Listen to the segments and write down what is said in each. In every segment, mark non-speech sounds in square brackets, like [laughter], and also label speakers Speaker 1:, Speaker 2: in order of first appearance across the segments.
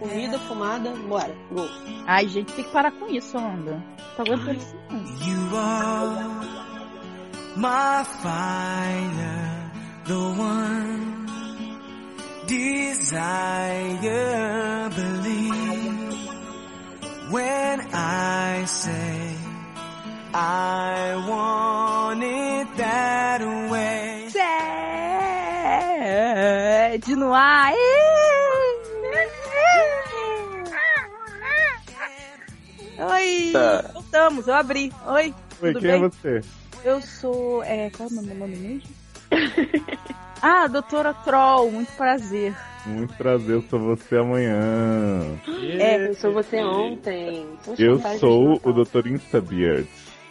Speaker 1: Comida, fumada, bora. Gol.
Speaker 2: Ai, gente, tem que parar com isso, Amanda. Tá aguentando isso não.
Speaker 3: You are my fire, the one desire. Believe when I say I want it that way.
Speaker 2: Sede no ar. Oi,
Speaker 4: Tá.
Speaker 2: voltamos, eu abri. Oi,
Speaker 5: Oi,
Speaker 2: tudo
Speaker 5: quem é
Speaker 2: bem?
Speaker 5: você?
Speaker 2: Eu sou. É, qual é o meu nome mesmo? ah, doutora Troll, muito prazer.
Speaker 5: Muito prazer, eu sou você amanhã.
Speaker 1: É, eu sou você ontem. Puxa, tá
Speaker 5: Eu
Speaker 1: saudade de
Speaker 5: sou
Speaker 1: Natal.
Speaker 5: o Dr. Instabeard.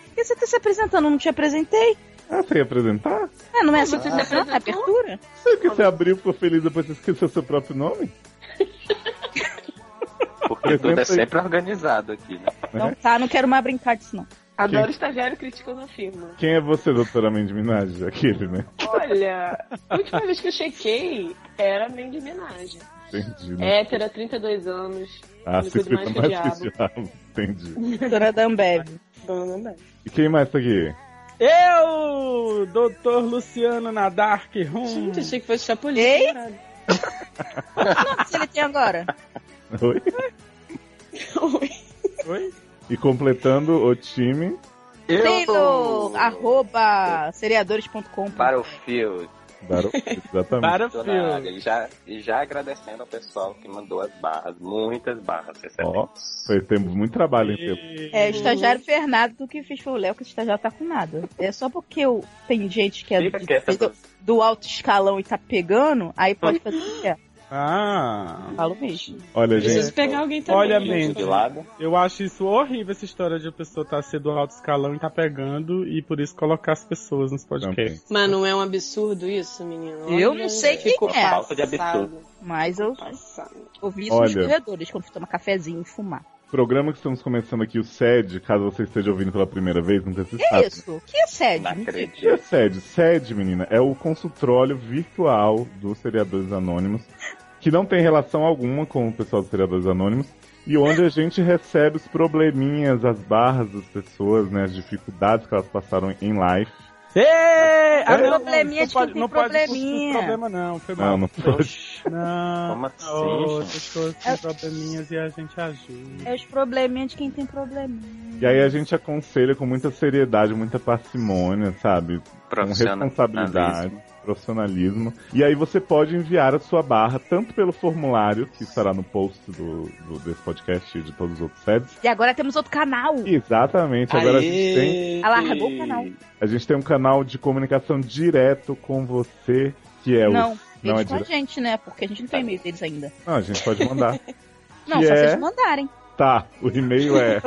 Speaker 2: Por que você tá se apresentando? Eu Não te apresentei?
Speaker 5: Ah, você ia apresentar?
Speaker 2: É, não é
Speaker 1: Ah,
Speaker 2: essa
Speaker 1: você se
Speaker 2: apresentação? É
Speaker 1: apresentou?
Speaker 2: abertura?
Speaker 5: Sei que você abriu, ficou feliz depois você esqueceu seu próprio nome?
Speaker 4: [laughs] Porque tudo é
Speaker 5: Apresenta aí.
Speaker 4: sempre organizado aqui, né?
Speaker 2: Então tá, não quero mais brincar disso não.
Speaker 1: Adoro estagiário criticando a firma.
Speaker 5: Quem é você, doutora Mandy Minaj? Aquele, né?
Speaker 1: Olha, a última vez que eu chequei era Mandy Minaj.
Speaker 5: Entendi. Né?
Speaker 1: Hétera, 32 anos.
Speaker 5: ah, se
Speaker 1: tudo mais
Speaker 5: escrita
Speaker 1: que
Speaker 5: mais que
Speaker 1: o
Speaker 5: diabo. Entendi.
Speaker 2: Doutora Dambev.
Speaker 1: Dona Beth.
Speaker 5: E quem mais tá aqui?
Speaker 6: Eu, Dr. Luciano na Dark Room.
Speaker 1: Gente, achei que fosse né? Chapolin.
Speaker 2: Ei?
Speaker 1: caralho.
Speaker 2: Que nome que ele tem agora?
Speaker 5: Oi?
Speaker 6: Oi?
Speaker 5: E completando o time,
Speaker 2: Taylor, arroba seriadores.com.
Speaker 4: Battlefield.
Speaker 5: Baru- exatamente.
Speaker 4: Tô na área.
Speaker 6: Battlefield.
Speaker 4: E já, e já agradecendo ao pessoal que mandou as barras, muitas barras
Speaker 5: Ó,
Speaker 4: é excelentes.
Speaker 5: foi tempo, muito trabalho em tempo.
Speaker 2: É, o estagiário Fernando que fez foi o Léo, que o estagiário tá com nada. É só porque eu, tem gente que é
Speaker 4: Fica quieta,
Speaker 2: do, do alto escalão e tá pegando, aí pode fazer o que quer.
Speaker 6: Ah,
Speaker 2: Falo mesmo.
Speaker 5: Olha,
Speaker 1: Preciso
Speaker 5: gente,
Speaker 1: pegar alguém também.
Speaker 6: Olha,
Speaker 1: gente.
Speaker 6: Mandy.
Speaker 4: de lado.
Speaker 6: eu acho isso horrível, essa história de a pessoa tá sendo alto escalão e tá pegando, e por isso colocar as pessoas nos podcasts.
Speaker 1: Mas não é um absurdo isso, menino?
Speaker 2: Eu
Speaker 1: Olha,
Speaker 2: não sei quem
Speaker 1: ficou
Speaker 2: é.
Speaker 4: Falta de absurdo.
Speaker 1: passado,
Speaker 2: Mas eu
Speaker 1: passado.
Speaker 2: ouvi isso nos
Speaker 5: Olha.
Speaker 2: corredores, quando fui tomar cafezinho e fumar.
Speaker 5: programa que estamos começando aqui, o SED, caso você esteja ouvindo pela primeira vez, não sei se
Speaker 2: Que
Speaker 5: sabe.
Speaker 2: isso? Que é sede?
Speaker 4: Não
Speaker 5: O que é
Speaker 4: acredito.
Speaker 5: SED? SED, menina, é o consultório virtual dos seriadores anônimos, que não tem relação alguma com o pessoal dos seriadores anônimos, e onde a gente recebe os probleminhas, as barras das pessoas, né, as dificuldades que elas passaram em live.
Speaker 6: Ei!
Speaker 2: É. Probleminha de quem tem probleminha.
Speaker 6: Não pode problema, não. Foi
Speaker 5: Não,
Speaker 6: mal.
Speaker 5: não pode.
Speaker 6: Não.
Speaker 4: Como assim?
Speaker 6: Oh,
Speaker 4: gente?
Speaker 6: Essas coisas têm probleminhas e a gente ajuda.
Speaker 2: É os probleminhas de quem tem probleminha.
Speaker 5: E aí a gente aconselha com muita seriedade, muita parcimônia, sabe? com responsabilidade,
Speaker 4: Profissionalismo.
Speaker 5: profissionalismo. E aí você pode enviar a sua barra tanto pelo formulário que estará no post do, do- desse podcast e de todos os outros sets.
Speaker 2: E agora temos outro canal.
Speaker 5: Exatamente. Agora a gente, tem,
Speaker 2: Alargou o canal.
Speaker 5: a gente tem um canal de comunicação direto com você, que é
Speaker 2: não,
Speaker 5: o.
Speaker 2: eles
Speaker 5: Não é
Speaker 2: com a
Speaker 5: direto.
Speaker 2: gente, né? Porque a gente não tem e-mail deles ainda.
Speaker 5: Não, Ah, a gente pode mandar.
Speaker 2: Não,
Speaker 5: Que
Speaker 2: só
Speaker 5: é?
Speaker 2: vocês mandarem.
Speaker 5: tá, o e-mail é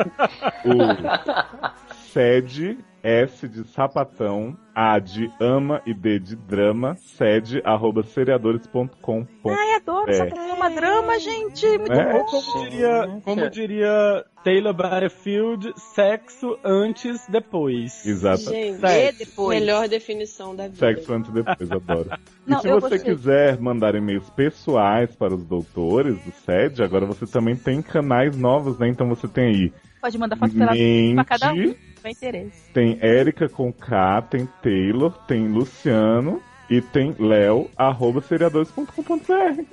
Speaker 5: o sede S de sapatão, A de ama e D de drama, sede arroba seriadores.com.
Speaker 2: Ai, adoro
Speaker 5: É.
Speaker 2: essa turma drama, gente. Muito
Speaker 5: É.
Speaker 2: bom.
Speaker 6: Ou como diria, como diria Taylor Battlefield, sexo antes, depois.
Speaker 5: Exato.
Speaker 1: Gente,
Speaker 2: Vê depois.
Speaker 1: melhor definição da vida.
Speaker 5: Sexo antes e
Speaker 2: [laughs]
Speaker 5: depois, adoro.
Speaker 2: Não,
Speaker 5: e se
Speaker 2: eu
Speaker 5: você
Speaker 2: gostei.
Speaker 5: quiser mandar e-mails pessoais para os doutores do SED, agora você também tem canais novos, né? Então você tem aí
Speaker 2: Pode mandar foto pela pra cada um.
Speaker 5: Mente,
Speaker 2: Vai interesse.
Speaker 5: tem Érica com K, tem Taylor, tem Luciano e tem Léo, arroba seriadores.com.br.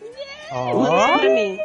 Speaker 6: Ó.
Speaker 1: Manda pra mim.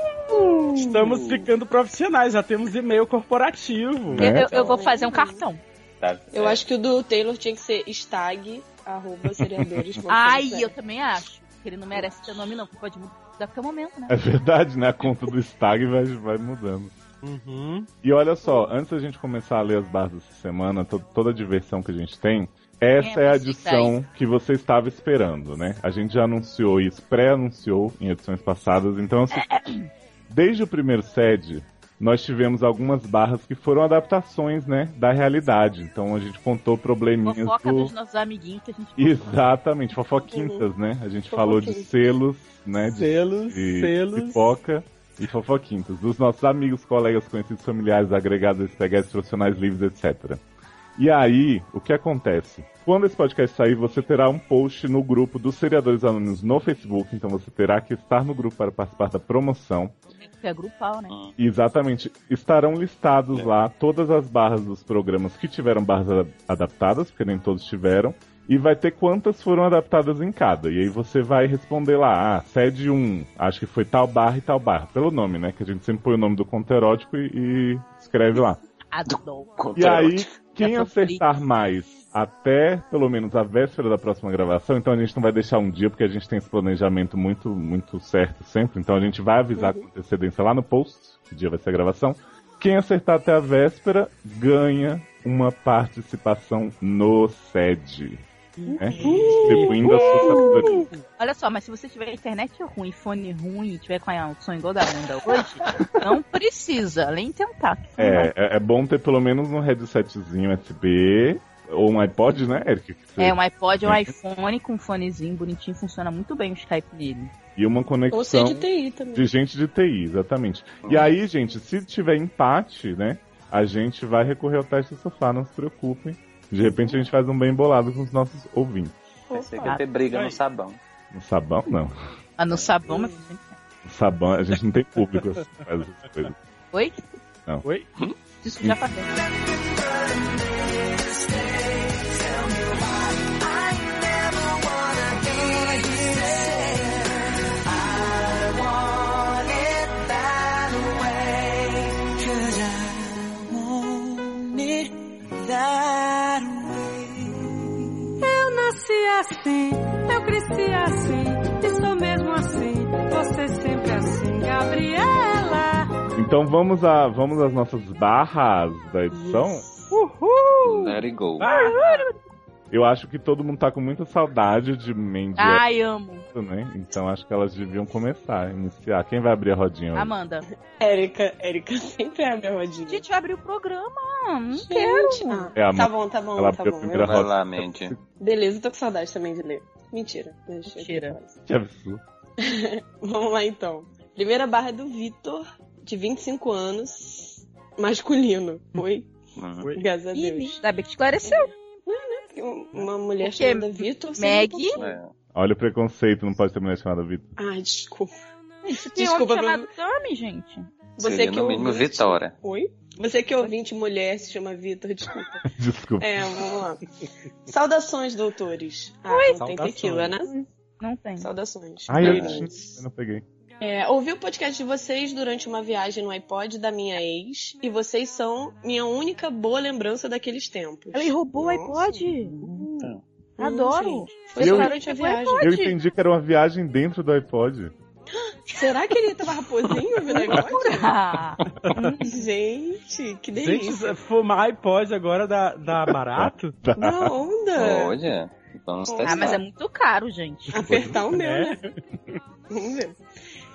Speaker 6: Estamos ficando profissionais, já temos e-mail corporativo.
Speaker 2: Eu,
Speaker 5: Né?
Speaker 2: eu- eu vou fazer um cartão.
Speaker 4: Tá
Speaker 1: Eu acho que o do Taylor tinha que ser stag, arroba, seriadores.
Speaker 2: Ai, eu também acho. que Ele não merece ter nome, não. porque Pode mudar a qualquer momento, né?
Speaker 5: É verdade, né? A conta do Stag vai, vai mudando.
Speaker 6: Uhum.
Speaker 5: E olha só, antes da gente começar a ler as barras dessa semana, to- toda a diversão que a gente tem, essa
Speaker 2: É,
Speaker 5: é a
Speaker 2: mas fica aí.
Speaker 5: adição que você estava esperando, né? A gente já anunciou isso, pré-anunciou em edições passadas, então assim,
Speaker 2: [coughs]
Speaker 5: desde o primeiro sede, nós tivemos algumas barras que foram adaptações, né, da realidade. Então a gente contou probleminhas
Speaker 2: Fofoca
Speaker 5: do...
Speaker 2: dos nossos amiguinhos que a gente.
Speaker 5: Exatamente, fofoquintas, né? A gente falou de
Speaker 1: Fofoquintas.
Speaker 5: selos, né, de
Speaker 6: Selos,
Speaker 5: de
Speaker 6: selos.
Speaker 5: pipoca e fofoquintas, dos nossos amigos, colegas, conhecidos, familiares, agregados, espeguetes, profissionais livres, etc. E aí, o que acontece? Quando esse podcast sair, você terá um post no grupo dos Seriadores Anônimos no Facebook, então você terá que estar no grupo para participar da promoção.
Speaker 2: É grupal, né?
Speaker 5: Exatamente. Estarão listados lá todas as barras dos programas que tiveram barras ad- adaptadas, porque nem todos tiveram. E vai ter quantas foram adaptadas em cada. E aí você vai responder lá, ah, sede 1, acho que foi tal barra e tal barra. Pelo nome, né? Que a gente sempre põe o nome do conto erótico e, e escreve lá.
Speaker 2: Adoro.
Speaker 5: E aí, quem
Speaker 2: Já tô
Speaker 5: acertar mais até pelo menos a véspera da próxima gravação, então a gente não vai deixar um dia, porque a gente tem esse planejamento muito, muito certo sempre. Então a gente vai avisar com antecedência lá no post, que dia vai ser a gravação. Quem acertar até a véspera ganha uma participação no SED. Né? Distribuindo a sua sabedoria.
Speaker 2: Olha só, mas se você tiver internet ruim, fone ruim, tiver com a som igual da onda hoje, não precisa, nem tentar. que não vai.
Speaker 5: É, é, é bom ter pelo menos um headsetzinho USB ou um iPod, né, Eric? Que você-
Speaker 2: É, um iPod ou um iPhone com um fonezinho bonitinho, funciona muito bem o Skype dele.
Speaker 5: E uma conexão.
Speaker 1: Ou ser de TI também.
Speaker 5: De gente de TI, exatamente. E aí, gente, se tiver empate, né? A gente vai recorrer ao teste do sofá, não se preocupem. De repente a gente faz um bem bolado com os nossos ouvintes.
Speaker 4: Pensei que
Speaker 1: Opa.
Speaker 4: ia ter briga
Speaker 6: Aí.
Speaker 4: no sabão.
Speaker 5: No sabão, não.
Speaker 2: Ah, Tá? no sabão, mas.
Speaker 5: No sabão, a gente não tem público assim, que faz essas coisas.
Speaker 2: Oi? Hum?
Speaker 5: Não.
Speaker 6: Oi?
Speaker 2: Isso já passou.
Speaker 7: Eu nasci assim, eu cresci assim, e sou mesmo assim, você sempre assim, Gabriela.
Speaker 5: Então vamos, a, vamos às nossas barras da edição.
Speaker 4: Let it go.
Speaker 6: Ah,
Speaker 5: Eu acho que todo mundo tá com muita saudade de Mandy,
Speaker 2: Ai, amo.
Speaker 5: né? Então acho que elas deviam começar, iniciar. Quem vai abrir a rodinha hoje?
Speaker 2: Amanda.
Speaker 1: Érica, Érica sempre abre a rodinha.
Speaker 2: Gente, vai abrir o programa. Hum, Não
Speaker 1: Gente,
Speaker 2: quero.
Speaker 1: não.
Speaker 5: É, a
Speaker 1: Tá
Speaker 5: Amanda-
Speaker 1: bom, tá bom,
Speaker 5: ela
Speaker 1: tá
Speaker 5: abriu a
Speaker 1: bom.
Speaker 5: primeira-
Speaker 4: Vai lá, Mandy.
Speaker 1: Beleza, eu tô com saudade também de ler. Mentira. mas-
Speaker 2: Mentira.
Speaker 5: Que absurdo.
Speaker 1: Vamos lá então. Primeira barra é do Vitor, de 25 anos, masculino. Oi?
Speaker 4: Uhum.
Speaker 6: Oi?
Speaker 1: Graças a
Speaker 2: Ih,
Speaker 1: Deus. um,
Speaker 2: Ainda bem que esclareceu.
Speaker 1: Uma mulher
Speaker 2: O quê?
Speaker 1: chamada Vitor. um você
Speaker 2: Meg?
Speaker 1: não consegue.
Speaker 4: É.
Speaker 5: Olha o preconceito, não pode ter mulher chamada Vitor. [laughs]
Speaker 1: Ai, desculpa.
Speaker 2: Tem
Speaker 1: Desculpa,
Speaker 2: homem chamado Tommy, gente.
Speaker 1: Você
Speaker 4: Seria,
Speaker 1: que
Speaker 4: no mínimo,
Speaker 1: ouvinte-
Speaker 4: Vitória.
Speaker 1: Oi? Você que é ouvinte mulher se chama Vitor, desculpa.
Speaker 5: Desculpa.
Speaker 1: É, vamos [laughs] lá. Saudações, doutores. Ah, Oi? Não tem
Speaker 6: Saudações.
Speaker 1: tequila, né?
Speaker 2: Não tem.
Speaker 1: Saudações.
Speaker 5: Ai, eu
Speaker 1: Mas-
Speaker 5: tinha, eu não peguei.
Speaker 1: É, ouvi o podcast de vocês durante uma viagem no iPod da minha ex e vocês são minha única boa lembrança daqueles tempos.
Speaker 2: Ele roubou o
Speaker 1: Nossa.
Speaker 2: iPod. Hum,
Speaker 1: Não,
Speaker 2: Adoro.
Speaker 1: gente. Foi
Speaker 5: Eu-
Speaker 1: durante a viagem.
Speaker 5: Eu entendi que era uma viagem dentro do iPod.
Speaker 1: Será que ele tava
Speaker 5: [laughs]
Speaker 1: raposinho no negócio?
Speaker 2: Ah, [laughs]
Speaker 1: gente, que
Speaker 6: Gente,
Speaker 1: delícia.
Speaker 6: fumar iPod agora dá, dá barato?
Speaker 1: Uma onda.
Speaker 4: Olha, vamos
Speaker 1: É. Ah,
Speaker 4: testar.
Speaker 2: mas é muito caro, gente.
Speaker 1: Apertar o meu,
Speaker 6: É.
Speaker 1: né? Vamos ver.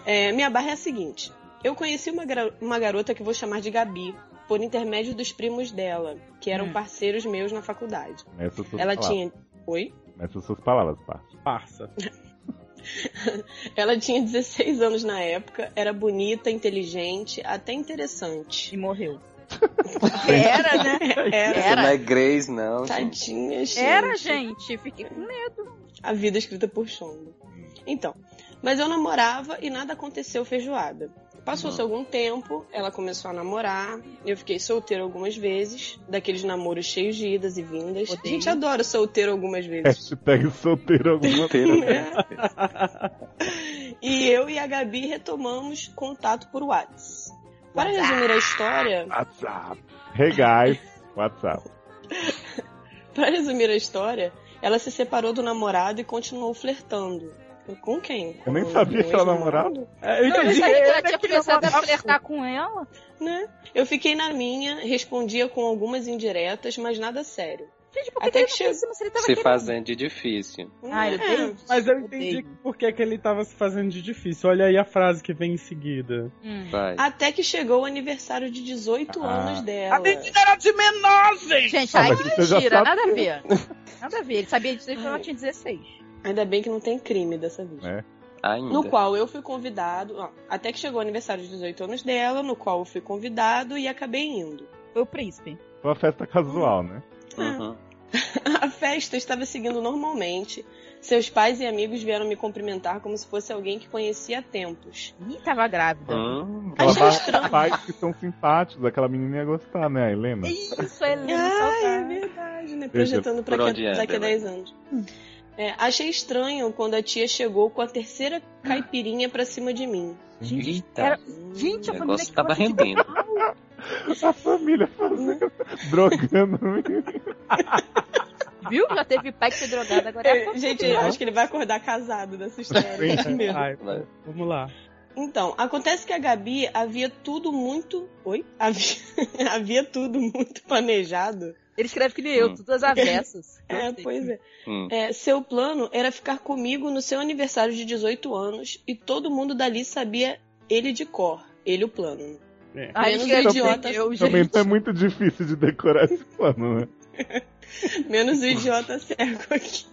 Speaker 1: É, minha barra é a seguinte. Eu conheci uma, gra- uma garota que vou chamar de Gabi, por intermédio dos primos dela, que eram
Speaker 2: Hum.
Speaker 1: parceiros meus na faculdade.
Speaker 5: Essas suas
Speaker 1: Ela
Speaker 5: palavras.
Speaker 1: tinha. Oi?
Speaker 5: Essas suas palavras, pá.
Speaker 6: Parça.
Speaker 1: Ela tinha 16 anos na época, era bonita, inteligente, até interessante.
Speaker 2: E morreu. Era, né?
Speaker 1: Era.
Speaker 4: Você não é Grace, não. gente.
Speaker 1: Tadinha, gente.
Speaker 2: Era, gente. Fiquei com medo.
Speaker 1: A vida escrita por Chongo.
Speaker 5: Hum.
Speaker 1: Então, mas eu namorava e nada aconteceu feijoada. Passou-se algum tempo, ela começou a namorar, eu fiquei solteira algumas vezes, daqueles namoros cheios de idas e vindas. A
Speaker 2: Odeio.
Speaker 1: gente adora solteiro algumas vezes.
Speaker 5: [laughs] Hashtag solteiro é um alguma coisa.
Speaker 4: né?
Speaker 1: [laughs] e eu e a Gabi retomamos contato por WhatsApp. Para resumir a história,
Speaker 5: WhatsApp. Hey guys, WhatsApp.
Speaker 1: Pra resumir a história, ela se separou do namorado e continuou flertando. Com quem?
Speaker 5: Eu nem
Speaker 1: Com
Speaker 5: sabia
Speaker 1: o
Speaker 5: que ela
Speaker 1: ex-namorado?
Speaker 6: É, eu
Speaker 2: Eu
Speaker 6: entendi.
Speaker 2: sabia que ela tinha
Speaker 6: que
Speaker 2: começado a
Speaker 6: namorava.
Speaker 2: flertar com ela.
Speaker 1: Né? Eu fiquei na minha, respondia com algumas indiretas, mas nada sério.
Speaker 2: Gente, por que
Speaker 1: Até
Speaker 2: ele
Speaker 1: que
Speaker 2: não
Speaker 1: chegou-
Speaker 2: fez isso? Mas ele tava
Speaker 4: Se
Speaker 2: querendo.
Speaker 4: fazendo de difícil.
Speaker 2: Ai, eu
Speaker 1: É,
Speaker 2: odeio.
Speaker 6: Mas eu entendi porque que ele tava se fazendo de difícil. Olha aí a frase que vem em seguida.
Speaker 2: Hum.
Speaker 4: Vai.
Speaker 1: Até que chegou o aniversário de 18
Speaker 5: Ah.
Speaker 1: anos dela.
Speaker 6: era de menores!
Speaker 2: Gente,
Speaker 5: Ah,
Speaker 2: ai
Speaker 5: mas
Speaker 2: que
Speaker 5: isso eu já
Speaker 2: mentira.
Speaker 5: sabia.
Speaker 2: Nada a ver. Nada a ver. Ele sabia disso quando ela tinha 16.
Speaker 1: Ainda bem que não tem crime dessa vez.
Speaker 5: É.
Speaker 4: Ainda.
Speaker 1: Ah, No qual eu fui convidado. ó, até que chegou o aniversário de 18 anos dela, no qual eu fui convidado e acabei indo. [laughs]
Speaker 2: Foi o príncipe.
Speaker 5: Foi uma festa casual, né?
Speaker 4: Uhum.
Speaker 1: A festa estava seguindo normalmente. Seus pais e amigos vieram me cumprimentar como se fosse alguém que conhecia há tempos.
Speaker 2: Ih, tava
Speaker 1: Ah.
Speaker 2: grávida.
Speaker 4: Hum.
Speaker 5: Ela
Speaker 1: Achei
Speaker 5: bate
Speaker 1: estranho.
Speaker 5: pais que são simpáticos, aquela menina ia gostar, né, a Helena?
Speaker 2: Isso, Helena.
Speaker 1: Ah, é
Speaker 2: saudade.
Speaker 1: verdade, né?
Speaker 5: Veja,
Speaker 1: Projetando pra
Speaker 4: por onde
Speaker 1: que-
Speaker 4: é,
Speaker 1: daqui a
Speaker 4: Bela?
Speaker 1: 10 anos. É, achei estranho quando a tia chegou com a terceira caipirinha pra cima de mim.
Speaker 4: Eita,
Speaker 2: Era-
Speaker 1: Hum,
Speaker 2: Gente,
Speaker 4: o
Speaker 2: a família
Speaker 4: negócio
Speaker 2: que
Speaker 4: tava
Speaker 2: você-
Speaker 4: rendendo.
Speaker 5: A família fazendo, drogando.
Speaker 2: Viu? Já teve pai que foi drogado, agora é a família.
Speaker 1: Gente, eu acho que ele vai acordar casado dessa história. É
Speaker 5: Sim.
Speaker 1: isso mesmo.
Speaker 6: Ai, vamos lá.
Speaker 1: Então, acontece que a Gabi havia tudo muito. Oi? Havia, [laughs] havia tudo muito planejado.
Speaker 2: Ele escreve que nem eu,
Speaker 4: Hum.
Speaker 2: todas as avessas.
Speaker 1: É,
Speaker 2: Gostei.
Speaker 1: pois é.
Speaker 4: Hum.
Speaker 1: É, Seu plano era ficar comigo no seu aniversário de 18 anos e todo mundo dali sabia ele de cor. Ele o plano.
Speaker 2: Ai,
Speaker 1: Menos
Speaker 2: que
Speaker 1: o
Speaker 2: idiota.
Speaker 1: idiota.
Speaker 2: Eu,
Speaker 5: Também
Speaker 2: gente.
Speaker 5: é muito difícil de decorar esse plano, né?
Speaker 1: Menos o idiota cego aqui.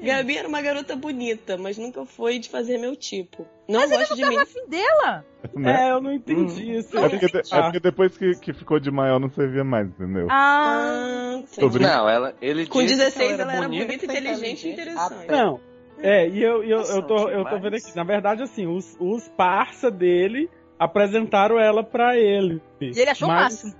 Speaker 1: Gabi era uma garota bonita, mas nunca foi de fazer meu tipo. Não gosto de mim.
Speaker 2: Tava afim dela.
Speaker 5: Né?
Speaker 6: É, eu não entendi isso.
Speaker 5: É porque, de- é porque depois que, que ficou de maior não servia mais, entendeu?
Speaker 2: Ah,
Speaker 1: Ah,
Speaker 5: Sobre-
Speaker 1: entendi.
Speaker 4: Não, ela, ele
Speaker 1: Com
Speaker 4: disse que
Speaker 1: 16 ela era bonita, inteligente e interessante.
Speaker 4: até-
Speaker 6: Não. É, e eu, e eu,
Speaker 4: Nossa,
Speaker 6: eu, tô, eu tô
Speaker 4: demais.
Speaker 6: vendo aqui. Na verdade, assim, os, os parça dele apresentaram ela pra ele.
Speaker 2: e ele achou o
Speaker 6: Mas-
Speaker 2: máximo.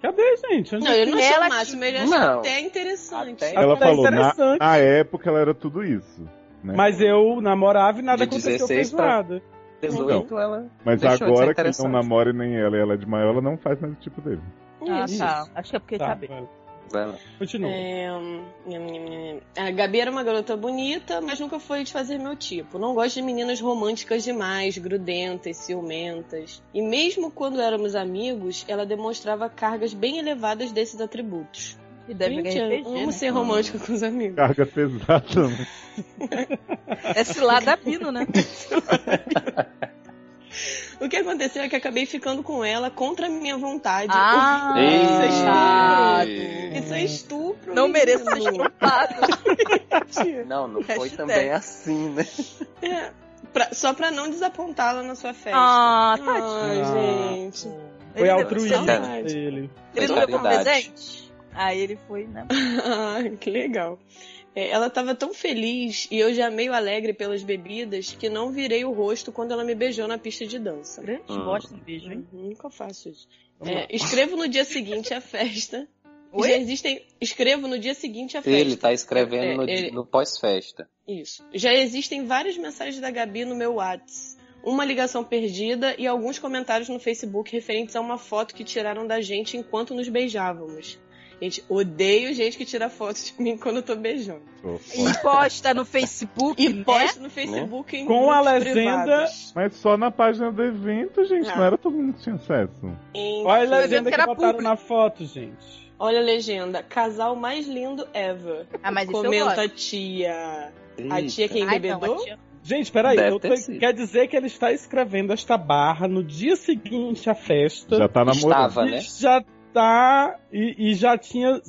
Speaker 6: Cadê, gente? Onde é?
Speaker 1: Não, ele não achou
Speaker 2: Ela
Speaker 1: o máximo, ele achou
Speaker 4: Não.
Speaker 1: até interessante.
Speaker 4: Até-
Speaker 5: Ela
Speaker 6: Até
Speaker 5: falou, na,
Speaker 6: interessante.
Speaker 5: na época ela era tudo isso. né?
Speaker 6: Mas eu namorava e nada
Speaker 4: De
Speaker 6: aconteceu
Speaker 4: 16
Speaker 6: fez
Speaker 4: pra-
Speaker 6: nada.
Speaker 4: 18, ela.
Speaker 5: Mas
Speaker 4: Deixa eu
Speaker 5: agora
Speaker 4: ser
Speaker 5: que não
Speaker 4: interessante.
Speaker 5: namora nem ela e ela é de maior, ela não faz mais o tipo dele.
Speaker 2: Ah,
Speaker 1: Isso.
Speaker 2: tá. Acho que é porque ele
Speaker 6: Tá,
Speaker 2: tá bem.
Speaker 6: vai lá.
Speaker 4: Vai lá.
Speaker 6: continua.
Speaker 1: É, hum, nham, nham, nham. A Gabi era uma garota bonita, mas nunca foi de fazer meu tipo. Não gosto de meninas românticas demais, grudentas, ciumentas. E mesmo quando éramos amigos, ela demonstrava cargas bem elevadas desses atributos.
Speaker 2: Ele deve
Speaker 1: Gente,
Speaker 2: ganhar
Speaker 1: eu
Speaker 2: RPG,
Speaker 1: amo
Speaker 2: né?
Speaker 1: ser romântica com os amigos.
Speaker 5: Carga [laughs] pesada. né?
Speaker 2: É cilada pino, né?
Speaker 1: O que aconteceu é que acabei ficando com ela contra a minha vontade.
Speaker 2: Ah,
Speaker 1: isso é
Speaker 4: Ei.
Speaker 1: estupro. Isso é estupro.
Speaker 2: Não mereço ser
Speaker 1: menino.
Speaker 2: estrupado.
Speaker 4: Não, não foi
Speaker 2: Hashtag.
Speaker 4: também assim, né?
Speaker 1: Pra- só pra não desapontá-la na sua festa.
Speaker 2: Ah,
Speaker 4: Hum.
Speaker 2: tadinho.
Speaker 1: Ai, gente.
Speaker 6: Foi
Speaker 2: Ele-
Speaker 6: altruísta
Speaker 1: saudade.
Speaker 6: ele.
Speaker 2: Ele não levou
Speaker 4: Solidariedade.
Speaker 2: presente? Aí ele foi, né?
Speaker 1: Ah, [laughs] que legal. É, ela estava tão feliz e eu já meio alegre pelas bebidas que não virei o rosto quando ela me beijou na pista de dança.
Speaker 2: Grande
Speaker 4: Hum.
Speaker 2: bosta de beijo, hein?
Speaker 1: Nunca faço isso.
Speaker 6: Vamos
Speaker 1: É, escrevo no dia seguinte a festa.
Speaker 2: Oi?
Speaker 1: Já existem. Escrevo no dia seguinte a festa.
Speaker 4: Ele tá escrevendo
Speaker 1: É,
Speaker 4: no,
Speaker 1: ele-
Speaker 4: no pós-festa.
Speaker 1: Isso. Já existem várias mensagens da Gabi no meu Whats. Uma ligação perdida e alguns comentários no Facebook referentes a uma foto que tiraram da gente enquanto nos beijávamos. Gente, odeio gente que tira foto de mim quando eu tô beijando.
Speaker 5: Pô, pô.
Speaker 2: E posta no Facebook,
Speaker 1: E
Speaker 2: né?
Speaker 1: posto no Facebook em
Speaker 6: Com a
Speaker 1: grupos
Speaker 6: legenda-
Speaker 1: privados.
Speaker 5: Mas só na página do evento, gente, não
Speaker 1: Ah.
Speaker 5: era todo mundo que tinha acesso.
Speaker 1: Enfim.
Speaker 6: Olha
Speaker 2: dizendo
Speaker 6: a legenda
Speaker 2: que
Speaker 6: que
Speaker 2: era
Speaker 6: botaram
Speaker 2: público.
Speaker 6: na foto, gente.
Speaker 1: Olha a legenda. Casal mais lindo ever.
Speaker 2: Ah, mas isso eu
Speaker 1: Comenta
Speaker 2: gosto.
Speaker 1: a tia. A tia
Speaker 4: Eita.
Speaker 1: quem
Speaker 2: Ai, não,
Speaker 1: bebedou?
Speaker 2: a tia-
Speaker 6: Gente, peraí,
Speaker 4: Deve
Speaker 6: eu
Speaker 4: ter
Speaker 6: tô-
Speaker 4: sido.
Speaker 6: quer dizer que ele está escrevendo esta barra no dia seguinte à festa.
Speaker 5: Já tá namorando.
Speaker 4: Estava,
Speaker 6: e
Speaker 4: né?
Speaker 6: já tá. E, e já tinha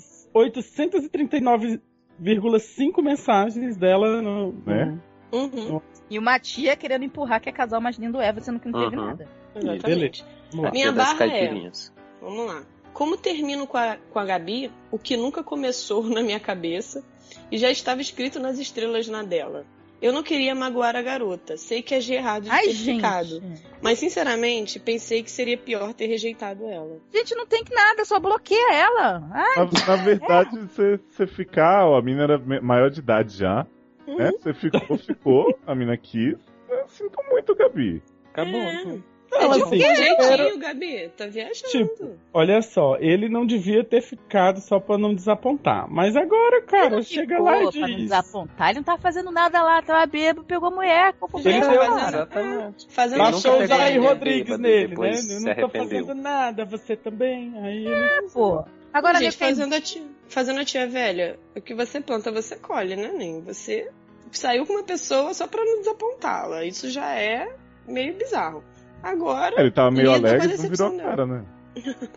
Speaker 6: 839,5 mensagens dela no.
Speaker 5: Né?
Speaker 6: Hum,
Speaker 1: Uhum,
Speaker 2: E uma tia querendo empurrar que é casal mais lindo Eva, sendo que não teve
Speaker 4: Uhum.
Speaker 2: nada.
Speaker 1: exatamente.
Speaker 6: Vamos lá.
Speaker 1: Minha
Speaker 4: Aqui das
Speaker 1: barra é-
Speaker 4: caipirinhas.
Speaker 1: Vamos lá. Como termino com a, com a Gabi, o que nunca começou [laughs] na minha cabeça e já estava escrito nas estrelas na dela. Eu não queria magoar a garota. Sei que é errado de
Speaker 2: Ai,
Speaker 1: ter
Speaker 2: gente.
Speaker 1: ficado. Mas, sinceramente, pensei que seria pior ter rejeitado ela.
Speaker 2: Gente, não tem que nada, só bloqueia ela. Ah,
Speaker 5: Na, na verdade, você você ficar, ó, a mina era me- maior de idade já, né? Você ficou, ficou, a mina quis. Eu sinto muito, Gabi.
Speaker 6: Acabou.
Speaker 1: É.
Speaker 6: Não,
Speaker 1: é de
Speaker 6: assim,
Speaker 1: qualquer
Speaker 6: era-
Speaker 1: jeitinho, Gabi. Tá viajando.
Speaker 6: Tipo, olha só, ele não devia ter ficado só pra não desapontar. Mas agora,
Speaker 2: ele
Speaker 6: cara,
Speaker 2: não
Speaker 6: chega
Speaker 2: ficou
Speaker 6: lá e
Speaker 2: pra não
Speaker 6: diz.
Speaker 2: desapontar. Ele não tava fazendo nada lá, tava bêbado, pegou a mulher, com
Speaker 1: Ele
Speaker 2: problema.
Speaker 1: tá
Speaker 6: deu-
Speaker 1: fazendo-
Speaker 4: Exatamente.
Speaker 1: Fazendo
Speaker 4: Ele
Speaker 6: Baixou
Speaker 1: show
Speaker 6: o
Speaker 4: nunca pegou
Speaker 6: Jair
Speaker 4: ninguém
Speaker 6: Rodrigues
Speaker 4: bêbado,
Speaker 6: nele, né?
Speaker 4: depois
Speaker 6: Eu
Speaker 4: se
Speaker 6: não tô
Speaker 4: arrependeu.
Speaker 6: fazendo nada, você também. Aí ele.
Speaker 2: Pô. Agora
Speaker 1: gente,
Speaker 2: arrependido.
Speaker 1: fazendo a, tia, fazendo a tia velha, o que você planta, você colhe, né, Nem? Você saiu com uma pessoa só pra não desapontá-la. Isso já é meio bizarro. Agora,
Speaker 5: Ele tava meio
Speaker 1: Lida com a
Speaker 5: alegre, não virou
Speaker 1: decepção
Speaker 5: a cara, né?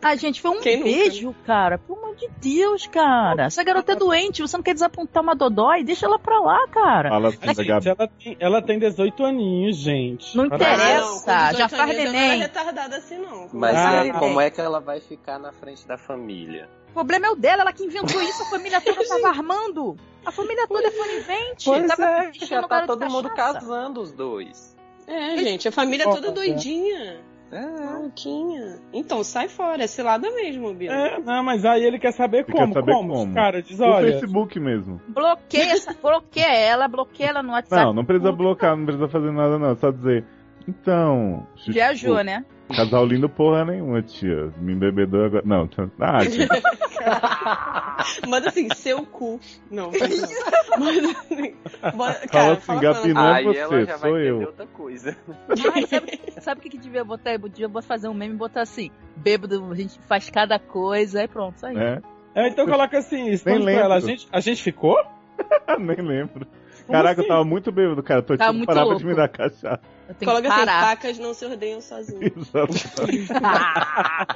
Speaker 2: Ah, gente, foi um
Speaker 1: Quem nunca,
Speaker 2: beijo, cara. Pelo amor de Deus, cara. Essa garota é doente, você não quer desapontar uma dodói? Deixa ela pra lá, cara.
Speaker 5: Fala assim da
Speaker 6: Gente,
Speaker 5: Gabi.
Speaker 6: ela tem, ela tem 18 aninhos, gente.
Speaker 2: Não
Speaker 6: Parabéns.
Speaker 2: interessa.
Speaker 1: com 18
Speaker 2: já faz
Speaker 1: anos eu não
Speaker 2: neném.
Speaker 1: era retardada assim, não. Com
Speaker 4: Mas e aí,
Speaker 6: Ah,
Speaker 4: como
Speaker 2: é.
Speaker 4: é que ela vai ficar na frente da família?
Speaker 2: O problema é o dela, ela que inventou isso, a família toda tava armando. A família toda é conivente.
Speaker 4: Pois
Speaker 2: tava
Speaker 4: é,
Speaker 2: deixando
Speaker 4: já
Speaker 2: o garoto
Speaker 4: tá todo mundo
Speaker 2: cachaça.
Speaker 4: casando os dois.
Speaker 1: É, gente, a família é toda doidinha,
Speaker 4: É.
Speaker 1: maluquinha. Então, sai fora, é cilada mesmo, Bia.
Speaker 6: É, não, mas aí ele quer saber
Speaker 5: Ele
Speaker 6: como.
Speaker 5: quer saber
Speaker 6: como?
Speaker 5: como.
Speaker 6: Cara, diz,
Speaker 5: O
Speaker 6: olha.
Speaker 5: Facebook mesmo.
Speaker 2: Bloqueia, essa- bloqueia ela, bloqueia ela no WhatsApp.
Speaker 5: Não, não precisa bloquear, não precisa fazer nada, não. É só dizer. Então. chuchu,
Speaker 2: Viajou, né?
Speaker 5: Casal lindo porra nenhuma, tia. Me embebedou agora. Não, tá- ah, tia.
Speaker 1: Manda assim, seu cu.
Speaker 2: [laughs]
Speaker 1: Não, não. Manda assim, bora-
Speaker 5: Fala
Speaker 1: cara,
Speaker 5: assim,
Speaker 1: fala
Speaker 5: Gabi,
Speaker 1: pra ela.
Speaker 5: não é
Speaker 4: aí ela
Speaker 5: você,
Speaker 4: já
Speaker 5: sou
Speaker 4: vai entender
Speaker 5: eu.
Speaker 4: outra coisa.
Speaker 2: Ai, sabe, sabe o que, que devia botar? Devia fazer um meme e botar assim: bêbado, a gente faz cada coisa, aí pronto, só isso.
Speaker 5: É?
Speaker 6: É, então coloca assim, responde pra
Speaker 5: lembro.
Speaker 6: ela. A gente, a gente ficou?
Speaker 4: é.
Speaker 5: [laughs] Ah, Nem lembro.
Speaker 6: Como
Speaker 5: Caraca, eu
Speaker 6: assim?
Speaker 5: tava muito bêbado, cara. Tô
Speaker 2: Tá
Speaker 5: tipo,
Speaker 2: muito
Speaker 5: parava de
Speaker 2: louco.
Speaker 5: me dar cachaça. [laughs]
Speaker 2: Eu tenho
Speaker 1: Coloca
Speaker 2: que
Speaker 1: assim, [laughs]
Speaker 2: parar.
Speaker 1: facas não se odeiam sozinhas.
Speaker 5: Exatamente.
Speaker 2: Ah,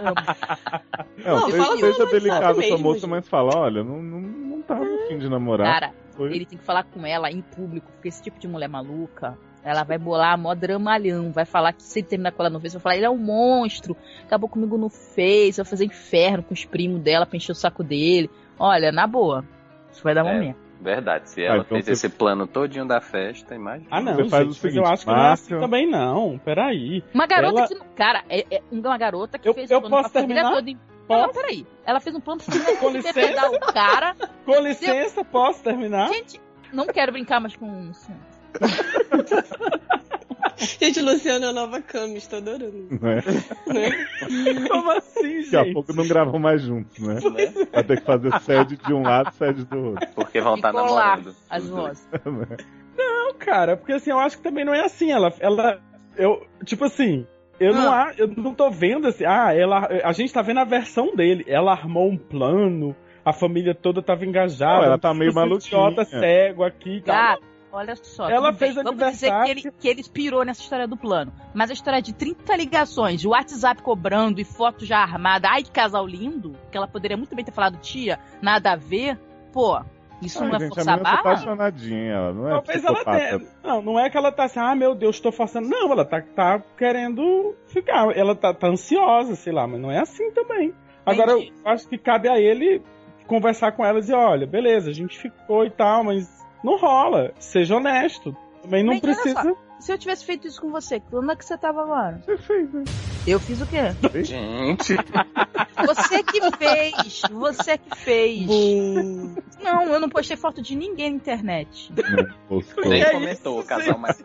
Speaker 5: Não,
Speaker 1: Não,
Speaker 5: seja,
Speaker 1: fala
Speaker 5: seja
Speaker 1: com ela
Speaker 5: delicado com a
Speaker 1: mesmo,
Speaker 5: moça,
Speaker 1: gente.
Speaker 5: mas fala, olha, não, não, não tava afim de namorar.
Speaker 2: Cara,
Speaker 5: Foi-
Speaker 2: ele tem que falar com ela em público, porque esse tipo de mulher maluca, ela vai bolar mó dramalhão, vai falar que se ele terminar com ela no fez, vai falar, ele é um monstro, acabou comigo no fez, vai fazer inferno com os primos dela pra encher o saco dele. Olha, na boa, isso vai dar
Speaker 4: É.
Speaker 2: momento.
Speaker 4: Verdade, se
Speaker 5: Ah,
Speaker 4: ela
Speaker 5: então
Speaker 4: fez
Speaker 5: você-
Speaker 4: esse plano todinho da festa, imagina.
Speaker 6: Ah, não,
Speaker 5: Você faz
Speaker 6: gente,
Speaker 5: o
Speaker 6: mas
Speaker 5: seguinte,
Speaker 6: eu acho que não é assim
Speaker 5: marca-
Speaker 6: também, não. Peraí.
Speaker 2: Uma garota
Speaker 6: Ela-
Speaker 2: que não. Cara, é, é uma garota que
Speaker 6: Eu-
Speaker 2: fez
Speaker 6: eu
Speaker 2: plano
Speaker 6: posso
Speaker 2: pra família
Speaker 6: terminar?
Speaker 2: toda. em- Não,
Speaker 6: Posso?
Speaker 2: peraí. Ela fez um plano
Speaker 6: [laughs]
Speaker 2: pra família
Speaker 6: Com
Speaker 2: toda
Speaker 6: licença.
Speaker 2: embebedar o cara.
Speaker 6: Com licença, posso terminar?
Speaker 2: Gente, não quero brincar mais com isso.
Speaker 1: Gente, Luciano é a nova Camis, tô adorando.
Speaker 5: [laughs] Né?
Speaker 1: Né?
Speaker 6: Como assim,
Speaker 5: Daqui a
Speaker 6: gente?
Speaker 5: pouco não gravam mais juntos, né?
Speaker 4: Né?
Speaker 5: Vai ter que fazer sede de um lado, sede do outro.
Speaker 4: Porque vão estar
Speaker 2: E colar
Speaker 4: namorando.
Speaker 2: As
Speaker 4: os dois.
Speaker 2: vozes.
Speaker 6: Não, cara, porque assim, eu acho que também não é assim. Ela. ela eu, tipo assim. Eu não, a- eu não tô vendo assim. Ah, ela, a gente tá vendo a versão dele. Ela armou um plano, a família toda tava engajada.
Speaker 5: Não, ela tá meio
Speaker 6: esse Idiota
Speaker 5: maluquinha.
Speaker 6: cego aqui e tal.
Speaker 2: Cara, olha só.
Speaker 6: Ela
Speaker 2: tudo bem.
Speaker 6: fez
Speaker 2: Vamos dizer que
Speaker 6: aniversário.
Speaker 2: ele, que ele pirou nessa história do plano. Mas a história de 30 ligações, o WhatsApp cobrando e foto já armada. Ai, que casal lindo. Que ela poderia muito bem ter falado, tia, nada a ver. Pô, isso não
Speaker 5: Ai,
Speaker 2: é
Speaker 5: gente, a
Speaker 2: forçar a
Speaker 5: menina tá
Speaker 2: barra?
Speaker 5: apaixonadinha, ela não é
Speaker 6: Talvez ela
Speaker 5: psicopata.
Speaker 6: tenha. Não, não é que ela tá assim, ah, meu Deus, tô forçando. Não, ela tá, tá querendo ficar. Ela tá, tá ansiosa, sei lá, mas não é assim também. Agora, eu
Speaker 2: Entendi.
Speaker 6: acho que cabe a ele conversar com ela e dizer: olha, beleza, a gente ficou e tal, mas não rola. Seja honesto. Também não
Speaker 2: Bem, olha
Speaker 6: precisa.
Speaker 2: Se eu tivesse feito isso com você, onde é que você tava agora?
Speaker 5: Você fez, né?
Speaker 2: Eu fiz o quê?
Speaker 4: Gente,
Speaker 2: Você que fez! Você que fez!
Speaker 1: Bum.
Speaker 2: Não, eu não postei foto de ninguém na internet.
Speaker 5: Não, postou.
Speaker 4: nem
Speaker 6: é
Speaker 4: comentou o
Speaker 6: isso,
Speaker 4: casal mais.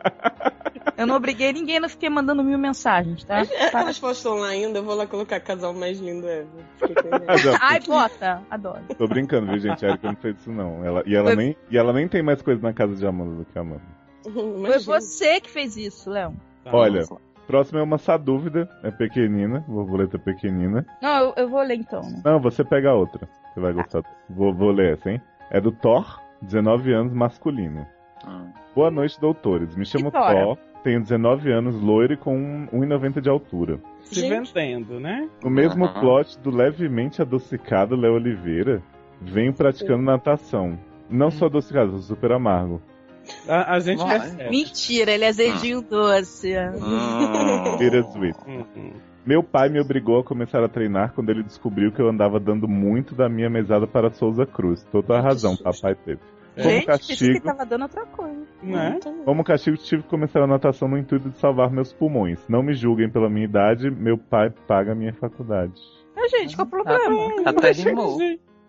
Speaker 2: Eu não obriguei ninguém, não fiquei mandando mil mensagens, tá?
Speaker 1: Elas postam lá ainda, eu vou lá colocar casal mais lindo ever. Fiquei
Speaker 5: Ah, [laughs]
Speaker 1: com
Speaker 5: já,
Speaker 2: Ai, bota! Adoro.
Speaker 5: tô brincando, viu, gente? A Erika não fez isso, não. Ela, e, ela
Speaker 2: Foi-
Speaker 5: nem, e ela nem tem mais coisa na casa de Amanda do que a Amanda.
Speaker 2: Foi
Speaker 1: Imagina.
Speaker 2: você que fez isso, Léo.
Speaker 6: tá Ah,
Speaker 5: Olha, próximo é uma sadúvida. É pequenina, borboleta pequenina.
Speaker 2: Não, eu, eu vou ler então. né?
Speaker 5: Não, você pega a outra. Você vai gostar. Vou, vou ler essa, hein? É do Thor, 19 anos, masculino.
Speaker 4: Hum.
Speaker 5: Boa noite, doutores. Me chamo
Speaker 2: Vitória.
Speaker 5: Thor, tenho 19 anos, loiro e com um- 1,90 de altura.
Speaker 6: Se vendendo, né?
Speaker 5: No mesmo
Speaker 4: Aham.
Speaker 5: plot do levemente adocicado Léo Oliveira, venho praticando natação. Não sou adocicado, sou super amargo.
Speaker 6: A, a gente
Speaker 4: Vai.
Speaker 6: percebe.
Speaker 2: Mentira, ele é
Speaker 5: Ah.
Speaker 2: azedinho doce.
Speaker 5: É.
Speaker 4: Hum.
Speaker 5: Peter Swift.
Speaker 6: Uhum.
Speaker 5: Meu pai me obrigou a começar a treinar quando ele descobriu que eu andava dando muito da minha mesada para Souza Cruz. Toda a razão, papai teve.
Speaker 6: É.
Speaker 5: Como
Speaker 2: Gente, pensei que
Speaker 5: castigo,
Speaker 2: tava dando outra coisa.
Speaker 6: Né?
Speaker 5: como castigo, tive que começar a natação no intuito de salvar meus pulmões. Não me julguem pela minha idade, meu pai paga a minha faculdade.
Speaker 2: Ah, gente, qual o problema?
Speaker 4: Tá Até rimou.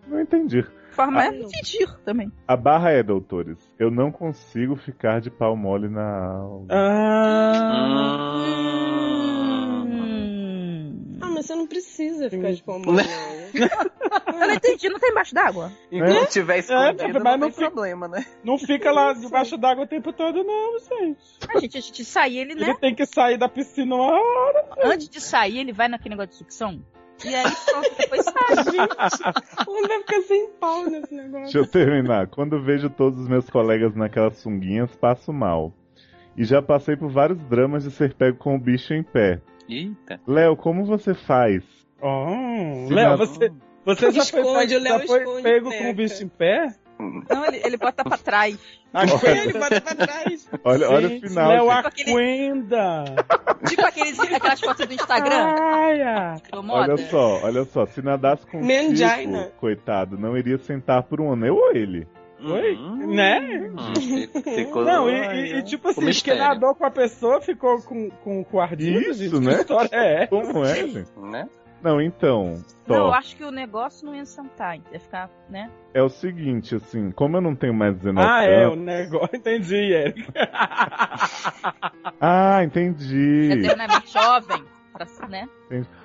Speaker 5: Não entendi.
Speaker 2: Forma
Speaker 1: Ah,
Speaker 2: é
Speaker 1: não.
Speaker 2: mentir também.
Speaker 5: A barra é, doutores, eu não consigo ficar de pau mole na aula.
Speaker 2: É.
Speaker 6: Ah,
Speaker 4: Hum.
Speaker 2: Hum.
Speaker 1: Ah, mas você não precisa ficar de pau mole, não.
Speaker 2: Eu não entendi, não tá embaixo d'água?
Speaker 4: Enquanto tiver escondido,
Speaker 6: É, mas
Speaker 4: não,
Speaker 6: não
Speaker 4: tem
Speaker 6: fica-
Speaker 4: problema, né?
Speaker 6: não fica lá
Speaker 4: [laughs]
Speaker 6: debaixo d'água o tempo todo, não, gente.
Speaker 2: Ah, gente, a gente sair, ele, né?
Speaker 6: Ele tem que sair da piscina uma hora.
Speaker 2: Antes de sair, ele vai naquele negócio de sucção. E [laughs] aí, pronto, depois sai.
Speaker 1: [laughs] Ela vai ficar sem pau nesse negócio.
Speaker 5: Deixa eu terminar. Quando vejo todos os meus colegas naquelas sunguinhas, passo mal. E já passei por vários dramas de ser pego com o bicho em pé.
Speaker 4: Eita.
Speaker 5: Léo, como você faz?
Speaker 6: Oh,
Speaker 5: Se
Speaker 6: Léo,
Speaker 5: não-
Speaker 6: você, você já foi,
Speaker 1: Esconde,
Speaker 6: pego-
Speaker 1: o Léo
Speaker 6: já foi
Speaker 1: esconde,
Speaker 6: pego com
Speaker 1: peca.
Speaker 6: o bicho em pé?
Speaker 2: Não, ele, ele bota pra trás.
Speaker 1: Ele bota pra trás.
Speaker 5: [laughs] Olha, olha o
Speaker 6: Gente,
Speaker 5: final.
Speaker 6: Léo
Speaker 5: gente.
Speaker 2: gente.
Speaker 6: Aquenda!
Speaker 2: Tipo aqueles, aquelas fotos do Instagram.
Speaker 6: Praia!
Speaker 2: que incomoda.
Speaker 5: Olha só, olha só. Se nadasse com
Speaker 1: Mangina.
Speaker 5: Chico, coitado, não iria sentar por um ano. Eu ou ele?
Speaker 6: Oi?
Speaker 4: Hum,
Speaker 6: Né?
Speaker 4: hum, fico- [laughs] ficou-
Speaker 6: Não, e,
Speaker 4: Ai,
Speaker 6: e- e
Speaker 4: ai.
Speaker 6: tipo assim, porque
Speaker 4: mistério.
Speaker 6: nadou com a pessoa, ficou com, com, com o artista,
Speaker 5: Isso,
Speaker 6: gente,
Speaker 5: né?
Speaker 6: Que história é essa?
Speaker 5: Como é, gente?
Speaker 4: Né?
Speaker 5: Não, então.
Speaker 2: Não, eu
Speaker 5: Tó,
Speaker 2: acho que o negócio não ia sentar. Ia ficar, né?
Speaker 5: é o seguinte, assim, como eu não tenho mais 19
Speaker 6: Ah, é, o
Speaker 5: anos.
Speaker 6: negócio. [laughs] Entendi, Eric.
Speaker 5: Ah, entendi. [laughs]
Speaker 2: Eternamente jovem. Pra, né?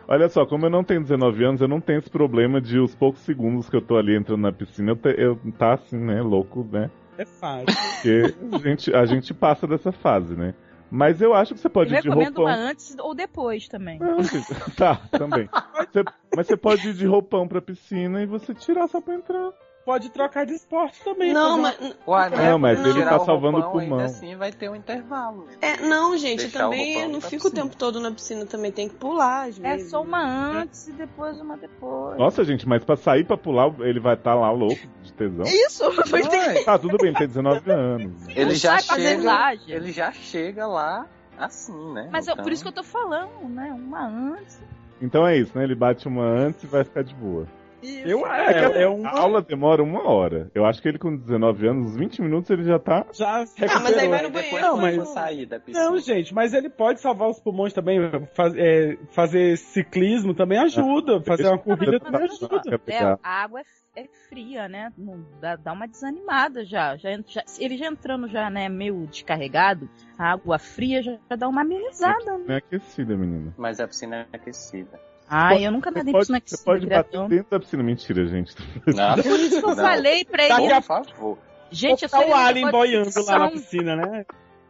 Speaker 5: Olha só, como eu não tenho 19 anos, eu não tenho esse problema de os poucos segundos que eu tô ali entrando na piscina, eu, te- eu tá assim, né, louco, né?
Speaker 6: É fácil.
Speaker 5: Porque a gente, a gente passa dessa fase, né? Mas eu acho que você pode ir de
Speaker 2: recomendo
Speaker 5: roupão.
Speaker 2: uma antes ou depois também.
Speaker 5: Não, gente, [laughs] tá, também. Você- mas você pode ir de roupão pra piscina e você tirar só pra entrar.
Speaker 6: Pode trocar de esporte também.
Speaker 1: Não,
Speaker 6: fazer
Speaker 1: mas.
Speaker 4: Ué,
Speaker 5: Não, mas
Speaker 4: Tirar
Speaker 5: ele tá
Speaker 4: o
Speaker 5: salvando o
Speaker 4: roupão,
Speaker 5: pulmão.
Speaker 4: Ainda assim vai ter um intervalo.
Speaker 1: É, não, gente,
Speaker 4: Deixar o
Speaker 1: também
Speaker 4: roupão
Speaker 1: eu não
Speaker 4: pra
Speaker 1: fico o
Speaker 4: piscina.
Speaker 1: tempo todo na piscina também, tem que pular, às
Speaker 2: É
Speaker 1: vezes. né?
Speaker 2: só uma antes e depois uma depois.
Speaker 5: Nossa, gente, mas pra sair pra pular, ele vai estar lá louco de tesão.
Speaker 2: Isso! Foi
Speaker 4: Ué,
Speaker 5: Tá, tudo bem, ele tem 19 anos.
Speaker 4: ele já
Speaker 2: sai pra
Speaker 4: chega.
Speaker 2: deslagem.
Speaker 4: Ele já chega lá assim, né?
Speaker 2: Mas eu- por isso que eu tô falando, né? Uma antes.
Speaker 5: Então é isso, né? Ele bate uma antes e vai ficar de boa.
Speaker 2: Isso.
Speaker 6: Eu,
Speaker 5: É que
Speaker 6: é, é um.
Speaker 5: A aula demora uma hora. Eu acho que ele com 19 anos, uns 20 minutos, ele já tá.
Speaker 6: Já
Speaker 1: Ah, mas aí
Speaker 4: Então,
Speaker 1: vai
Speaker 6: recuperou.
Speaker 1: no banheiro.
Speaker 4: Não,
Speaker 1: vai
Speaker 4: mas
Speaker 1: no-
Speaker 4: eu sair da piscina.
Speaker 6: Não, gente, mas ele pode salvar os pulmões também. faz- é, fazer ciclismo também ajuda. Fazer uma corrida também ajuda.
Speaker 5: tá
Speaker 2: Léo, a água é, é fria, né? Não- dá, dá uma desanimada já. já, en- já- Ele já entrando já, né, meio descarregado, a água fria já, já dá uma amenizada. né?
Speaker 5: Não é aquecida, menina.
Speaker 4: Mas a piscina é aquecida.
Speaker 2: Ai, eu nunca
Speaker 5: Você
Speaker 2: nadei
Speaker 5: pode,
Speaker 2: piscina
Speaker 5: você
Speaker 2: aquecida,
Speaker 5: pode
Speaker 2: queria
Speaker 5: bater
Speaker 2: tanto.
Speaker 5: dentro da piscina. Mentira, gente.
Speaker 4: Nada.
Speaker 2: Por isso que eu
Speaker 4: Não.
Speaker 2: falei pra ele.
Speaker 4: Por favor.
Speaker 2: Gente, eu
Speaker 6: tá
Speaker 2: falei
Speaker 6: o
Speaker 2: no
Speaker 6: alien
Speaker 2: negócio de
Speaker 6: boiando lá na
Speaker 2: sucção.
Speaker 6: piscina, né?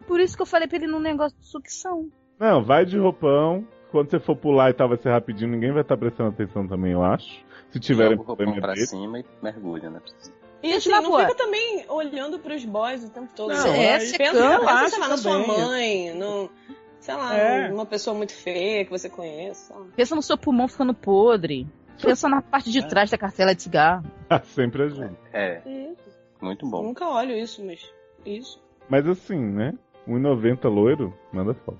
Speaker 2: Por isso que eu falei pra ele num negócio de sucção.
Speaker 5: Não, vai de roupão. Quando você for pular e tal, vai ser rapidinho. Ninguém vai estar prestando atenção também, eu acho. Se tiverem
Speaker 4: Joga o roupão
Speaker 5: um problema
Speaker 4: pra
Speaker 5: dele.
Speaker 4: cima e mergulha na piscina.
Speaker 1: E
Speaker 2: Gente,
Speaker 1: assim,
Speaker 2: na
Speaker 1: não
Speaker 2: boa.
Speaker 1: fica também olhando pros boys o tempo todo.
Speaker 6: Não,
Speaker 1: Você
Speaker 6: é,
Speaker 1: pensa,
Speaker 2: secando,
Speaker 1: pensa,
Speaker 6: relaxa
Speaker 1: sei lá, na sua
Speaker 6: também.
Speaker 1: mãe, no, sei lá,
Speaker 6: É.
Speaker 1: numa pessoa muito feia que você conhece. sei lá.
Speaker 2: Pensa no seu pulmão ficando podre. Pensa na parte de trás da cartela de cigarro.
Speaker 5: [laughs] tá Sempre ajuda.
Speaker 4: É,
Speaker 1: Isso.
Speaker 4: muito bom.
Speaker 1: Nunca olho isso, mas. Isso.
Speaker 5: Mas assim, né? 1,90 loiro, manda foto.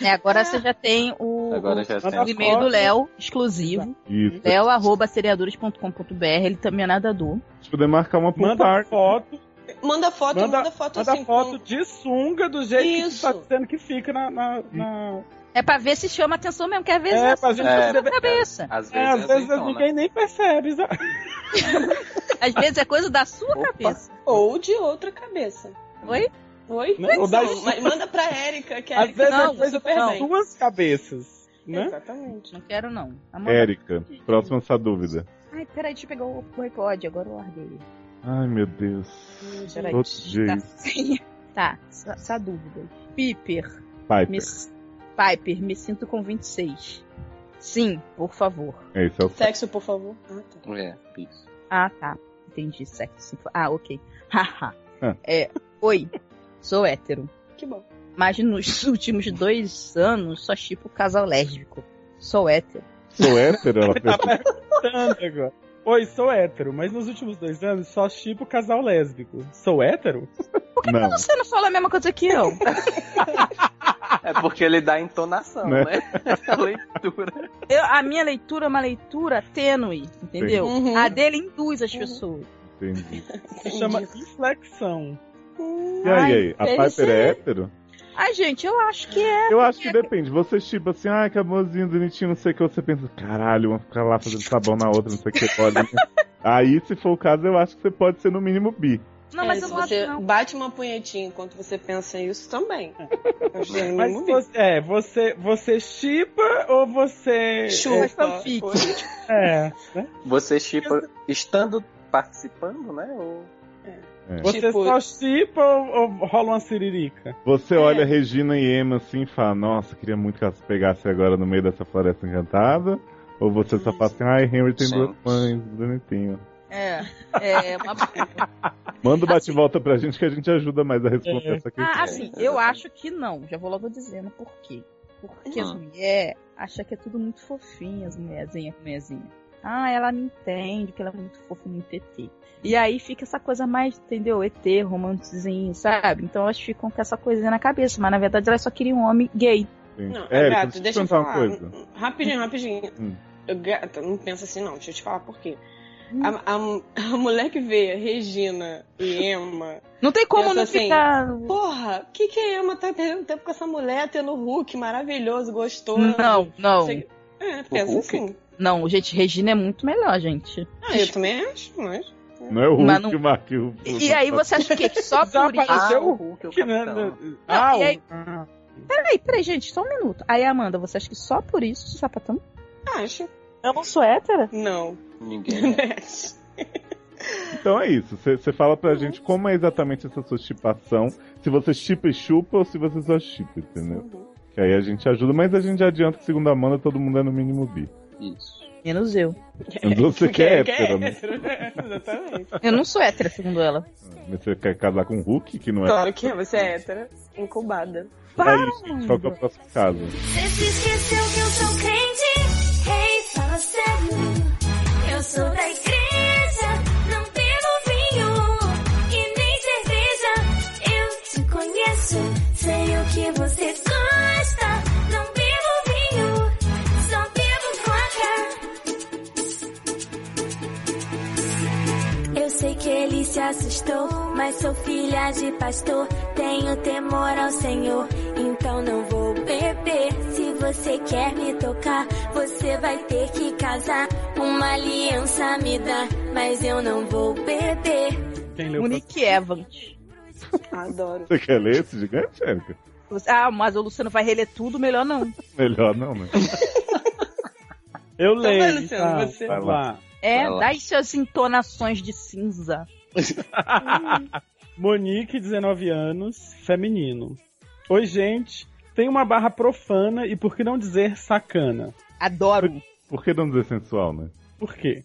Speaker 2: É, agora você já tem o,
Speaker 4: Agora já
Speaker 6: Manda
Speaker 4: tem.
Speaker 2: o
Speaker 4: as
Speaker 6: a
Speaker 2: e-mail do
Speaker 6: foto.
Speaker 2: Léo, exclusivo.
Speaker 5: Isso.
Speaker 2: Léo, arroba seriadores.com.br, ele também é nadador.
Speaker 5: A gente poder marcar uma pool
Speaker 6: Manda
Speaker 5: party.
Speaker 6: foto,
Speaker 1: Manda foto,
Speaker 6: Manda-
Speaker 1: manda, foto
Speaker 6: manda
Speaker 1: assim.
Speaker 6: foto
Speaker 1: com-
Speaker 6: de sunga do jeito que tu
Speaker 1: Isso.
Speaker 6: tá dizendo que fica na. na, na...
Speaker 2: É pra ver se chama atenção mesmo, que às vezes
Speaker 6: É,
Speaker 2: é,
Speaker 6: pra gente
Speaker 4: É.
Speaker 6: perceber.
Speaker 2: cabeça.
Speaker 4: Às
Speaker 6: É,
Speaker 4: vezes, então, assim, né?
Speaker 6: às vezes
Speaker 4: azeitona.
Speaker 6: ninguém nem percebe. sabe?
Speaker 2: Às vezes é coisa da sua
Speaker 4: Opa.
Speaker 2: cabeça.
Speaker 1: Ou de outra cabeça.
Speaker 2: Oi?
Speaker 1: Oi?
Speaker 6: Não, ou da-
Speaker 1: Não, mas manda pra Érica, que a
Speaker 6: Às
Speaker 1: Érica
Speaker 6: vezes
Speaker 1: não,
Speaker 6: é coisa
Speaker 1: super
Speaker 6: das
Speaker 1: bem.
Speaker 6: duas cabeças. Né?
Speaker 1: Exatamente.
Speaker 2: Não quero, não.
Speaker 4: É.
Speaker 2: Amanda...
Speaker 5: Érica, próxima essa dúvida.
Speaker 2: Ai, peraí, deixa eu pegar o o iPod, agora eu larguei.
Speaker 5: Ai, meu Deus.
Speaker 2: Hum, Peraí.
Speaker 5: Todo jeito.
Speaker 2: [laughs] Tá, essa, essa dúvida. Piper, me...
Speaker 5: Piper.
Speaker 2: Piper, me sinto com 26. Sim, por favor.
Speaker 5: É, esse é o
Speaker 1: Sexo, por favor. Ah, tá.
Speaker 4: É, isso.
Speaker 2: Ah, tá. Entendi, sexo. Ah, ok. [laughs] Haha.
Speaker 5: Ah.
Speaker 2: é, oi, sou hétero.
Speaker 1: Que bom.
Speaker 2: Mas nos últimos dois anos só tipo casal lésbico. Sou hétero.
Speaker 5: Sou hétero, ela perguntou.
Speaker 6: Tanto agora. Oi, sou hétero, mas nos últimos dois anos só chipo casal lésbico. Sou hétero?
Speaker 5: Não.
Speaker 2: Você não falou a mesma coisa que eu.
Speaker 4: É porque ele dá entonação,
Speaker 5: Né?
Speaker 4: né? Essa leitura.
Speaker 2: eu a minha leitura é uma leitura tênue, entendeu?
Speaker 1: Uhum.
Speaker 2: A dele induz as
Speaker 1: Uhum.
Speaker 2: pessoas.
Speaker 5: Entendi.
Speaker 6: Se chama é inflexão.
Speaker 5: E aí, aí? A
Speaker 1: Ai,
Speaker 5: Piper é hétero?
Speaker 2: Ai, gente, eu acho que é.
Speaker 5: Eu acho que depende. Você tipo assim, ai, que amorzinho, bonitinho, não sei o que. Você pensa, caralho, uma fica lá fazendo sabão na outra, não sei o que. Olha. Aí, se for o caso, eu acho que você pode ser no mínimo bi.
Speaker 2: Não,
Speaker 1: É,
Speaker 2: mas eu
Speaker 1: se
Speaker 2: não acho,
Speaker 1: você
Speaker 2: não.
Speaker 1: bate uma punhetinha enquanto você pensa isso também. Acho que é
Speaker 6: Mas
Speaker 1: mínimo
Speaker 6: você, é, você, você chipa ou você.
Speaker 1: Chupa.
Speaker 2: fanfic.
Speaker 6: É.
Speaker 4: Você chipa estando participando, né? Ou...
Speaker 6: Você
Speaker 1: Tipo-
Speaker 6: só chipa ou, ou rola uma siririca?
Speaker 5: Você
Speaker 1: É.
Speaker 5: olha Regina e Emma assim e fala, nossa, queria muito que elas pegassem agora no meio dessa floresta encantada. Ou você só fala assim, ai, Henry tem
Speaker 4: Gente.
Speaker 5: duas mães, bonitinho.
Speaker 1: um
Speaker 2: É, é
Speaker 1: [laughs]
Speaker 2: uma boa.
Speaker 5: Manda o bate-volta pra
Speaker 2: assim,
Speaker 5: gente que a gente ajuda mais a responder essa questão.
Speaker 2: Ah, assim, eu acho que não. Já vou logo dizendo por quê. Porque as
Speaker 4: Hum.
Speaker 2: mulheres acham que é tudo muito fofinho, as mulherzinhas, mulherzinha. Ah, ela me entende, que ela é muito fofa, muito ET. E aí fica essa coisa mais, entendeu? ET, romancezinho, sabe? Então elas ficam com essa coisinha na cabeça, mas na verdade elas só queriam um homem gay.
Speaker 5: gente.
Speaker 1: Não,
Speaker 5: Érica,
Speaker 1: gato,
Speaker 5: deixa eu te
Speaker 1: deixa eu
Speaker 5: perguntar uma
Speaker 1: falar.
Speaker 5: coisa.
Speaker 1: Rapidinho, rapidinho.
Speaker 5: Hum.
Speaker 1: Eu, Gata, não pensa assim não, deixa eu te falar por quê.
Speaker 2: Hum.
Speaker 1: A, a, a mulher que vê Regina e Emma.
Speaker 2: Não tem como
Speaker 1: Eu
Speaker 2: não
Speaker 1: sou assim.
Speaker 2: ficar.
Speaker 1: Porra, o que, que a Emma tá perdendo tempo com essa mulher tendo o Hulk maravilhoso, gostoso?
Speaker 2: Não, não,
Speaker 1: assim? Você- É, pensa
Speaker 4: Hulk?
Speaker 1: assim.
Speaker 2: não, gente, Regina é muito melhor, gente.
Speaker 1: Ah, eu também acho, mas.
Speaker 5: Não é o
Speaker 2: Mas
Speaker 5: Hulk
Speaker 2: não-
Speaker 5: que marca o-
Speaker 2: E, e aí você acha o quê? Que só
Speaker 6: Já
Speaker 2: por isso.
Speaker 6: apareceu
Speaker 2: Ah,
Speaker 6: o
Speaker 4: Hulk, é o
Speaker 6: Que, né,
Speaker 4: capitão.
Speaker 6: né,
Speaker 2: Não,
Speaker 6: ah,
Speaker 2: e aí-
Speaker 6: o-
Speaker 2: Peraí, peraí, gente, só um minuto. Aí, Amanda, você acha que só por isso o sapatão?
Speaker 1: Acho.
Speaker 2: Eu não sou hétera?
Speaker 1: Não.
Speaker 4: Ninguém é.
Speaker 5: Então é isso. Você fala pra gente como é exatamente essa sua chipação. Se você chipa e chupa ou se você só chipa, entendeu? Que aí a gente ajuda, mas a gente adianta que segundo a Amanda todo mundo é no mínimo bi.
Speaker 4: Isso.
Speaker 2: Menos eu. É, [laughs]
Speaker 5: Mas você
Speaker 1: Porque
Speaker 5: quer
Speaker 1: é que
Speaker 5: hétero, né?
Speaker 1: hétero, [laughs] Exatamente.
Speaker 2: Eu não sou hétera, segundo ela.
Speaker 5: Mas você quer casar com o Hulk, que não é.
Speaker 1: Claro que é, você é hétera. Incubada.
Speaker 5: É isso, gente. Qual que é o próximo caso?
Speaker 8: Você se esqueceu que eu sou crente? Ei, fala sério. Eu sou da igreja, não bebo vinho e nem cerveja. Eu te conheço, sei o que você gosta. Não bebo vinho, só bebo vodka. Eu sei que ele se assustou, mas sou filha de pastor. Tenho temor ao Senhor, então não vou beber. Se você quer me tocar, você vai ter que casar. Uma aliança me dá, mas eu não vou beber.
Speaker 6: Quem leu foi-
Speaker 2: Monique Evans.
Speaker 1: Adoro.
Speaker 5: Você quer ler esse gigante, Érica?
Speaker 2: Você- Ah, mas o Luciano vai reler tudo, melhor não.
Speaker 5: Melhor não, né?
Speaker 6: Eu
Speaker 1: Então vai,
Speaker 6: leio.
Speaker 1: Luciano,
Speaker 6: tá,
Speaker 1: você-
Speaker 6: vai lá.
Speaker 2: É,
Speaker 4: Vai lá.
Speaker 2: dá as suas entonações de cinza.
Speaker 6: Monique, 19 anos, feminino. Oi, gente. Tem uma barra profana e por que não dizer sacana?
Speaker 2: Adoro.
Speaker 5: Por que não dizer sensual, né?
Speaker 6: Por quê?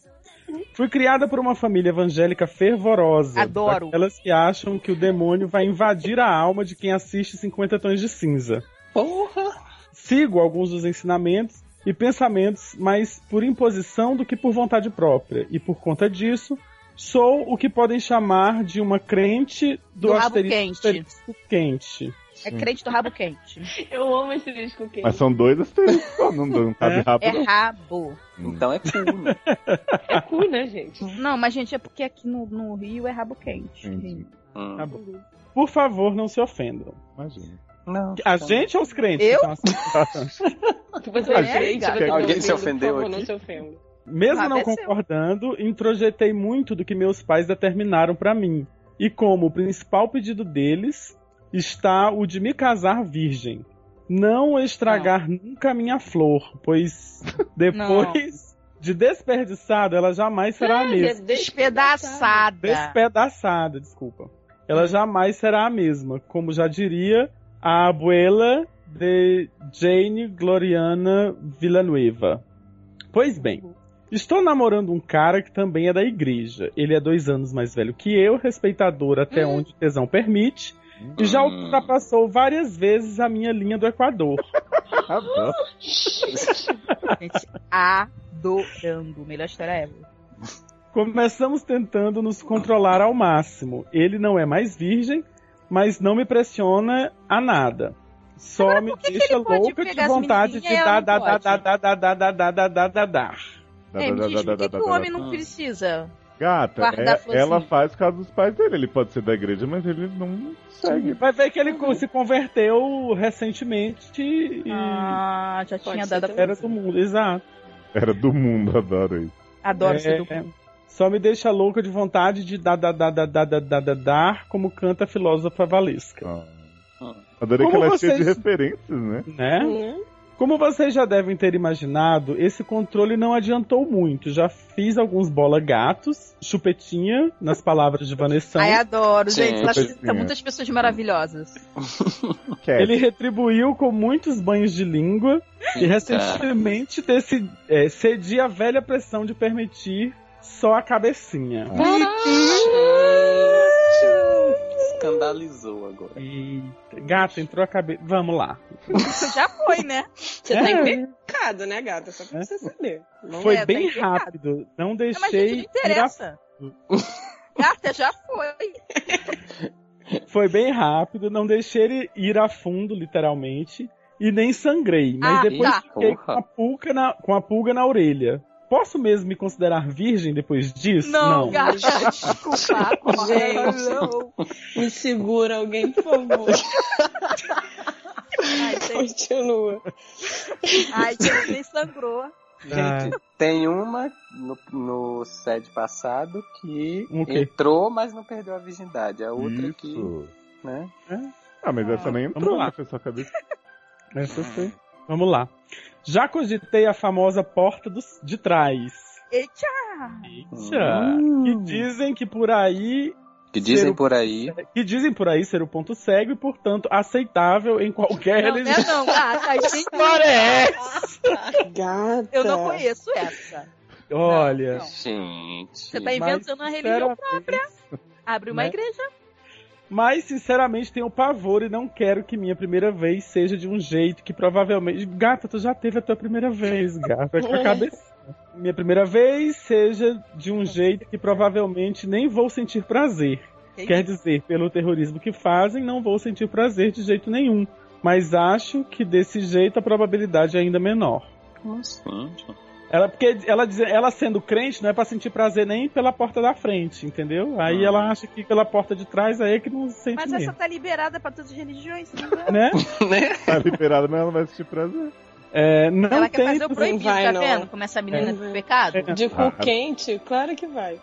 Speaker 6: Fui criada por uma família evangélica fervorosa.
Speaker 2: Adoro.
Speaker 6: Elas que acham que o demônio vai invadir a alma de quem assiste 50 tons de cinza.
Speaker 1: Porra!
Speaker 6: Sigo alguns dos ensinamentos e pensamentos, mas por imposição do que por vontade própria. E por conta disso, sou o que podem chamar de uma crente
Speaker 2: Do
Speaker 6: do,
Speaker 2: rabo
Speaker 6: asterisco,
Speaker 2: quente.
Speaker 6: asterisco quente.
Speaker 2: É crente do rabo quente.
Speaker 1: Eu amo esse disco quente.
Speaker 5: Mas são dois asteriscos, só, não, não cabe
Speaker 6: É.
Speaker 2: É
Speaker 5: rápido.
Speaker 2: rabo.
Speaker 5: Hum.
Speaker 4: Então é cool, né?
Speaker 1: É cu, né, gente?
Speaker 2: Não, mas gente, é porque aqui no, no Rio é rabo quente.
Speaker 5: Entendi.
Speaker 4: Hum.
Speaker 6: Tá bom. Por favor, não se ofendam.
Speaker 5: Imagina.
Speaker 4: Não. tá
Speaker 6: A gente ou os crentes? que
Speaker 2: Eu?
Speaker 6: estão assistindo?
Speaker 1: Se você
Speaker 2: É,
Speaker 1: é crente,
Speaker 2: cara.
Speaker 1: você tá
Speaker 4: Alguém se
Speaker 1: ouvindo,
Speaker 4: ofendeu
Speaker 1: por favor,
Speaker 4: aqui?
Speaker 1: Não se ofenda.
Speaker 6: Mesmo
Speaker 2: Ah,
Speaker 6: não
Speaker 2: deve ser.
Speaker 6: concordando, introjetei muito do que meus pais determinaram pra mim. E como o principal pedido deles está o de me casar virgem. Não estragar nunca a minha flor, pois depois de desperdiçada, ela jamais será a mesma.
Speaker 2: Despedaçada.
Speaker 6: É Despedaçada, desculpa. Ela jamais será a mesma, como já diria a abuela de Jane Gloriana Villanueva. Pois bem, estou namorando um cara que também é da igreja. Ele é dois anos mais velho que eu, respeitador até onde tesão permite, e já
Speaker 4: Hum.
Speaker 6: ultrapassou várias vezes a minha linha do Equador.
Speaker 5: Adoro.
Speaker 2: Gente, adorando. Melhor história ever.
Speaker 6: Começamos tentando nos controlar ao máximo. Ele não é mais virgem, mas não me pressiona a nada. Só me
Speaker 2: que
Speaker 6: deixa
Speaker 2: ele pode
Speaker 6: louca
Speaker 2: pegar
Speaker 6: de
Speaker 2: as
Speaker 6: vontade de
Speaker 2: menininhas e ela
Speaker 6: dar,
Speaker 2: não
Speaker 6: dar, dar,
Speaker 2: pode?
Speaker 6: dar, dar, dar, dar, dar, dar, dar, dar, dar, dar.
Speaker 2: É, me diz, por que, que o homem não
Speaker 4: dá.
Speaker 2: precisa?
Speaker 5: Gata,
Speaker 2: guarda
Speaker 5: é-
Speaker 2: a florzinha?
Speaker 5: ela faz caso dos pais dele. Ele pode ser da igreja, mas ele não segue.
Speaker 6: Vai ver que ele co- se converteu recentemente e
Speaker 2: Ah, é. já
Speaker 1: Pode
Speaker 2: tinha
Speaker 1: ser
Speaker 2: dado a...
Speaker 1: também.
Speaker 6: era do mundo, exato.
Speaker 5: Era do mundo, [laughs] adoro isso.
Speaker 2: Adoro
Speaker 6: É,
Speaker 2: ser do
Speaker 6: Só me deixa louca de vontade de dar, dar, dar, dar, dar, dar, dar, dar, dar, como canta a filósofa Valesca,
Speaker 5: Ah. Adorei
Speaker 6: Como
Speaker 5: que ela é cheia de
Speaker 6: vocês-
Speaker 5: referências, né?
Speaker 6: né?
Speaker 1: Né?
Speaker 6: Como vocês já devem ter imaginado, esse controle não adiantou muito. Já fiz alguns bola gatos, chupetinha, nas palavras de Vanessa.
Speaker 2: Ai, adoro,
Speaker 4: Sim,
Speaker 2: gente. Ela
Speaker 5: perfeito.
Speaker 2: cita muitas pessoas maravilhosas.
Speaker 5: Quer.
Speaker 6: Ele retribuiu com muitos banhos de língua e recentemente desse, é, cedi à velha pressão de permitir só a cabecinha.
Speaker 4: Hum. Escandalizou agora.
Speaker 6: Eita, gato, entrou a cabeça. Vamos lá. É,
Speaker 2: Isso já foi,
Speaker 6: [laughs]
Speaker 2: né?
Speaker 1: Você tá em pecado, né, gata? Só pra você saber. Não
Speaker 6: Foi
Speaker 2: é, tá
Speaker 6: bem
Speaker 2: explicado.
Speaker 6: rápido. Não
Speaker 2: Não, Mas gente, não
Speaker 6: deixei. virar-
Speaker 2: interessa. Gata, já foi.
Speaker 6: Foi bem rápido. Não deixei ele ir a fundo, literalmente. E nem sangrei. né? Mas
Speaker 2: Ah,
Speaker 6: depois
Speaker 2: tá.
Speaker 6: fiquei com
Speaker 4: Porra.
Speaker 6: a, pulga na, com a pulga na orelha. Posso mesmo me considerar virgem depois disso?
Speaker 2: Não,
Speaker 6: Não.
Speaker 2: gata,
Speaker 6: [laughs]
Speaker 2: desculpa. acorda,
Speaker 1: Gente.
Speaker 2: não.
Speaker 1: Me segura alguém, por favor.
Speaker 2: Ai, tem-
Speaker 1: Continua.
Speaker 2: Ai, gente, nem sangrou.
Speaker 4: Gente, tem uma no, no sede passado que
Speaker 6: O quê?
Speaker 4: entrou, mas não perdeu a virgindade. A outra que,
Speaker 5: Isso.
Speaker 4: né?
Speaker 5: Ah, mas essa nem entrou
Speaker 6: vamos lá.
Speaker 5: na sua cabeça.
Speaker 6: Essa foi. Vamos lá. Já cogitei a famosa porta dos- de trás.
Speaker 2: Eita,
Speaker 6: Eita! Que dizem que por aí.
Speaker 4: Que dizem
Speaker 6: Ser o-
Speaker 4: por aí.
Speaker 6: Que dizem por aí ser o ponto cego e, portanto, aceitável em qualquer
Speaker 2: não, né, não,
Speaker 6: religião.
Speaker 2: gata. Ai,
Speaker 6: [laughs]
Speaker 2: gente,
Speaker 6: Olha essa!
Speaker 1: Gata.
Speaker 2: eu não conheço essa.
Speaker 6: Olha.
Speaker 2: Não.
Speaker 4: Gente.
Speaker 2: Você tá
Speaker 6: Mas, um
Speaker 2: inventando uma religião. Abre uma
Speaker 6: né?
Speaker 2: igreja.
Speaker 6: Mas, sinceramente, tenho pavor e não quero que minha primeira vez seja de um jeito que provavelmente. Gata, tu já teve a tua primeira vez, gata. Com a cabeça. Minha primeira vez seja de um jeito que provavelmente nem vou sentir prazer.
Speaker 2: Entendi.
Speaker 6: Quer dizer, pelo terrorismo que fazem, não vou sentir prazer de jeito nenhum. Mas acho que desse jeito a probabilidade é ainda menor.
Speaker 4: Como assim, gente?
Speaker 6: Ela, porque ela, diz- ela sendo crente não é pra sentir prazer nem pela porta da frente, entendeu? Aí
Speaker 4: Ah.
Speaker 6: ela acha que pela porta de trás aí é que não sente
Speaker 2: Mas
Speaker 6: mesmo,
Speaker 2: essa tá liberada pra todas as religiões, não é?
Speaker 6: né?
Speaker 4: Né?
Speaker 5: Tá liberado, mas ela vai assistir prazer.
Speaker 6: É, não
Speaker 2: Ela quer
Speaker 6: tem...
Speaker 2: fazer o proibido,
Speaker 1: vai,
Speaker 2: tá
Speaker 1: não.
Speaker 2: vendo? Como essa menina é do pecado.
Speaker 1: De cu
Speaker 5: Ah.
Speaker 1: quente? Claro que [laughs] vai.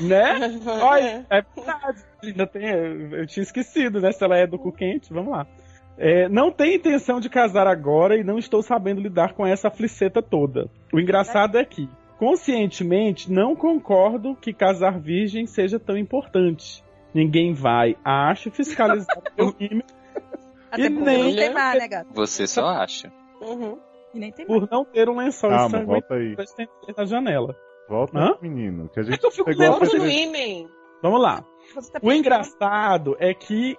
Speaker 6: Né?
Speaker 1: Vai,
Speaker 6: Olha,
Speaker 1: é.
Speaker 6: é verdade. Ainda tem, eu tinha esquecido, né? Se ela é do cu quente, vamos lá. É, não tenho intenção de casar agora e não estou sabendo lidar com essa fliceta toda. O engraçado é que, conscientemente, não concordo que casar virgem seja tão importante. Ninguém vai,
Speaker 5: [laughs]
Speaker 6: acho, fiscalizar o meu rímel
Speaker 2: Até
Speaker 6: E
Speaker 2: porque
Speaker 6: nem- é
Speaker 2: não tem mais, né, gata?
Speaker 4: Você só acha.
Speaker 1: Uhum.
Speaker 2: E nem tem mais.
Speaker 6: por não ter um lençol
Speaker 5: Calma,
Speaker 6: ensanguentado
Speaker 5: volta aí.
Speaker 6: pra estender na janela.
Speaker 5: Volta
Speaker 6: Hã?
Speaker 5: aí, menino. Que a gente
Speaker 6: Eu fico
Speaker 5: pegou a
Speaker 1: Vamos
Speaker 5: primeira-
Speaker 1: no imen.
Speaker 6: Vamos lá.
Speaker 2: Você tá
Speaker 6: O
Speaker 2: pensando-
Speaker 6: engraçado é que,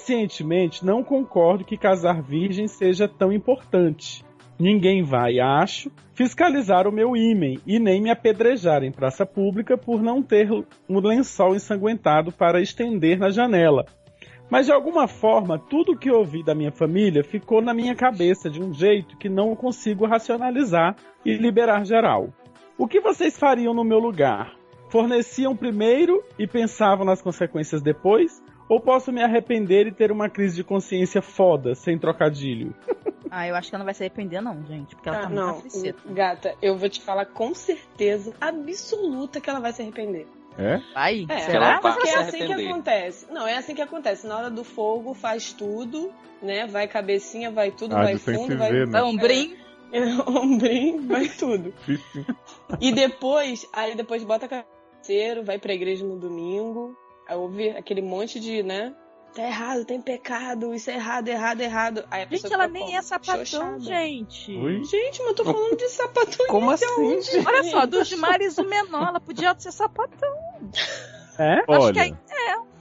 Speaker 6: conscientemente, não concordo que casar virgem seja tão importante. Ninguém vai, acho, fiscalizar o meu ímen e nem me apedrejar em praça pública por não ter um lençol ensanguentado para estender na janela. Mas de alguma forma, tudo que ouvi da minha família ficou na minha cabeça de um jeito que não consigo racionalizar e liberar geral. O que vocês fariam no meu lugar? Forneciam primeiro e pensavam nas consequências depois? Ou posso me arrepender e ter uma crise de consciência foda, sem trocadilho?
Speaker 2: Ah, eu acho que ela não vai se arrepender, não, gente. Porque ela
Speaker 1: Ah,
Speaker 2: tá muito
Speaker 1: não,
Speaker 2: afliceta.
Speaker 1: gata, eu vou te falar com certeza absoluta que ela vai se arrepender.
Speaker 5: É?
Speaker 2: Vai?
Speaker 1: É,
Speaker 2: será?
Speaker 4: ela vai
Speaker 1: Porque é
Speaker 4: se
Speaker 1: assim que
Speaker 4: arrepender.
Speaker 1: acontece. Não, é assim que acontece. Na hora do fogo, faz tudo, né? Vai cabecinha, vai tudo,
Speaker 5: Ah,
Speaker 1: vai
Speaker 5: de sem
Speaker 1: fundo,
Speaker 5: se
Speaker 1: vai.
Speaker 5: ver,
Speaker 2: Vai
Speaker 5: né?
Speaker 2: um brim.
Speaker 1: É Ombrim, vai um tudo.
Speaker 5: Difícil.
Speaker 1: E depois, aí depois bota cabeceiro, vai pra igreja no domingo, aí ouve aquele monte de, né? Tá errado, tem pecado, isso é errado, errado, errado. Aí a
Speaker 2: Gente,
Speaker 1: pessoa
Speaker 2: ela
Speaker 1: fica
Speaker 2: nem
Speaker 1: como?
Speaker 2: é sapatão,
Speaker 1: Xoxada.
Speaker 2: gente.
Speaker 5: Ui.
Speaker 1: Gente, mas eu tô falando de sapatão
Speaker 4: Como assim, gente?
Speaker 2: Olha só, dos mares o menor, ela podia ser sapatão.
Speaker 6: É?
Speaker 2: [laughs] Acho que é-
Speaker 5: Olha,
Speaker 2: aí-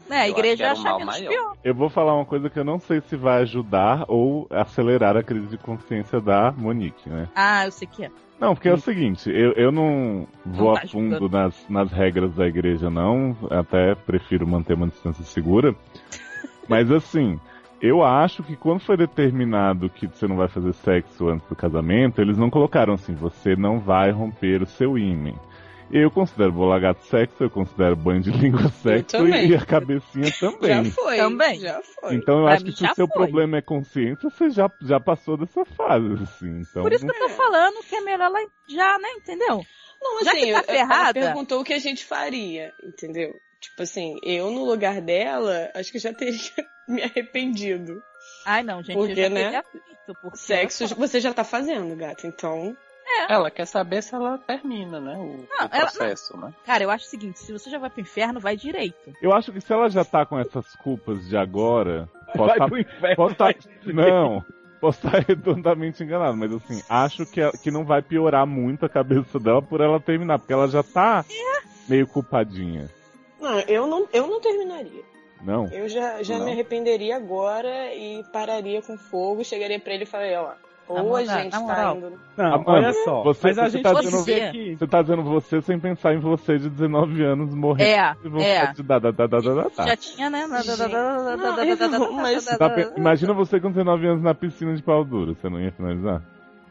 Speaker 2: Né, a
Speaker 4: Eu
Speaker 2: igreja ia
Speaker 4: acho que era
Speaker 2: achar
Speaker 4: um mal
Speaker 2: menos
Speaker 4: maior.
Speaker 2: pior.
Speaker 5: eu vou falar uma coisa que eu não sei se vai ajudar ou acelerar a crise de consciência da Monique, né?
Speaker 2: Ah, eu sei que é.
Speaker 5: Não, porque é o seguinte, eu, eu não vou
Speaker 2: Não tá
Speaker 5: a fundo nas, nas regras da igreja, não. Até prefiro manter uma
Speaker 2: [laughs]
Speaker 5: distância segura. Mas assim, eu acho que quando foi determinado que você não vai fazer sexo antes do casamento, eles não colocaram assim, você não vai romper o seu ímã. Eu considero bola gato sexo, eu considero banho de [laughs] língua sexo
Speaker 1: também.
Speaker 5: e
Speaker 2: [laughs]
Speaker 5: a cabecinha também.
Speaker 1: Já foi.
Speaker 2: Também.
Speaker 1: Já foi.
Speaker 5: Então eu
Speaker 2: Pra
Speaker 5: acho
Speaker 2: mim
Speaker 5: que se
Speaker 2: já
Speaker 5: o seu
Speaker 2: foi.
Speaker 5: problema é consciência, você já, já passou dessa fase, assim. Então,
Speaker 2: Por isso que eu
Speaker 1: né?
Speaker 2: tô falando que é melhor ela já, né? Entendeu?
Speaker 1: Não,
Speaker 2: Já
Speaker 1: assim,
Speaker 2: que tá
Speaker 1: eu- ela
Speaker 2: ferrada-
Speaker 1: perguntou o que a gente faria, entendeu? Tipo assim, eu no lugar dela, acho que já teria [laughs] me arrependido.
Speaker 2: Ai, não, gente.
Speaker 1: Porque,
Speaker 2: eu já
Speaker 1: né?
Speaker 2: teria feito, porque
Speaker 1: Sexo
Speaker 2: olha só.
Speaker 1: você já tá fazendo, gata, então.
Speaker 4: Ela quer saber se ela termina, né? O,
Speaker 2: Não,
Speaker 4: o
Speaker 2: ela-
Speaker 4: processo,
Speaker 2: [laughs]
Speaker 4: né?
Speaker 2: Cara, eu acho o seguinte: se você já vai pro inferno, vai direito.
Speaker 5: Eu acho que se ela já tá com essas culpas de agora, posso
Speaker 6: Vai
Speaker 5: tá,
Speaker 6: pro inferno.
Speaker 5: posso tá,
Speaker 6: vai.
Speaker 5: não, posso estar [laughs] redondamente enganado, mas assim, acho que, ela- que não vai piorar muito a cabeça dela por ela terminar, porque ela já tá meio culpadinha.
Speaker 1: Não, eu não, eu não terminaria.
Speaker 5: Não.
Speaker 1: Eu já, já
Speaker 4: Não.
Speaker 1: me arrependeria agora e pararia com fogo, chegaria pra ele e falaria, ó,
Speaker 2: Na
Speaker 1: ou a
Speaker 2: moral,
Speaker 1: gente
Speaker 2: na
Speaker 1: tá
Speaker 2: moral. [laughs]
Speaker 1: indo.
Speaker 6: Não,
Speaker 5: Amanda,
Speaker 6: olha só.
Speaker 5: você-
Speaker 6: mas a
Speaker 5: você
Speaker 6: gente
Speaker 5: tá
Speaker 6: precisa
Speaker 2: dizendo-
Speaker 6: ver que.
Speaker 5: Você tá dizendo você sem pensar em você de 19 anos morrer
Speaker 2: É,
Speaker 5: de vontade
Speaker 2: é.
Speaker 5: de dar, dar, dar, dar, dar, dar.
Speaker 2: Já tinha, né? é
Speaker 1: Gente, não, [laughs] mas-
Speaker 5: Tá pe- Imagina você com 19 anos na piscina de pau duro, você não ia finalizar?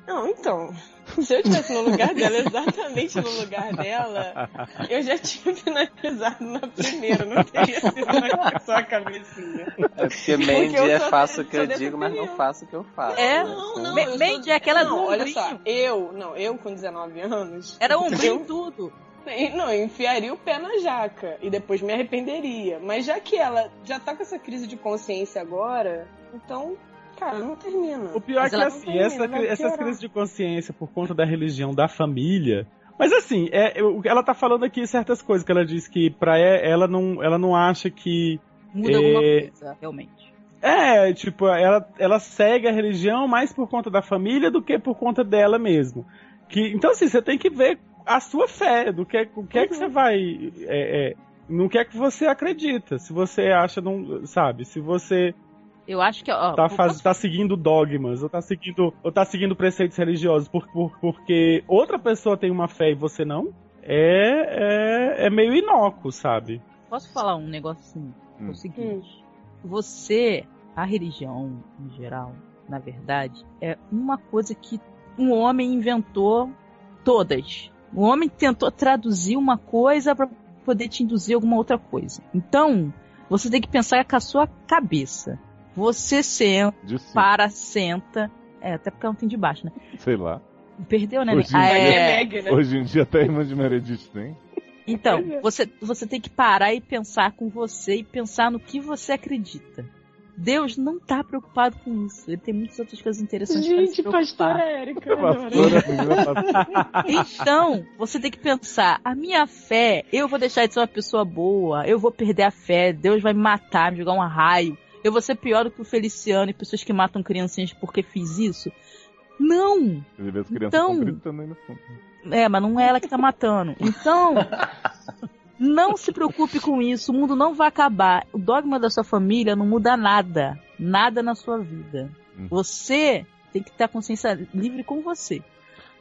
Speaker 1: Não, então. Se eu estivesse no lugar dela, exatamente no lugar dela, eu já tinha finalizado na primeira, não teria sido na- só a cabecinha.
Speaker 4: É porque
Speaker 1: eu
Speaker 4: Mandy é
Speaker 1: sou-
Speaker 4: faço o que
Speaker 1: sou
Speaker 4: eu
Speaker 1: dessa
Speaker 4: digo, mas não
Speaker 1: opinião.
Speaker 4: faço o que eu faço.
Speaker 2: É?
Speaker 4: né?
Speaker 1: Não,
Speaker 4: Então,
Speaker 1: não,
Speaker 2: Me-
Speaker 1: eu
Speaker 2: Mandy
Speaker 1: sou-
Speaker 2: é aquela
Speaker 1: não,
Speaker 2: do
Speaker 1: olha
Speaker 2: ombrinho.
Speaker 1: só, eu, não, eu com 19 anos.
Speaker 2: Era um
Speaker 1: eu
Speaker 2: brinco tudo.
Speaker 1: E, Não, eu enfiaria o pé na jaca e depois me arrependeria. Mas já que ela já tá com essa crise de consciência agora, então, cara, não termina.
Speaker 6: O pior é
Speaker 2: Mas
Speaker 6: que
Speaker 2: ela-
Speaker 6: assim,
Speaker 1: Não,
Speaker 6: essa,
Speaker 5: um
Speaker 1: menina, vai
Speaker 6: essas
Speaker 1: piorar.
Speaker 6: crises de consciência por conta da religião da família. Mas assim, é, eu- ela tá falando aqui certas coisas que ela diz que pra e- ela não, ela não acha que.
Speaker 2: Muda alguma
Speaker 6: É.
Speaker 2: coisa, realmente.
Speaker 6: É, tipo, ela, ela segue a religião mais por conta da família do que por conta dela mesmo. Que, então, assim, você tem que ver a sua fé, do que, o que é que
Speaker 2: Uhum.
Speaker 6: você vai. É, é, no que é que você acredita. Se você acha, não, sabe? Se você
Speaker 2: Eu acho que, ó.
Speaker 6: tá,
Speaker 2: vou-
Speaker 6: faz, tá seguindo dogmas, ou tá seguindo, ou tá seguindo preceitos religiosos por, por- porque outra pessoa tem uma fé e você não, é, é, é meio inócuo, sabe?
Speaker 2: Posso falar um negocinho? É
Speaker 5: Hum.
Speaker 2: o seguinte. Você, a religião em geral, na verdade, é uma coisa que um homem inventou todas. O homem tentou traduzir uma coisa para poder te induzir a alguma outra coisa. Então, você tem que pensar com a sua cabeça. Você senta,
Speaker 5: De sim,
Speaker 2: para, senta. É, até porque ela não tem de baixo, né?
Speaker 5: sei lá.
Speaker 2: Perdeu, né?
Speaker 5: Hoje em
Speaker 2: Ah,
Speaker 5: dia-
Speaker 2: é.
Speaker 1: Meg, né?
Speaker 5: Hoje em dia até a irmã de Meredith tem.
Speaker 2: Então,
Speaker 1: é.
Speaker 2: você, você tem que parar e pensar com você e pensar no que você acredita. Deus não tá preocupado com isso. Ele tem muitas outras coisas interessantes para se
Speaker 1: Gente, pastora
Speaker 2: preocupar.
Speaker 1: Érica, adorei.
Speaker 5: Pastora, menina, pastora.
Speaker 2: Então, você tem que pensar, a minha fé, eu vou deixar de ser uma pessoa boa, eu vou perder a fé, Deus vai me matar, me jogar um raio, eu vou ser pior do que o Feliciano e pessoas que matam criancinhas porque fiz isso. Não!
Speaker 5: Você vê as crianças
Speaker 2: Então-
Speaker 5: tão gritando aí no fundo.
Speaker 2: É, mas não é ela que tá matando.
Speaker 5: [laughs]
Speaker 2: Então, não se preocupe com isso. O mundo não vai acabar. O dogma da sua família não muda nada. Nada na sua vida.
Speaker 5: Hum.
Speaker 2: Você tem que ter a consciência livre com você.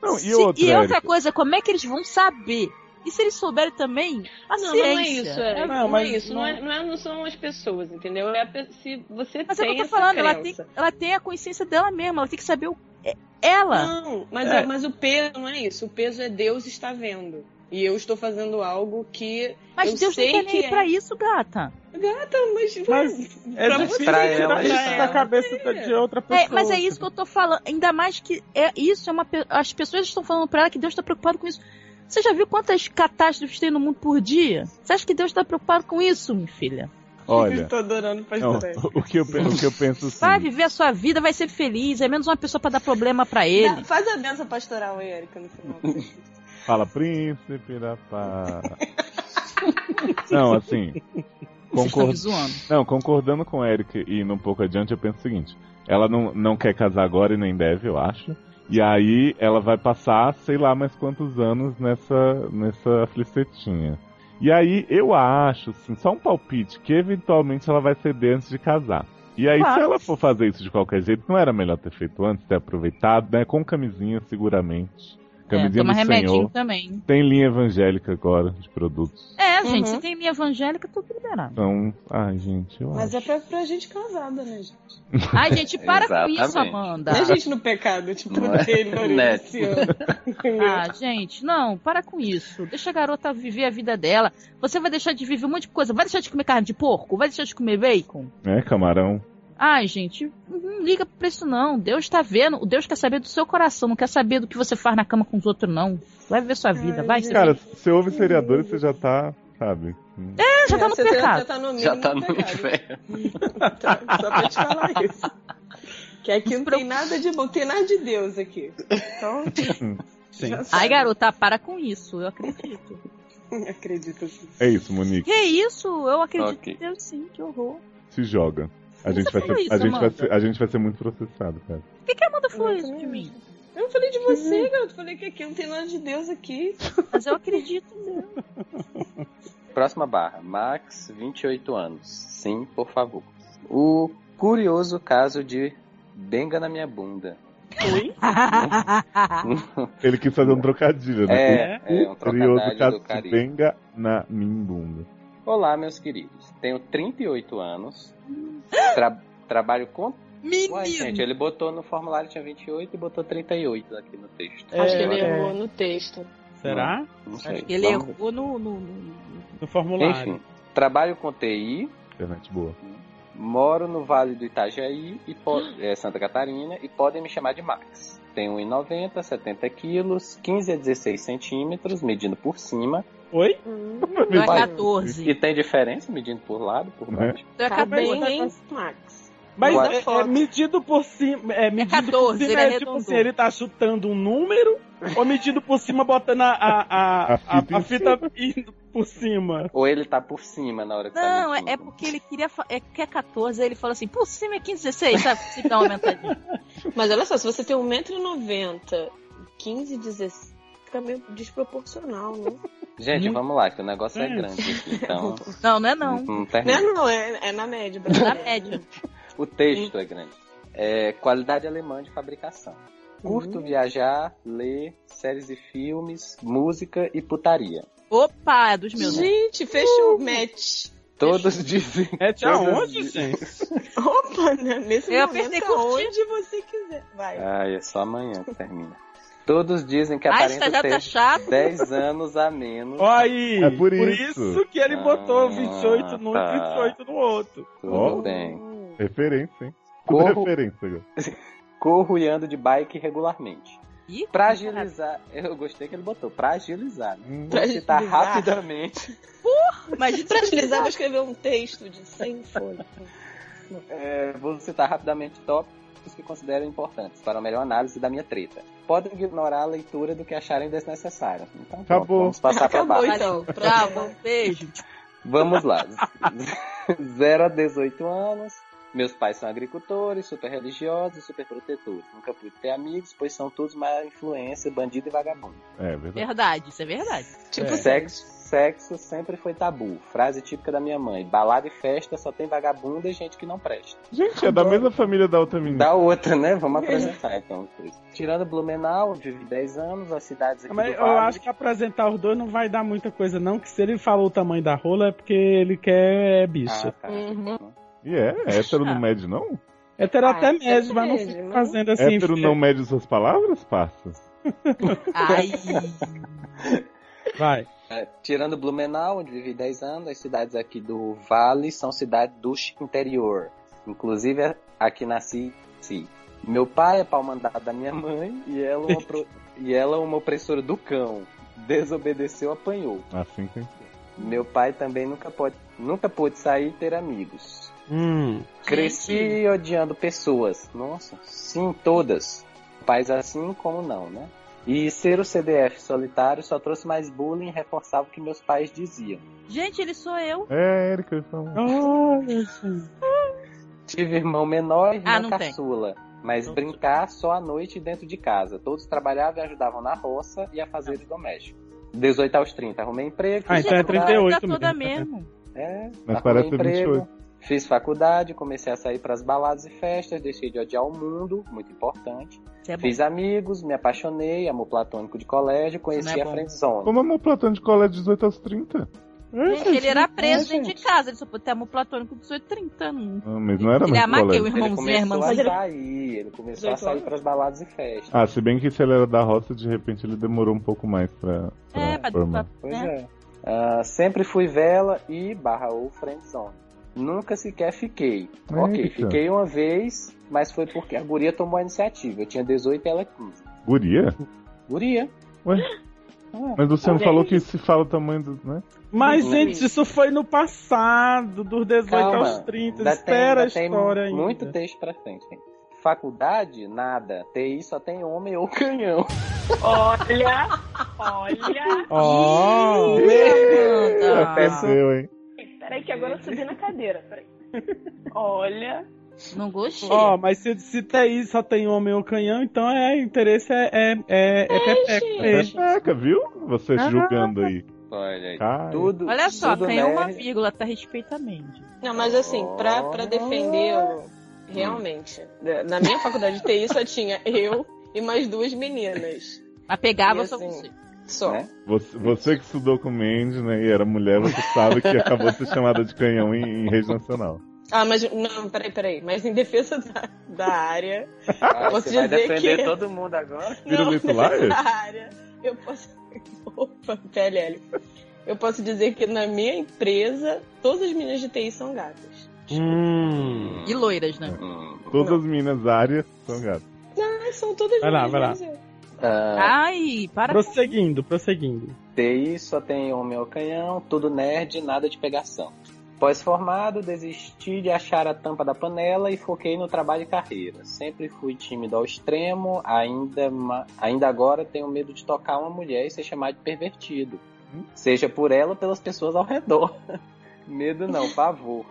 Speaker 5: Não, e
Speaker 2: Se-
Speaker 5: outra, Érica?
Speaker 2: coisa, como é que eles vão saber? E se eles souberem também, a
Speaker 1: Não, não
Speaker 2: ciência.
Speaker 1: é isso, é,
Speaker 6: Não,
Speaker 1: não,
Speaker 6: mas
Speaker 1: é isso, não,
Speaker 6: não-
Speaker 1: é, não, é- não são as pessoas, entendeu? É a pe- se você
Speaker 2: Mas é o
Speaker 1: tem
Speaker 2: que eu tô
Speaker 1: essa
Speaker 2: falando, ela tem,
Speaker 1: crença.
Speaker 2: ela tem a consciência dela mesma, ela tem que saber o, é- ela.
Speaker 1: Não, mas,
Speaker 6: É.
Speaker 1: é- mas o peso não é isso. O peso é Deus está vendo. E eu estou fazendo algo que.
Speaker 2: Mas
Speaker 1: eu
Speaker 2: Deus não
Speaker 1: sei
Speaker 2: tá nem
Speaker 1: que
Speaker 2: aí
Speaker 1: é.
Speaker 2: pra isso, gata.
Speaker 1: Gata, mas.
Speaker 6: Mas É
Speaker 1: pra
Speaker 6: difícil
Speaker 1: você,
Speaker 4: Pra
Speaker 6: tirar
Speaker 4: ela,
Speaker 1: pra
Speaker 6: isso
Speaker 1: ela.
Speaker 6: da cabeça da- de outra pessoa. tipo,
Speaker 2: É, mas é isso que eu tô falando. Ainda mais que é isso é uma pe- as pessoas estão falando pra ela que Deus tá preocupado com isso. Você já viu quantas catástrofes tem no mundo por dia? Você acha que Deus tá preocupado com isso, minha filha?
Speaker 1: [laughs]
Speaker 5: Olha,
Speaker 1: Estou adorando
Speaker 5: não,
Speaker 1: pastor Érica.
Speaker 5: o, que eu, pe- o que eu penso
Speaker 2: Vai
Speaker 5: sim.
Speaker 2: viver a sua vida, vai ser feliz. É menos uma pessoa pra dar problema pra
Speaker 1: Dá-
Speaker 2: ele.
Speaker 1: Faz a dança pastoral aí, Erika, no final.
Speaker 5: Fala, príncipe da paz. Não, assim.
Speaker 2: Vocês estão me
Speaker 5: Concordo,
Speaker 2: zoando.
Speaker 5: Não, concordando com a Erika e indo um pouco adiante, eu penso o seguinte: ela não, não quer casar agora e nem deve, eu acho. E aí ela vai passar, sei lá mais quantos anos nessa, nessa aflicetinha. E aí eu acho, assim, só um palpite, que eventualmente ela vai ceder antes de casar. E aí, se
Speaker 2: Claro.
Speaker 5: ela for fazer isso de qualquer jeito, não era melhor ter feito antes, ter aproveitado, né? Com camisinha, seguramente.
Speaker 2: É,
Speaker 5: Camisinha
Speaker 2: toma
Speaker 5: do
Speaker 2: remedinho
Speaker 5: Senhor.
Speaker 2: também.
Speaker 5: Tem linha evangélica agora de produtos.
Speaker 2: É,
Speaker 1: Uhum.
Speaker 2: gente, se tem linha evangélica, tudo liberado.
Speaker 5: Então, ai, gente, eu
Speaker 1: Mas
Speaker 5: acho.
Speaker 1: é pra, pra gente casada, né, gente?
Speaker 2: Ai, gente, para com isso,
Speaker 4: Exatamente.
Speaker 2: Amanda.
Speaker 1: Não é gente no pecado, tipo
Speaker 4: Não é.
Speaker 1: Taylor
Speaker 4: Né?
Speaker 1: e Luciano. entendeu?
Speaker 2: Ah, gente, não, para com isso. Deixa a garota viver a vida dela. Você vai deixar de viver um monte de coisa. Vai deixar de comer carne de porco? Vai deixar de comer bacon?
Speaker 5: É, camarão.
Speaker 2: Ai, gente, não liga pra isso não. Deus tá vendo. O Deus quer saber do seu coração, não quer saber do que você faz na cama com os outros, não. Vai ver sua vida, vai. Você
Speaker 5: Cara, se você ouve seriador, você já tá, sabe?
Speaker 2: já tá no
Speaker 1: Você
Speaker 2: pecado.
Speaker 1: Já tá no mínimo
Speaker 4: Já tá no
Speaker 1: pecado.
Speaker 4: inferno.
Speaker 1: Tá, Só pra te falar isso. Que aqui não tem nada de bom, tem nada de Deus aqui. Então,
Speaker 6: Sim.
Speaker 1: já sabe.
Speaker 2: Ai, garota, para com isso. Eu acredito.
Speaker 1: Acredito assim.
Speaker 5: É isso, Monique.
Speaker 2: Que isso? Eu acredito
Speaker 4: Ok.
Speaker 2: em Deus sim, que horror.
Speaker 5: Se joga. A gente, vai
Speaker 2: falou
Speaker 5: ser,
Speaker 2: isso,
Speaker 5: a, gente vai
Speaker 2: Amanda?
Speaker 5: ser, a gente vai ser muito processado, cara.
Speaker 2: Por que, que a Amanda falou
Speaker 1: Eu
Speaker 2: isso
Speaker 1: também
Speaker 2: de mim?
Speaker 1: Eu não falei de você, garoto. Falei que aqui não tem nada de Deus aqui.
Speaker 2: Mas eu acredito.
Speaker 4: Próxima barra. Max, 28 anos. Sim, por favor. O curioso caso de Benga na minha bunda.
Speaker 6: Oi?
Speaker 5: Ele quis fazer um trocadilho, né?
Speaker 4: É, é
Speaker 5: Curioso
Speaker 4: um trocadilho
Speaker 5: caso
Speaker 4: do
Speaker 5: de
Speaker 4: carinho.
Speaker 5: benga na minha bunda.
Speaker 4: Olá, meus queridos. Tenho 38 anos. Tra- trabalho com. Ué, gente,
Speaker 2: Hum. Menino!
Speaker 4: ele botou no formulário tinha 28 e botou 38 aqui no texto.
Speaker 1: Acho que
Speaker 6: É,
Speaker 1: ele
Speaker 6: é.
Speaker 1: errou no texto.
Speaker 6: Será?
Speaker 4: Não sei.
Speaker 2: Acho que [laughs] ele é
Speaker 4: Vamos-
Speaker 2: errou no. no- no-
Speaker 6: No formulário.
Speaker 4: Enfim, trabalho com TI,
Speaker 5: Internet boa.
Speaker 4: moro no Vale do Itajaí, e po-
Speaker 2: Hum.
Speaker 4: é, Santa Catarina, e podem me chamar de Max. Tenho 1,90, 70 quilos, 15 a 16 centímetros, medindo por cima.
Speaker 6: Oi?
Speaker 1: Hum,
Speaker 5: [laughs]
Speaker 2: Tu é
Speaker 1: vai.
Speaker 2: 14.
Speaker 4: E tem diferença medindo por lado, por
Speaker 5: Né?
Speaker 4: baixo?
Speaker 2: Tu é
Speaker 1: Tá
Speaker 2: 14.
Speaker 1: bem, hein, Max?
Speaker 6: Mas
Speaker 4: Ué.
Speaker 6: é, é medido por cima. É medido
Speaker 2: 14,
Speaker 6: por
Speaker 2: ele
Speaker 6: cima, é tipo
Speaker 2: arredondou.
Speaker 6: assim, ele tá chutando um número ou medido por cima botando a, a, a,
Speaker 5: A fita
Speaker 6: a- a
Speaker 5: em
Speaker 6: fita indo por cima?
Speaker 4: Ou ele tá por cima na hora que tá
Speaker 2: Não, é,
Speaker 4: medindo?
Speaker 2: é porque ele queria. fa- É que é 14, aí ele falou assim, por cima é 15, 16, sabe? Se dá uma aumentadinha.
Speaker 1: Mas olha só, se você tem 1,90m, 15, 16, fica meio desproporcional,
Speaker 4: [laughs]
Speaker 1: né?
Speaker 4: Gente,
Speaker 6: Muito-
Speaker 4: vamos lá, que o negócio é
Speaker 6: Gente.
Speaker 4: grande aqui, então.
Speaker 2: Não, não é não.
Speaker 4: não tem-
Speaker 1: Não é, não, é, é na média.
Speaker 2: Na
Speaker 1: brasileira.
Speaker 2: média.
Speaker 4: O texto é grande. É, qualidade alemã de fabricação. Curto viajar, ler, séries e filmes, música e putaria.
Speaker 2: Opa, é dos meus. né?
Speaker 1: Gente, fechou o match.
Speaker 4: Todos dizem.
Speaker 6: [laughs] Mete
Speaker 4: todos
Speaker 6: aonde,
Speaker 4: dizem-
Speaker 6: gente?
Speaker 1: Opa, né? Nesse
Speaker 2: Eu apertei
Speaker 1: momento,
Speaker 2: curtir.
Speaker 1: onde você quiser. Vai.
Speaker 4: Ai, é só amanhã que termina. Todos dizem que
Speaker 2: Ah,
Speaker 4: aparenta
Speaker 2: estagiário tá
Speaker 4: ter
Speaker 2: chato.
Speaker 4: 10 anos a menos.
Speaker 6: Ó aí,
Speaker 5: É por
Speaker 6: por
Speaker 5: isso.
Speaker 6: isso que ele botou
Speaker 4: Ah,
Speaker 6: 28 num
Speaker 4: tá.
Speaker 6: e 38 no outro.
Speaker 5: Ó.
Speaker 4: Tudo bem.
Speaker 5: Referência, hein? Tudo
Speaker 4: Corro,
Speaker 5: referência agora.
Speaker 4: corro e ando de bike regularmente.
Speaker 2: Ih,
Speaker 4: Pra
Speaker 2: caralho.
Speaker 4: agilizar, eu gostei que ele botou, pra agilizar. né?
Speaker 5: Hum,
Speaker 1: Pra
Speaker 4: Vou citar
Speaker 1: agilizar.
Speaker 4: rapidamente.
Speaker 2: Imagina
Speaker 1: Pra agilizar, vou escrever um texto de 100
Speaker 4: [laughs]
Speaker 1: folhas.
Speaker 4: Tá É, vou citar rapidamente tópicos que considero importantes para a melhor análise da minha treta. Podem ignorar a leitura do que acharem desnecessário. Então, pronto,
Speaker 5: Acabou.
Speaker 4: vamos passar para
Speaker 1: Acabou,
Speaker 4: baixo.
Speaker 1: então.
Speaker 2: Tchau,
Speaker 1: Bravo.
Speaker 2: um beijo.
Speaker 4: Vamos lá. [laughs] 0 a 18 anos. Meus pais são agricultores, super religiosos e super protetores. Nunca pude ter amigos, pois são todos má influência, bandido e vagabundo.
Speaker 5: É verdade.
Speaker 2: Verdade, isso é verdade.
Speaker 1: Tipo,
Speaker 4: Sexo, sexo sempre foi tabu. Frase típica da minha mãe. Balada e festa só tem vagabundo e gente que não presta.
Speaker 5: Gente, é da mesma família da outra menina.
Speaker 4: Da outra, né? Vamos apresentar então. Tirando Blumenau, vive 10 anos, as cidades aqui
Speaker 6: Mas
Speaker 4: do
Speaker 6: eu
Speaker 4: vale.
Speaker 6: acho que apresentar os dois não vai dar muita coisa, não. Que se ele falou o tamanho da rola é porque ele quer é bicha.
Speaker 4: Ah, tá.
Speaker 1: Uhum.
Speaker 5: E é? Hétero não
Speaker 2: [laughs]
Speaker 5: mede, não?
Speaker 6: Hétero
Speaker 1: Ah,
Speaker 6: até
Speaker 1: isso é
Speaker 6: mesmo, mas não
Speaker 1: mesmo,
Speaker 6: fica
Speaker 1: né?
Speaker 6: fazendo assim.
Speaker 5: hétero não mede suas palavras, parça?
Speaker 2: Ai.
Speaker 6: Vai.
Speaker 4: É, tirando Blumenau, onde vivi 10 anos, as cidades aqui do Vale são cidades do interior. Inclusive, a- aqui nasci. sim. Meu pai é pau mandado da minha mãe e ela, é uma pro- e ela é uma opressora do cão. Desobedeceu, apanhou.
Speaker 5: Assim tem.
Speaker 4: Meu pai também nunca, pode, nunca pôde sair e ter amigos.
Speaker 6: Hum.
Speaker 4: Cresci
Speaker 2: Uhum.
Speaker 4: odiando pessoas. Nossa, sim, todas. Pais assim como não, né? E ser o CDF solitário só trouxe mais bullying e reforçava o que meus pais diziam.
Speaker 2: Gente, ele sou eu.
Speaker 5: É, Erika, eu falo.
Speaker 6: Olha, gente.
Speaker 4: Tive irmão menor e irmã
Speaker 2: Ah, não tem.
Speaker 4: caçula. Mas
Speaker 6: Não.
Speaker 4: brincar só à noite e dentro de casa. Todos trabalhavam e ajudavam na roça e a fazer
Speaker 2: Ah.
Speaker 4: os domésticos. 18 aos 30, arrumei emprego.
Speaker 6: Ah,
Speaker 4: fiz
Speaker 6: então é um.
Speaker 2: Gente,
Speaker 4: faculdade.
Speaker 6: 38
Speaker 2: tá toda
Speaker 6: mesmo.
Speaker 2: mesmo.
Speaker 4: É,
Speaker 5: Mas
Speaker 4: arrumei
Speaker 5: parece
Speaker 4: emprego,
Speaker 5: 28.
Speaker 4: Fiz faculdade, comecei a sair pras baladas e festas, deixei de odiar o mundo, muito importante.
Speaker 2: Isso é bom.
Speaker 4: Fiz amigos, me apaixonei, amor platônico de colégio, conheci
Speaker 2: Não é
Speaker 4: a
Speaker 2: bom.
Speaker 4: friendzone.
Speaker 5: Como amor platônico de colégio de 18 aos 30?
Speaker 2: Gente, ele era preso
Speaker 4: É,
Speaker 2: dentro de casa. Ele só pôde ter amor platônico com 18, 30 anos.
Speaker 5: Ah, mas não era
Speaker 2: Ele
Speaker 5: mais
Speaker 2: amava que
Speaker 5: colégio.
Speaker 2: o
Speaker 4: Ele
Speaker 2: irmãozinho, a
Speaker 4: começou a
Speaker 2: irmãzinha.
Speaker 4: sair, ele começou a
Speaker 1: 18
Speaker 4: sair
Speaker 1: anos.
Speaker 4: pras baladas e festas.
Speaker 5: Ah, se bem que se ele era da roça, de repente ele demorou um pouco mais pra, pra
Speaker 2: É, pra,
Speaker 5: formar.
Speaker 2: pra-
Speaker 4: Pois
Speaker 2: né?
Speaker 4: é. Ah, sempre fui vela e barra ou friendzone. Nunca sequer fiquei. Ok,
Speaker 5: Eita.
Speaker 4: fiquei uma vez, mas foi porque a guria tomou a iniciativa. Eu tinha 18 e ela 15.
Speaker 5: Guria?
Speaker 4: Guria.
Speaker 5: Mas o Luciano
Speaker 1: Gente.
Speaker 5: falou que se fala o tamanho do. né?
Speaker 6: Mas,
Speaker 4: Hum.
Speaker 6: gente, isso foi no passado, dos 18
Speaker 4: Calma.
Speaker 6: aos 30.
Speaker 4: ainda tem-
Speaker 6: Espera
Speaker 4: ainda
Speaker 6: a
Speaker 4: tem
Speaker 6: história ainda.
Speaker 4: Muito texto pra frente. hein? Faculdade, nada. TI só tem homem ou canhão.
Speaker 1: Olha, olha.
Speaker 6: Ó.
Speaker 2: Amanda.
Speaker 5: Aconteceu, É, hein?
Speaker 1: Peraí que agora eu subi na cadeira. Peraí. Olha.
Speaker 2: Não gostei.
Speaker 6: Ó, mas se, se TI só tem homem ou canhão, então é interesse é, é, é, é pepeca mesmo.
Speaker 5: Pepeca, viu? Vocês julgando aí.
Speaker 4: Olha aí.
Speaker 5: Cara.
Speaker 4: Tudo,
Speaker 2: Olha só,
Speaker 4: tudo
Speaker 2: tem uma
Speaker 4: nerd.
Speaker 2: vírgula, tá respeitamente.
Speaker 1: Não, mas assim, pra, pra defendê-lo, realmente, da- na minha faculdade de TI só tinha eu e mais duas meninas.
Speaker 2: Mas pegava
Speaker 1: E
Speaker 2: só
Speaker 1: assim,
Speaker 2: você.
Speaker 1: Só.
Speaker 4: Né?
Speaker 5: Você, você que estudou com Mandy, né, e era mulher, você sabe que acabou de ser chamada de canhão em, em rede nacional.
Speaker 1: Ah, mas não, peraí, peraí. Mas em defesa da, da área.
Speaker 4: Ah,
Speaker 1: Posso
Speaker 4: você vai
Speaker 1: dizer
Speaker 4: defender
Speaker 1: que-
Speaker 4: todo mundo agora?
Speaker 1: [laughs]
Speaker 5: Vira
Speaker 1: não,
Speaker 5: vestibular?
Speaker 1: defesa da área. Eu posso. [laughs] Opa, PLL. Eu posso dizer que na minha empresa, todas as meninas de TI são gatas.
Speaker 6: Hum.
Speaker 2: E loiras, né?
Speaker 4: Hum.
Speaker 5: Todas as minhas áreas são gatas.
Speaker 1: Ah, são todas
Speaker 6: Vai lá,
Speaker 1: meninas.
Speaker 6: vai lá.
Speaker 1: mas eu-
Speaker 4: Ah,
Speaker 2: Ai, para.
Speaker 6: Prosseguindo, prosseguindo.
Speaker 4: TI só tem homem ao canhão, tudo nerd, nada de pegação. Pós-formado, desisti de achar a tampa da panela e foquei no trabalho e carreira. Sempre fui tímido ao extremo, ainda, ma- ainda agora tenho medo de tocar uma mulher e ser chamado de pervertido. Seja por ela ou pelas pessoas ao redor. [laughs] medo não, pavor.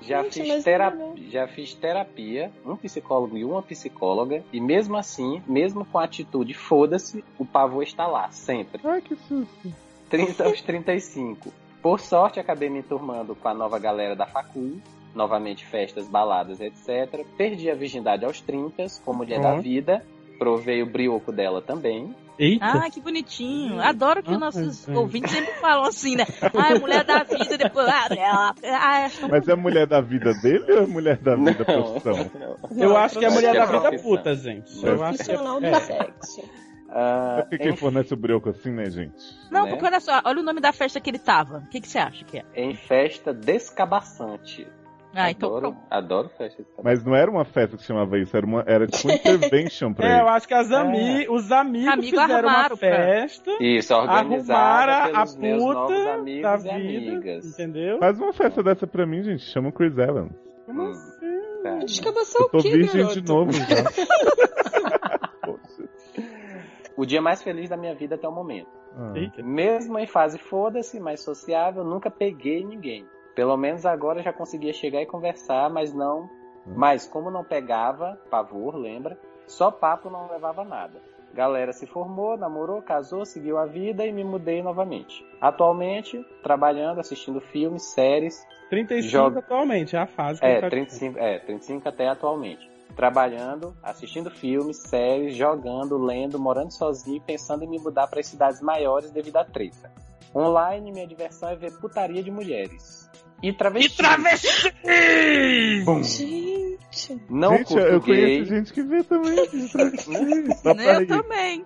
Speaker 4: Já,
Speaker 1: Gente,
Speaker 4: fiz
Speaker 1: mas
Speaker 4: tera-
Speaker 1: não, é não.
Speaker 4: já fiz terapia, um psicólogo e uma psicóloga, e mesmo assim, mesmo com a atitude foda-se, o pavor está lá, sempre. [laughs]
Speaker 5: Ai, que susto.
Speaker 4: 30 aos 35. Por sorte, acabei me enturmando com a nova galera da facul, novamente festas, baladas, etc. Perdi a virgindade aos 30, como mulher da
Speaker 6: Uhum.
Speaker 4: vida. Provei o brioco dela também.
Speaker 6: Eita.
Speaker 2: Ah, que bonitinho. Adoro que
Speaker 6: Ah,
Speaker 2: nossos
Speaker 6: é, é.
Speaker 2: ouvintes sempre falam assim, né? Ai, mulher da vida, depois. Ah, ela. Ah, é tão
Speaker 5: Mas é a mulher da vida dele ou é a mulher da vida
Speaker 4: Não.
Speaker 5: profissão?
Speaker 6: eu
Speaker 1: Não,
Speaker 6: acho que é a
Speaker 4: acho
Speaker 6: mulher
Speaker 4: que é
Speaker 6: da vida
Speaker 4: profissão.
Speaker 6: puta, gente. Eu acho que é...
Speaker 1: Profissional do
Speaker 6: é.
Speaker 1: sexo.
Speaker 4: [laughs] Ah,
Speaker 5: É porque quem
Speaker 4: enf-
Speaker 5: fornece o brioco assim, né, gente?
Speaker 2: Não,
Speaker 4: né?
Speaker 2: porque olha só, olha o nome da festa que ele tava. O que, que você acha que é?
Speaker 4: em festa descabaçante.
Speaker 2: Ah, então
Speaker 4: adoro,
Speaker 2: pronto.
Speaker 4: adoro festa descabaçante.
Speaker 5: Mas não era uma festa que chamava isso, era, uma, era tipo um intervention pra
Speaker 6: [laughs] É, eu
Speaker 5: ele.
Speaker 6: acho que as ami... os amigos
Speaker 2: Amigo
Speaker 6: fizeram
Speaker 2: armaram pra-
Speaker 6: uma festa,
Speaker 4: Isso, organizada
Speaker 6: arrumaram a
Speaker 4: pelos meus novos
Speaker 6: puta da
Speaker 4: amigos e
Speaker 6: vida,
Speaker 4: amigas.
Speaker 6: entendeu?
Speaker 5: Faz uma festa dessa pra mim, gente. Chama o Chris Evans.
Speaker 6: Eu não
Speaker 4: Hum,
Speaker 6: sei.
Speaker 4: tá.
Speaker 1: Descabação
Speaker 5: Eu
Speaker 1: o
Speaker 5: tô
Speaker 1: quê,
Speaker 5: virgem
Speaker 1: garoto?
Speaker 5: de novo
Speaker 6: [laughs]
Speaker 5: já. Poxa.
Speaker 4: O dia mais feliz da minha vida até o momento.
Speaker 5: Ah.
Speaker 6: Eita.
Speaker 4: Mesmo em fase foda-se, mais sociável, nunca peguei ninguém. Pelo menos agora já conseguia chegar e conversar, mas não. Mas como não pegava, pavor, lembra? Só papo não levava a nada. Galera se formou, namorou, casou, seguiu a vida e me mudei novamente. Atualmente, trabalhando, assistindo filmes, séries.
Speaker 6: 35
Speaker 4: Joga-
Speaker 6: atualmente, é a fase que a gente
Speaker 4: É,
Speaker 6: tá
Speaker 4: 35, é, 35 até atualmente. Trabalhando, assistindo filmes, séries, jogando, lendo, morando sozinho e pensando em me mudar para as cidades maiores devido à treta. Online, minha diversão é ver putaria de mulheres. E travesti.
Speaker 1: Gente.
Speaker 4: Não
Speaker 5: gente,
Speaker 4: curto
Speaker 5: eu
Speaker 4: gay.
Speaker 5: conheço gente que vê também.
Speaker 6: [laughs] tá
Speaker 5: Só
Speaker 2: Né,
Speaker 5: pra
Speaker 2: Eu
Speaker 5: ir.
Speaker 2: também.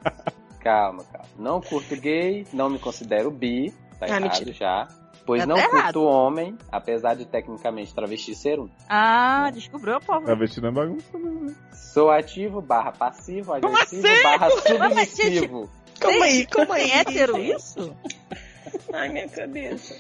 Speaker 4: Calma, calma. Não curto gay, não me considero bi. Tá
Speaker 1: Ah,
Speaker 4: errado
Speaker 1: mentira.
Speaker 4: já. Pois
Speaker 2: Tá
Speaker 4: não
Speaker 2: até
Speaker 4: curto
Speaker 2: errado.
Speaker 4: homem, apesar de tecnicamente travesti ser um.
Speaker 2: Ah, descobriu a povo.
Speaker 5: Travesti não é bagunça, né?
Speaker 4: Sou ativo barra passivo, agressivo
Speaker 2: assim?
Speaker 4: barra
Speaker 2: Mas, gente,
Speaker 4: submissivo.
Speaker 1: Calma aí, calma aí.
Speaker 2: Tem hétero isso?
Speaker 1: Ai, minha cabeça.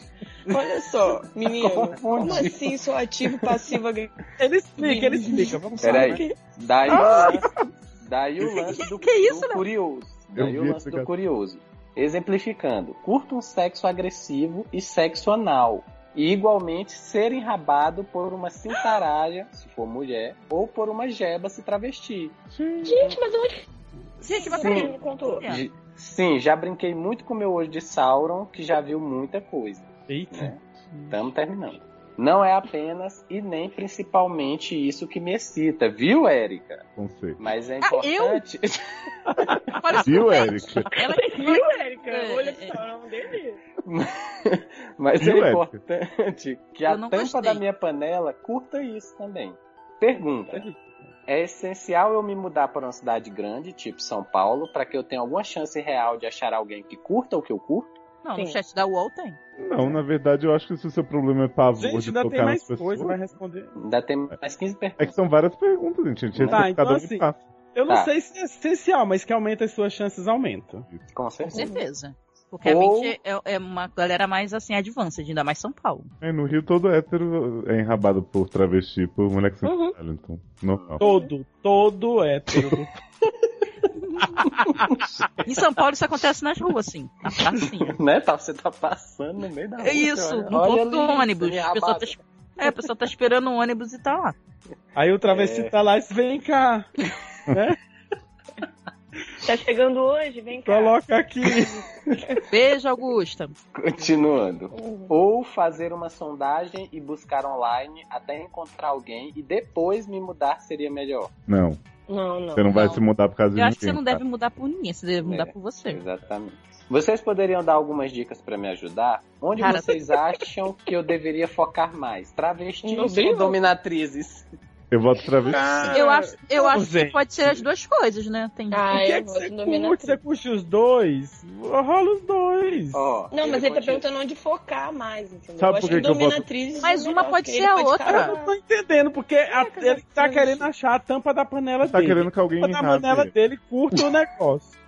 Speaker 1: Olha só, menino.
Speaker 4: Confundi.
Speaker 1: Como assim sou ativo, passivo, agressivo?
Speaker 6: aqui. Ele explica, ele explica, vamos lá.
Speaker 4: Peraí.
Speaker 2: tipo,
Speaker 6: né?
Speaker 4: Daí, o lance- daí o lance do,
Speaker 2: Que isso,
Speaker 4: do
Speaker 2: né?
Speaker 4: curioso.
Speaker 5: Eu
Speaker 4: Daí o
Speaker 5: vi a
Speaker 4: lance do
Speaker 5: explicação.
Speaker 4: curioso. Exemplificando, curto um sexo agressivo e sexo anal. E igualmente ser enrabado por uma cintaralha, se for mulher, ou por uma jeba se travesti.
Speaker 1: Gente, mas onde
Speaker 2: Gente, mas
Speaker 1: você
Speaker 2: peraí.
Speaker 1: me contou?
Speaker 2: É.
Speaker 4: J- Sim, já brinquei muito com meu olho de Sauron, que já viu muita coisa.
Speaker 6: Eita.
Speaker 5: É.
Speaker 4: Estamos terminando. Não é apenas e nem principalmente isso que me excita, viu, Érica?
Speaker 5: Não sei.
Speaker 4: Mas é
Speaker 2: Ah, eu?
Speaker 4: importante. [laughs]
Speaker 2: Olha só,
Speaker 5: Viu, Erika?
Speaker 2: Ela
Speaker 1: Viu, Érica?
Speaker 2: É,
Speaker 1: Olha
Speaker 2: é,
Speaker 1: só, é um delírio.
Speaker 4: Mas
Speaker 5: Viu,
Speaker 4: é
Speaker 5: Érica?
Speaker 4: importante que a
Speaker 2: Eu não
Speaker 4: tampa
Speaker 2: gostei.
Speaker 4: da minha panela curta isso também. Pergunta: É essencial eu me mudar para uma cidade grande, tipo São Paulo, para que eu tenha alguma chance real de achar alguém que curta o que eu curto?
Speaker 2: Não,
Speaker 1: Sim.
Speaker 2: no chat da UOL tem.
Speaker 5: Não, na verdade, eu acho que se o seu problema é pavor
Speaker 6: Gente,
Speaker 5: de
Speaker 6: ainda tem
Speaker 5: tocar nas
Speaker 6: mais
Speaker 5: pessoas...
Speaker 6: coisa, né? vai responder.
Speaker 4: Ainda tem mais 15
Speaker 5: É que
Speaker 4: perguntas.
Speaker 5: são várias perguntas, gente. A gente
Speaker 6: Tá,
Speaker 5: responde
Speaker 6: então
Speaker 5: cada um
Speaker 6: assim-
Speaker 5: em passo.
Speaker 6: Eu não
Speaker 4: Tá.
Speaker 6: sei se é essencial, mas que aumenta as suas chances, aumenta.
Speaker 4: Com
Speaker 2: Com
Speaker 4: certeza. [laughs]
Speaker 2: certeza. Porque
Speaker 4: Uhum. Ou-
Speaker 2: realmente é, é uma galera mais assim, advanced, ainda mais São Paulo.
Speaker 5: É, no Rio, todo hétero é enrabado por travesti, por mulher que se
Speaker 1: Uhum.
Speaker 5: trabalha, então. Normal.
Speaker 6: Todo, todo hétero.
Speaker 2: Em São Paulo isso acontece nas ruas, assim, na pracinha.
Speaker 4: Né? Tá, você tá passando no meio da rua.
Speaker 2: É isso,
Speaker 4: olha-
Speaker 2: no
Speaker 4: olha
Speaker 2: ponto do
Speaker 4: ali,
Speaker 2: ônibus.
Speaker 4: me
Speaker 2: A pessoa,
Speaker 4: abata.
Speaker 2: tá, es- é, a pessoa tá esperando o ônibus e tá lá.
Speaker 6: Aí o travesti
Speaker 4: É.
Speaker 6: tá lá e diz, vem cá.
Speaker 9: Tá chegando hoje? Vem cá.
Speaker 6: Coloca aqui.
Speaker 2: Beijo, Augusta.
Speaker 4: Continuando. Ou fazer uma sondagem e buscar online até encontrar alguém e depois me mudar seria melhor.
Speaker 5: Não,
Speaker 9: Não, não.
Speaker 5: você não vai
Speaker 2: Não.
Speaker 5: se mudar por causa de
Speaker 2: Eu
Speaker 5: ninguém.
Speaker 2: acho que você não
Speaker 5: cara.
Speaker 2: deve mudar por ninguém, você deve mudar
Speaker 4: É.
Speaker 2: por você.
Speaker 4: Exatamente. Vocês poderiam dar algumas dicas pra me ajudar? Onde
Speaker 2: Cara.
Speaker 4: vocês acham que eu deveria focar mais? Travestis
Speaker 1: Não
Speaker 4: ou
Speaker 1: tem, não.
Speaker 4: dominatrizes?
Speaker 5: Eu voto travesti.
Speaker 2: Eu acho, eu
Speaker 6: não,
Speaker 2: acho que
Speaker 6: gente.
Speaker 2: pode ser as duas coisas, né? Tem
Speaker 9: Ah,
Speaker 6: o [laughs] que
Speaker 9: eu
Speaker 6: é que você
Speaker 9: vou te
Speaker 6: curte? Você curte os dois? Rola os dois.
Speaker 4: Ó,
Speaker 9: Não, mas
Speaker 4: eu
Speaker 9: ele tá
Speaker 4: conti-
Speaker 9: perguntando onde focar mais,
Speaker 5: Sabe
Speaker 9: entendeu? eu
Speaker 5: por
Speaker 9: acho
Speaker 5: que
Speaker 9: que
Speaker 5: que eu boto-
Speaker 9: dominatriz.
Speaker 2: Mas
Speaker 9: é
Speaker 2: uma
Speaker 9: melhor,
Speaker 2: pode
Speaker 9: porque ele
Speaker 2: ser a
Speaker 9: pode
Speaker 2: outra.
Speaker 9: cagar.
Speaker 6: Eu não tô entendendo, porque a-
Speaker 9: que
Speaker 6: ele
Speaker 9: essas
Speaker 6: tá
Speaker 9: coisas
Speaker 6: querendo achar a tampa da panela
Speaker 5: Você tá
Speaker 6: dele.
Speaker 5: querendo que alguém
Speaker 6: A tampa da panela
Speaker 5: rasgue.
Speaker 6: dele curta
Speaker 5: [laughs]
Speaker 6: o negócio.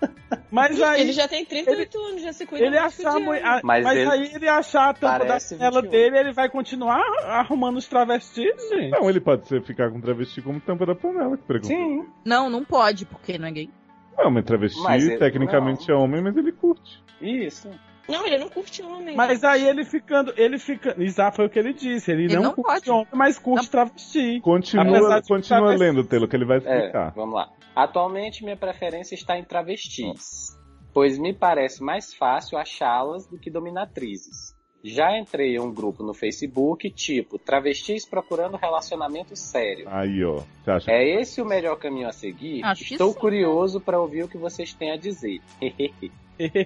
Speaker 6: Mas aí
Speaker 1: Ele já tem 38 anos, já se cuida.
Speaker 6: ele
Speaker 1: mais que o
Speaker 6: achar a
Speaker 1: diabo.
Speaker 6: mulher- a-
Speaker 4: Mas
Speaker 6: mas,
Speaker 4: ele-
Speaker 6: aí ele achar a tampa da
Speaker 4: Parece
Speaker 6: panela
Speaker 4: 21.
Speaker 6: dele, ele vai continuar arrumando os travestis, gente.
Speaker 5: Não, ele pode ser, ficar com travesti como tampa da panela, que pergunta.
Speaker 4: Sim.
Speaker 2: Não, não pode, porque não é gay.
Speaker 5: Não, mas travesti
Speaker 4: Mas ele-
Speaker 5: tecnicamente é homem, mas ele curte.
Speaker 4: Isso.
Speaker 1: Não, ele não curte homem.
Speaker 6: Mas
Speaker 1: gente.
Speaker 6: aí ele ficando, ele fica, Isa foi o que ele disse, ele,
Speaker 2: Ele
Speaker 6: não,
Speaker 2: não
Speaker 6: curte
Speaker 2: pode.
Speaker 6: homem, mas curte
Speaker 2: Não.
Speaker 6: travesti. Apesar
Speaker 5: Continua,
Speaker 6: de
Speaker 5: continua
Speaker 6: travesti-
Speaker 5: lendo, Telo, que ele vai
Speaker 4: É,
Speaker 5: explicar.
Speaker 4: vamos lá. Atualmente minha preferência está em travestis, pois me parece mais fácil achá-las do que dominatrizes. Já entrei em um grupo no Facebook tipo travestis procurando relacionamento sério.
Speaker 5: Aí, ó. Você acha
Speaker 4: É esse o melhor caminho a seguir?
Speaker 2: Acho que
Speaker 4: Estou
Speaker 2: sim.
Speaker 4: curioso para ouvir o que vocês têm a dizer.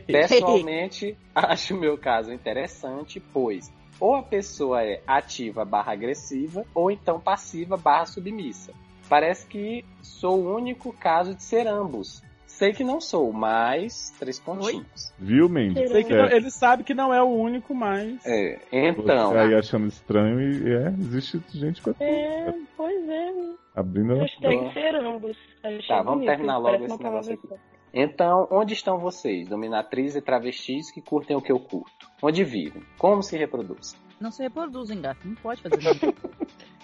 Speaker 4: Pessoalmente, acho o meu caso interessante, pois ou a pessoa é ativa barra agressiva, ou então passiva barra submissa. Parece que sou o único caso de ser ambos. Sei que não sou, mas três pontinhos.
Speaker 5: Viu, Mendes?
Speaker 6: Sei que não-
Speaker 5: É.
Speaker 6: ele sabe que não é o único, mas
Speaker 4: É,
Speaker 5: Você
Speaker 4: então,
Speaker 5: aí achando estranho e é, existe gente com
Speaker 9: É, pois é. né?
Speaker 5: abrindo a
Speaker 9: Hashtag ser ambos. Achei
Speaker 4: Tá, vamos
Speaker 9: bonito,
Speaker 4: terminar logo
Speaker 9: parece
Speaker 4: esse
Speaker 9: uma palavra
Speaker 4: negócio
Speaker 9: só.
Speaker 4: então, onde estão vocês, dominatriz e travestis que curtem o que eu curto? Onde vivem? Como se reproduzem?
Speaker 2: Não se reproduzem, gato. Não pode fazer nada.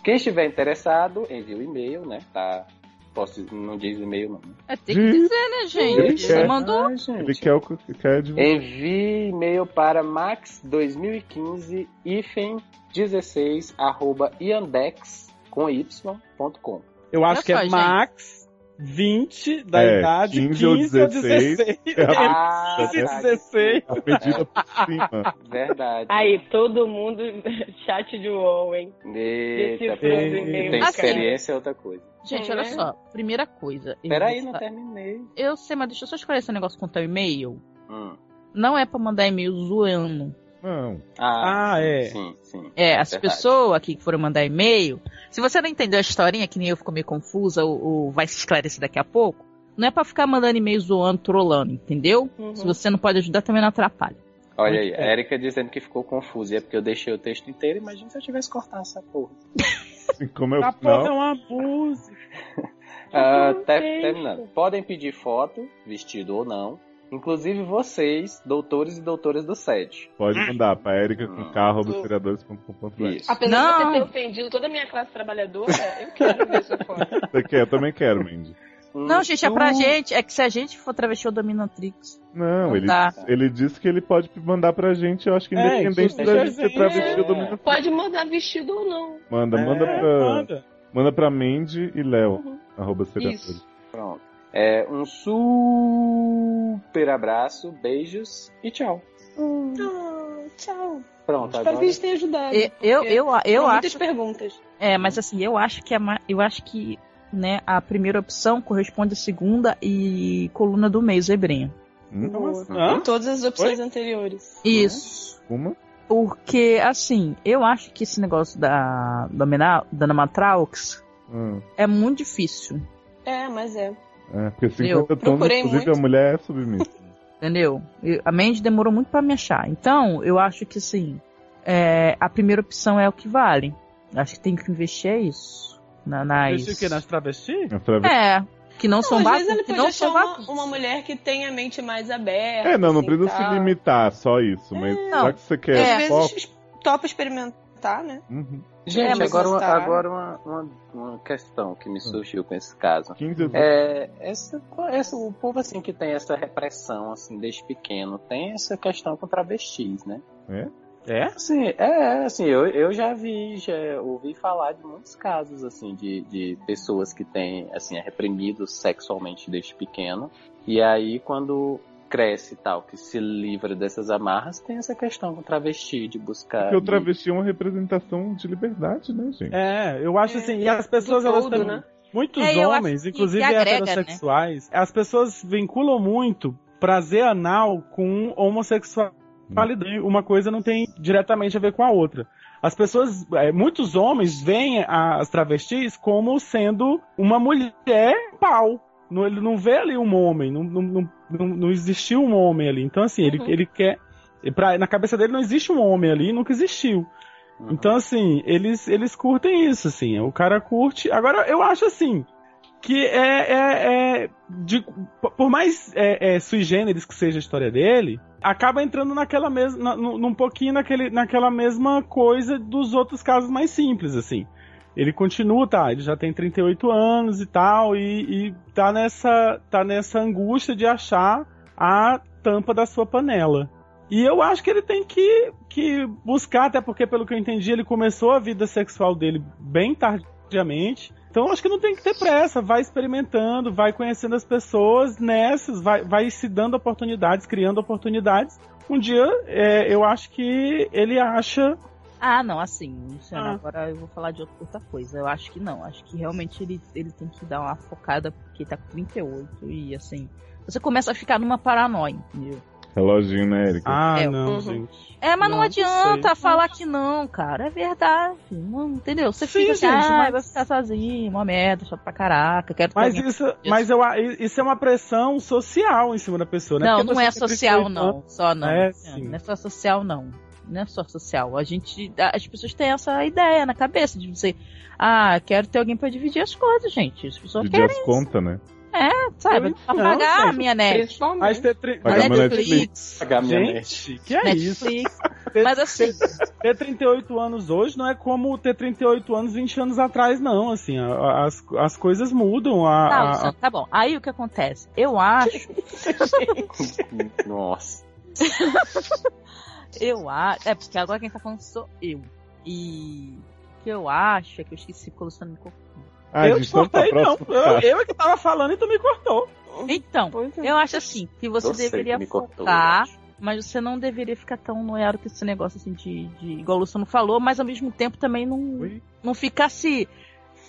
Speaker 4: Quem estiver interessado, envie o e-mail, né? Tá? Posso, não diz e-mail, não.
Speaker 2: É, tem que dizer, né, gente? Você
Speaker 5: É.
Speaker 2: mandou.
Speaker 4: Ai, gente.
Speaker 5: Ele quer o que quer de você.
Speaker 4: Envie e-mail para max2015-16 arroba iandex com y.com.
Speaker 6: eu acho
Speaker 2: Olha
Speaker 6: que é
Speaker 2: só, gente.
Speaker 6: Max 20 da
Speaker 5: É,
Speaker 6: idade
Speaker 5: 15
Speaker 6: 15
Speaker 5: ou
Speaker 6: ou 16.
Speaker 4: Ah,
Speaker 6: 15 e
Speaker 4: tá,
Speaker 6: 16.
Speaker 5: A medida por cima.
Speaker 4: verdade.
Speaker 9: Aí, todo mundo [laughs] chat de UOL, hein?
Speaker 4: Eita,
Speaker 9: Decifrando
Speaker 4: peraí.
Speaker 6: e-mail,
Speaker 4: tem
Speaker 2: cara.
Speaker 4: experiência é outra coisa.
Speaker 2: Gente,
Speaker 9: É,
Speaker 2: olha
Speaker 9: né?
Speaker 2: só. Primeira coisa. eu
Speaker 4: Peraí,
Speaker 2: vou
Speaker 4: não
Speaker 2: falar-
Speaker 4: terminei.
Speaker 2: Eu sei, mas deixa eu só esclarecer um negócio com o teu e-mail.
Speaker 4: Hum.
Speaker 2: Não é pra mandar e-mail zoando.
Speaker 5: Não.
Speaker 6: Ah,
Speaker 4: Ah, sim,
Speaker 6: é.
Speaker 4: Sim, sim.
Speaker 2: É, as
Speaker 4: Verdade.
Speaker 2: pessoas aqui que foram mandar e-mail. Se você não entendeu a historinha, que nem eu ficou meio confusa, ou, ou vai se esclarecer daqui a pouco, não é pra ficar mandando e-mail zoando, trolando, entendeu?
Speaker 9: Uhum.
Speaker 2: Se você não pode ajudar, também não atrapalha.
Speaker 4: Olha aí, a Erika dizendo que ficou confusa. E É porque eu deixei o texto inteiro. Imagina se eu tivesse cortado essa porra.
Speaker 5: Assim, como eu
Speaker 6: A porra é
Speaker 5: não.
Speaker 6: uma música.
Speaker 4: Ah,
Speaker 9: Não
Speaker 4: tá-
Speaker 9: tem
Speaker 4: terminando. Podem pedir foto, vestido ou não. Inclusive vocês, doutores e doutoras do set.
Speaker 5: Pode
Speaker 6: Hum.
Speaker 5: mandar pra Erika com
Speaker 4: Não.
Speaker 5: carro do seriadores.com.br.
Speaker 2: Ah,
Speaker 4: Isso.
Speaker 9: Apesar de
Speaker 2: Não.
Speaker 9: você ter ofendido toda a minha classe trabalhadora, eu quero ver sua
Speaker 2: [laughs]
Speaker 9: foto.
Speaker 5: Você quer? Eu também quero, Mendes.
Speaker 4: Um
Speaker 2: Não, gente, é pra
Speaker 4: su-
Speaker 2: gente. É que se a gente for travesti ou dominatrix.
Speaker 5: Não,
Speaker 1: Então
Speaker 2: Não
Speaker 5: ele,
Speaker 1: tá.
Speaker 2: dá.
Speaker 5: ele disse que ele pode mandar pra gente, eu acho que
Speaker 6: É,
Speaker 5: independente
Speaker 6: isso,
Speaker 5: da
Speaker 6: isso
Speaker 5: gente
Speaker 6: é
Speaker 5: ser
Speaker 6: gente.
Speaker 5: travesti ou
Speaker 4: É.
Speaker 5: dominante.
Speaker 1: Pode mandar vestido ou não.
Speaker 5: Manda, manda
Speaker 6: É,
Speaker 5: pra.
Speaker 6: manda.
Speaker 5: Manda pra Mandy e Léo. Arroba seriadores.
Speaker 1: Uhum. Isso.
Speaker 4: Pronto. É um super abraço, beijos e tchau.
Speaker 1: Ah, tchau.
Speaker 4: Pronto, agora.
Speaker 1: Espero que eles tenham ajudado.
Speaker 2: Eu, eu, eu, eu
Speaker 1: Foram
Speaker 2: acho.
Speaker 1: Muitas perguntas.
Speaker 2: É, mas assim, eu acho que a, ma- eu acho que né, a primeira opção corresponde à segunda e coluna do meio, zebrinha.
Speaker 5: Hum,
Speaker 6: Como assim?
Speaker 1: Em
Speaker 6: Hã?
Speaker 1: todas as opções anteriores.
Speaker 2: Isso.
Speaker 5: uma?
Speaker 2: Porque, assim, eu acho que esse negócio da domina- da Namatraux
Speaker 5: Hum.
Speaker 2: é muito difícil,
Speaker 1: É, mas é.
Speaker 5: É, porque 50
Speaker 2: Eu
Speaker 5: tons,
Speaker 1: procurei
Speaker 5: inclusive,
Speaker 1: muito.
Speaker 5: a mulher é submissa.
Speaker 2: entendeu? E a Mandy demorou muito pra me achar. Então, eu acho que, assim, é, a primeira opção é o que vale. Acho que tem que investir é isso. Na, nas...
Speaker 6: Deixa o que nas travestis?
Speaker 5: É pra ver.
Speaker 2: É, que não,
Speaker 1: Não,
Speaker 2: são
Speaker 1: às
Speaker 2: batis,
Speaker 1: vezes ele
Speaker 2: que
Speaker 1: pode
Speaker 2: não
Speaker 1: achar
Speaker 2: são
Speaker 1: uma,
Speaker 2: batis.
Speaker 1: uma mulher que tenha a mente mais aberta.
Speaker 5: É, não, não
Speaker 1: assim,
Speaker 5: precisa
Speaker 1: tal.
Speaker 5: se limitar, só isso. Mas
Speaker 2: não.
Speaker 5: já que você quer
Speaker 2: É.
Speaker 1: É, Às
Speaker 5: foco.
Speaker 1: vezes topa experimentar, né?
Speaker 5: Uhum.
Speaker 1: É,
Speaker 4: Gente,
Speaker 1: mas
Speaker 4: agora, uma,
Speaker 1: tá.
Speaker 4: agora uma, uma, uma questão que me surgiu com esse caso.
Speaker 5: 15 anos.
Speaker 4: É, essa, essa, o povo assim que tem essa repressão assim desde pequeno tem essa questão com travestis, né?
Speaker 5: É?
Speaker 6: É?
Speaker 4: Sim, é, é, assim, eu, eu já vi, já ouvi falar de muitos casos, assim, de, de pessoas que têm, assim, é reprimido sexualmente desde pequeno, e aí quando cresce e tal, que se livra dessas amarras, tem essa questão com travesti, de buscar...
Speaker 5: Porque o travesti é uma representação de liberdade, né, gente?
Speaker 6: É, eu acho assim, e as pessoas,
Speaker 1: Do
Speaker 6: elas
Speaker 1: todo,
Speaker 6: também...
Speaker 1: né?
Speaker 6: Muitos
Speaker 2: É, eu acho
Speaker 6: homens,
Speaker 2: que-
Speaker 6: inclusive
Speaker 2: que agrega, né?
Speaker 6: heterossexuais, as pessoas vinculam muito prazer anal com homossexualidade. Uma coisa não tem diretamente a ver com a outra. As pessoas, é, muitos homens veem as travestis como sendo uma mulher pau. Não, ele não vê ali um homem, não, não, não, não, não existiu um homem ali. Então, assim, ele,
Speaker 9: Uhum.
Speaker 6: ele quer. pra- na cabeça dele não existe um homem ali, nunca existiu.
Speaker 4: Uhum.
Speaker 6: Então, assim, eles, eles curtem isso, assim. O cara curte. Agora, eu acho assim. Que é. é- é de- p- por mais é, é, sui generis que seja a história dele, acaba entrando naquela mesma. na- num num pouquinho naquele, naquela mesma coisa dos outros casos mais simples, assim. Ele continua, tá? Ele já tem 38 anos e tal, e, e tá, nessa, tá nessa angústia de achar a tampa da sua panela. E eu acho que ele tem que, que buscar, até porque, pelo que eu entendi, ele começou a vida sexual dele bem tardiamente. Então eu acho que não tem que ter pressa, vai experimentando, vai conhecendo as pessoas nessas, vai, vai se dando oportunidades, criando oportunidades. Um dia é, eu acho que ele acha.
Speaker 2: Ah, não, assim, Luciana,
Speaker 6: Ah.
Speaker 2: agora eu vou falar de outra coisa. Eu acho que não. Acho que realmente ele, ele tem que dar uma focada, porque tá com 38 e assim. Você começa a ficar numa paranoia, entendeu?
Speaker 5: Reloginho, né, Erika?
Speaker 6: Ah,
Speaker 2: É,
Speaker 6: não,
Speaker 1: uhum.
Speaker 6: gente.
Speaker 2: É, mas não,
Speaker 6: Não
Speaker 2: adianta
Speaker 6: sei.
Speaker 2: falar que não, cara. É verdade. Não, entendeu? Você
Speaker 6: Sim,
Speaker 2: fica assim,
Speaker 6: gente,
Speaker 2: ah,
Speaker 6: mas-
Speaker 2: vai ficar sozinho, uma merda, só pra caraca, quero ter
Speaker 6: Mas
Speaker 2: alguém-
Speaker 6: isso, mas eu, a- isso é uma pressão social em cima da pessoa, né?
Speaker 2: Não,
Speaker 6: Porque a
Speaker 2: não é
Speaker 6: pessoa tem
Speaker 2: social,
Speaker 6: 38
Speaker 2: não. Só não.
Speaker 6: É,
Speaker 2: É,
Speaker 6: sim.
Speaker 2: não é só social, não. Não é só social. A gente. As pessoas têm essa ideia na cabeça de você. Ah, quero ter alguém pra dividir as coisas, gente. As pessoas
Speaker 5: De
Speaker 2: querem,
Speaker 5: as conta, né?
Speaker 2: sabe? Pra
Speaker 6: não,
Speaker 2: pagar a
Speaker 6: gente.
Speaker 2: minha net. é
Speaker 9: Principalmente.
Speaker 6: Mas ter, tri...
Speaker 5: Pagar meu Netflix.
Speaker 2: Netflix.
Speaker 4: Pagar minha
Speaker 6: Gente, que é isso?
Speaker 2: Netflix. Mas assim,
Speaker 6: Ter 38 anos hoje não é como ter 38 anos 20 anos atrás, não. Assim, a- a- as, as coisas mudam. A,
Speaker 2: tá,
Speaker 6: a-
Speaker 2: Luciano, tá bom. Aí o que acontece? Eu acho,
Speaker 4: net. [laughs] Nossa.
Speaker 2: eu acho. É, porque agora quem tá falando sou eu. E o que eu acho é que eu esqueci porque o Luciano me cortou.
Speaker 5: Ah,
Speaker 6: eu
Speaker 5: gente,
Speaker 6: te
Speaker 5: então tá
Speaker 6: cortei, não.
Speaker 5: próximo.
Speaker 6: Eu, eu é que tava falando e tu me cortou.
Speaker 2: Então,
Speaker 1: Pois é.
Speaker 2: eu acho assim, que você
Speaker 4: Eu sei que
Speaker 2: deveria
Speaker 4: me cortou,
Speaker 2: focar.
Speaker 4: eu acho.
Speaker 2: Mas você não deveria ficar tão noiado com esse negócio assim de, de- igual o Luciano falou, mas ao mesmo tempo também não,
Speaker 5: Oi?
Speaker 2: não ficar se,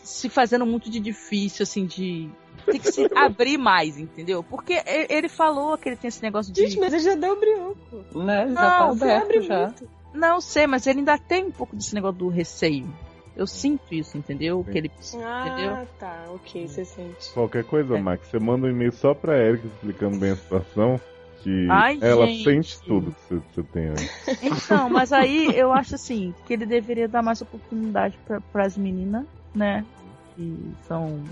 Speaker 2: se fazendo muito de difícil, assim, de. Tem que
Speaker 4: [laughs]
Speaker 2: se abrir mais, entendeu? Porque e- ele falou que ele tem esse negócio de.
Speaker 1: Gente, mas ele já deu brioco.
Speaker 4: Né, já tá
Speaker 2: Não,
Speaker 1: Você
Speaker 4: aberto
Speaker 1: abre
Speaker 4: já.
Speaker 1: muito.
Speaker 2: Não sei, mas ele ainda tem um pouco desse negócio do receio. Eu sinto isso, entendeu? Que ele.
Speaker 1: Ah,
Speaker 2: Entendeu?
Speaker 1: tá. Ok, você sente.
Speaker 5: Qualquer coisa,
Speaker 2: É.
Speaker 5: Max, você manda um e-mail só pra Erika explicando bem a situação. Que
Speaker 2: Ai,
Speaker 5: ela
Speaker 2: gente.
Speaker 5: sente tudo que você, você tem. Né?
Speaker 2: Então, mas aí eu acho assim, que ele deveria dar mais oportunidade para as meninas, né? Que são.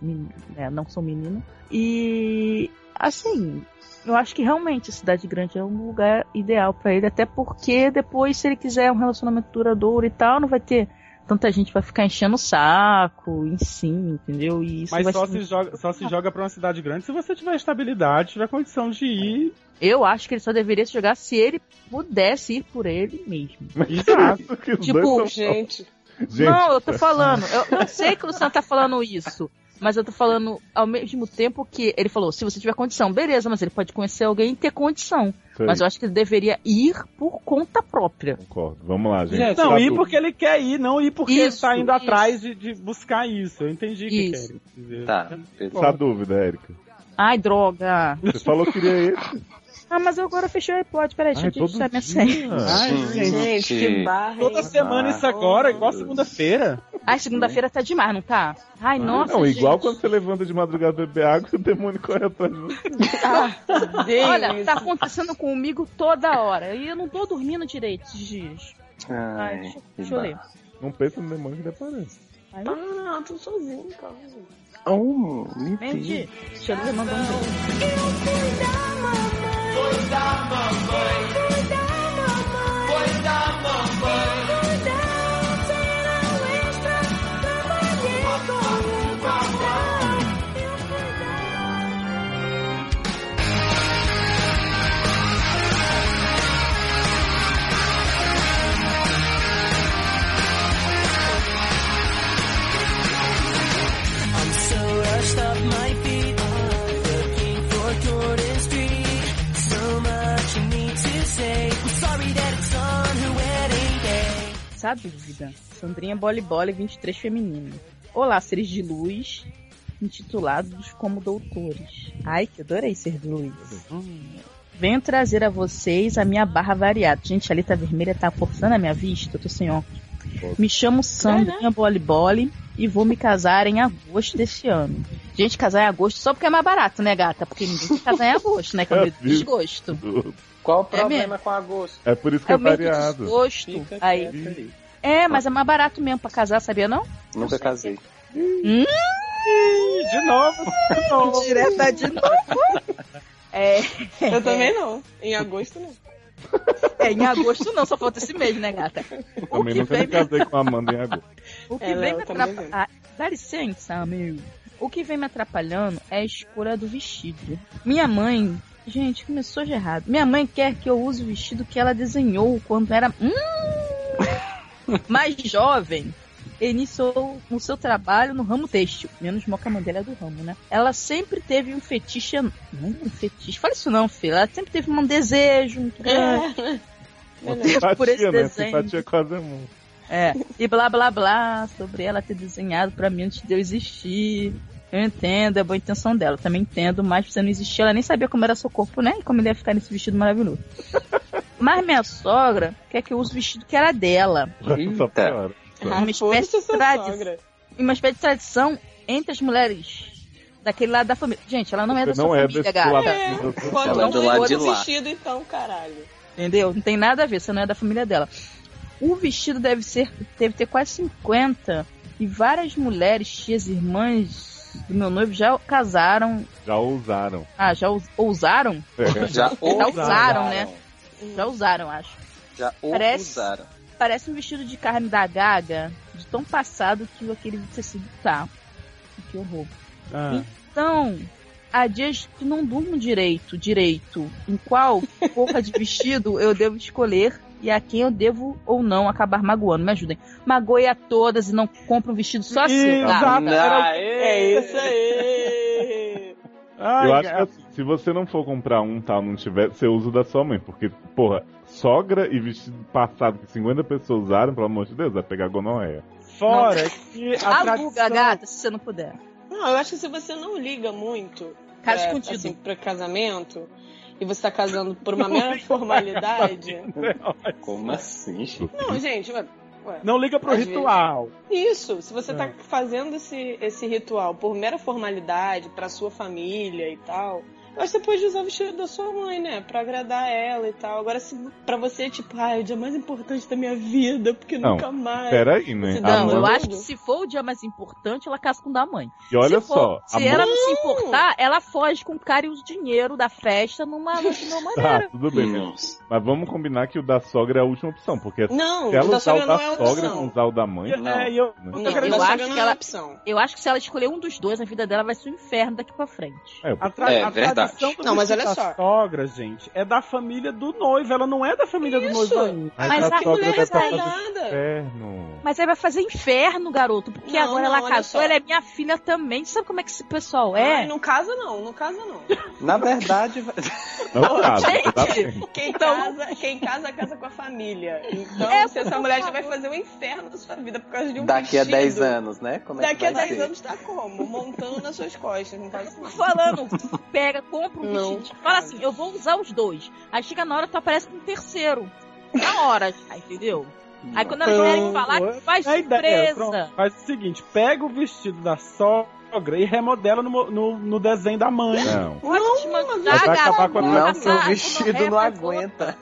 Speaker 2: men- né, não são meninas. E. Assim. Eu acho que realmente a cidade grande é um lugar ideal pra ele, até porque depois, se ele quiser um relacionamento duradouro e tal, não vai ter tanta gente vai ficar enchendo o saco, em cima, entendeu? E assim, isso é
Speaker 6: Mas
Speaker 2: vai
Speaker 6: só
Speaker 2: ser
Speaker 6: se, joga, só se joga pra uma cidade grande se você tiver estabilidade, tiver condição de ir.
Speaker 2: Eu acho que ele só deveria se jogar se ele pudesse ir por ele mesmo.
Speaker 5: [laughs] Exato, que os
Speaker 2: Tipo,
Speaker 5: dois são...
Speaker 1: Gente,
Speaker 5: Gente, é.
Speaker 2: não, eu tô falando. Eu, eu sei que o Luciano tá falando isso. Mas eu tô falando ao mesmo tempo que ele falou, se você tiver condição, beleza, mas ele pode conhecer alguém e ter condição.
Speaker 5: isso aí,
Speaker 2: Mas eu acho que ele deveria ir por conta própria.
Speaker 5: concordo. Vamos lá, gente.
Speaker 4: Gente,
Speaker 6: Não,
Speaker 5: tá
Speaker 6: ir
Speaker 5: tudo.
Speaker 6: porque ele quer ir, não ir porque ele
Speaker 2: Isso,
Speaker 6: tá indo
Speaker 2: isso.
Speaker 6: atrás de, de buscar isso. Eu entendi o que
Speaker 2: Isso.
Speaker 6: querem dizer.
Speaker 4: Tá.
Speaker 5: Essa dúvida, Erika.
Speaker 2: Ai, droga.
Speaker 5: Você falou que queria esse.
Speaker 2: Ah, mas eu agora fechei o iPod, peraí, deixa
Speaker 5: Ai,
Speaker 2: eu te
Speaker 5: todo
Speaker 2: deixar minha senha.
Speaker 5: dia.
Speaker 6: Ai, gente.
Speaker 1: gente, que barra. hein?
Speaker 6: Toda semana isso agora, igual segunda-feira.
Speaker 2: Ai, segunda-feira tá demais, não tá? Ai, nossa,
Speaker 5: né? não, igual
Speaker 2: gente.
Speaker 5: quando você levanta de madrugada pra beber água, [laughs] o demônio corre atrás de você.
Speaker 1: Ah, Deus.
Speaker 2: Olha, tá acontecendo comigo toda hora. E eu não tô dormindo direito esses dias. Ai,
Speaker 4: Ai,
Speaker 2: deixa,
Speaker 4: que
Speaker 2: deixa eu ler.
Speaker 4: barra.
Speaker 5: Não pensa no demônio que ele é aparece.
Speaker 1: Ah, não, tô sozinho, então. calma.
Speaker 4: Oh, me
Speaker 2: Meio-dia. Deixa eu ler, mandou um beijo.
Speaker 3: off my feet. Looking for Jordan Street. So much you need to say. I'm sorry that it's on her wedding day.
Speaker 2: Sabe, dúvida? Sandrinha Boli Boli 23 Feminino. Olá, seres de luz, intitulados como doutores. Ai, que adorei ser de luz. Venho trazer a vocês a minha barra variada. Gente, a letra vermelha tá forçando a minha vista, eu tô sem óculos. Me chamo Sandrinha Boli Boli e vou me casar em agosto deste ano. Gente, casar em agosto só porque é mais barato, né, gata? Porque ninguém quer casar em agosto, né? Que [laughs] é o medo do desgosto.
Speaker 4: Qual o
Speaker 2: É mesmo?
Speaker 4: problema com agosto?
Speaker 5: É por isso que
Speaker 2: É
Speaker 5: é
Speaker 2: o medo do
Speaker 5: variado.
Speaker 2: desgosto.
Speaker 4: Fica
Speaker 2: Aí.
Speaker 4: quieta aí.
Speaker 2: É, mas é mais barato mesmo pra casar, sabia não?
Speaker 4: Nunca casei.
Speaker 6: De novo, assim, de novo.
Speaker 2: Direta de novo. É,
Speaker 1: Eu também não. Em agosto, não.
Speaker 2: é, em agosto não, só falta esse mês, né, gata? O
Speaker 5: Também
Speaker 2: que
Speaker 5: nunca me
Speaker 2: vem,
Speaker 5: casei com a Amanda em agosto.
Speaker 2: o que
Speaker 1: Ela
Speaker 2: vem me
Speaker 1: também
Speaker 2: atrapalhando. dá licença, amigo. O que vem me atrapalhando é a escura do vestido. Minha mãe. Gente, começou de errado. Minha mãe quer que eu use o vestido que ela desenhou quando era. Hum! mais jovem. e Iniciou o seu trabalho no ramo têxtil. Menos Moca Mandela é do ramo, né? Ela sempre teve um fetiche. en- Não, um fetiche. Fala isso não, filha. Ela sempre teve um desejo. Um... [laughs]
Speaker 5: Uma
Speaker 2: Por esse
Speaker 5: simpatia, né?
Speaker 2: desenho.
Speaker 5: Simpatia quase é [laughs] muito.
Speaker 2: É. E blá blá blá sobre ela ter desenhado pra mim antes de eu existir. Eu entendo, é boa intenção dela, eu também entendo, mas você não existia, ela nem sabia como era seu corpo, né? E como ele ia ficar nesse
Speaker 1: [laughs]
Speaker 2: vestido maravilhoso. mas minha sogra quer que eu use o vestido que era dela.
Speaker 5: Só piora.
Speaker 1: Ah,
Speaker 2: Uma
Speaker 1: foda-se
Speaker 2: espécie de
Speaker 1: sua
Speaker 2: tradição.
Speaker 1: sogra.
Speaker 2: E uma espécie de tradição entre as mulheres daquele lado da família. Gente, ela não é da
Speaker 5: Você
Speaker 2: sua
Speaker 5: não é
Speaker 2: família,
Speaker 5: desse
Speaker 2: gata.
Speaker 5: lado.
Speaker 1: Pode
Speaker 4: Ela é
Speaker 1: não
Speaker 4: do lado
Speaker 1: foi
Speaker 4: de lá.
Speaker 1: vestido, então, caralho.
Speaker 2: Entendeu? Não tem nada a ver, você não é da família dela. O vestido deve ser, deve ter quase 50 e várias mulheres, tias, irmãs do meu noivo já casaram,
Speaker 5: Já usaram.
Speaker 2: ah, já us- ousaram?
Speaker 5: É.
Speaker 4: Já
Speaker 2: usaram,
Speaker 4: ousaram,
Speaker 2: né? Já usaram, acho.
Speaker 4: Já
Speaker 2: Parece-
Speaker 4: usaram.
Speaker 2: Parece um vestido de carne da gaga, de tão passado que aquele tecido tá. Que horror.
Speaker 6: Ah,
Speaker 2: Então, há dias que não durmo direito, direito, em qual roupa de vestido eu devo escolher e a quem eu devo ou não acabar magoando. Me ajudem. Magoia todas e não compra um vestido só seu.
Speaker 6: Exato.
Speaker 2: Tá?
Speaker 6: Ah, era-
Speaker 1: É isso aí!
Speaker 6: ai, é.
Speaker 5: Eu acho que
Speaker 6: gata.
Speaker 5: assim, se você não for comprar um tal, não tiver, você usa o da sua mãe. Porque, porra, sogra e vestido passado que 50 pessoas usaram, pelo amor de Deus, vai pegar gonorreia.
Speaker 6: Fora que a
Speaker 2: Aluga,
Speaker 6: tradição...
Speaker 2: gata, se você não puder.
Speaker 1: Não, eu acho que se você não liga muito
Speaker 2: Casa
Speaker 1: pra,
Speaker 2: escondido.
Speaker 1: assim, pra casamento e você tá casando [laughs] por uma mera formalidade.
Speaker 2: né?
Speaker 4: Como assim, gente?
Speaker 1: Não, gente, ué, ué,
Speaker 6: [laughs] Não liga pro
Speaker 1: Às
Speaker 6: ritual.
Speaker 1: isso. Se você
Speaker 5: É.
Speaker 1: tá fazendo esse, esse ritual por mera formalidade, pra sua família e tal, eu acho que você pode usar o vestido da sua mãe, né? Pra agradar ela e tal. Agora, se pra você, tipo, ah, é o dia mais importante da minha vida, porque
Speaker 5: Não,
Speaker 1: nunca mais.
Speaker 5: Peraí, né?
Speaker 1: Você dá
Speaker 5: A
Speaker 2: Não,
Speaker 1: uma-
Speaker 2: eu
Speaker 5: Amanda...
Speaker 2: acho que se for o dia mais importante, ela casa com o da mãe.
Speaker 5: E olha
Speaker 2: se for,
Speaker 5: só, a
Speaker 2: Se
Speaker 5: Amanda...
Speaker 2: ela não se importar, ela foge com o cara e o dinheiro da festa numa,
Speaker 5: [laughs]
Speaker 2: numa maneira.
Speaker 5: Tá, tudo bem.
Speaker 4: Hum.
Speaker 5: Mas vamos combinar que o da sogra é a última opção, porque
Speaker 1: Não,
Speaker 5: se ela
Speaker 1: o da
Speaker 5: usar
Speaker 1: sogra
Speaker 5: o
Speaker 1: não
Speaker 5: da
Speaker 1: é
Speaker 5: sogra
Speaker 1: opção.
Speaker 5: não usar o da mãe,
Speaker 4: Não.
Speaker 6: É, e eu,
Speaker 5: Não, um
Speaker 6: eu
Speaker 1: Não,
Speaker 6: tô querendo
Speaker 1: o da
Speaker 2: acho
Speaker 1: sogra
Speaker 2: que
Speaker 1: não é
Speaker 2: ela-
Speaker 1: opção.
Speaker 2: Eu acho que se ela escolher um dos dois, a vida dela vai ser um inferno daqui pra frente.
Speaker 5: é,
Speaker 6: A, tra
Speaker 4: É,
Speaker 6: a
Speaker 4: verdade.
Speaker 6: tradição do
Speaker 1: Não, mas
Speaker 6: vestido
Speaker 1: olha
Speaker 6: da
Speaker 1: só.
Speaker 6: sogra, gente, é da família do noivo. Ela não é da família do noivo ainda.
Speaker 2: Mas é
Speaker 5: a
Speaker 2: a
Speaker 5: sogra assim,
Speaker 2: mulher vai
Speaker 5: vai passar do
Speaker 1: Nada.
Speaker 5: inferno.
Speaker 2: Mas aí vai fazer inferno, garoto, porque
Speaker 1: Não,
Speaker 2: agora
Speaker 1: não,
Speaker 2: ela
Speaker 1: olha
Speaker 2: casou,
Speaker 1: só.
Speaker 2: ela é minha filha também. Sabe como é que esse pessoal
Speaker 1: Ai,
Speaker 2: é?
Speaker 1: não casa não, não casa não.
Speaker 4: Na verdade,
Speaker 5: Não cabe, tá
Speaker 2: gente.
Speaker 5: bem.
Speaker 1: Quem
Speaker 2: [laughs] Então-
Speaker 1: casa, quem casa, casa com a
Speaker 2: [laughs]
Speaker 1: família. Então,
Speaker 2: É,
Speaker 1: se essa mulher já vai fazer um inferno na sua vida por causa de um
Speaker 4: [laughs] daqui a
Speaker 1: vestido,
Speaker 4: 10 anos, né? Como é
Speaker 1: Daqui
Speaker 4: que
Speaker 1: a
Speaker 4: vai
Speaker 1: 10
Speaker 4: ser?
Speaker 1: anos tá como? Montando nas suas costas, não faz
Speaker 2: Tô
Speaker 1: mais.
Speaker 2: Falando, [laughs] pega, compra um
Speaker 1: Não,
Speaker 2: vestido, fala
Speaker 1: cara.
Speaker 2: assim, eu vou usar os dois. Aí chega na hora, tu aparece com um terceiro. Na hora, ah, entendeu? Aí quando elas
Speaker 6: Então,
Speaker 2: querem falar,
Speaker 6: é
Speaker 2: faz
Speaker 6: A ideia,
Speaker 2: surpresa.
Speaker 6: pronto. Faz o seguinte, pega o vestido da sogra e remodela no, mo- no, no desenho da mãe.
Speaker 4: É.
Speaker 5: Não.
Speaker 2: Vai te mandar,
Speaker 6: vai acabar
Speaker 2: garoto,
Speaker 6: com a
Speaker 2: vai
Speaker 4: Não,
Speaker 2: casar,
Speaker 4: seu
Speaker 2: tu
Speaker 4: vestido
Speaker 2: reza,
Speaker 4: não
Speaker 2: tu
Speaker 4: aguenta.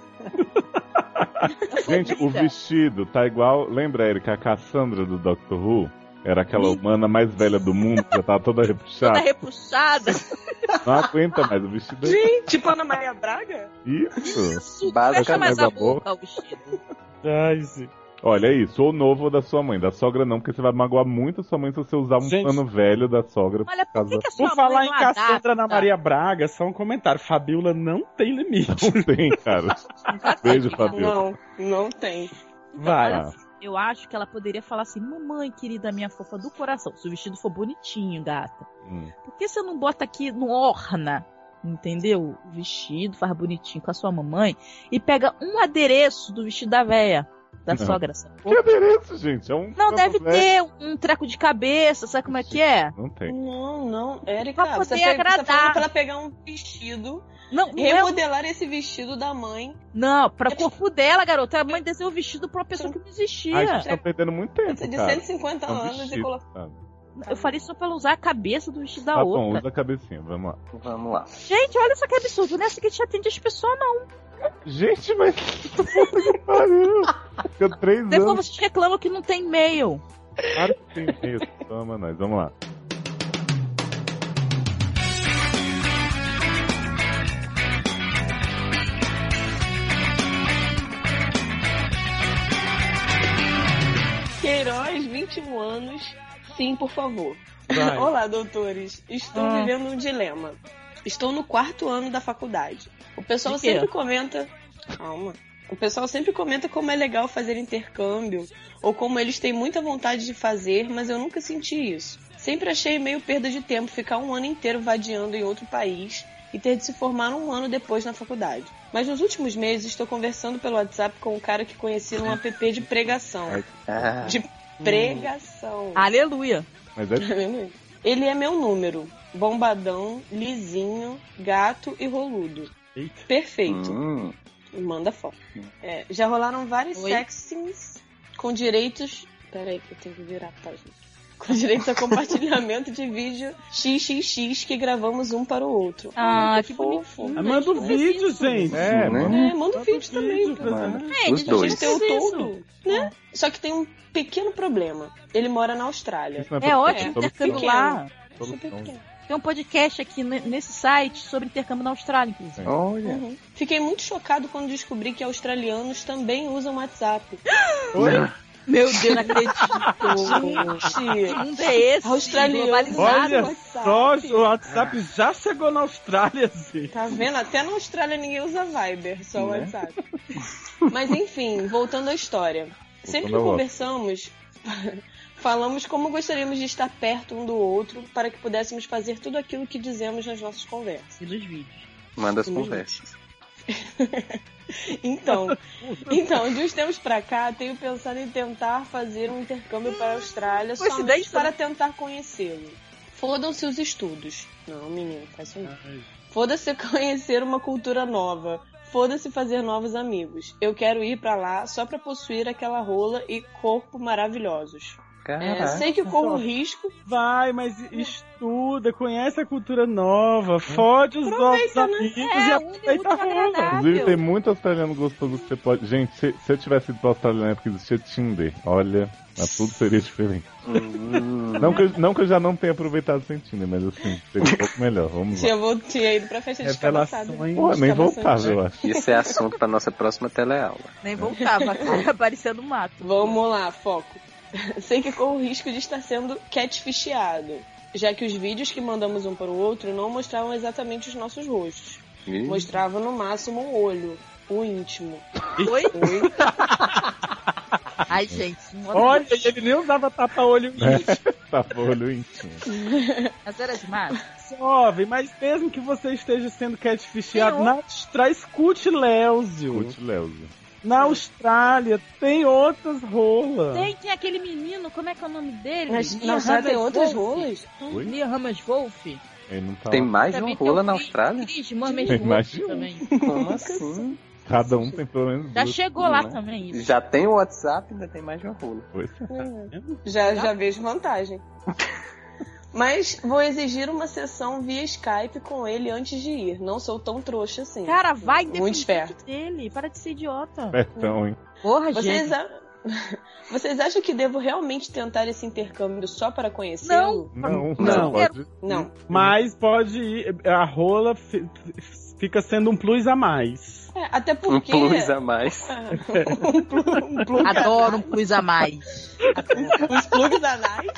Speaker 5: Gente, o
Speaker 2: Eita.
Speaker 5: vestido tá igual. Lembra, Erika, a Cassandra do Doctor Who? Era aquela humana mais velha do mundo, já tava toda
Speaker 2: Toda
Speaker 5: repuxada.
Speaker 2: repuxada.
Speaker 5: Não aguenta mais o vestido. é
Speaker 1: Gente, tipo Ana Maria Braga?
Speaker 5: Isso.
Speaker 2: Isso, fecha
Speaker 4: Basicamente,
Speaker 2: mais a
Speaker 5: a boca.
Speaker 2: boca, o vestido.
Speaker 6: Ai, gente.
Speaker 5: Olha é isso, ou novo ou da sua mãe. Da sogra não, porque você vai magoar muito a sua mãe se você usar um
Speaker 6: Gente.
Speaker 5: pano velho da sogra.
Speaker 2: Olha,
Speaker 5: por
Speaker 2: por que,
Speaker 5: causa
Speaker 2: que a sua
Speaker 6: Por falar
Speaker 2: mãe
Speaker 6: em
Speaker 2: não
Speaker 6: Cassandra
Speaker 2: adapta?
Speaker 6: na Maria Braga, só um comentário. Fabiola não
Speaker 5: [laughs]
Speaker 6: tem limite.
Speaker 5: Não tem, cara.
Speaker 2: é
Speaker 5: Beijo, Fabio.
Speaker 1: Não, não tem.
Speaker 6: Vai.
Speaker 5: Ah,
Speaker 2: Eu acho que ela poderia falar assim, mamãe querida, minha fofa do coração, se o vestido for bonitinho, gata.
Speaker 5: hum.
Speaker 2: Por que você não bota aqui no orna? Entendeu? O vestido, faz bonitinho com a sua mamãe e pega um adereço do vestido da véia, da
Speaker 5: Não.
Speaker 2: sogra. sabe?
Speaker 5: Que adereço, gente? É um
Speaker 2: Não, deve
Speaker 5: camuflete.
Speaker 2: ter um treco de cabeça, sabe como é que é?
Speaker 5: Não tem.
Speaker 1: Não, não,
Speaker 2: Pra
Speaker 1: Érica, você,
Speaker 2: poder
Speaker 1: pe- você
Speaker 2: agradar.
Speaker 1: falou pra ela pegar um vestido,
Speaker 2: Não, não, é- um,
Speaker 1: remodelar esse vestido da mãe.
Speaker 2: não pra corpo dela, garota. A mãe desenhou o vestido pra uma pessoa que não
Speaker 5: Ai,
Speaker 2: existia.
Speaker 5: vocês estão perdendo muito tempo,
Speaker 1: De
Speaker 5: cara.
Speaker 1: 150
Speaker 5: É um
Speaker 1: anos e
Speaker 5: vestido,
Speaker 1: colocar.
Speaker 5: sabe?
Speaker 2: Eu falei só pra ela usar a cabeça do vestido da
Speaker 5: Tá
Speaker 2: outra.
Speaker 5: bom, usa a cabecinha, vamos lá.
Speaker 4: Vamos lá.
Speaker 2: Gente, olha só que absurdo. Não é assim que a gente atende as pessoas, não.
Speaker 5: Gente, mas. [laughs] Puta que pariu! Ficou três
Speaker 2: Depois
Speaker 5: anos.
Speaker 2: vocês reclamam que não tem e-mail.
Speaker 5: Claro que tem isso. Toma nós, vamos lá.
Speaker 1: Queiroz, 21 anos. Sim, por favor.
Speaker 6: Vai.
Speaker 1: Olá, doutores. Estou
Speaker 2: Ah.
Speaker 1: vivendo um dilema. Estou no quarto ano da faculdade. O pessoal
Speaker 2: De quê?
Speaker 1: sempre comenta. Calma. O pessoal sempre comenta como é legal fazer intercâmbio, ou como eles têm muita vontade de fazer, mas eu nunca senti isso. Sempre achei meio perda de tempo ficar um ano inteiro vadiando em outro país e ter de se formar um ano depois na faculdade. Mas nos últimos meses estou conversando pelo WhatsApp com um cara que conheci num app de pregação.
Speaker 4: Ah,
Speaker 1: De pregação.
Speaker 2: Aleluia.
Speaker 5: Mas é
Speaker 1: Ele é meu número. Bombadão, lisinho, gato e roludo.
Speaker 6: Eita.
Speaker 1: Perfeito.
Speaker 4: hum,
Speaker 1: Manda foto. É, já rolaram vários
Speaker 2: Oi?
Speaker 1: sexings com direitos. Peraí, que eu tenho que virar a página. Com direitos a compartilhamento de vídeo XXX que gravamos um para o outro.
Speaker 2: Ah,
Speaker 1: Ai,
Speaker 2: que
Speaker 1: fofo.
Speaker 2: bonitinho.
Speaker 6: Ah, Manda o vídeo, gente.
Speaker 5: É,
Speaker 4: né?
Speaker 5: mano.
Speaker 1: É, manda um vídeo também. cara. É
Speaker 4: mano.
Speaker 2: Gente,
Speaker 4: Os
Speaker 2: gente,
Speaker 4: dois.
Speaker 2: não
Speaker 1: Tem o
Speaker 2: precisa isso. É.
Speaker 1: todo, né? Só que tem um pequeno problema. Ele mora na Austrália.
Speaker 5: Isso não
Speaker 2: É
Speaker 5: problema,
Speaker 2: ótimo
Speaker 5: solução,
Speaker 2: intercâmbio lá.
Speaker 5: solução.
Speaker 1: Super pequeno.
Speaker 2: Tem um podcast aqui ne- nesse site sobre intercâmbio na Austrália, inclusive.
Speaker 4: Olha.
Speaker 1: Uhum. Fiquei muito chocado quando descobri que australianos também usam WhatsApp.
Speaker 2: Meu Deus, não acredito. que
Speaker 1: Gente,
Speaker 2: mundo é esse?
Speaker 1: australianos
Speaker 6: Olha
Speaker 1: usam WhatsApp.
Speaker 6: Só o WhatsApp já chegou na Austrália, gente.
Speaker 1: Tá vendo? Até na Austrália ninguém usa Viber, só o
Speaker 4: Né?
Speaker 1: WhatsApp. Mas enfim, voltando à história. Sempre que
Speaker 5: ao óbvio.
Speaker 1: conversamos, [laughs] falamos como gostaríamos de estar perto um do outro para que pudéssemos fazer tudo aquilo que dizemos nas nossas conversas.
Speaker 2: E dos vídeos.
Speaker 4: Manda as conversas.
Speaker 1: Então, então, de uns tempos pra cá, tenho pensado em tentar fazer um intercâmbio para a Austrália somente
Speaker 2: Coincidência,
Speaker 1: para tentar conhecê-lo. Fodam-se os estudos. Não, menino, faz isso
Speaker 6: Ah.
Speaker 1: não. Foda-se [laughs] conhecer uma cultura nova. Foda-se fazer novos amigos. Eu quero ir pra lá só pra possuir aquela rola e corpo maravilhosos. É,
Speaker 4: Caraca.
Speaker 1: sei que corro risco.
Speaker 6: Vai, mas estuda, conhece a cultura nova, fode os nossos amigos e
Speaker 2: É, une muito
Speaker 6: aproveita a rola.
Speaker 5: Inclusive, tem
Speaker 2: agradável.
Speaker 5: muito australiano gostoso que você pode. Gente, se, se eu tivesse ido pra Austrália na época que existia Tinder, olha, mas tudo seria diferente.
Speaker 4: Hum,
Speaker 5: Não que, eu, não que eu já não tenha aproveitado sem Tinder, mas assim, seria um pouco melhor. Vamos
Speaker 1: Se
Speaker 5: lá.
Speaker 1: eu vou tinha ido pra festa de descabaçada.
Speaker 6: Revelações.
Speaker 5: Pô, é nem
Speaker 1: Descabaçante.
Speaker 5: voltava, eu acho.
Speaker 4: Isso é assunto pra nossa próxima teleaula.
Speaker 2: Nem voltava, [laughs] cara. Aparecia no mato.
Speaker 1: Vamos lá, foco. [laughs] Sei que corro o risco de estar sendo catfishado, já que os vídeos que mandamos um para o outro não mostravam exatamente os nossos rostos.
Speaker 4: Ih,
Speaker 1: Mostravam no máximo um olho, o íntimo.
Speaker 2: Oi?
Speaker 1: Oi?
Speaker 2: Ai, gente. não
Speaker 6: Olha, ele nem usava tapa-olho
Speaker 5: Tá olho íntimo.
Speaker 2: Mas era demais.
Speaker 6: jovem, mas mesmo que você esteja sendo catfishado
Speaker 2: Eu-
Speaker 6: na Austrália, escute Léozio.
Speaker 5: Escute, Leozio.
Speaker 6: Na Austrália tem outras rolas.
Speaker 2: Tem, tem aquele menino, como é que é o nome dele?
Speaker 1: Mas
Speaker 2: Lee
Speaker 1: não já tem
Speaker 2: Hammers
Speaker 1: outras
Speaker 2: Wolff.
Speaker 1: rolas?
Speaker 5: Oi?
Speaker 2: Lee Hammers Wolf.
Speaker 5: Ele não tá
Speaker 4: Tem
Speaker 5: lá.
Speaker 4: mais de uma
Speaker 2: um
Speaker 4: rola um na
Speaker 2: [laughs]
Speaker 4: Austrália?
Speaker 2: Cris, Mermaid Wolf
Speaker 5: Imagina.
Speaker 2: também.
Speaker 4: Como assim?
Speaker 5: Cada um tem pelo menos
Speaker 2: Já
Speaker 5: duas.
Speaker 2: chegou
Speaker 4: né?
Speaker 2: lá também isso.
Speaker 4: Já tem o WhatsApp, ainda tem mais de uma rola.
Speaker 5: Pois é.
Speaker 1: Já, já vejo vantagem. Mas vou exigir uma sessão via Skype com ele antes de ir. Não sou tão trouxa assim.
Speaker 2: Cara, vai
Speaker 1: Muito
Speaker 2: depender
Speaker 1: esperto.
Speaker 2: dele. Para de ser idiota.
Speaker 5: Espertão, hein?
Speaker 2: Porra,
Speaker 1: Vocês,
Speaker 2: gente.
Speaker 1: a- [laughs] Vocês acham que devo realmente tentar esse intercâmbio só para conhecê-lo?
Speaker 2: Não.
Speaker 5: Não,
Speaker 6: Não.
Speaker 5: pode.
Speaker 1: Não.
Speaker 6: Mas pode ir. A rola fi- fica sendo um plus a mais.
Speaker 1: É, até
Speaker 4: Um
Speaker 1: porque. [laughs]
Speaker 4: plus a mais.
Speaker 1: um plu- um plug
Speaker 2: Adoro um plus a mais.
Speaker 1: Os plugs anais.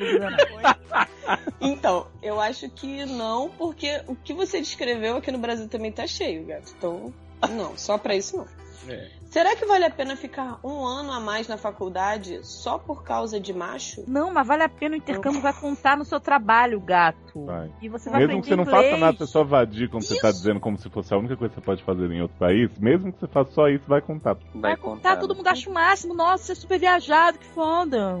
Speaker 2: É.
Speaker 1: Então, eu acho que não, porque o que você descreveu aqui no Brasil também tá cheio, gato. Então, não, só pra isso não. Será que vale a pena ficar um ano a mais na faculdade só por causa de macho?
Speaker 2: Não, mas vale a pena o intercâmbio, vai contar no seu trabalho, gato.
Speaker 5: Vai.
Speaker 2: E você vai
Speaker 5: Tá. Mesmo que
Speaker 2: aprender
Speaker 5: você não
Speaker 2: inglês.
Speaker 5: faça nada, você só vadia, como você tá dizendo, como se fosse a única coisa que você pode fazer em outro país, mesmo que você faça só isso, vai contar. né?
Speaker 2: Vai contar, Tá
Speaker 4: né?
Speaker 2: todo mundo acha o máximo. Nossa, você é super viajado, que foda.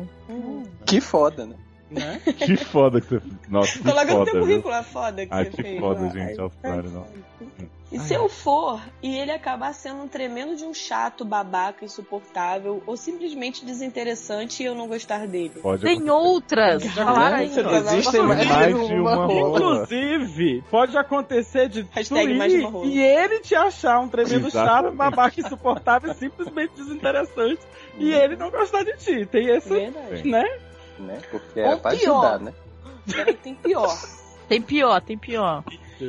Speaker 4: Que foda, né?
Speaker 6: Né?
Speaker 5: Que [laughs] foda que você. Nossa, que
Speaker 1: Coloca no
Speaker 5: foda.
Speaker 1: teu
Speaker 5: viu?
Speaker 1: currículo, é foda que
Speaker 5: Ah,
Speaker 1: você
Speaker 5: que
Speaker 1: fez.
Speaker 5: foda,
Speaker 1: lá.
Speaker 5: gente, Austrália, não. Hum.
Speaker 1: E se eu for e ele acabar sendo um tremendo de um chato, babaca, insuportável ou simplesmente desinteressante e eu não gostar dele?
Speaker 5: Pode
Speaker 2: Tem
Speaker 5: acontecer.
Speaker 2: outras. Já falaram aí.
Speaker 4: Existem mais,
Speaker 5: mais
Speaker 4: de
Speaker 5: de
Speaker 4: uma
Speaker 5: uma
Speaker 4: rola.
Speaker 6: Inclusive, pode acontecer de tu
Speaker 1: Hashtag mais
Speaker 6: ir
Speaker 1: uma rola.
Speaker 6: e ele te achar um tremendo chato,
Speaker 5: Exatamente.
Speaker 6: babaca insuportável, simplesmente desinteressante,
Speaker 4: Hum.
Speaker 6: e ele não gostar de ti. Tem esse,
Speaker 1: Verdade.
Speaker 6: né?
Speaker 4: Né? Porque era
Speaker 1: Ou
Speaker 4: pra
Speaker 1: pior.
Speaker 4: ajudar, né?
Speaker 1: Peraí, tem pior.
Speaker 2: Tem pior, tem pior.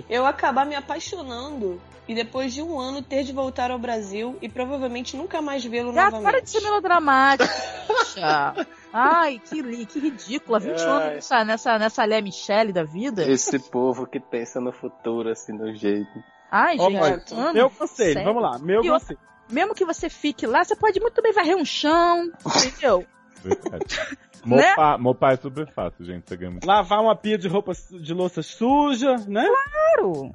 Speaker 1: Eu acabar me apaixonando e depois de um ano ter de voltar ao Brasil e provavelmente nunca mais vê-lo
Speaker 2: Gato, Ah, para de
Speaker 1: novamente.
Speaker 2: ser melodramática. Poxa. Ai, que, li- que ridícula. 20 anos
Speaker 4: Ai.
Speaker 2: nessa, nessa, nessa Lé Michele da vida.
Speaker 4: Esse povo que pensa no futuro, assim, do jeito.
Speaker 2: Ai,
Speaker 6: Ó,
Speaker 2: gente.
Speaker 6: mas
Speaker 2: oito anos,
Speaker 6: Meu conselho,
Speaker 2: sério.
Speaker 6: vamos lá, meu
Speaker 2: E outra-
Speaker 6: conselho.
Speaker 2: Mesmo que você fique lá, você pode muito bem varrer um chão, entendeu?
Speaker 5: Verdade. Mopar, mopar é super fácil, gente. Você ganha muito.
Speaker 6: Lavar uma pia de roupa su- de louça suja, né?
Speaker 2: Claro.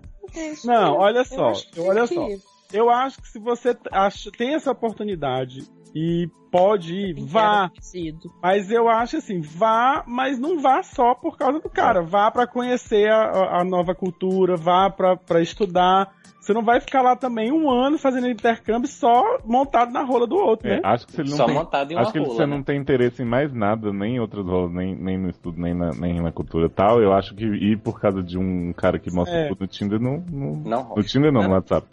Speaker 6: Não, olha
Speaker 1: Eu
Speaker 6: só,
Speaker 1: acho que é
Speaker 6: olha
Speaker 1: sim.
Speaker 6: só. Eu acho que se você t- acha- tem essa oportunidade e pode ir, vá.
Speaker 2: Sido.
Speaker 6: Mas eu acho assim, vá, mas não vá só por causa do cara. Vá pra conhecer a- a, a nova cultura, vá pra pra estudar. Você não vai ficar lá também um ano fazendo intercâmbio só montado na rola do outro,
Speaker 5: É,
Speaker 6: né?
Speaker 5: acho que se ele não
Speaker 4: Só
Speaker 5: tem.
Speaker 4: montado em uma
Speaker 5: Acho que ele-
Speaker 4: rola,
Speaker 5: você
Speaker 4: né?
Speaker 5: não tem interesse em mais nada, nem em outras rolas, nem, nem no estudo, nem na, nem na cultura e tal. Eu acho que ir por causa de um cara que mostra
Speaker 6: É.
Speaker 5: tudo no Tinder não. não... No
Speaker 4: Não rola.
Speaker 5: Tinder não, no WhatsApp.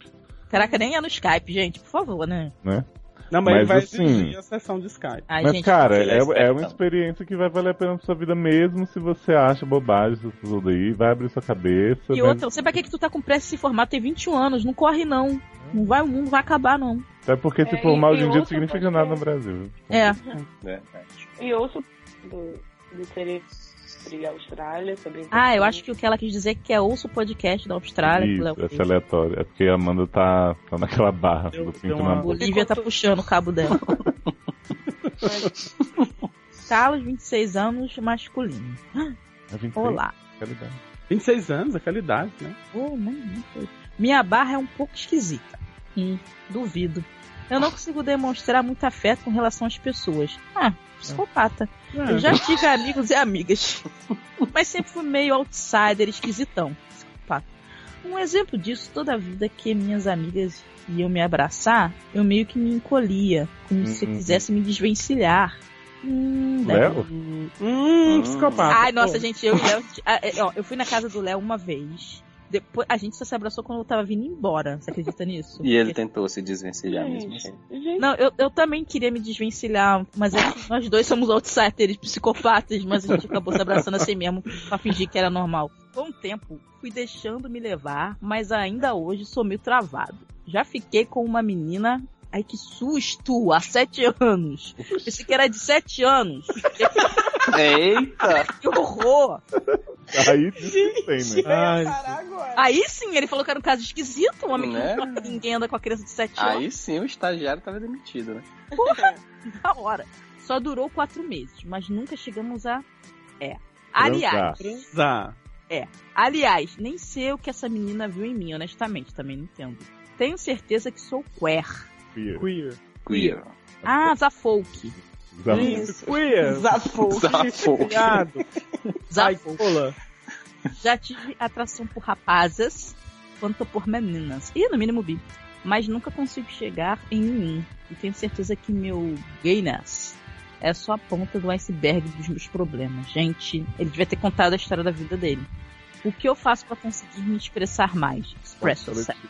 Speaker 2: Caraca, nem é no Skype, gente. Por favor, né?
Speaker 6: Não, mas,
Speaker 5: mas
Speaker 6: ele vai
Speaker 5: assim-
Speaker 6: exigir a sessão de Skype.
Speaker 2: Ai,
Speaker 5: Mas,
Speaker 2: gente,
Speaker 5: cara,
Speaker 4: ele é
Speaker 5: é, é
Speaker 4: espertão.
Speaker 5: uma experiência que vai valer a pena pra sua vida mesmo se você acha bobagem, se você daí, vai abrir sua cabeça.
Speaker 2: E
Speaker 5: mas
Speaker 2: outra, não sei pra que, que tu tá com pressa de se formar, tem 21 anos, não corre não.
Speaker 5: É.
Speaker 2: Não vai, o mundo vai acabar, não.
Speaker 5: Até porque tipo, se
Speaker 9: É,
Speaker 5: formar
Speaker 9: e-
Speaker 5: hoje
Speaker 9: e
Speaker 5: em um dia não
Speaker 9: outra
Speaker 5: significa
Speaker 9: coisa-
Speaker 5: nada no Brasil.
Speaker 2: É.
Speaker 4: né?
Speaker 9: E ouço do, do querer trilhar a Austrália sobre.
Speaker 2: Ah, eu acho que o que ela quis dizer é que é ouça o podcast da Austrália. que
Speaker 5: Isso,
Speaker 2: Léo
Speaker 5: essa é
Speaker 2: fez.
Speaker 5: aleatória. É porque a Amanda tá, tá naquela barra
Speaker 6: Deu-
Speaker 5: do
Speaker 6: deu
Speaker 5: pinto
Speaker 6: uma-
Speaker 5: na
Speaker 2: A Bolívia tá puxando o cabo
Speaker 5: [laughs]
Speaker 2: dela. Carlos, 26 anos, masculino.
Speaker 5: É 26,
Speaker 2: Olá.
Speaker 5: quero dar.
Speaker 6: 26 anos, aquela idade, né?
Speaker 2: Oh, não, não foi. Minha barra é um pouco esquisita. Hum, duvido. Eu não consigo demonstrar muito afeto com relação às pessoas. Ah,
Speaker 5: É.
Speaker 2: psicopata.
Speaker 6: É.
Speaker 2: Eu já tive amigos e amigas. [laughs] Mas sempre fui meio outsider, esquisitão. Psicopata. Um exemplo disso, toda vida que minhas amigas iam me abraçar, eu meio que me encolhia, como se eu
Speaker 5: Uhum.
Speaker 2: quisesse me desvencilhar. Hum, deve [laughs]
Speaker 5: Léo?
Speaker 6: Hum,
Speaker 4: é
Speaker 6: psicopata.
Speaker 2: Ai, nossa,
Speaker 6: Pô,
Speaker 2: gente, eu e o Léo. ah, é, ó, eu fui na casa do Léo uma vez. Depois, a gente só se abraçou quando eu tava vindo embora. Você acredita nisso?
Speaker 4: E ele tentou se desvencilhar mesmo assim.
Speaker 9: Gente,
Speaker 2: Não, eu, eu também queria me desvencilhar, mas é que nós dois somos outsiders, psicopatas, mas a gente acabou se abraçando assim mesmo, pra fingir que era normal. Com o tempo, fui deixando me levar, mas ainda hoje sou meio travado. Já fiquei com uma menina. Ai, que susto! Há sete anos. Pensei que era de sete anos.
Speaker 4: Eita!
Speaker 2: [laughs] Que horror!
Speaker 5: Aí tem, né?
Speaker 6: Ai,
Speaker 2: Aí sim, ele falou que era um caso esquisito, um homem
Speaker 4: Né?
Speaker 2: que não ninguém com a criança de 7 anos
Speaker 4: Aí sim o estagiário tava demitido, né?
Speaker 2: na tá hora. Só durou quatro meses, mas nunca chegamos a. É. Aliás,
Speaker 6: Zá.
Speaker 2: aliás, nem sei o que essa menina viu em mim, honestamente, também não entendo. Tenho certeza que sou queer.
Speaker 5: Queer.
Speaker 6: Queer.
Speaker 4: Queer.
Speaker 2: Ah, Zafolk.
Speaker 5: Exatamente.
Speaker 6: Isso, queer.
Speaker 1: Zafou.
Speaker 4: Zafou.
Speaker 6: Viado. Ai,
Speaker 2: Zafolk.
Speaker 6: pula.
Speaker 2: Já tive atração por rapazes quanto por meninas. E no mínimo bi. Mas nunca consigo chegar em nenhum. E tenho certeza que meu gayness é só a ponta do iceberg dos meus problemas. Gente, ele devia ter contado a história da vida dele. O que eu faço pra conseguir me expressar mais? Express yourself.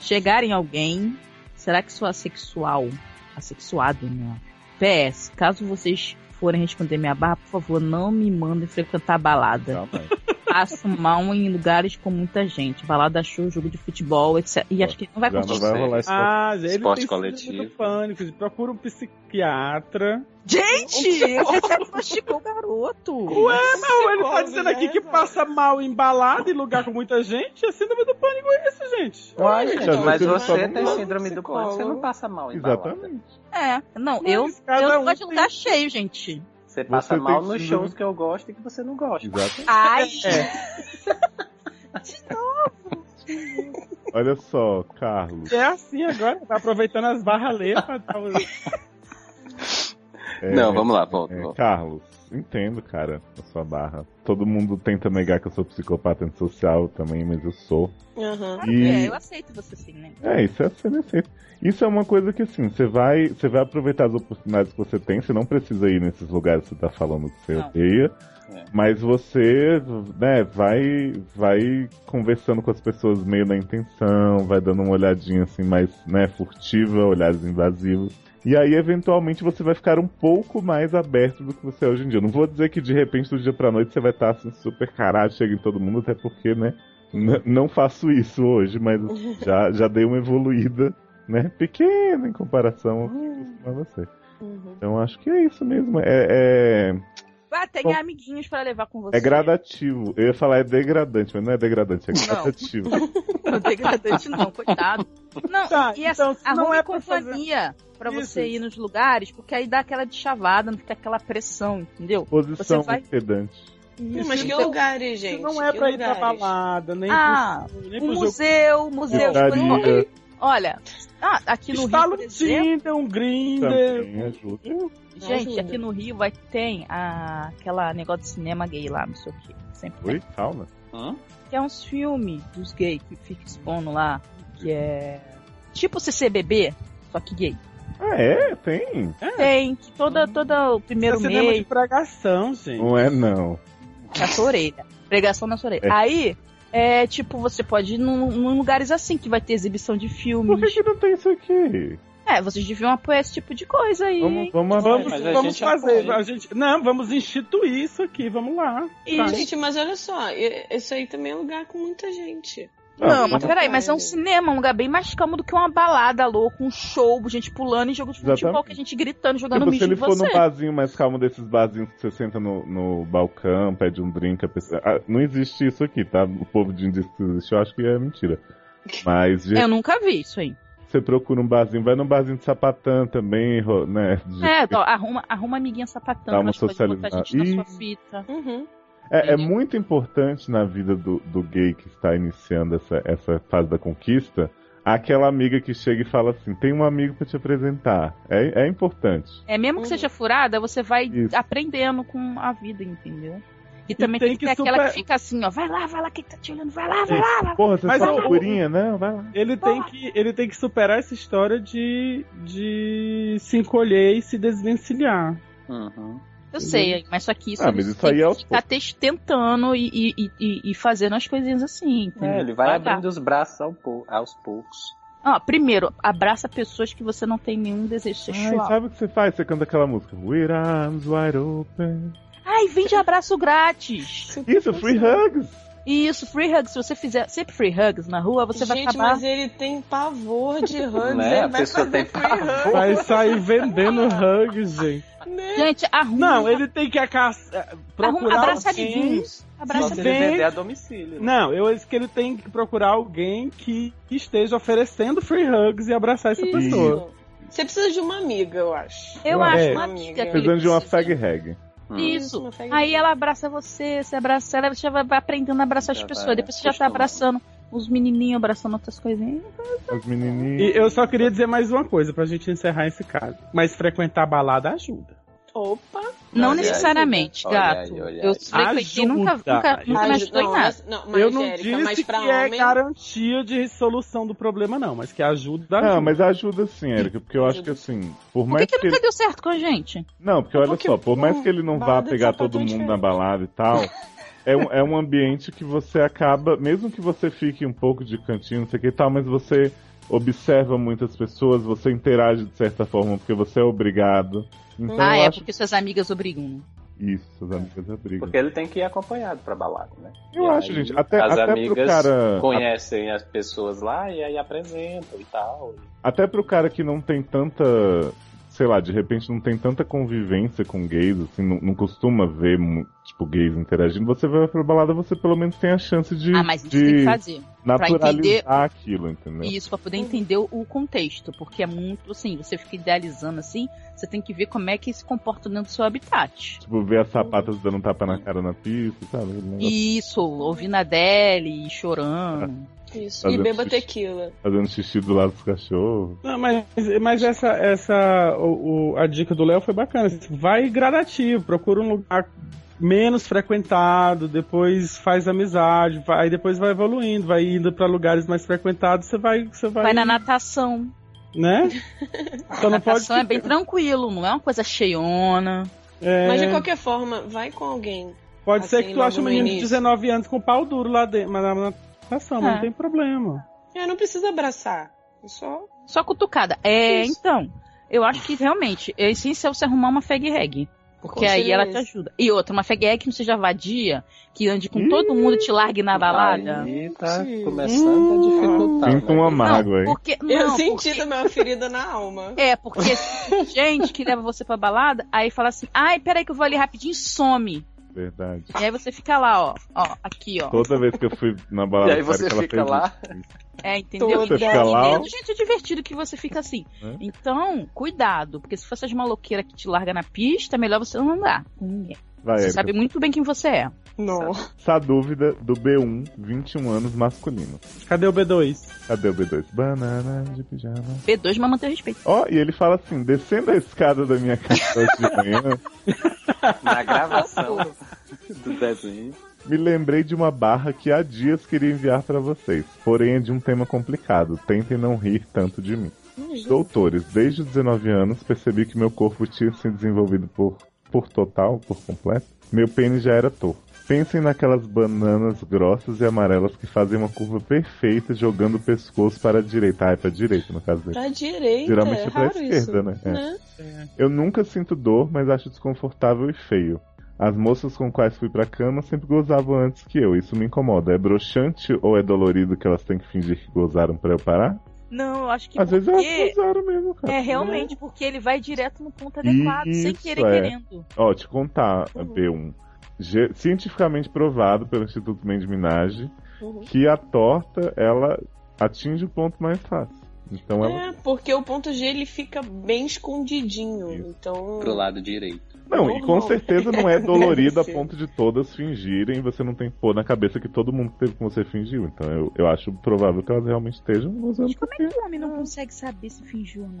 Speaker 2: Chegar em alguém. Será que sou assexual? Assexuado, né? PS, caso vocês forem responder minha barra, por favor, não me mandem frequentar a balada.
Speaker 5: Jamais.
Speaker 2: passo mal em lugares com muita gente. Balada show, jogo de futebol, etc. E acho que não vai
Speaker 5: Já não
Speaker 2: acontecer.
Speaker 5: vai rolar esse
Speaker 6: Ah, ele
Speaker 4: Esporte
Speaker 6: tem
Speaker 4: coletivo.
Speaker 6: síndrome do pânico. Procura um psiquiatra.
Speaker 2: Gente, ele diagnosticou o garoto.
Speaker 6: Ué, não, ele tá
Speaker 9: psicólogo,
Speaker 6: dizendo
Speaker 9: né,
Speaker 6: aqui que
Speaker 9: velho?
Speaker 6: passa mal em balada, em lugar com muita gente. É síndrome do pânico é isso, gente.
Speaker 4: Uai, gente,
Speaker 5: às
Speaker 4: mas
Speaker 5: vezes
Speaker 4: você
Speaker 5: eu só
Speaker 4: tem
Speaker 5: vou-
Speaker 4: síndrome do pânico, você não passa mal em balada.
Speaker 5: Exatamente.
Speaker 2: É, não,
Speaker 6: Mas
Speaker 2: eu,
Speaker 6: cada
Speaker 2: eu não
Speaker 6: um
Speaker 2: gosto de
Speaker 6: tem-
Speaker 2: lugar cheio, gente.
Speaker 4: Você passa
Speaker 5: Você
Speaker 4: mal
Speaker 5: tem
Speaker 4: nos
Speaker 5: síndrome-
Speaker 4: shows que eu gosto e que você não gosta.
Speaker 5: Exato.
Speaker 2: Ai, [laughs]
Speaker 5: Olha só, Carlos.
Speaker 6: É assim agora, tá aproveitando as barraletas. Tá...
Speaker 2: [laughs]
Speaker 5: É,
Speaker 4: Não, vamos lá, volta,
Speaker 5: é,
Speaker 4: volta.
Speaker 5: Carlos, entendo, cara, a sua barra. Todo mundo tenta negar que eu sou psicopata antissocial também, mas eu sou.
Speaker 1: Aham.
Speaker 5: E-
Speaker 2: é, eu aceito você sim,
Speaker 6: [laughs]
Speaker 2: né?
Speaker 5: É, isso é sendo aceito. Isso é uma coisa que assim, você vai, você vai aproveitar as oportunidades que você tem, você não precisa ir nesses lugares que você tá falando que você
Speaker 2: Não.
Speaker 5: odeia.
Speaker 4: É.
Speaker 5: Mas você, né, vai, vai conversando com as pessoas meio na intenção, vai dando uma olhadinha assim mais, né, furtiva, olhares invasivos. E aí, eventualmente, você vai ficar um pouco mais aberto do que você é hoje em dia. Eu Não vou dizer que de repente, do dia pra noite, você vai estar assim, super caralho, chega em todo mundo, até porque, né? n- não faço isso hoje, mas já, já dei uma evoluída, né? Pequena em comparação ao que costumava ser.
Speaker 1: Uhum.
Speaker 5: Então acho que é isso mesmo. É, é,
Speaker 2: Ah, tem
Speaker 5: Bom,
Speaker 2: amiguinhos pra levar com você.
Speaker 5: é gradativo. Eu ia falar é degradante, mas não é degradante,
Speaker 2: [laughs]
Speaker 5: é gradativo.
Speaker 2: Não tem gradante, não, coitado. Não,
Speaker 6: Tá,
Speaker 2: e assim,
Speaker 6: então, se
Speaker 2: arruma
Speaker 6: não é pra fazer-
Speaker 2: companhia pra você
Speaker 6: Isso.
Speaker 2: ir nos lugares, porque aí dá aquela de chavada, não fica aquela pressão, entendeu?
Speaker 5: Posição
Speaker 2: Você vai-
Speaker 5: pedante.
Speaker 1: Não, mas que
Speaker 6: Então,
Speaker 1: lugares, gente?
Speaker 6: isso não é
Speaker 1: que
Speaker 6: pra ir pra
Speaker 1: lugares?
Speaker 6: balada, nem
Speaker 2: Ah,
Speaker 6: pro, nem
Speaker 2: O
Speaker 6: pro jogo.
Speaker 2: museu, museu,
Speaker 5: Pizzaria
Speaker 2: Olha, ah, aqui no Rio,
Speaker 6: Instala um
Speaker 2: por exemplo,
Speaker 6: Tinder, um
Speaker 4: Tá.
Speaker 6: Grindr.
Speaker 5: também ajuda.
Speaker 2: gente,
Speaker 1: Ajuda.
Speaker 2: aqui no Rio vai tem a, aquela negócio de cinema gay lá, não sei o que, sempre tem.
Speaker 5: Oi, calma.
Speaker 4: Hum?
Speaker 2: Que é uns filmes dos gays que fica expondo lá, que é tipo CCBB, só que gay.
Speaker 5: Ah, é? Tem?
Speaker 2: Tem, que toda, toda o
Speaker 6: É
Speaker 2: primeiro
Speaker 6: cinema de
Speaker 2: mês,
Speaker 6: pregação, gente.
Speaker 5: Não é, não.
Speaker 2: na sua orelha, pregação na sua orelha.
Speaker 5: É.
Speaker 2: Aí, é tipo, você pode ir num, num lugares assim, que vai ter exibição de
Speaker 5: Por que,
Speaker 2: filmes.
Speaker 5: que não tem isso aqui?
Speaker 2: É, vocês deviam apoiar esse tipo de coisa aí,
Speaker 5: Vamos,
Speaker 2: hein?
Speaker 5: vamos,
Speaker 6: Vamos,
Speaker 4: mas a
Speaker 6: vamos
Speaker 4: gente
Speaker 6: fazer.
Speaker 4: apoia.
Speaker 6: A gente, não, vamos instituir isso aqui, vamos lá. Tá.
Speaker 1: E, gente, mas olha só, e- isso aí também é lugar com muita gente.
Speaker 2: Não,
Speaker 5: mas
Speaker 2: mas peraí, mas é um cinema, um lugar bem mais calmo do que uma balada louca, um show, gente pulando e jogo de futebol,
Speaker 5: Exatamente.
Speaker 2: que a gente gritando, jogando
Speaker 5: Tipo, se
Speaker 2: mijo em
Speaker 5: ele for
Speaker 2: você.
Speaker 5: num barzinho mais calmo desses barzinhos que você senta no, no balcão, pede um drink, a pessoa... Ah, não existe isso aqui, tá? O povo de indício que existe, eu acho que é mentira. Mas de-
Speaker 2: Eu nunca vi isso aí.
Speaker 5: você procura um barzinho, vai num barzinho de sapatã também, ro- né? De-
Speaker 2: É, então, arruma, arruma amiguinha sapatão,
Speaker 5: Dá
Speaker 2: que
Speaker 5: uma
Speaker 2: elas podem botar a gente na
Speaker 5: socializada.
Speaker 2: sua fita.
Speaker 1: Uhum.
Speaker 5: É, é muito importante na vida do, do gay que está iniciando essa, essa fase da conquista, aquela amiga que chega e fala assim, tem um amigo pra te apresentar. É, é importante.
Speaker 2: É mesmo que
Speaker 1: Uhum.
Speaker 2: seja furada, você vai
Speaker 5: Isso.
Speaker 2: aprendendo com a vida, entendeu? E também
Speaker 6: tem
Speaker 2: tem que
Speaker 6: que
Speaker 2: ter aquela
Speaker 6: super-
Speaker 2: que fica assim, ó, vai lá, vai lá, quem tá te olhando, vai lá, vai lá, vai lá.
Speaker 5: Porra, você
Speaker 6: Mas
Speaker 5: só
Speaker 6: eu-
Speaker 5: figurinha, né? Vai lá.
Speaker 6: Ele tem, que, ele tem que superar essa história de, de se encolher e se desvencilhar.
Speaker 4: Uhum.
Speaker 2: Eu sei, mas só que isso,
Speaker 5: Ah, mas
Speaker 2: eles
Speaker 5: isso aí
Speaker 2: têm
Speaker 5: é
Speaker 2: que
Speaker 5: aos
Speaker 2: ficar te- tentando e, e, e, e fazendo as coisinhas assim, entendeu?
Speaker 4: É, ele vai
Speaker 2: dar.
Speaker 4: abrindo os braços ao pou- aos poucos.
Speaker 2: Ó, primeiro, abraça pessoas que você não tem nenhum desejo
Speaker 5: Ai,
Speaker 6: tá.
Speaker 2: sexual.
Speaker 5: sabe o que você faz? Você canta aquela música. With arms wide open.
Speaker 2: Ai, vende abraço grátis.
Speaker 5: Isso, free hugs.
Speaker 2: Isso, free hugs. Se você fizer sempre free hugs na rua, você vai
Speaker 1: gente,
Speaker 2: acabar.
Speaker 1: mas ele tem pavor de hugs,
Speaker 4: Né?
Speaker 1: ele
Speaker 4: A
Speaker 1: vai
Speaker 4: pessoa
Speaker 1: fazer
Speaker 4: tem
Speaker 1: free
Speaker 4: pavor.
Speaker 6: Vai sair vendendo hug, gente.
Speaker 1: hug, né?
Speaker 2: Gente, arruma.
Speaker 6: é- Não, ele tem que aca... eh, procurar alguém...
Speaker 2: abraçadinhos.
Speaker 4: Só
Speaker 2: Abraça...
Speaker 4: se
Speaker 6: Sim.
Speaker 4: ele vender a domicílio. né?
Speaker 6: Não, eu acho que ele tem que procurar alguém que esteja oferecendo free hugs e abraçar essa pessoa.
Speaker 1: Isso. Você precisa de uma amiga, eu acho.
Speaker 2: Eu
Speaker 5: É.
Speaker 2: acho
Speaker 1: Amiga.
Speaker 2: uma amiga. que ele
Speaker 5: Precisando de uma
Speaker 2: precisa.
Speaker 5: fag hag.
Speaker 4: Hum.
Speaker 2: Isso.
Speaker 1: Uma fag-
Speaker 2: Aí ela abraça você, você abraça ela, você já vai vai aprendendo a abraçar as
Speaker 4: Já
Speaker 2: pessoas.
Speaker 4: vai
Speaker 2: Depois você já tá
Speaker 4: acostumando.
Speaker 2: abraçando os menininhos, abraçando outras coisinhas.
Speaker 5: Os menininhos.
Speaker 6: E eu só queria dizer mais uma coisa pra gente encerrar esse caso. Mas frequentar a balada ajuda.
Speaker 1: Opa!
Speaker 2: Não
Speaker 4: Olha aí,
Speaker 2: necessariamente,
Speaker 4: olha aí,
Speaker 2: gato.
Speaker 4: olha aí.
Speaker 2: Eu frequentei, nunca,
Speaker 6: Ajuda.
Speaker 2: nunca, nunca me
Speaker 1: Mas-
Speaker 2: ajudou em
Speaker 1: não,
Speaker 2: nada.
Speaker 1: mas- Não, mas,
Speaker 6: eu não
Speaker 1: Érica, mas
Speaker 6: disse que
Speaker 1: pra
Speaker 6: é
Speaker 1: homem,
Speaker 6: garantia de solução do problema, não, mas que ajuda.
Speaker 5: Não,
Speaker 6: ajuda.
Speaker 5: Ah, mas ajuda sim, Érica, porque eu acho que
Speaker 1: Ajuda.
Speaker 5: assim, por
Speaker 2: Por que,
Speaker 5: mais
Speaker 2: que
Speaker 5: que ele...
Speaker 2: nunca deu certo com a gente?
Speaker 5: Não, porque olha
Speaker 1: Porque
Speaker 5: só, por mais que ele não vá
Speaker 1: balada de
Speaker 5: pegar
Speaker 1: sapatão
Speaker 5: todo mundo na
Speaker 1: diferente.
Speaker 5: balada e tal, é um, é um ambiente que você acaba, mesmo que você fique um pouco de cantinho, não sei o que e tal, mas você observa muitas pessoas, você interage de certa forma, porque você é obrigado. Então
Speaker 2: ah,
Speaker 5: eu
Speaker 2: é,
Speaker 5: acho
Speaker 2: porque suas amigas obrigam. né?
Speaker 5: Isso, as amigas é abrigam.
Speaker 4: Porque ele tem que ir acompanhado pra balada, né?
Speaker 5: Eu
Speaker 4: E
Speaker 5: acho,
Speaker 4: aí,
Speaker 5: gente, até-
Speaker 4: as
Speaker 5: até pro
Speaker 4: amigas
Speaker 5: cara-
Speaker 4: conhecem as pessoas lá e aí apresentam e tal.
Speaker 5: Até pro cara que não tem tanta. Sei lá, de repente não tem tanta convivência com gays, assim, não, não costuma ver, mu- tipo, gays interagindo, você vai pra balada, você pelo menos tem a chance de,
Speaker 2: Ah, mas isso tem que
Speaker 5: de
Speaker 2: fazer.
Speaker 5: naturalizar
Speaker 2: entender-
Speaker 5: aquilo, entendeu?
Speaker 2: E isso pra poder entender o- o contexto, porque é muito assim, você fica idealizando assim, você tem que ver como é que se comporta dentro do seu habitat.
Speaker 5: Tipo, ver as sapatas dando tapa na cara na pista, sabe? Aquele negócio,
Speaker 2: Isso, ouvindo a Adele, chorando.
Speaker 1: Isso.
Speaker 5: Fazer
Speaker 1: e beba
Speaker 5: xixi.
Speaker 1: tequila.
Speaker 5: Fazendo xixi do lado dos cachorros.
Speaker 6: Não, mas, mas essa, essa o, o- a dica do Léo foi bacana. Vai gradativo, procura um lugar menos frequentado, depois faz amizade, vai, aí depois vai evoluindo, vai indo pra lugares mais frequentados, você vai, você vai,
Speaker 2: Vai na natação.
Speaker 6: né?
Speaker 2: [laughs]
Speaker 6: Só não pode.
Speaker 2: natação é bem tranquilo, não é uma coisa cheiona.
Speaker 6: é,
Speaker 1: Mas de qualquer forma, vai com alguém.
Speaker 6: pode ser
Speaker 1: assim,
Speaker 6: que tu ache um
Speaker 1: logo no
Speaker 6: menino de
Speaker 1: início.
Speaker 6: 19 anos com pau duro lá dentro, mas na natação, mas
Speaker 2: É.
Speaker 6: não tem problema.
Speaker 1: É, não precisa abraçar. É Só
Speaker 2: Só cutucada. É,
Speaker 1: Isso.
Speaker 2: então, eu acho que realmente é essencial você arrumar uma fag reg. Porque
Speaker 1: Com
Speaker 2: aí ela tá te
Speaker 1: certeza.
Speaker 2: ajuda. E outra, uma fag reg que não seja vadia, que ande com todo mundo e te largue na balada.
Speaker 4: Aí tá
Speaker 1: Sim.
Speaker 4: começando a dificultar. né?
Speaker 5: Sinto uma mágoa, hein?
Speaker 2: não, porque, não,
Speaker 1: eu senti
Speaker 2: porque-
Speaker 1: também uma ferida na
Speaker 6: [laughs]
Speaker 1: alma.
Speaker 2: É, porque tem gente que leva você pra balada, aí fala assim, ai, peraí que eu vou ali rapidinho e some.
Speaker 5: Verdade.
Speaker 2: E aí você fica lá, ó, ó, aqui, ó.
Speaker 5: Toda vez que eu fui na balada
Speaker 4: [laughs] E aí
Speaker 5: do cara
Speaker 4: você
Speaker 5: que ela
Speaker 4: fica
Speaker 5: fez
Speaker 4: lá.
Speaker 5: isso.
Speaker 2: É, entendeu?
Speaker 1: Você
Speaker 2: E daí
Speaker 5: fica lá, ó.
Speaker 2: mesmo, gente, é divertido que você fica assim.
Speaker 5: É.
Speaker 2: Então, cuidado, porque se for essas maloqueiras que te larga na pista, é melhor você não andar com ninguém.
Speaker 5: Vai,
Speaker 2: Você
Speaker 5: Erika.
Speaker 2: sabe muito bem quem você é.
Speaker 1: Não.
Speaker 5: Essa dúvida do B1, 21 anos masculino.
Speaker 6: Cadê o B2?
Speaker 5: Cadê o B2? Banana de pijama.
Speaker 2: P2, mas manter o respeito.
Speaker 5: Ó, e ele fala assim, descendo a escada da minha casa hoje de manhã,
Speaker 4: Na gravação do desenho.
Speaker 5: me lembrei de uma barra que há dias queria enviar pra vocês. Porém, é de um tema complicado. Tentem não rir tanto de mim.
Speaker 2: Hum,
Speaker 5: Doutores, desde os 19 anos, percebi que meu corpo tinha se desenvolvido por, por total, por completo. Meu pênis já era torto. Pensem naquelas bananas grossas e amarelas que fazem uma curva perfeita jogando o pescoço para a direita. Ah, é pra direita, no caso dele.
Speaker 1: Pra direita,
Speaker 5: Geralmente
Speaker 1: é
Speaker 5: é pra
Speaker 1: raro
Speaker 5: esquerda,
Speaker 1: isso.
Speaker 5: né? É.
Speaker 1: Né?
Speaker 5: Eu nunca sinto dor, mas acho desconfortável e feio. As moças com quais fui pra cama sempre gozavam antes que eu, isso me incomoda. É broxante ou é dolorido que elas têm que fingir que gozaram pra eu parar?
Speaker 2: Não, eu acho que
Speaker 5: Às vezes é assim, né? elas
Speaker 2: porque...
Speaker 5: gozaram mesmo, cara.
Speaker 2: É realmente porque ele vai direto no ponto adequado, sem
Speaker 5: Isso,
Speaker 2: querer
Speaker 5: é.
Speaker 2: querendo.
Speaker 5: Ó, te contar,
Speaker 1: Uhum.
Speaker 5: B1. Ge- cientificamente provado pelo Instituto Mendes Minaj
Speaker 1: Uhum.
Speaker 5: que a torta, ela atinge o ponto mais fácil. Então ela.
Speaker 1: É, porque o ponto G ele fica bem escondidinho.
Speaker 5: Isso.
Speaker 1: Então.
Speaker 4: Pro lado direito.
Speaker 5: Não, e com
Speaker 1: normal.
Speaker 5: certeza não é dolorido a
Speaker 1: Deve ser.
Speaker 5: ponto de todas fingirem, você não tem que pôr na cabeça que todo mundo teve com você fingiu. Então eu, eu acho provável que elas realmente estejam usando.
Speaker 2: Mas como é que o
Speaker 5: Ah.
Speaker 2: homem não consegue saber se fingiu ou não?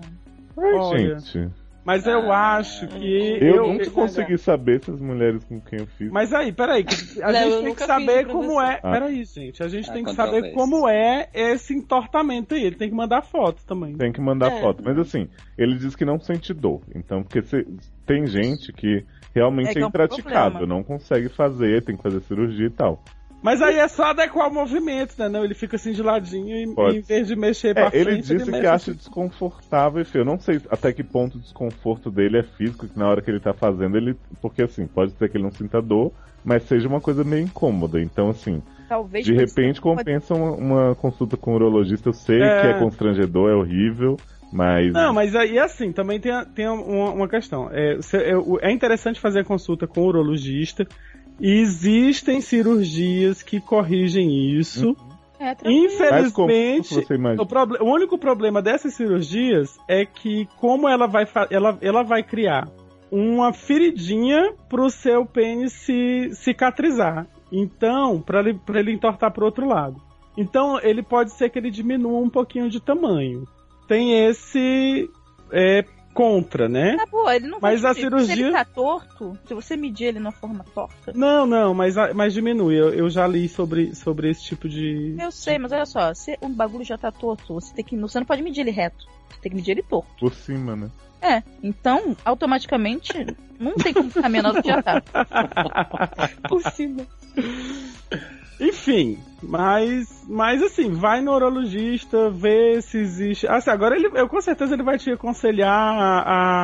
Speaker 5: Ai,
Speaker 6: Olha.
Speaker 5: gente.
Speaker 6: Mas eu
Speaker 1: Ah.
Speaker 6: acho que
Speaker 5: Eu,
Speaker 6: eu,
Speaker 5: nunca consegui saber se as mulheres com quem eu fiz.
Speaker 6: Mas aí, peraí, que a
Speaker 1: Não, eu
Speaker 6: gente tem
Speaker 1: nunca fiz
Speaker 6: que saber
Speaker 1: pra
Speaker 6: como
Speaker 1: você.
Speaker 6: é.
Speaker 5: Ah.
Speaker 6: Peraí, gente, a gente
Speaker 4: Ah,
Speaker 6: tem que
Speaker 4: controverso.
Speaker 6: saber como é esse entortamento aí. Ele tem que mandar foto também.
Speaker 5: Tem que mandar
Speaker 1: É.
Speaker 5: foto. Mas assim, ele diz que não sente dor. Então, porque se- tem gente que realmente
Speaker 2: É
Speaker 5: é,
Speaker 2: que é um
Speaker 5: impraticável,
Speaker 2: problema.
Speaker 5: não consegue fazer, tem que fazer cirurgia e tal.
Speaker 6: Mas aí é só adequar o movimento, né? Não, ele fica assim de ladinho e
Speaker 5: Pode.
Speaker 6: em vez de mexer pra
Speaker 5: É, ele
Speaker 6: frente,
Speaker 5: disse
Speaker 6: mexe
Speaker 5: que acha
Speaker 6: assim.
Speaker 5: desconfortável, enfim, eu não sei até que ponto o desconforto dele é físico, que na hora que ele tá fazendo, ele. Porque assim, pode ser que ele não sinta dor, mas seja uma coisa meio incômoda. Então, assim,
Speaker 2: Talvez
Speaker 5: de
Speaker 2: por isso
Speaker 5: repente compensa uma, uma consulta com o urologista. Eu sei
Speaker 6: É.
Speaker 5: que é constrangedor, é horrível, mas.
Speaker 6: Não, mas aí assim, também tem, a- tem uma, uma questão. É, você- é, o- é interessante fazer consulta com o urologista. Existem cirurgias que corrigem
Speaker 5: Hum.
Speaker 6: isso.
Speaker 2: É, tranquilo.
Speaker 5: mais confuso
Speaker 6: Infelizmente,
Speaker 5: que você imagina.
Speaker 6: O, proble- o único problema dessas cirurgias é que como ela vai fa- ela, ela vai criar uma feridinha pro seu pênis se cicatrizar. Então, para ele, pra ele entortar pro outro lado. Então, ele pode ser que ele diminua um pouquinho de tamanho. Tem esse é, contra, né?
Speaker 2: Tá boa, ele não
Speaker 6: Mas
Speaker 2: vai
Speaker 6: a
Speaker 2: te- Se ele
Speaker 6: cirurgia-
Speaker 2: tá torto, se você medir ele na forma torta.
Speaker 6: Não, não, mas, a- mas diminui. Eu, eu já li sobre, sobre esse tipo de. [laughs]
Speaker 2: Eu sei, mas olha só, se o bagulho já tá torto, você tem que. Você não pode medir ele reto. Você tem que medir ele torto.
Speaker 5: Por cima, né?
Speaker 2: É. Então, automaticamente, não tem como ficar menor do que já tá.
Speaker 1: Por cima.
Speaker 6: Enfim, mas, mas assim, vai no urologista, vê se existe. Assim, agora ele, eu com certeza ele vai te aconselhar a,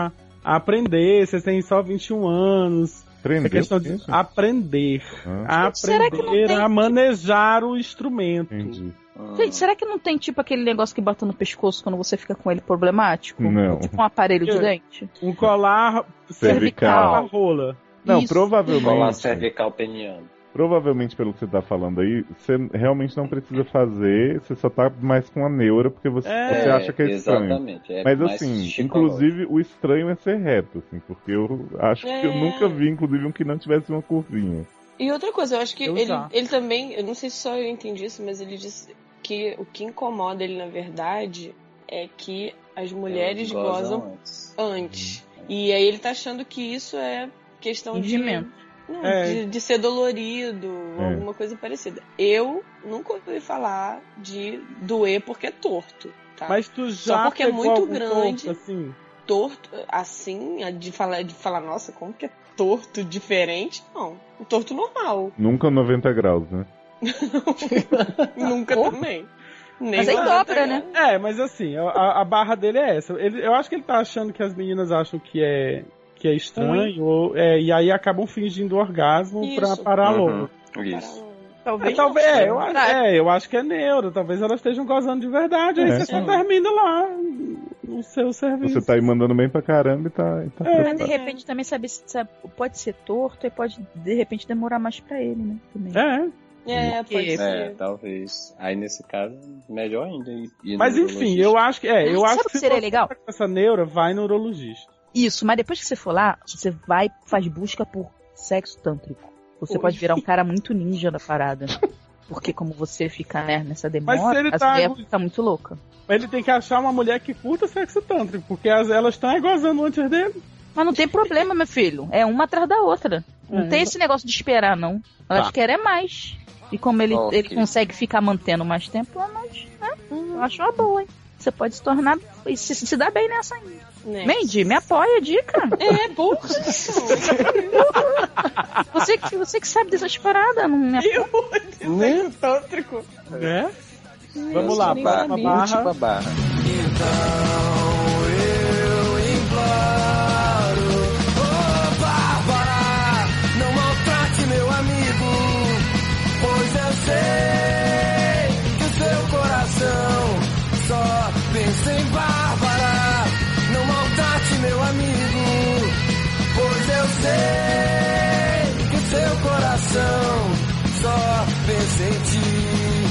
Speaker 6: a- a aprender, você tem só 21 anos. É
Speaker 5: Aprender.
Speaker 6: questão de
Speaker 5: isso?
Speaker 6: aprender.
Speaker 5: Ah,
Speaker 6: A
Speaker 2: Será que não
Speaker 6: aprender
Speaker 2: tem-
Speaker 6: a manejar o instrumento.
Speaker 5: entendi.
Speaker 2: [laughs]
Speaker 4: Ah.
Speaker 2: Gente, será que não tem tipo aquele negócio que bota no pescoço quando você fica com ele problemático?
Speaker 5: Não.
Speaker 2: Tipo um aparelho de
Speaker 6: Eu-
Speaker 2: dente?
Speaker 6: Um colar
Speaker 5: Cervical.
Speaker 6: cervical a rola.
Speaker 5: Não,
Speaker 2: Isso.
Speaker 4: Colar
Speaker 5: provavelmente.
Speaker 4: cervical peniano.
Speaker 5: Provavelmente, pelo que você tá falando aí, você realmente não precisa fazer, você só tá mais com a neura, porque você,
Speaker 6: É,
Speaker 5: você acha que é estranho.
Speaker 4: Exatamente. É
Speaker 5: Mas
Speaker 4: mais
Speaker 5: assim,
Speaker 4: psicológico.
Speaker 5: inclusive o estranho é ser reto, assim, porque eu acho que eu
Speaker 1: É.
Speaker 5: nunca vi, inclusive, um que não tivesse uma curvinha.
Speaker 1: E outra coisa, eu acho que
Speaker 2: Eu
Speaker 1: ele,
Speaker 2: já.
Speaker 1: ele também, eu não sei se só eu entendi isso, mas ele disse que o que incomoda ele, na verdade, é que as mulheres
Speaker 4: Elas
Speaker 1: gozam,
Speaker 4: antes.
Speaker 1: antes.
Speaker 6: Uhum.
Speaker 1: E aí ele tá achando que isso é questão de,
Speaker 2: Fingimento.
Speaker 1: não,
Speaker 6: É.
Speaker 1: de, de ser dolorido,
Speaker 5: É.
Speaker 1: alguma coisa parecida. Eu nunca ouvi falar de doer porque é torto, tá?
Speaker 6: Mas tu já.
Speaker 1: Só porque é
Speaker 6: pegou
Speaker 1: muito
Speaker 6: algum
Speaker 1: grande.
Speaker 6: corpo, assim?
Speaker 1: torto, assim, de falar, de falar, nossa, como que é torto diferente? Não. O torto
Speaker 6: [laughs]
Speaker 1: normal.
Speaker 5: Nunca 90 graus, né?
Speaker 1: Nunca também. Nem
Speaker 2: Mas aí
Speaker 1: nada.
Speaker 2: dobra, né?
Speaker 6: É, mas assim, a, a barra dele é essa. Ele- eu acho que ele tá achando que as meninas acham que é, que é estranho, ou- é, e aí acabam fingindo orgasmo pra
Speaker 1: Isso.
Speaker 5: Tá
Speaker 6: parar
Speaker 4: Uhum.
Speaker 6: logo.
Speaker 4: Isso.
Speaker 1: um-
Speaker 6: É,
Speaker 2: Talvez.
Speaker 6: talvez, é, eu,
Speaker 2: Caralho.
Speaker 6: é, eu acho que é neuro. Talvez elas estejam gozando de verdade. Aí
Speaker 5: É.
Speaker 6: você só termina lá o seu serviço.
Speaker 5: Você tá aí mandando bem pra caramba e tá. E tá
Speaker 6: É.
Speaker 2: Mas de
Speaker 5: preocupado.
Speaker 2: repente também sabe, sabe, pode ser torto e pode de repente demorar mais pra ele, né? Também.
Speaker 6: É,
Speaker 1: É, pode
Speaker 2: É.
Speaker 4: É,
Speaker 1: ser.
Speaker 4: talvez. Aí nesse caso, melhor ainda. ir- ir
Speaker 6: mas
Speaker 4: no
Speaker 6: enfim,
Speaker 4: urologista.
Speaker 6: eu acho que. É, eu
Speaker 2: Sabe
Speaker 6: acho
Speaker 2: o que
Speaker 6: que se
Speaker 2: seria
Speaker 6: você
Speaker 2: legal?
Speaker 6: tá com essa neura, vai no urologista.
Speaker 2: Isso, mas depois que você for lá, você vai, faz busca por sexo tântrico. Você
Speaker 1: Ui.
Speaker 2: pode
Speaker 6: [laughs]
Speaker 2: virar um cara muito ninja na parada. Porque como você fica, né, nessa demora,
Speaker 6: Mas se ele
Speaker 2: as
Speaker 6: tá
Speaker 2: mulheres
Speaker 6: agu-
Speaker 2: ficam muito louca.
Speaker 6: Mas ele tem que achar uma mulher que curta sexo tântrico, porque as, elas estão gozando antes dele.
Speaker 2: Mas não tem problema, meu filho. É uma atrás da outra. Não
Speaker 6: É,
Speaker 2: tem esse negócio de esperar, não. Elas
Speaker 6: Tá.
Speaker 2: querem é mais. E como ele,
Speaker 4: Ok.
Speaker 2: ele consegue ficar mantendo mais tempo, é mais, né? eu acho uma boa, hein? Você pode se tornar. e Se, se dá bem nessa ainda.
Speaker 1: Né?
Speaker 2: Mandy, me apoia, dica.
Speaker 1: É, porra, então.
Speaker 2: [laughs] Você, que- você que sabe dessas paradas, não me apoia.
Speaker 4: Né?
Speaker 1: Tântrico.
Speaker 6: Né?
Speaker 4: Vamos
Speaker 6: Vamos lá,
Speaker 4: lá,
Speaker 1: nem
Speaker 4: barra,
Speaker 1: sabia.
Speaker 4: última barra.
Speaker 3: Não maltrate meu amigo, pois eu sei que o seu coração só pensa em Bárbara. Não maltrate meu amigo, pois eu sei que o seu coração só pensa em ti.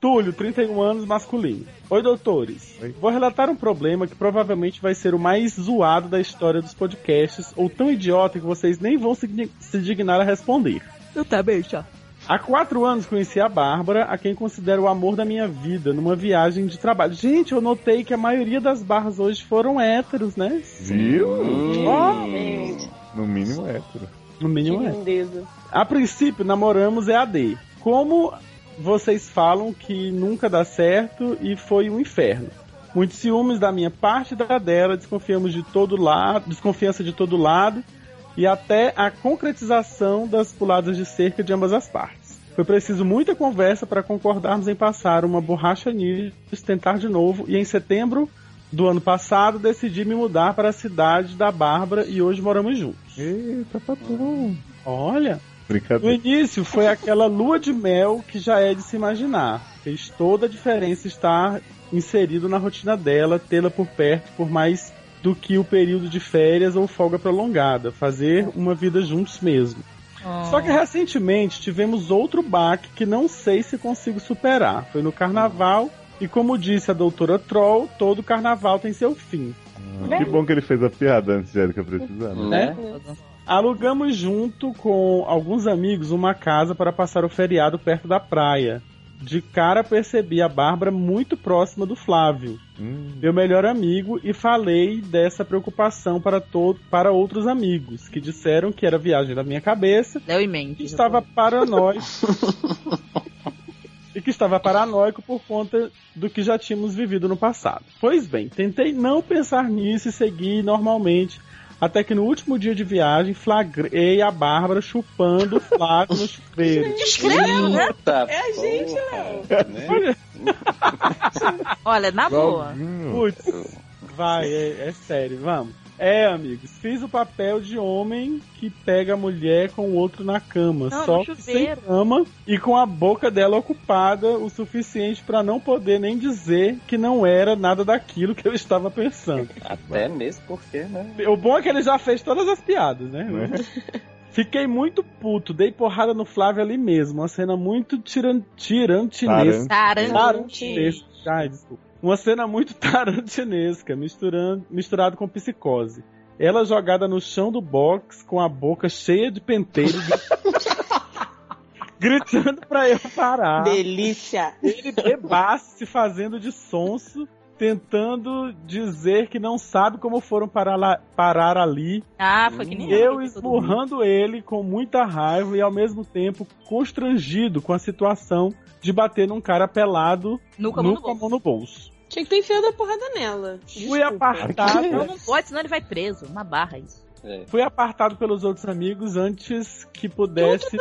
Speaker 6: Túlio, 31 anos, masculino. Oi, doutores. Vou relatar um problema que provavelmente vai ser o mais zoado da história dos podcasts, ou tão idiota que vocês nem vão se, digni- se dignar a responder.
Speaker 2: Eu também, já.
Speaker 6: Há quatro anos conheci a Bárbara, a quem considero o amor da minha vida, numa viagem de trabalho. Gente, eu notei que a maioria das barras hoje foram héteros, né?
Speaker 5: Viu?
Speaker 4: Hum.
Speaker 5: No mínimo hétero.
Speaker 6: No
Speaker 1: Que
Speaker 6: mínimo é.
Speaker 1: lindeza.
Speaker 6: A princípio, namoramos EAD. Como vocês falam que nunca dá certo e foi um inferno. Muitos ciúmes da minha parte e da dela, desconfiamos de todo lado, desconfiança de todo lado e até a concretização das puladas de cerca de ambas as partes. Foi preciso muita conversa para concordarmos em passar uma borracha news, tentar de novo e em setembro do ano passado decidi me mudar para a cidade da Bárbara e hoje moramos juntos.
Speaker 5: Eita, patrão.
Speaker 6: Olha, no
Speaker 5: Brincadeira.
Speaker 6: início foi aquela lua de mel que já é de se imaginar. Fez toda a diferença estar inserido na rotina dela, tê-la por perto por mais do que o período de férias ou folga prolongada, fazer uma vida juntos mesmo.
Speaker 2: Oh,
Speaker 6: Só que recentemente tivemos outro baque que não sei se consigo superar. Foi no carnaval e como disse a doutora Troll, todo carnaval tem seu fim.
Speaker 5: Que bom que ele fez a piada antes de Erika precisar. né?
Speaker 4: Né?
Speaker 6: Alugamos junto com alguns amigos uma casa para passar o feriado perto da praia. De cara percebi a Bárbara muito próxima do Flávio,
Speaker 5: Hum,
Speaker 6: meu melhor amigo, e falei dessa preocupação para, to- para outros amigos, que disseram que era viagem da minha cabeça
Speaker 2: Léo e Mandy.
Speaker 6: que estava paranoico. e que estava paranoico por conta do que já tínhamos vivido no passado. Pois bem, tentei não pensar nisso e seguir normalmente. Até que no último dia de viagem flagrei a Bárbara chupando o Flávio no chuveiro.
Speaker 2: Descreveu, né?
Speaker 4: Tá,
Speaker 1: É a gente,
Speaker 4: porra, né?
Speaker 2: Olha, na boa.
Speaker 5: igualzinho.
Speaker 6: Putz, vai, é, é sério, vamos. É, amigos, fiz o papel de homem que pega a mulher com o outro na cama,
Speaker 2: Não,
Speaker 6: só
Speaker 2: no
Speaker 6: que sem
Speaker 2: chuveiro.
Speaker 6: cama e com a boca dela ocupada o suficiente pra não poder nem dizer que não era nada daquilo que eu estava pensando.
Speaker 4: Até mesmo porque, né?
Speaker 6: O bom é que ele já fez todas as piadas, né?
Speaker 5: Né?
Speaker 6: Fiquei muito puto, dei porrada no Flávio ali mesmo. Uma cena muito tiran tirantinesca.
Speaker 2: Caramba.
Speaker 6: Tarantinesca. Ai, Ah, desculpa. Uma cena muito [laughs] tarantinesca, misturando, misturado com psicose. Ela jogada no chão do box com a boca cheia de penteiro, gritando pra eu parar.
Speaker 1: Delícia.
Speaker 6: Ele bebaço se fazendo de sonso, tentando dizer que não sabe como foram parar, lá- parar ali.
Speaker 2: Ah, foi que nem
Speaker 6: Eu
Speaker 2: que todo
Speaker 6: esburrando ele com muita raiva e ao mesmo tempo constrangido com a situação de bater num cara pelado
Speaker 2: mundo. Nunca
Speaker 6: nu
Speaker 2: mudou.
Speaker 6: com a mão no bolso.
Speaker 1: Tinha que ter enfiado a porrada nela.
Speaker 6: Fui apartado,
Speaker 2: Não, não pode, senão ele vai preso. Uma barra isso.
Speaker 6: fui apartado pelos outros amigos antes que pudesse.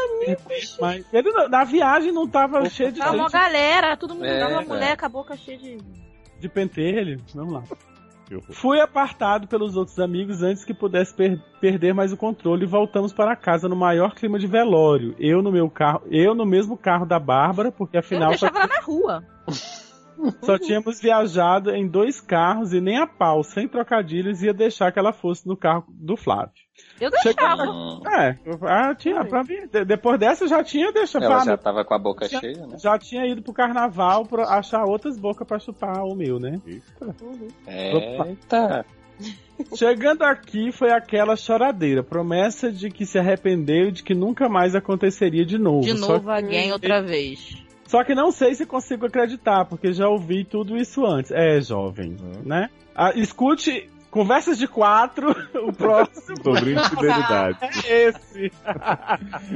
Speaker 6: Mas ele não- na viagem não tava cheio de
Speaker 2: Tava uma
Speaker 6: gente
Speaker 2: galera, todo mundo.
Speaker 4: É,
Speaker 2: tava uma
Speaker 4: é.
Speaker 2: mulher com a boca cheia de.
Speaker 6: de pentelho. Vamos lá.
Speaker 5: Que horror.
Speaker 6: Fui apartado pelos outros amigos antes que pudesse per- perder mais o controle e voltamos para casa no maior clima de velório. Eu no meu carro, eu no mesmo carro da Bárbara, porque
Speaker 2: Eu não
Speaker 6: afinal só
Speaker 2: deixava lá na rua.
Speaker 6: Só tínhamos viajado em dois carros e nem a pau, sem trocadilhos, ia deixar que ela fosse no carro do Flávio.
Speaker 2: Eu
Speaker 6: Chegou
Speaker 2: deixava.
Speaker 4: Hum.
Speaker 6: É, ah, tinha, pra mim, de- depois dessa eu já tinha deixado.
Speaker 4: Ela
Speaker 6: ah,
Speaker 4: É, já
Speaker 6: meu,
Speaker 4: tava com a boca
Speaker 6: Já-
Speaker 4: cheia, né?
Speaker 6: já tinha ido pro carnaval pra achar outras bocas pra chupar o meu, né?
Speaker 4: Eita!
Speaker 6: Chegando aqui foi aquela choradeira, promessa de que se arrependeu e de que nunca mais aconteceria de novo.
Speaker 2: De
Speaker 6: Só-
Speaker 2: novo, alguém outra vez.
Speaker 6: Só que não sei se consigo acreditar, porque já ouvi tudo isso antes. É, jovem,
Speaker 5: Uhum.
Speaker 6: né? Ah, escute Conversas de Quatro, [laughs] o próximo
Speaker 5: Sobre infidelidade.
Speaker 6: é esse. [laughs]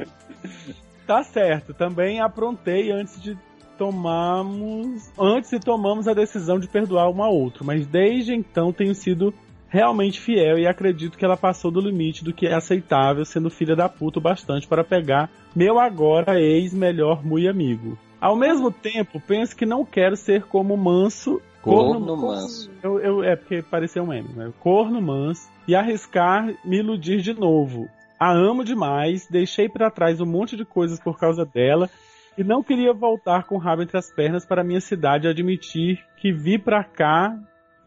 Speaker 6: tá certo. Também aprontei antes de tomarmos... Antes de tomamos a decisão de perdoar um ao outro, mas desde então tenho sido realmente fiel e acredito que ela passou do limite do que é aceitável, sendo filha da puta o bastante para pegar meu agora ex-melhor mui amigo. Ao mesmo tempo, penso que não quero ser como manso.
Speaker 4: Corno manso.
Speaker 6: Eu, eu- é porque pareceu um meme, né? Corno manso e arriscar me iludir de novo. A amo demais, deixei pra trás um monte de coisas por causa dela e não queria voltar com o rabo entre as pernas para minha cidade e admitir que vir pra cá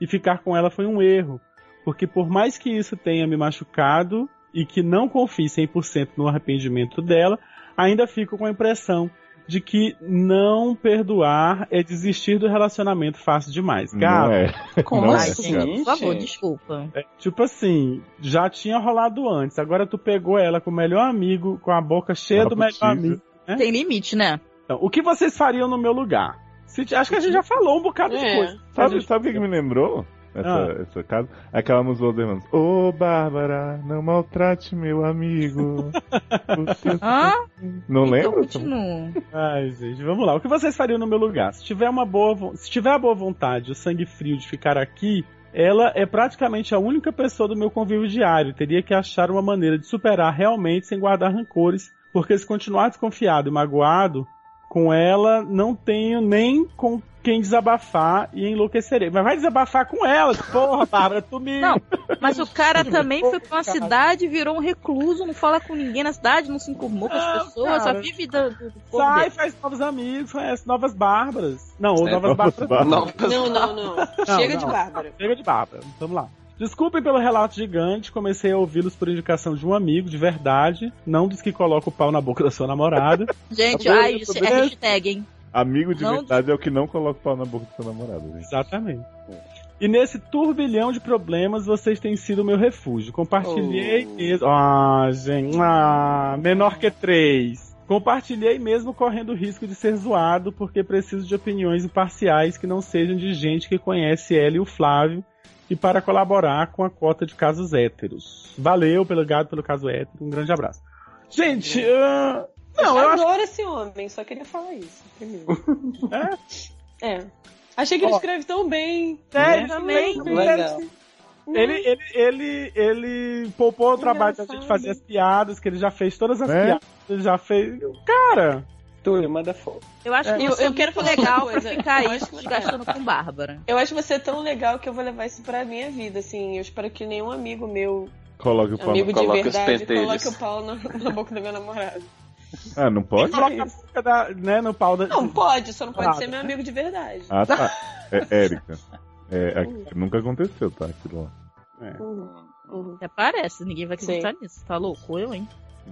Speaker 6: e ficar com ela foi um erro. Porque por mais que isso tenha me machucado e que não confie 100% no arrependimento dela, ainda fico com a impressão de que não perdoar é desistir do relacionamento fácil demais. Gato,
Speaker 5: Não é.
Speaker 4: Como
Speaker 5: Não,
Speaker 2: Ai,
Speaker 5: assim,
Speaker 2: gente,
Speaker 4: gente?
Speaker 2: por favor, desculpa.
Speaker 6: Tipo assim, já tinha rolado antes, agora tu pegou ela com o melhor amigo, com a boca cheia
Speaker 5: Não é
Speaker 6: do melhor
Speaker 5: possível.
Speaker 6: amigo.
Speaker 2: Tem limite, né?
Speaker 6: Então, o que vocês fariam no meu lugar? Se t- acho que a gente já falou um bocado de
Speaker 1: É.
Speaker 6: coisa.
Speaker 5: Sabe, sabe o que me lembrou? Essa, essa casa? É Aquela música dos irmãos. Ô, Bárbara, não maltrate meu amigo. Você-
Speaker 2: Hã? Então
Speaker 5: Não lembro?
Speaker 2: continua.
Speaker 6: Ai, gente, vamos lá. O que vocês fariam no meu lugar? Se tiver uma boa, vo- se tiver a boa vontade, o sangue frio de ficar aqui, ela é praticamente a única pessoa do meu convívio diário. Teria que achar uma maneira de superar realmente sem guardar rancores, porque se continuar desconfiado e magoado com ela, não tenho nem com quem desabafar e enlouquecerei. Mas vai desabafar com ela, porra, Bárbara, é tu me
Speaker 2: Não, Mas o cara também foi pra uma cidade, virou um recluso, não fala com ninguém na cidade, não se incomoda com
Speaker 6: Não,
Speaker 2: as pessoas,
Speaker 6: cara.
Speaker 2: só vive do, do, do povo
Speaker 6: sai,
Speaker 2: dele.
Speaker 6: faz novos amigos, conhece novas Bárbaras. Não, ou
Speaker 4: É,
Speaker 6: novas
Speaker 5: novas
Speaker 6: Bárbaras.
Speaker 5: Bárbaras.
Speaker 4: Não,
Speaker 1: Não, não, não. Chega de
Speaker 6: não.
Speaker 1: Bárbara.
Speaker 6: Chega de Bárbara, vamos lá. Desculpem pelo relato gigante, comecei a ouvi-los por indicação de um amigo, de verdade, não dos que coloca o pau na boca da sua namorada.
Speaker 2: Gente,
Speaker 6: Tá bom,
Speaker 2: ai,
Speaker 6: eu tô
Speaker 2: isso é
Speaker 6: bem.
Speaker 2: hashtag, hein?
Speaker 5: Amigo de
Speaker 2: Não.
Speaker 5: verdade é o que não coloca o pau na boca do seu namorado, gente.
Speaker 6: Exatamente. E nesse turbilhão de problemas, vocês têm sido o meu refúgio. Compartilhei
Speaker 4: Oh.
Speaker 6: mesmo. Ah, gente. Ah, menor que três. Compartilhei mesmo correndo o risco de ser zoado, porque preciso de opiniões imparciais que não sejam de gente que conhece ela e o Flávio, e para colaborar com a cota de casos héteros. Valeu, pelo gado, pelo caso hétero. Um grande abraço. Gente, ah, não, eu acho.
Speaker 1: adoro esse homem, só queria falar isso primeiro. é? Achei que ele
Speaker 6: Ó.
Speaker 1: escreve tão bem.
Speaker 6: Sério,
Speaker 2: também.
Speaker 4: Legal.
Speaker 6: Ele, ele, ele, ele né? poupou o trabalho da
Speaker 1: Engraçado.
Speaker 6: gente fazer as piadas, que ele já fez todas as
Speaker 5: É?
Speaker 6: piadas, ele já fez. Cara,
Speaker 4: Túlio, manda foto.
Speaker 2: Eu acho que
Speaker 1: Eu-
Speaker 2: você
Speaker 1: eu
Speaker 2: é
Speaker 1: quero
Speaker 2: muito
Speaker 1: falar uma
Speaker 2: legal pra
Speaker 1: coisa.
Speaker 2: ficar
Speaker 1: Eu
Speaker 2: aí
Speaker 1: acho que- tá-
Speaker 2: gastando com Bárbara.
Speaker 1: Eu acho você tão legal que eu vou levar isso pra minha vida, assim. Eu espero que nenhum amigo meu,
Speaker 5: Coloque o
Speaker 1: amigo
Speaker 5: pano.
Speaker 1: de
Speaker 4: coloque os
Speaker 1: verdade,
Speaker 4: pentelhos.
Speaker 1: coloque o pau na, na boca do meu namorado.
Speaker 2: [laughs]
Speaker 5: Ah, não pode?
Speaker 6: Coloca a boca da- né, no pau da.
Speaker 1: Não, pode, só não pode
Speaker 6: Nada.
Speaker 1: ser meu amigo de verdade.
Speaker 5: Ah, tá. É, Érica. É, aqui- nunca aconteceu, tá? Aquilo lá.
Speaker 1: Uhum, uhum.
Speaker 2: Até parece, ninguém vai acreditar nisso. Tá louco, eu, hein?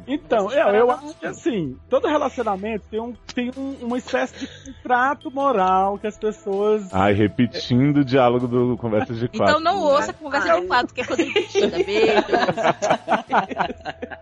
Speaker 6: Então, eu, eu acho que assim, todo relacionamento tem, um, tem um- uma espécie de contrato moral que as pessoas.
Speaker 5: Ai, repetindo o diálogo do Conversas de Quatro.
Speaker 2: Então não ouça a conversa
Speaker 1: Ai.
Speaker 6: um
Speaker 2: de fato, que é coisa
Speaker 6: [laughs]
Speaker 2: repetida. Beijo.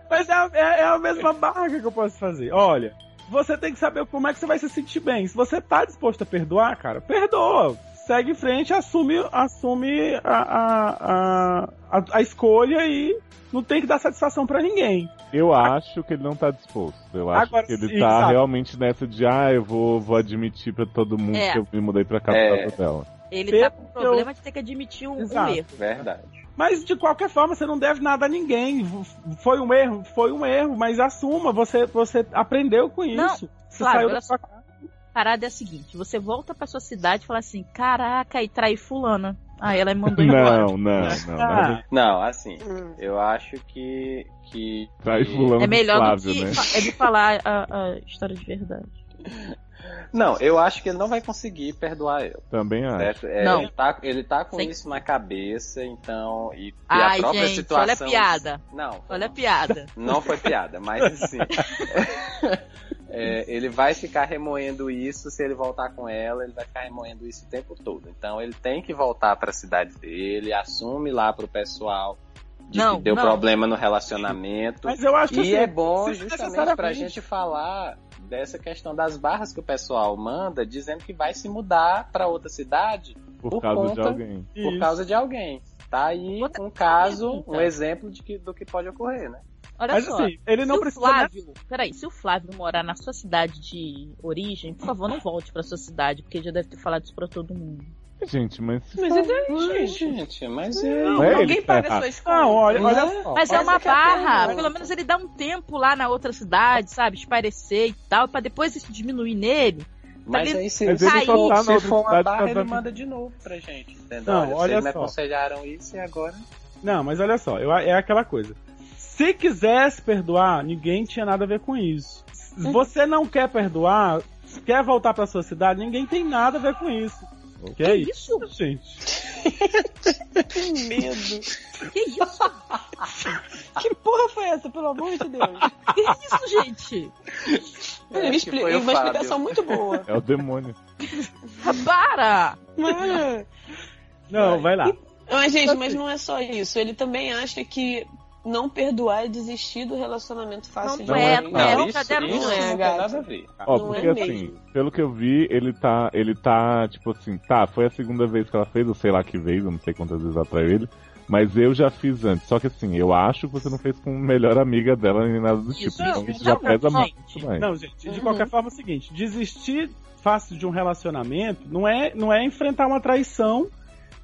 Speaker 6: Mas é, a- é- é a mesma barra que eu posso fazer. Olha, você tem que saber como é que você vai se sentir bem. Se você tá disposto a perdoar, cara, perdoa. Segue em frente, assume, assume a, a, a, a- a escolha e não tem que dar satisfação pra ninguém.
Speaker 5: Eu acho que ele não tá disposto. Eu acho
Speaker 6: Agora,
Speaker 5: que ele
Speaker 6: sim,
Speaker 5: tá
Speaker 6: sabe?
Speaker 5: realmente nessa de, ah, eu vou, vou admitir pra todo mundo
Speaker 2: É.
Speaker 5: que eu me mudei pra capital
Speaker 4: É.
Speaker 5: dela.
Speaker 2: Ele tá
Speaker 6: Perdeu.
Speaker 2: com problema de ter que admitir um, um
Speaker 6: Exato.
Speaker 2: erro.
Speaker 4: Verdade.
Speaker 6: Mas de qualquer forma, você não deve nada a ninguém. V- Foi um erro, foi um erro, mas assuma, você, você aprendeu com
Speaker 2: Não,
Speaker 6: isso. Você
Speaker 2: claro,
Speaker 6: saiu
Speaker 2: olha
Speaker 6: da sua casa.
Speaker 2: A parada é a seguinte: você volta pra sua cidade e fala assim: caraca, e traí fulana. Aí ela é me mandou embora.
Speaker 5: Não, não,
Speaker 6: [laughs]
Speaker 5: não. não.
Speaker 6: Ah,
Speaker 4: Não, assim,
Speaker 1: Hum.
Speaker 4: eu acho que. que
Speaker 5: Traz
Speaker 4: que-
Speaker 5: fulano
Speaker 2: É
Speaker 5: do
Speaker 2: melhor
Speaker 5: Flávio,
Speaker 2: do que
Speaker 5: né?
Speaker 2: fa- é de falar a, a história de verdade.
Speaker 4: Não, eu acho que ele não vai conseguir perdoar eu.
Speaker 5: Também acho.
Speaker 4: certo? É,
Speaker 2: Não.
Speaker 4: Ele tá, ele tá com
Speaker 2: Sem-
Speaker 4: isso na cabeça, então. E, e
Speaker 2: Ai,
Speaker 4: a própria
Speaker 2: gente,
Speaker 4: situação.
Speaker 2: olha a piada.
Speaker 4: Não.
Speaker 2: Olha a piada.
Speaker 4: Não foi piada, mas
Speaker 2: [laughs]
Speaker 4: assim. [laughs] é, ele vai ficar remoendo isso, se ele voltar com ela, ele vai ficar remoendo isso o tempo todo. Então ele tem que voltar pra cidade dele, assume lá pro pessoal de
Speaker 2: Não,
Speaker 4: que deu
Speaker 2: não.
Speaker 4: problema no relacionamento.
Speaker 6: mas eu acho que
Speaker 4: E é
Speaker 6: assim,
Speaker 4: bom
Speaker 6: se
Speaker 4: justamente pra
Speaker 6: necessariamente-
Speaker 4: gente falar dessa questão das barras que o pessoal manda, dizendo que vai se mudar pra outra cidade
Speaker 5: Por
Speaker 4: por
Speaker 5: causa de
Speaker 4: conta-
Speaker 5: alguém.
Speaker 4: por
Speaker 6: isso.
Speaker 4: causa de alguém. Tá aí
Speaker 2: Outra
Speaker 4: um caso,
Speaker 2: pergunta.
Speaker 4: um exemplo de que, do que pode ocorrer, né?
Speaker 2: Olha
Speaker 6: Mas
Speaker 2: só.
Speaker 6: assim, ele não
Speaker 2: se
Speaker 6: precisa.
Speaker 2: o Flávio, peraí, se o Flávio morar na sua cidade de origem, por favor, não volte pra sua cidade, porque ele já deve ter falado isso pra todo mundo.
Speaker 5: Gente, mas se
Speaker 1: Mas é e daí,
Speaker 4: Ai,
Speaker 1: gente?
Speaker 4: então é gente, mas é.
Speaker 5: Não é ele
Speaker 1: Alguém
Speaker 5: que tá
Speaker 1: paga
Speaker 5: errado.
Speaker 1: suas contas.
Speaker 6: Não, olha,
Speaker 4: Não.
Speaker 6: olha só.
Speaker 2: Mas é
Speaker 4: Essa
Speaker 2: uma
Speaker 4: que é a
Speaker 2: barra,
Speaker 5: né?
Speaker 4: pergunta.
Speaker 2: pelo menos ele dá um tempo lá na outra cidade, sabe, espairecer e tal, pra depois isso diminuir nele.
Speaker 4: Mas
Speaker 2: Tá
Speaker 4: aí se,
Speaker 5: Mas
Speaker 4: se,
Speaker 5: ele
Speaker 2: Aí-
Speaker 5: só tá
Speaker 4: for,
Speaker 5: na
Speaker 4: se
Speaker 5: outra
Speaker 4: for uma
Speaker 5: cidade
Speaker 4: barra, ele
Speaker 5: casando.
Speaker 4: manda de novo pra gente. Entendeu?
Speaker 6: Não,
Speaker 4: olha,
Speaker 6: olha
Speaker 4: vocês me
Speaker 6: só.
Speaker 4: aconselharam isso e agora.
Speaker 6: Não, mas olha só, eu- é aquela coisa. Se quisesse perdoar, ninguém tinha nada a ver com isso. Se Você não quer perdoar, quer voltar pra sua cidade, ninguém tem nada a ver com isso. Que é isso, gente?
Speaker 1: Que medo.
Speaker 2: Que isso?
Speaker 1: Que porra foi essa, pelo amor de Deus?
Speaker 2: Que isso, gente?
Speaker 1: Ele me
Speaker 4: Acho que
Speaker 1: expli-
Speaker 4: foi o
Speaker 1: uma
Speaker 4: Fábio.
Speaker 1: explicação muito boa.
Speaker 5: É o demônio.
Speaker 2: Ah, Para!
Speaker 1: Mano.
Speaker 6: Não, vai lá.
Speaker 1: Mas,
Speaker 2: Então,
Speaker 1: gente,
Speaker 2: assim,
Speaker 1: mas não é só isso. Ele também acha que não perdoar é desistir do relacionamento fácil
Speaker 2: Não
Speaker 1: de
Speaker 2: é,
Speaker 1: ninguém.
Speaker 2: não é.
Speaker 4: isso,
Speaker 2: Já deram
Speaker 4: isso
Speaker 1: um é,
Speaker 4: não tem
Speaker 1: gato.
Speaker 4: nada a ver. tá?
Speaker 5: Ó,
Speaker 1: Não
Speaker 5: porque
Speaker 1: é
Speaker 5: assim,
Speaker 1: mesmo.
Speaker 5: pelo que eu vi, ele tá, ele tá, tipo assim, tá, foi a segunda vez que ela fez, ou sei lá que vez, eu não sei quantas vezes atrás ele, mas eu já fiz antes. Só que assim, eu acho que você não fez com a melhor amiga dela nem nada do tipo.
Speaker 2: não,
Speaker 5: Então isso
Speaker 2: não,
Speaker 5: já pesa
Speaker 2: não,
Speaker 5: muito
Speaker 2: gente.
Speaker 5: mais.
Speaker 6: Não, gente, de
Speaker 1: Uhum.
Speaker 6: qualquer forma é o seguinte, desistir fácil de um relacionamento não é, não é enfrentar uma traição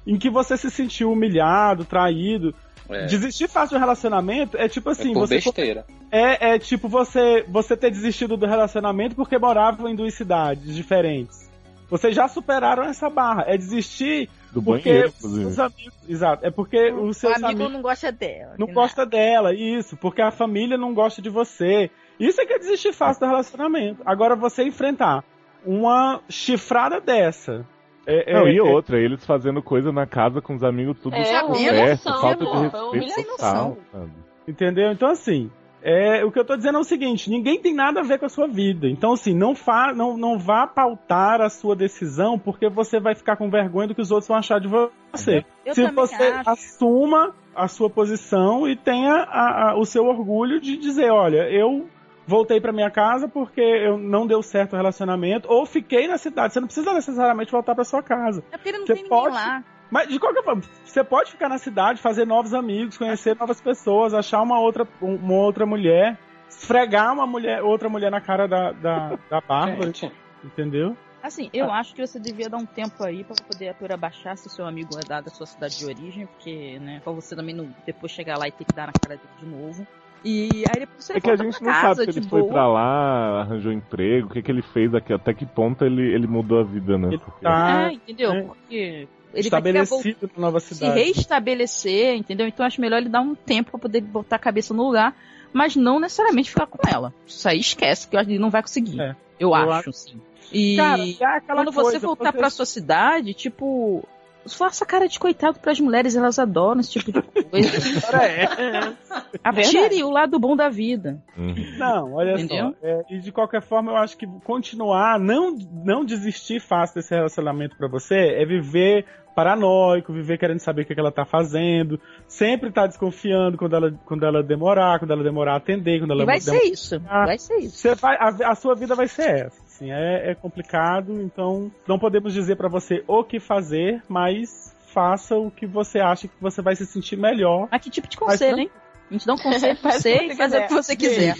Speaker 6: em que você se sentiu humilhado, traído.
Speaker 4: É,
Speaker 6: Desistir fácil de um relacionamento é tipo assim,
Speaker 4: é por
Speaker 6: você
Speaker 4: besteira.
Speaker 6: É, é tipo você, você ter desistido do relacionamento porque moravam em duas cidades diferentes. Vocês já superaram essa barra. É desistir
Speaker 5: Do
Speaker 6: porque
Speaker 5: banheiro, inclusive.
Speaker 6: os amigos. Exato. É porque os
Speaker 2: O
Speaker 6: seus
Speaker 2: amigo
Speaker 6: amigos
Speaker 2: não gosta dela.
Speaker 6: não
Speaker 2: né?
Speaker 6: gostam dela, isso. Porque a família não gosta de você. Isso é que é desistir fácil do relacionamento. Agora você enfrentar uma chifrada dessa. É,
Speaker 5: Não,
Speaker 6: é-
Speaker 5: e
Speaker 6: é-
Speaker 5: outra, eles fazendo coisa na casa com os amigos, tudo
Speaker 1: É,
Speaker 5: certo,
Speaker 1: humilhação,
Speaker 5: falta de
Speaker 1: amor,
Speaker 5: respeito
Speaker 1: humilhação.
Speaker 5: total, sabe?
Speaker 6: Entendeu? Então, assim, é, o que eu tô dizendo é o seguinte: ninguém tem nada a ver com a sua vida. Então, assim, não, fa, não, não vá pautar a sua decisão porque você vai ficar com vergonha do que os outros vão achar de você.
Speaker 2: Eu
Speaker 6: Se
Speaker 2: também
Speaker 6: você
Speaker 2: acho.
Speaker 6: assuma a sua posição e tenha a- a- o seu orgulho de dizer: olha, eu voltei pra minha casa porque eu não deu certo o relacionamento, ou fiquei na cidade. Você não precisa necessariamente voltar pra sua casa.
Speaker 2: É porque ele não
Speaker 6: Você
Speaker 2: tem ninguém
Speaker 6: pode-
Speaker 2: lá.
Speaker 6: Mas de qualquer forma, você pode ficar na cidade, fazer novos amigos, conhecer novas pessoas, achar uma outra, um, uma outra mulher, esfregar uma mulher, outra mulher na cara da, da, da Bárbara,
Speaker 4: Gente,
Speaker 6: entendeu?
Speaker 2: Assim,
Speaker 5: Ah.
Speaker 2: eu acho que você devia dar um tempo aí pra poder a poeira baixar se o seu amigo é da da sua cidade de origem, porque, né, pra você também não depois chegar lá e ter que dar na cara dele de novo. E aí depois você
Speaker 5: É que a
Speaker 2: volta
Speaker 5: gente
Speaker 2: pra
Speaker 5: não
Speaker 2: casa,
Speaker 5: sabe se
Speaker 2: de
Speaker 5: ele foi
Speaker 2: boa.
Speaker 5: pra lá, arranjou emprego, o que, que ele fez aqui, até que ponto ele, ele mudou a vida, né?
Speaker 6: Ele
Speaker 5: Porque-
Speaker 6: tá
Speaker 2: É, entendeu?
Speaker 5: né?
Speaker 6: é.
Speaker 2: Porque ele vai ter que voltar
Speaker 6: estabelecido na nova
Speaker 2: se
Speaker 6: cidade.
Speaker 2: reestabelecer, entendeu? Então acho melhor ele dar um tempo pra poder botar a cabeça no lugar, mas não necessariamente ficar com ela. Isso aí esquece, que eu acho que ele não vai conseguir.
Speaker 6: É.
Speaker 2: Eu,
Speaker 6: Eu
Speaker 2: acho, sim. E
Speaker 6: Cara, é aquela
Speaker 2: quando você
Speaker 6: coisa,
Speaker 2: voltar
Speaker 6: você-
Speaker 2: pra sua cidade, tipo, faça cara de coitado pras mulheres, elas adoram esse tipo de coisa.
Speaker 6: Cara, é.
Speaker 2: Tire o lado bom da vida.
Speaker 6: [laughs]
Speaker 5: Uhum.
Speaker 6: Não, olha
Speaker 2: Entendeu?
Speaker 6: só. é, e de qualquer forma, eu acho que continuar, não, não desistir fácil desse relacionamento pra você, é viver paranoico, viver querendo saber o que, que ela tá fazendo, sempre tá desconfiando quando ela, quando ela demorar, quando ela demorar a atender, quando ela
Speaker 2: E vai
Speaker 6: demorar.
Speaker 2: ser isso. Vai ser isso.
Speaker 6: Você vai, a, a sua vida vai ser essa. Assim, é, é complicado, então não podemos dizer pra você o que fazer, mas faça o que você acha que você vai se sentir melhor.
Speaker 2: Mas que tipo de conselho, hein? A gente dá um conselho pra
Speaker 9: Faz o
Speaker 2: você
Speaker 9: que
Speaker 2: e
Speaker 9: você
Speaker 2: fazer o que você quiser.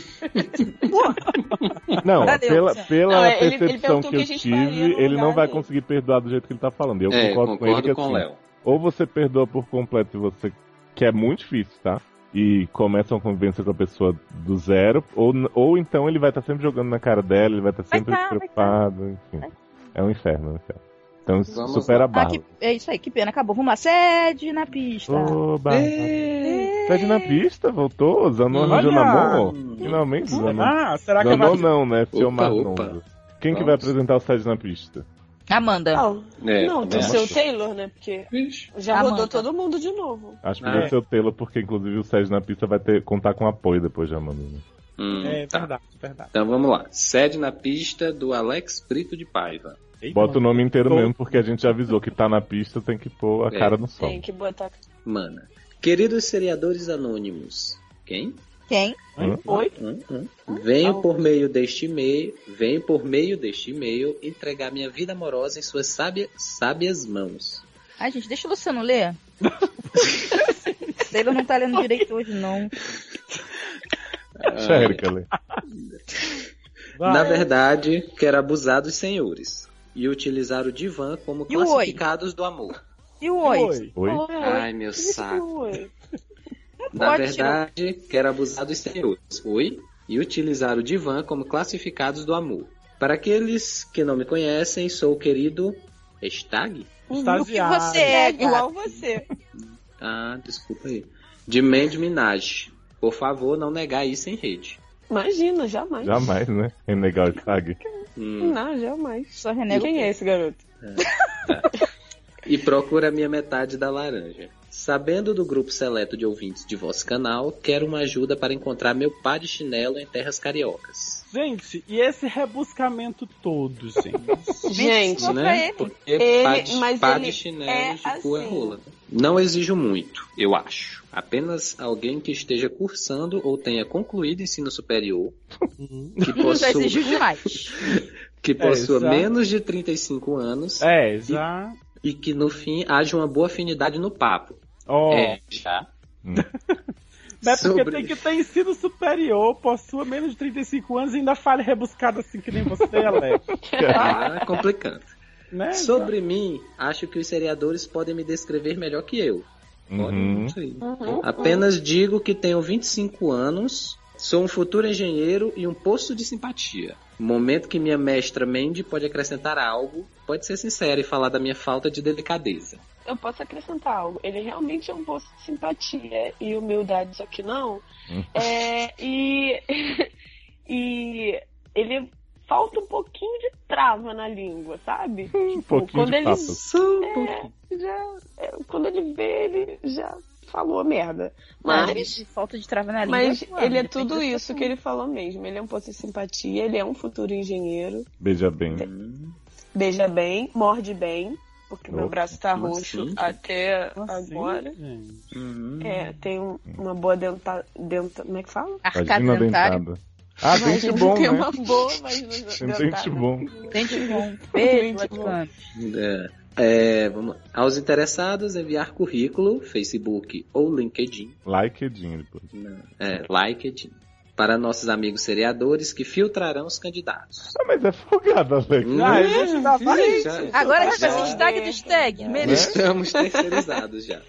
Speaker 5: Não,
Speaker 2: Valeu.
Speaker 5: pela, pela
Speaker 1: Não, é, ele- ele
Speaker 5: percepção
Speaker 1: perguntou
Speaker 5: que
Speaker 1: o
Speaker 5: eu
Speaker 1: que a gente faria
Speaker 5: tive,
Speaker 1: no
Speaker 5: ele
Speaker 1: lugar
Speaker 5: não vai
Speaker 1: dele.
Speaker 5: conseguir perdoar do jeito que ele tá falando. Eu
Speaker 4: é,
Speaker 5: concordo, com ele que
Speaker 4: concordo com o
Speaker 5: assim,
Speaker 4: Léo.
Speaker 5: ou você perdoa por completo e você que é muito difícil, tá? E começa uma convivência com a pessoa do zero, ou, n- ou então ele vai estar sempre jogando na cara dela, ele vai estar sempre
Speaker 2: tá, vai
Speaker 5: preocupado, enfim. É um inferno, é um inferno. Então isso
Speaker 4: Vamos
Speaker 5: supera a
Speaker 2: Ah,
Speaker 5: barra.
Speaker 2: que- é isso aí, que pena. Acabou. Vamos lá. Sede na pista.
Speaker 5: Ô, barra. Sede na pista, voltou, Zanon
Speaker 6: Olha!
Speaker 5: arranjou namoro.
Speaker 4: Hum.
Speaker 5: Finalmente, Zanon.
Speaker 6: Ah, será que
Speaker 5: Zanon
Speaker 6: vai
Speaker 5: não, né? Seu
Speaker 4: Opa,
Speaker 5: Marlon.
Speaker 4: opa.
Speaker 5: Quem que
Speaker 4: Vamos.
Speaker 5: vai apresentar o Sede na pista?
Speaker 2: Amanda.
Speaker 1: Não,
Speaker 4: É,
Speaker 1: não, tá
Speaker 4: também
Speaker 1: do seu
Speaker 4: acho.
Speaker 1: Taylor, né? Porque
Speaker 4: Vixe.
Speaker 1: já
Speaker 2: Amanda.
Speaker 1: rodou todo mundo de novo.
Speaker 5: Acho que
Speaker 4: Ah,
Speaker 5: vai
Speaker 4: é.
Speaker 5: ser o Taylor, porque inclusive o Sede na pista vai ter, contar com apoio depois de Amanda. né?
Speaker 4: Hum,
Speaker 6: É
Speaker 4: tá.
Speaker 6: verdade, verdade.
Speaker 4: Então vamos lá. Sede na pista do Alex Brito de Paiva.
Speaker 5: Bota o nome inteiro
Speaker 6: Tô.
Speaker 5: mesmo, porque a gente já avisou que tá na pista, tem que pôr a
Speaker 4: É.
Speaker 5: cara no sol.
Speaker 1: Tem que botar.
Speaker 4: Mana. Queridos seriadores anônimos. Quem?
Speaker 2: Quem?
Speaker 1: Oi?
Speaker 4: Hum, hum. Venho por meio deste e-mail, venho por meio deste e-mail entregar minha vida amorosa em suas sábia, sábias mãos.
Speaker 2: Ai, gente, deixa o Luciano ler. Taylor não tá lendo direito hoje, não.
Speaker 5: Sério, Kelly.
Speaker 1: Ah.
Speaker 4: Na verdade, quero abusar dos senhores e utilizar o divã como
Speaker 2: E o oi?
Speaker 4: classificados
Speaker 2: [laughs]
Speaker 4: do amor.
Speaker 2: E o oi?
Speaker 5: Oi?
Speaker 4: Ai, meu saco.
Speaker 1: Oi.
Speaker 4: Na
Speaker 2: pode,
Speaker 4: verdade, quero abusar dos senhores, oi, e utilizar o divã como classificados do amor. Para aqueles que não me conhecem, sou o querido Stag?
Speaker 2: O que você é,
Speaker 1: É
Speaker 2: gata?
Speaker 1: igual você.
Speaker 4: Ah, desculpa aí. De Mandy Minaj. Por favor, não negar isso em rede.
Speaker 1: Imagina, jamais.
Speaker 5: Jamais, né? Renegar o tag.
Speaker 4: Hum.
Speaker 1: Não, jamais.
Speaker 2: Só renego.
Speaker 1: Quem é esse garoto?
Speaker 4: E procura a minha metade da laranja. Sabendo do grupo seleto de ouvintes de vosso canal, quero uma ajuda para encontrar meu pá de chinelo em terras cariocas.
Speaker 6: Gente, e esse rebuscamento todo, gente?
Speaker 2: [laughs]
Speaker 1: Gente,
Speaker 2: Só pra ele.
Speaker 4: né? Porque
Speaker 1: Ele-
Speaker 4: pá de,
Speaker 1: mas
Speaker 4: pá
Speaker 1: ele
Speaker 4: de chinelo
Speaker 1: é
Speaker 4: de cu é
Speaker 1: assim.
Speaker 4: rola. Não exijo muito, eu acho. Apenas alguém que esteja cursando ou tenha concluído ensino superior,
Speaker 6: Uhum.
Speaker 1: [laughs]
Speaker 4: que
Speaker 2: Já
Speaker 4: possua,
Speaker 2: exigiu demais.
Speaker 4: que possua
Speaker 6: É, exato.
Speaker 4: menos de 35 anos
Speaker 6: É, já.
Speaker 4: e que no fim haja uma boa afinidade no papo.
Speaker 6: Ó. Hum.
Speaker 4: É, já.
Speaker 6: [laughs] Mas é porque
Speaker 4: Sobre-
Speaker 6: tem que ter ensino superior, possua menos de 35 anos e ainda fale rebuscado assim que nem você, Alex.
Speaker 4: [laughs] Ah, complicando.
Speaker 6: Né?
Speaker 4: Sobre mim, acho que os seriadores podem me descrever melhor que eu. Olha,
Speaker 5: Uhum.
Speaker 4: não sei. Apenas digo que tenho 25 anos, sou um futuro engenheiro e um poço de simpatia. Momento que minha mestra Mandy pode acrescentar algo, pode ser sincera e falar da minha falta de delicadeza.
Speaker 1: eu posso acrescentar algo. Ele realmente é um poço de simpatia e humildade, só que não.
Speaker 5: Hum.
Speaker 1: É, e, [laughs] e ele falta um pouquinho de trava na língua, sabe?
Speaker 5: Um pouquinho
Speaker 1: quando
Speaker 5: de
Speaker 1: ele-
Speaker 5: papo.
Speaker 1: Já, é, quando ele vê, ele já falou merda.
Speaker 2: Mas,
Speaker 1: Mas,
Speaker 2: falta de trava na língua.
Speaker 1: mas
Speaker 2: mano,
Speaker 1: ele é
Speaker 2: depende
Speaker 1: tudo
Speaker 2: da
Speaker 1: isso
Speaker 2: situação.
Speaker 1: que ele falou mesmo. Ele é um poço de simpatia, ele é um futuro engenheiro.
Speaker 5: Beija bem.
Speaker 1: Beija bem, morde bem, porque meu
Speaker 5: Nossa,
Speaker 1: braço tá
Speaker 4: como
Speaker 1: roxo
Speaker 4: assim?
Speaker 1: até
Speaker 6: Assim,
Speaker 1: agora.
Speaker 6: gente.
Speaker 4: Hum.
Speaker 1: É, tem um- uma boa denta, denta. Como é que fala?
Speaker 5: Vagina
Speaker 2: Arcada dentária.
Speaker 5: dentada. Ah, dente
Speaker 1: Imagina,
Speaker 9: um
Speaker 5: bom,
Speaker 1: tem
Speaker 5: né?
Speaker 1: uma boa, mas não-
Speaker 5: Tem
Speaker 1: não
Speaker 5: dente
Speaker 1: tá, né?
Speaker 5: bom.
Speaker 2: Dente bom.
Speaker 1: Dente
Speaker 2: Beijo,
Speaker 1: bom.
Speaker 2: Vaticano.
Speaker 4: É, é, vamos lá. Aos interessados, enviar
Speaker 5: é
Speaker 4: currículo, Facebook ou LinkedIn.
Speaker 5: Like Edinho.
Speaker 4: É, LinkedIn. para nossos amigos seriadores que filtrarão os candidatos.
Speaker 5: Ah, mas é folgada, Alex. Né?
Speaker 4: Hum,
Speaker 6: Ah, eu já tava aí.
Speaker 4: já-
Speaker 2: Agora a gente vai
Speaker 4: já-
Speaker 2: ser hashtag dos tags. Mereço. [laughs]
Speaker 4: Estamos terceirizados já.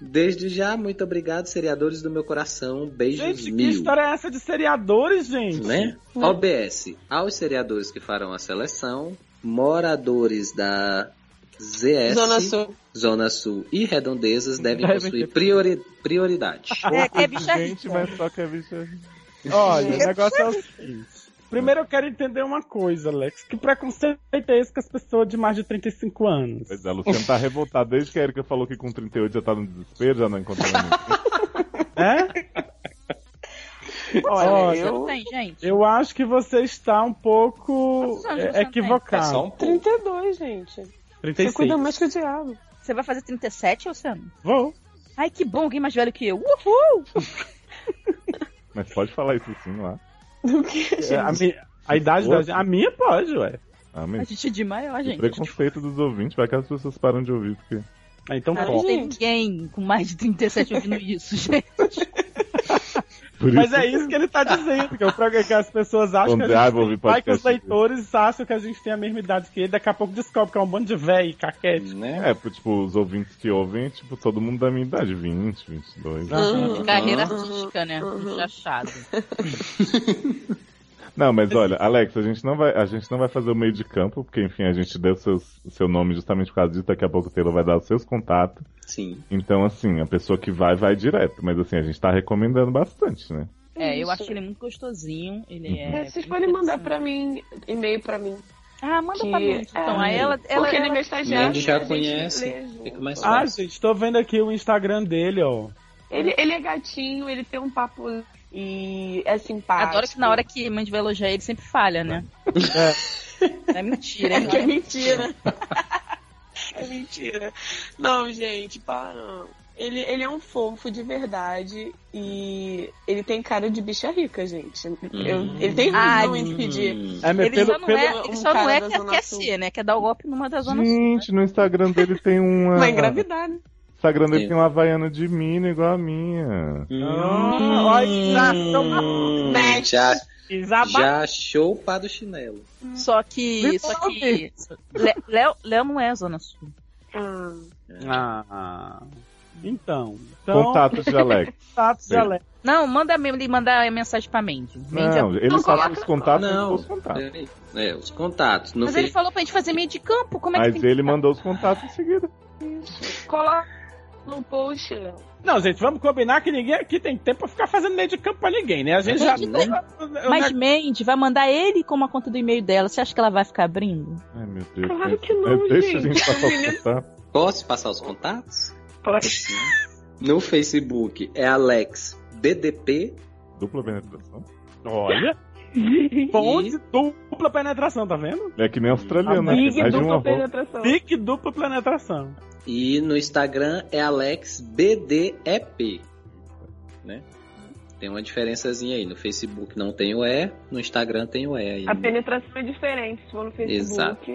Speaker 4: Desde já, muito obrigado, seriadores do meu coração. Beijos
Speaker 6: Gente, que
Speaker 4: mil.
Speaker 6: história é essa de seriadores, gente?
Speaker 4: Né? OBS, aos seriadores que farão a seleção, moradores da ZS,
Speaker 1: Zona Sul.
Speaker 4: Zona Sul e Redondezas devem
Speaker 6: Devem
Speaker 4: possuir
Speaker 6: ter-
Speaker 4: priori- prioridade.
Speaker 2: É, é bicha
Speaker 5: Gente,
Speaker 2: rica.
Speaker 5: mas só que é bicha rica.
Speaker 6: Olha, o negócio é o seguinte. Primeiro eu quero entender uma coisa, Alex. Que preconceito é esse com as pessoas de mais de 35
Speaker 4: [laughs]
Speaker 6: anos?
Speaker 5: Pois é, a Luciana tá revoltada desde que a Erika falou que com 38 já tá no desespero, já não encontrou ninguém.
Speaker 6: É?
Speaker 9: Olha,
Speaker 6: Olha,
Speaker 9: eu.
Speaker 2: Tem, gente.
Speaker 6: eu acho que você está um pouco
Speaker 2: Quantos anos
Speaker 6: é,
Speaker 2: você tem?
Speaker 6: equivocado.
Speaker 4: um
Speaker 9: 32, gente. Você
Speaker 6: 36.
Speaker 9: cuida mais que o diabo.
Speaker 2: Você vai fazer 37, Luciano?
Speaker 6: Vou.
Speaker 2: Ai, que bom, alguém mais velho que eu. Uh, Uhul!
Speaker 5: Mas pode falar isso sim lá.
Speaker 6: É, a, mi- a idade da gente. A minha pode, ué.
Speaker 5: Amém.
Speaker 2: A gente é de maior,
Speaker 5: O
Speaker 2: gente.
Speaker 5: preconceito dos ouvintes, vai que as pessoas param de ouvir, porque.
Speaker 6: Ah, Então
Speaker 2: Ah,
Speaker 6: pode.
Speaker 2: Não tem ninguém com mais de 37 ouvindo isso, gente.
Speaker 5: Por
Speaker 6: Mas
Speaker 5: isso,
Speaker 6: é isso que ele tá dizendo, que, o programa é que as pessoas acham que,
Speaker 5: André, assim.
Speaker 6: a gente,
Speaker 5: vou ouvir
Speaker 6: vai que os
Speaker 5: podcast.
Speaker 6: leitores acham que a gente tem a mesma idade que ele, daqui a pouco descobre que é um bando de véi, caquete.
Speaker 4: Né?
Speaker 5: É, pro, tipo, os ouvintes que ouvem, tipo, todo mundo da minha idade, 20, 22.
Speaker 9: Uhum.
Speaker 2: Carreira
Speaker 4: Uhum.
Speaker 2: artística, né? Puxa achado.
Speaker 5: Não, mas olha, Alex, a gente não vai, a gente não vai fazer o meio de campo, porque enfim, a gente deu seus, seu nome justamente por causa disso, daqui a pouco o Taylor vai dar os seus contatos.
Speaker 4: Sim.
Speaker 5: Então, assim, a pessoa que vai, vai direto. Mas assim, a gente tá recomendando bastante, né?
Speaker 2: É, eu
Speaker 9: Isso.
Speaker 2: acho que ele é muito gostosinho. Ele é.
Speaker 9: É, vocês podem mandar pra
Speaker 2: mim.
Speaker 9: mim, e-mail pra mim.
Speaker 2: Ah, manda
Speaker 9: que-
Speaker 2: pra mim. Então,
Speaker 9: é,
Speaker 2: aí ela. ela,
Speaker 9: porque ele é
Speaker 2: ela...
Speaker 9: meu estagiário.
Speaker 4: Ninguém já
Speaker 9: a gente
Speaker 4: conhece,
Speaker 9: lê junto.
Speaker 4: fica mais
Speaker 6: Ah, gente, tô vendo aqui o Instagram dele, ó.
Speaker 9: Ele, ele é gatinho, ele tem um papo e é simpático.
Speaker 2: Adoro que na hora que a gente vai elogiar ele sempre falha, né? É, mentira, hein?
Speaker 9: [laughs] É que é mentira. [laughs] é mentira. Não, gente, para. Ele, ele é um fofo de verdade e ele tem cara de bicha rica, gente.
Speaker 4: Uhum.
Speaker 9: Eu-
Speaker 2: Uhum.
Speaker 9: ele tem
Speaker 2: Ai.
Speaker 9: razão em se pedir.
Speaker 6: É, mas
Speaker 2: Ele
Speaker 6: pelo-
Speaker 2: só não
Speaker 6: pelo-
Speaker 2: é,
Speaker 9: pelo-
Speaker 2: ele
Speaker 9: um
Speaker 2: só não
Speaker 9: cara
Speaker 2: é
Speaker 9: da
Speaker 2: que
Speaker 9: Zona
Speaker 2: quer
Speaker 9: Sul.
Speaker 2: ser, né? Quer dar o golpe numa
Speaker 6: Tá
Speaker 2: da zona sul.
Speaker 5: Gente, no Instagram dele tem uma.
Speaker 9: Vai engravidar, né?
Speaker 5: Instagram dele
Speaker 4: Sim.
Speaker 5: tem uma havaiana de mina igual a minha.
Speaker 6: Ah, olha que
Speaker 4: Hum, já,
Speaker 6: Isabá.
Speaker 4: já achou o pá do chinelo.
Speaker 2: Só que. Só que. Le- Léo- Léo não é zona sul.
Speaker 9: Ah,
Speaker 6: Ah. Então, então
Speaker 5: Contato de Alex.
Speaker 6: contato de
Speaker 5: Sim.
Speaker 6: Alex.
Speaker 2: Não, manda mesmo ele mandar mensagem pra Mandy. é- Mandy
Speaker 5: Não, ele
Speaker 9: Não,
Speaker 5: passa
Speaker 9: coloca-
Speaker 5: os contatos e
Speaker 4: Não.
Speaker 5: os contatos.
Speaker 4: Peraí. É, os contatos. Não
Speaker 2: Mas
Speaker 4: sei.
Speaker 2: ele falou pra gente fazer meio de campo, como é que
Speaker 5: Mas
Speaker 2: tem
Speaker 5: ele
Speaker 2: que...
Speaker 5: mandou os contatos em seguida.
Speaker 9: coloca no post.
Speaker 6: Não, gente, vamos combinar que ninguém aqui tem tempo pra ficar fazendo meio de campo pra ninguém, né? A gente já.
Speaker 4: Né?
Speaker 2: Mas Mandy vai mandar ele como a conta do e-mail dela. Você acha que ela vai ficar abrindo?
Speaker 5: Ai, meu Deus.
Speaker 9: Claro que não,
Speaker 5: Deixa a
Speaker 9: gente.
Speaker 5: gente passar os contatos.
Speaker 4: Posso passar os contatos?
Speaker 9: Pode.
Speaker 4: No Facebook é Alex DDP.
Speaker 5: Dupla penetração.
Speaker 6: Olha. Bom de dupla penetração, tá vendo?
Speaker 5: É que nem australiano, né?
Speaker 9: Big
Speaker 5: Mais de uma
Speaker 9: dupla
Speaker 5: roupa.
Speaker 9: penetração.
Speaker 6: Pique dupla penetração.
Speaker 4: E no Instagram é Alex BDEP. Né? Tem uma diferençazinha aí. No Facebook não tem o E, no Instagram tem o E ainda.
Speaker 9: A penetração é diferente, se for no Facebook.
Speaker 4: Exato.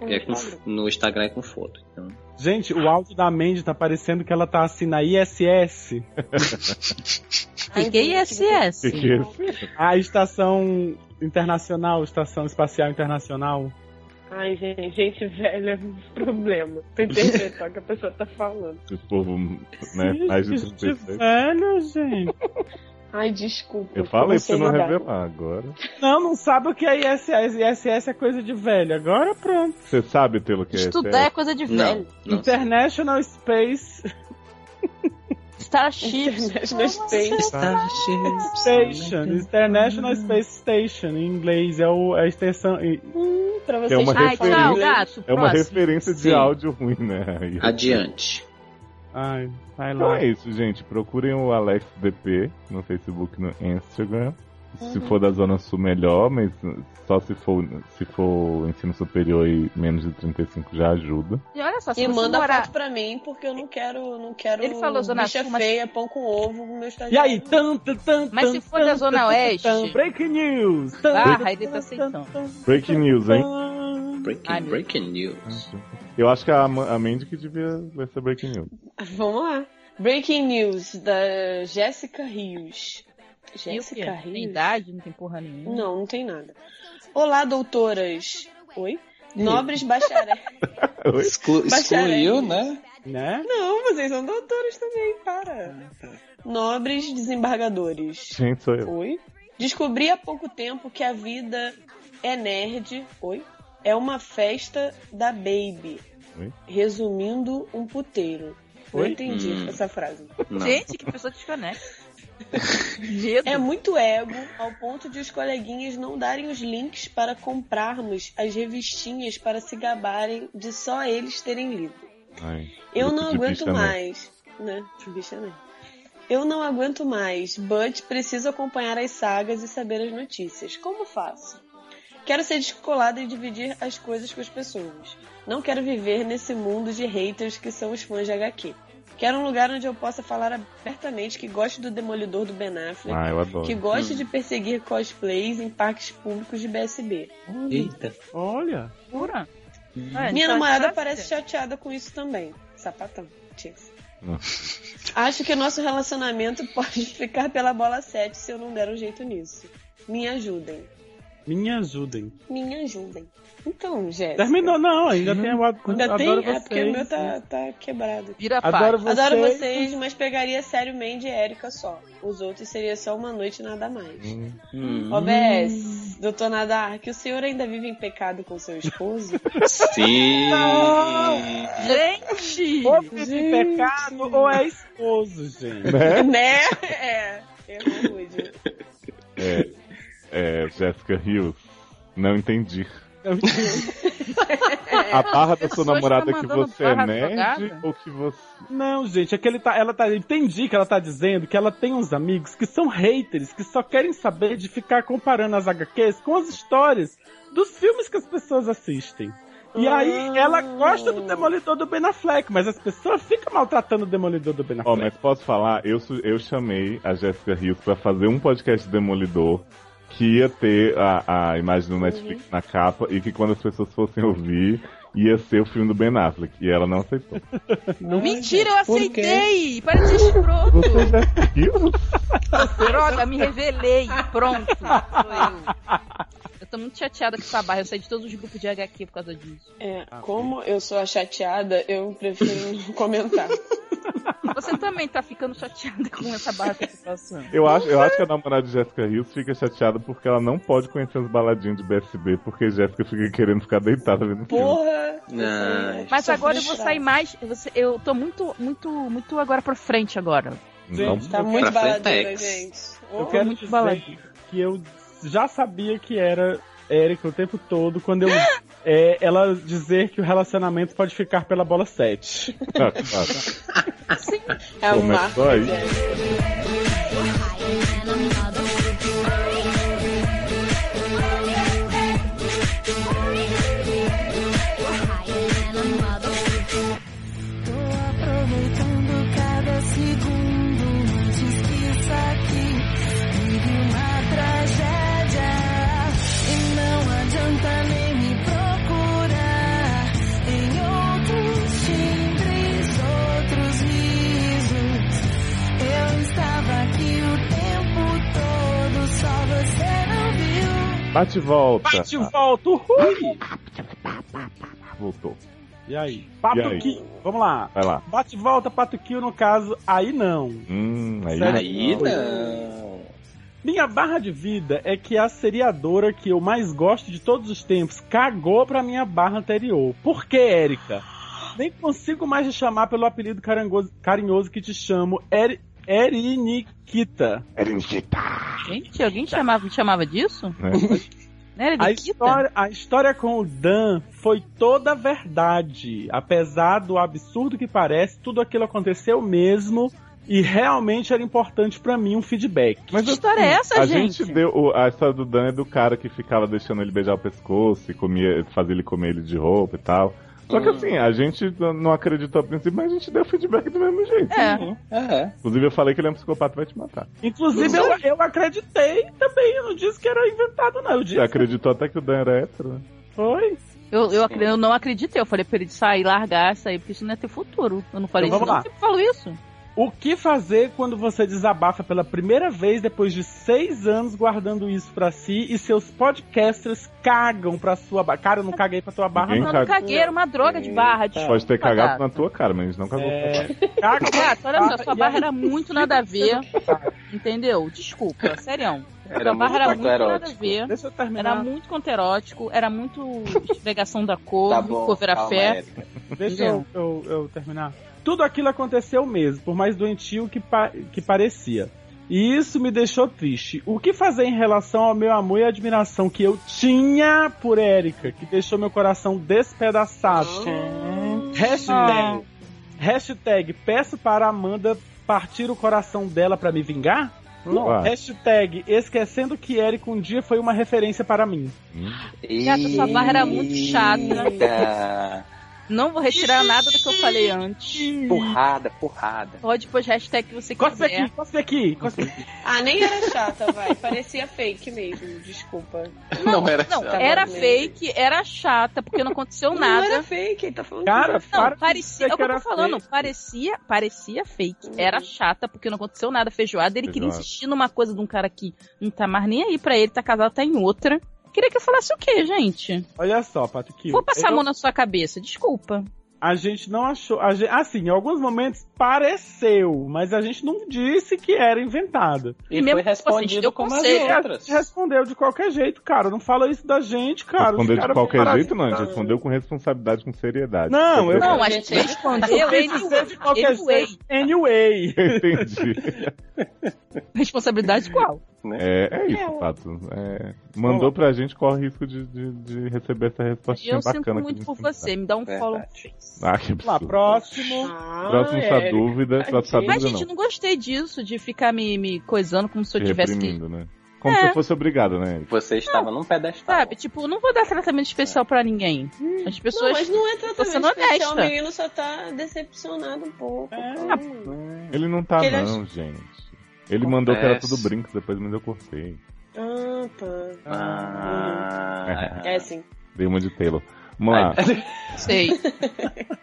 Speaker 9: é no
Speaker 4: É com-
Speaker 9: Instagram.
Speaker 4: no Instagram é com foto. Então.
Speaker 6: Gente, o áudio da Mandy tá parecendo que ela tá assim na ISS,
Speaker 9: Ai,
Speaker 2: Que que é
Speaker 9: gente,
Speaker 2: ISS?
Speaker 5: Que que é isso?
Speaker 6: a estação internacional, estação espacial internacional.
Speaker 9: Ai, gente, gente velha é um problema. Tô entendendo só o que a pessoa tá falando.
Speaker 5: Esse povo, né? Mais de
Speaker 6: Isso
Speaker 5: 36.
Speaker 6: velho, gente.
Speaker 9: Ai, desculpa.
Speaker 5: Eu falei pra
Speaker 9: comecei
Speaker 5: você não
Speaker 9: a nadar.
Speaker 5: revelar agora.
Speaker 6: Não, não sabe o que é ISS. ISS é coisa de velho. Agora pronto.
Speaker 5: Você sabe, Telo, que é
Speaker 2: Estudar é coisa de
Speaker 4: Não,
Speaker 2: velho.
Speaker 4: não sei.
Speaker 6: International Space
Speaker 2: Starship.
Speaker 1: [laughs] né,
Speaker 9: International Space.
Speaker 6: Station. International Space Station, em inglês. É, o, é a extensão. e-
Speaker 9: Hum, pra vocês
Speaker 5: É uma
Speaker 2: Ai,
Speaker 9: que falam
Speaker 2: tchau,
Speaker 5: referência.
Speaker 9: inglês.
Speaker 2: gato.
Speaker 5: É uma
Speaker 2: próximo.
Speaker 5: referência de
Speaker 4: Sim.
Speaker 5: áudio ruim, né? Aí-
Speaker 4: Adiante.
Speaker 6: Ai, vai
Speaker 5: Então
Speaker 6: lá.
Speaker 5: é isso, gente. Procurem o Alex DP no Facebook e no Instagram. Se for da Zona Sul, melhor, mas só se for, se for ensino superior e menos de 35 já ajuda.
Speaker 2: E olha só, se
Speaker 1: E
Speaker 2: você
Speaker 1: manda
Speaker 2: morar...
Speaker 1: foto pra mim, porque eu não quero. Não quero
Speaker 2: Ele falou Zona
Speaker 1: bicha
Speaker 2: Sul, mas-
Speaker 1: feia, pão com ovo, meu estagiário.
Speaker 6: E aí, tanto, tanto.
Speaker 2: Mas se for da Zona Oeste-
Speaker 6: break news. tan,
Speaker 2: Barra, ele
Speaker 6: tan,
Speaker 2: tá aceitando.
Speaker 6: tan,
Speaker 5: Break news, hein?
Speaker 6: tan.
Speaker 4: Breaking,
Speaker 2: Ai, meu
Speaker 4: breaking news.
Speaker 5: Eu acho que a, Ma- a Mandy que devia vai ser break news.
Speaker 1: Vamos lá. Breaking news da Jéssica Rios.
Speaker 2: E o quê?
Speaker 1: Jéssica
Speaker 2: Tem
Speaker 1: Rios?
Speaker 2: idade, não tem porra nenhuma.
Speaker 1: Não, não tem nada. Olá, doutoras. Oi? Nobres
Speaker 2: [laughs]
Speaker 1: bacharéis.
Speaker 4: Exclu-
Speaker 1: Bacharel.
Speaker 4: excluiu, né?
Speaker 6: Né?
Speaker 1: Não, vocês são doutoras também, para. Nobres desembargadores.
Speaker 5: Gente, sou eu.
Speaker 1: Oi. Descobri há pouco tempo que a vida é nerd. Oi. É uma festa da baby.
Speaker 5: Oi?
Speaker 1: Resumindo, um puteiro. Não
Speaker 6: Oi?
Speaker 1: entendi
Speaker 4: Hum.
Speaker 1: essa frase.
Speaker 4: Não.
Speaker 2: Gente, que pessoa desconecta. [laughs] Medo.
Speaker 1: É muito ego ao ponto de os coleguinhas não darem os links para comprarmos as revistinhas para se gabarem de só eles terem lido.
Speaker 5: Ai,
Speaker 1: Eu
Speaker 5: grupo
Speaker 1: não
Speaker 5: de
Speaker 1: aguento
Speaker 5: bicha, né?
Speaker 1: mais. Né? Que Bicha não. Eu não aguento mais. Bud preciso acompanhar as sagas e saber as notícias. Como faço? Quero ser descolada e dividir as coisas com as pessoas. Não quero viver nesse mundo de haters que são os fãs de HQ. Quero um lugar onde eu possa falar abertamente que gosto do Demolidor do Ben Affleck,
Speaker 5: Ah, eu adoro.
Speaker 1: que gosto de perseguir cosplays em parques públicos de BSB.
Speaker 4: Eita.
Speaker 6: Olha.
Speaker 2: Pura. Uhum. Ah, Tá, então é
Speaker 1: Minha namorada parece chateada com isso também. Sapatão. Tix. [laughs] Acho que nosso relacionamento [laughs] pode ficar pela bola 7 se eu não der um jeito nisso. Me ajudem.
Speaker 6: Me ajudem.
Speaker 1: Me ajudem. Então, Jéssica.
Speaker 6: Terminou, não, ainda tem o ad-
Speaker 1: Ainda tem?
Speaker 6: Adoro
Speaker 1: É porque o meu
Speaker 6: vocês.
Speaker 1: tá, tá quebrado.
Speaker 2: Vira
Speaker 6: Adoro
Speaker 2: Adoro...
Speaker 6: vocês.
Speaker 1: Adoro vocês, mas pegaria sério Mandy e Erika só. Os outros seria só uma noite e nada mais.
Speaker 4: Hum,
Speaker 1: OBS, doutor Nadar, que o senhor ainda vive em pecado com seu esposo?
Speaker 4: Sim.
Speaker 2: Gente!
Speaker 6: Ou vive em pecado ou é esposo, gente.
Speaker 1: [laughs]
Speaker 5: Né?
Speaker 1: né? É. Errou rude.
Speaker 6: [laughs]
Speaker 5: É, é, Jéssica Rios. Não entendi.
Speaker 6: Então, [laughs]
Speaker 1: É,
Speaker 5: A barra da sua
Speaker 2: pessoa está
Speaker 5: namorada que
Speaker 2: mandando
Speaker 5: você é
Speaker 2: barra
Speaker 5: nerd
Speaker 2: jogada.
Speaker 5: ou que você.
Speaker 6: Não, gente, é que ele tá, ela tá. Entendi que ela tá dizendo que ela tem uns amigos que são haters, que só querem saber de ficar comparando as HQs com as histórias dos filmes que as pessoas assistem. E aí, ela gosta do Demolidor do Ben Affleck, mas as pessoas ficam maltratando o Demolidor do Ben
Speaker 5: Ó,
Speaker 6: Affleck.
Speaker 5: mas posso falar? Eu, su- eu chamei a Jéssica Rios pra fazer um podcast Demolidor que ia ter a, a imagem do Netflix na capa e que quando as pessoas fossem ouvir ia ser o filme do Ben Affleck. E ela não aceitou.
Speaker 2: Mentira, eu
Speaker 4: Por quê?
Speaker 2: aceitei! Para de ser escroto!
Speaker 5: Você, é Jéssica Rios?
Speaker 2: Droga, me revelei! Pronto! Sou eu. [laughs] Eu tô muito chateada com essa barra. Eu saí de todos os grupos de HQ por causa disso.
Speaker 1: É, como eu sou a chateada, eu prefiro [laughs] não comentar.
Speaker 2: Você também tá ficando chateada com
Speaker 1: [laughs]
Speaker 2: essa barra que eu tô passando.
Speaker 5: Eu acho, eu acho que a namorada de Jéssica Rios fica chateada porque ela não pode conhecer as baladinhas de BSB, porque Jéssica fica querendo ficar deitada vendo filme.
Speaker 1: Porra!
Speaker 4: Não.
Speaker 2: Mas agora eu vou sair mais. Eu, vou ser- eu tô muito, muito, muito agora pra frente agora.
Speaker 5: Não,
Speaker 6: Gente,
Speaker 1: Tá muito
Speaker 4: Pra
Speaker 1: baladeira,
Speaker 2: é
Speaker 4: Frentex.
Speaker 1: gente.
Speaker 6: Eu
Speaker 1: Oh,
Speaker 6: quero
Speaker 2: muito
Speaker 6: dizer
Speaker 2: baladinha.
Speaker 6: que eu já sabia que era Erika o tempo todo quando eu é, ela dizer que o relacionamento pode ficar pela bola 7.
Speaker 5: tá, tá.
Speaker 1: É o Marco.
Speaker 5: Começou aí.
Speaker 7: Tô aproveitando cada segundo antes que isso aqui vire uma tragédia. E não adianta nem me procurar em outros timbres, outros risos. Eu estava aqui o tempo todo, só você não viu.
Speaker 5: Bate e volta.
Speaker 6: Bate e volta, uhul!
Speaker 5: Ah, Voltou.
Speaker 6: E aí? Pato
Speaker 5: E aí?
Speaker 6: Kill, vamos lá.
Speaker 5: Vai lá.
Speaker 6: Bate e volta, Pato Kill, no caso, aí não.
Speaker 5: Hum, aí.
Speaker 6: Sério?
Speaker 4: Aí não.
Speaker 6: Minha barra de vida é que a seriadora que eu mais gosto de todos os tempos cagou pra minha barra anterior. Por que, Érica? Nem consigo mais te chamar pelo apelido carangoso- carinhoso que te chamo, Eri, Eriniquita.
Speaker 2: Gente, alguém chamava, me chamava disso?
Speaker 5: Né?
Speaker 2: Não era
Speaker 6: É. A
Speaker 2: de Kita?
Speaker 6: história, a história com o Dan foi toda verdade. Apesar do absurdo que parece, tudo aquilo aconteceu mesmo. E realmente era importante pra mim um feedback.
Speaker 5: Mas
Speaker 2: Que história é essa,
Speaker 5: a
Speaker 2: gente?
Speaker 5: gente deu o- a história do Dan é do cara que ficava deixando ele beijar o pescoço e comia, fazia ele comer ele de roupa e tal. Só que
Speaker 4: Hum.
Speaker 5: assim, a gente n- não acreditou a princípio, mas a gente deu feedback do mesmo jeito.
Speaker 2: É.
Speaker 4: É.
Speaker 5: Inclusive, eu falei que ele é um psicopata e vai te matar.
Speaker 6: Inclusive, eu, eu acreditei também. Eu não disse que era inventado, não. Eu
Speaker 5: Você
Speaker 6: disse
Speaker 5: acreditou até que o Dan era hétero? né?
Speaker 6: que foi.
Speaker 2: Eu, eu, acre- eu não acreditei. Eu falei pra ele sair, largar, sair, porque isso não ia ter futuro. Eu não falei
Speaker 6: Então
Speaker 2: isso,
Speaker 6: vamos
Speaker 2: não.
Speaker 6: lá.
Speaker 2: Eu sempre falo isso.
Speaker 6: O que fazer quando você desabafa pela primeira vez depois de seis anos guardando isso pra si e seus podcasters cagam pra sua barra? Cara, eu não caguei pra tua barra,
Speaker 5: Ninguém
Speaker 2: Não,
Speaker 6: não.
Speaker 2: não
Speaker 5: cagou.
Speaker 2: caguei, era uma droga de barra.
Speaker 4: É.
Speaker 2: desculpa,
Speaker 5: Pode ter cagado
Speaker 2: gata.
Speaker 5: na tua cara, mas não cagou.
Speaker 6: É,
Speaker 5: É...
Speaker 6: caga
Speaker 2: [laughs]
Speaker 6: pra
Speaker 2: Gata, olha só,
Speaker 6: barra
Speaker 2: sua
Speaker 6: e
Speaker 2: barra
Speaker 6: aí-
Speaker 2: era muito nada a
Speaker 4: [laughs]
Speaker 2: ver. Entendeu? Desculpa, serião.
Speaker 4: Era
Speaker 2: sua barra era
Speaker 4: muito
Speaker 2: muito nada a
Speaker 4: erótico.
Speaker 2: ver.
Speaker 6: Deixa eu terminar.
Speaker 2: Era muito conterótico, era muito esfregação da couve,
Speaker 4: Tá bom.
Speaker 2: couve era
Speaker 4: calma,
Speaker 2: fé.
Speaker 4: Érica.
Speaker 6: Deixa eu, eu- eu terminar. Tudo aquilo aconteceu mesmo, por mais doentio que, pa- que parecia. E isso me deixou triste. O que fazer em relação ao meu amor e admiração que eu tinha por Érica, que deixou meu coração despedaçado? Hashtag, hashtag, peço para Amanda partir o coração dela para me vingar?
Speaker 2: Hum.
Speaker 6: Não,
Speaker 5: Uai.
Speaker 6: hashtag, esquecendo que Érica um dia foi uma referência para mim.
Speaker 5: Hum.
Speaker 2: Gata, sua barra era muito chata.
Speaker 4: Eita.
Speaker 2: Não vou retirar nada do que eu falei antes.
Speaker 4: Porrada, porrada.
Speaker 2: Pode pôr hashtag que você
Speaker 6: Cospe
Speaker 2: quiser.
Speaker 6: aqui, cospe aqui, cospe aqui.
Speaker 1: Ah, nem era chata, vai. Parecia fake mesmo, desculpa.
Speaker 4: Não, era
Speaker 2: Não,
Speaker 4: chata.
Speaker 2: era
Speaker 1: Não.
Speaker 2: fake, era chata, porque não aconteceu
Speaker 1: Não
Speaker 2: nada.
Speaker 1: era fake, ele tá falando
Speaker 6: Cara,
Speaker 2: Não,
Speaker 6: para de dizer
Speaker 2: parecia. É o que eu
Speaker 6: era
Speaker 2: tô falando.
Speaker 6: feio.
Speaker 2: Parecia, parecia fake. Era chata, porque não aconteceu nada. Feijoada, ele queria
Speaker 5: Feijoada.
Speaker 2: insistir numa coisa de um cara que não tá mais nem aí pra ele, tá casado, tá em outra. Queria que eu falasse o quê, gente?
Speaker 6: Olha só, Patrick.
Speaker 2: Vou passar
Speaker 6: eu-
Speaker 2: a mão na sua cabeça, desculpa.
Speaker 6: A gente não achou. A gente, assim, em alguns momentos pareceu, mas a gente não disse que era inventada.
Speaker 4: E
Speaker 2: mesmo
Speaker 4: foi
Speaker 2: que fosse,
Speaker 4: respondido
Speaker 2: eu
Speaker 4: como as
Speaker 2: conselho.
Speaker 6: A
Speaker 4: outras.
Speaker 6: gente respondeu de qualquer jeito, cara. Não fala isso da gente, cara. Os
Speaker 5: Respondeu de
Speaker 6: caras
Speaker 5: qualquer
Speaker 6: pararam-
Speaker 5: jeito, não. A gente respondeu com responsabilidade, com seriedade.
Speaker 6: Não,
Speaker 5: Entendeu?
Speaker 6: eu-
Speaker 2: Não, a gente respondeu
Speaker 6: assim, Quis dizer
Speaker 2: anyway.
Speaker 6: de qualquer
Speaker 2: anyway.
Speaker 6: jeito. Anyway.
Speaker 5: [laughs] Entendi.
Speaker 2: Responsabilidade qual?
Speaker 5: É, é isso, Pato. É, mandou pra gente, corre risco de, de- de receber essa resposta
Speaker 2: Eu sinto
Speaker 5: bacana. que a
Speaker 2: muito
Speaker 5: gente
Speaker 2: por
Speaker 5: tem que
Speaker 2: você, me dá um
Speaker 4: Verdade.
Speaker 2: follow please.
Speaker 5: dar. Ah, que
Speaker 6: Vamos lá,
Speaker 5: absurdo.
Speaker 6: próximo. um
Speaker 1: Ah,
Speaker 5: Próximo
Speaker 1: é.
Speaker 5: tá dúvida. Próximo tá
Speaker 2: Mas,
Speaker 5: dúvida,
Speaker 2: gente,
Speaker 5: não.
Speaker 2: não gostei disso, de ficar me, me coisando como se eu
Speaker 5: Te
Speaker 2: tivesse que
Speaker 5: reprimindo, né? Como se eu fosse obrigado, né?
Speaker 4: Você estava num pedestal.
Speaker 2: Sabe, tipo, não vou dar tratamento especial pra ninguém. As
Speaker 1: Não,
Speaker 2: pessoas.
Speaker 1: mas não é
Speaker 2: Tô sendo
Speaker 1: tratamento especial, o
Speaker 2: honesta.
Speaker 1: menino só tá decepcionado um pouco.
Speaker 6: É,
Speaker 1: calma.
Speaker 5: Ele não tá,
Speaker 1: Ele
Speaker 5: não, gente. Ele mandou que era
Speaker 4: Acontece.
Speaker 5: tudo brinco depois, mas eu cortei.
Speaker 1: Ah, tá.
Speaker 4: Ah,
Speaker 1: É sim.
Speaker 5: Dei uma de Taylor. Vamos lá.
Speaker 2: Sei.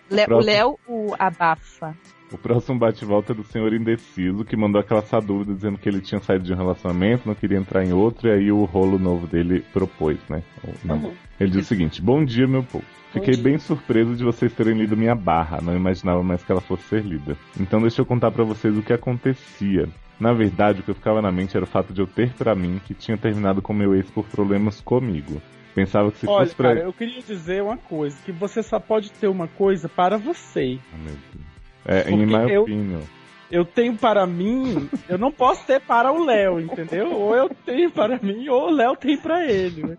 Speaker 2: Le- o
Speaker 5: Pronto.
Speaker 2: Léo o abafa.
Speaker 5: O próximo bate-volta é do senhor indeciso, que mandou aquela essa dúvida dizendo que ele tinha saído de um relacionamento, não queria entrar em outro, e aí o rolo novo dele propôs, né? O
Speaker 6: Uhum.
Speaker 5: namoro. Ele diz o seguinte: Bom dia, meu povo. Fiquei bem surpreso de vocês terem lido minha barra, não imaginava mais que ela fosse ser lida. Então deixa eu contar pra vocês o que acontecia. Na verdade, o que eu ficava na mente era o fato de eu ter pra mim que tinha terminado com meu ex por problemas comigo. Pensava que se
Speaker 6: Olha,
Speaker 5: fosse pra.
Speaker 6: cara, eu queria dizer uma coisa: que você só pode ter uma coisa para você.
Speaker 5: Ah, meu Deus. É,
Speaker 6: Porque
Speaker 5: in my
Speaker 6: eu-
Speaker 5: opinion.
Speaker 6: Eu tenho para mim, eu não posso ter para o Léo, entendeu? Ou eu tenho para mim, ou o Léo tem para ele.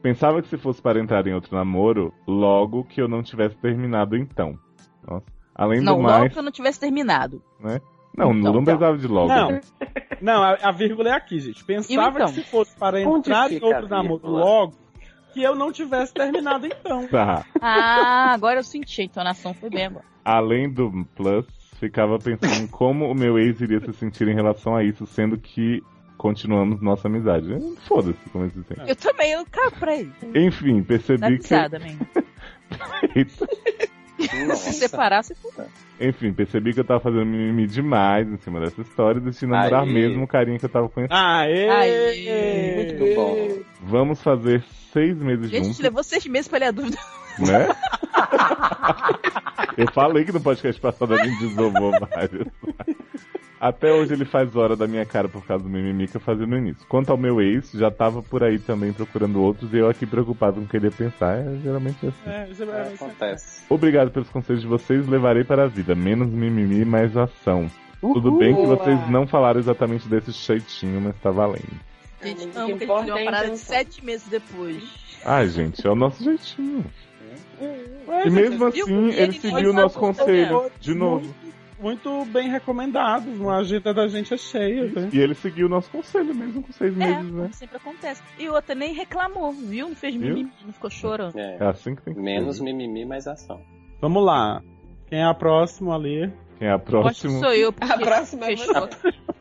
Speaker 5: Pensava que se fosse para entrar em outro namoro, logo que eu não tivesse terminado então. Nossa. Além
Speaker 2: Não,
Speaker 5: do
Speaker 2: logo
Speaker 5: mais.
Speaker 2: que eu não tivesse terminado.
Speaker 5: Não,
Speaker 2: Então,
Speaker 5: não
Speaker 2: então.
Speaker 5: precisava de logo.
Speaker 6: Não.
Speaker 5: né?
Speaker 6: Não, a, a vírgula é aqui, gente. Pensava
Speaker 2: então?
Speaker 6: que se fosse para
Speaker 4: Onde
Speaker 6: entrar em
Speaker 4: fica
Speaker 6: outro
Speaker 4: a
Speaker 6: namoro
Speaker 4: vírgula?
Speaker 6: logo, que eu não tivesse terminado então.
Speaker 5: Tá.
Speaker 2: Ah, agora eu senti, a entonação foi bem agora.
Speaker 5: Além do plus, ficava pensando em como o meu ex iria se sentir em relação a isso, sendo que continuamos nossa amizade. Eh, Foda-se, como eles dizem.
Speaker 2: Eu também, eu cago pra ele.
Speaker 5: Enfim,
Speaker 2: Dá
Speaker 5: percebi que.
Speaker 2: risada, mesmo.
Speaker 5: Eita.
Speaker 2: Se
Speaker 4: Nossa.
Speaker 2: separar, se for.
Speaker 5: [laughs] Enfim, percebi que eu tava fazendo mimimi demais em cima dessa história e decidi namorar
Speaker 4: Aí.
Speaker 5: mesmo o carinha que eu tava conhecendo.
Speaker 6: Aê!
Speaker 2: Aê.
Speaker 4: Muito bom.
Speaker 5: Vamos fazer seis meses juntos.
Speaker 2: Gente, levou seis meses pra ele a dúvida.
Speaker 5: né? [laughs] Eu falei que no podcast passado a gente desovou vários. Até hoje ele faz hora da minha cara por causa do mimimi que eu fazia no início. Quanto ao meu ex, já tava por aí também procurando outros e eu aqui preocupado com o que ele ia pensar. É geralmente assim.
Speaker 6: É, isso é- isso é-
Speaker 4: Acontece.
Speaker 5: Obrigado pelos conselhos de vocês, levarei para a vida. Menos mimimi, mais ação. Tudo bem que vocês não falaram exatamente desse jeitinho, mas tá valendo.
Speaker 2: Gente,
Speaker 1: mas o
Speaker 2: não,
Speaker 1: que
Speaker 2: porque
Speaker 1: importa
Speaker 2: ele deu
Speaker 1: é
Speaker 2: uma
Speaker 1: a
Speaker 2: parada de
Speaker 1: intenção.
Speaker 2: sete meses depois.
Speaker 5: Ai, gente, é o nosso jeitinho.
Speaker 6: Ué,
Speaker 5: E mesmo
Speaker 2: viu?
Speaker 5: assim,
Speaker 2: E ele
Speaker 5: ele seguiu o nosso
Speaker 2: faz outra,
Speaker 5: conselho. De novo.
Speaker 6: Muito bem recomendado. A agenda da gente é cheia. né?
Speaker 5: E ele seguiu o nosso conselho mesmo com seis
Speaker 2: É,
Speaker 5: meses, né?
Speaker 2: como sempre acontece. E outra nem reclamou, viu? Não fez
Speaker 5: Viu?
Speaker 2: mimimi, não ficou chorando.
Speaker 4: É.
Speaker 5: É assim que tem que
Speaker 4: Menos
Speaker 5: ser.
Speaker 4: mimimi, mais ação.
Speaker 6: Vamos lá. Quem é a próxima ali?
Speaker 5: Quem é
Speaker 2: Eu
Speaker 5: a
Speaker 2: Acho que
Speaker 5: próxima?
Speaker 2: sou eu, porque
Speaker 1: A próxima é
Speaker 2: fechou.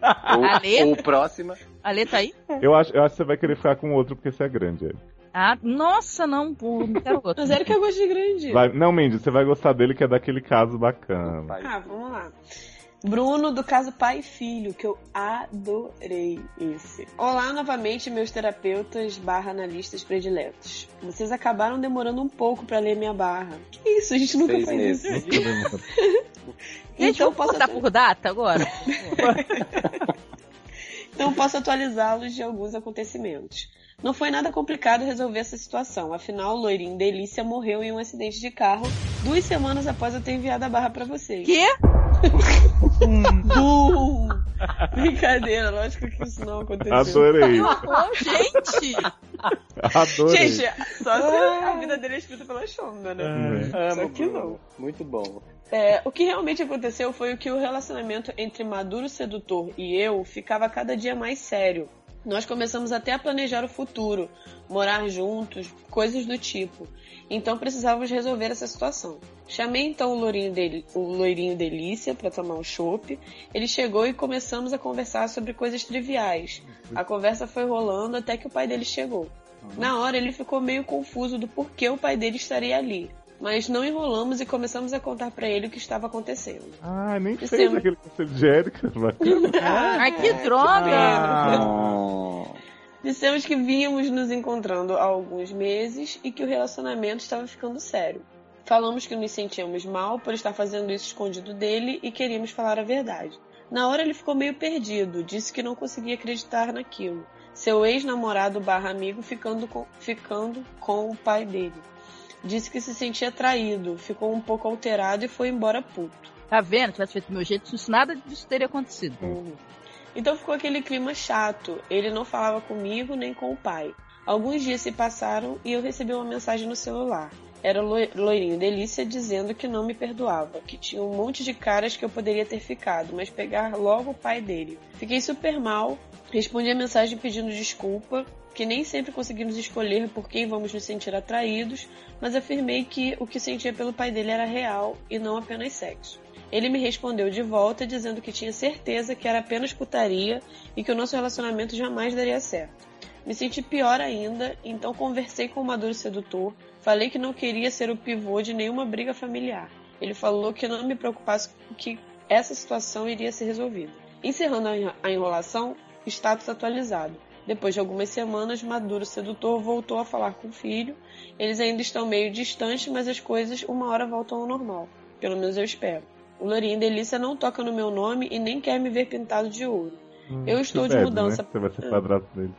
Speaker 2: Ale?
Speaker 4: Ou, ou próxima.
Speaker 2: Ale tá aí?
Speaker 5: Eu acho, eu acho que você vai querer ficar com outro porque você é grande. Ed.
Speaker 2: Ah, nossa, não, pô, não quero outro.
Speaker 1: Mas é, era que eu gosto de grande. [laughs]
Speaker 5: Vai- não, Mendes, você vai gostar dele que é daquele caso bacana.
Speaker 4: Vai.
Speaker 1: Ah, vamos lá. Bruno do caso Pai e Filho, que eu adorei esse. Olá novamente, meus terapeutas barra analistas prediletos. Vocês acabaram demorando um pouco pra ler minha barra. Que isso, a gente nunca
Speaker 4: Seis
Speaker 1: faz isso.
Speaker 4: meses.
Speaker 2: Gente,
Speaker 1: Então eu
Speaker 2: eu posso
Speaker 1: posso
Speaker 2: cortar um
Speaker 1: até-
Speaker 2: por
Speaker 1: [laughs]
Speaker 2: data agora?
Speaker 1: Então posso atualizá-los de alguns acontecimentos. Não foi nada complicado resolver essa situação, afinal o loirinho Delícia morreu em um acidente de carro duas semanas após eu ter enviado a barra pra vocês.
Speaker 2: Quê?
Speaker 1: Bum! [laughs] Brincadeira, lógico que isso não aconteceu.
Speaker 5: Adorei.
Speaker 2: Ô, gente!
Speaker 5: Adorei.
Speaker 1: Gente, só se a vida dele é escrita pela Shonda, né?
Speaker 5: Hum.
Speaker 4: Amo,
Speaker 1: que não.
Speaker 4: Bruno. Muito bom.
Speaker 1: É, o que realmente aconteceu foi o que o relacionamento entre Maduro Sedutor e eu ficava cada dia mais sério. Nós começamos até a planejar o futuro, morar juntos, coisas do tipo. Então precisávamos resolver essa situação. Chamei então o loirinho, dele, o loirinho Delícia para tomar um chopp. Ele chegou e começamos a conversar sobre coisas triviais. A conversa foi rolando até que o pai dele chegou. Na hora ele ficou meio confuso do porquê o pai dele estaria ali. Mas não enrolamos e começamos a contar pra ele o que estava acontecendo.
Speaker 5: Ah, nem
Speaker 1: Sim.
Speaker 5: fez aquele conselho de Érica. bacana.
Speaker 2: Ai, que Ah,
Speaker 1: É,
Speaker 6: Ah,
Speaker 2: droga!
Speaker 4: Ah.
Speaker 1: Dissemos que vínhamos nos encontrando há alguns meses e que o relacionamento estava ficando sério. Falamos que nos sentíamos mal por estar fazendo isso escondido dele e queríamos falar a verdade. Na hora ele ficou meio perdido, disse que não conseguia acreditar naquilo. Seu ex-namorado barra amigo ficando com, ficando com o pai dele. Disse que se sentia traído, ficou um pouco alterado e foi embora puto.
Speaker 2: Tá vendo? Se tivesse feito do meu jeito, isso, nada disso teria acontecido.
Speaker 1: Então ficou aquele clima chato. Ele não falava comigo nem com o pai. Alguns dias se passaram e eu recebi uma mensagem no celular. Era o loi- loirinho Delícia dizendo que não me perdoava, que tinha um monte de caras que eu poderia ter ficado, mas pegar logo o pai dele. Fiquei super mal, respondi a mensagem pedindo desculpa, que nem sempre conseguimos escolher por quem vamos nos sentir atraídos, mas afirmei que o que sentia pelo pai dele era real e não apenas sexo. Ele me respondeu de volta dizendo que tinha certeza que era apenas putaria e que o nosso relacionamento jamais daria certo. Me senti pior ainda, então conversei com o Maduro Sedutor, falei que não queria ser o pivô de nenhuma briga familiar. Ele falou que não me preocupasse que essa situação iria ser resolvida. Encerrando a enro- a enrolação, status atualizado. Depois de algumas semanas, Maduro Sedutor voltou a falar com o filho. Eles ainda estão meio distantes, mas as coisas uma hora voltam ao normal. Pelo menos eu espero. O Lorinha Delícia não toca no meu nome e nem quer me ver pintado de ouro. Hum, eu estou de
Speaker 5: Bebe,
Speaker 1: mudança.
Speaker 5: Né? Você vai ser padrasto dele.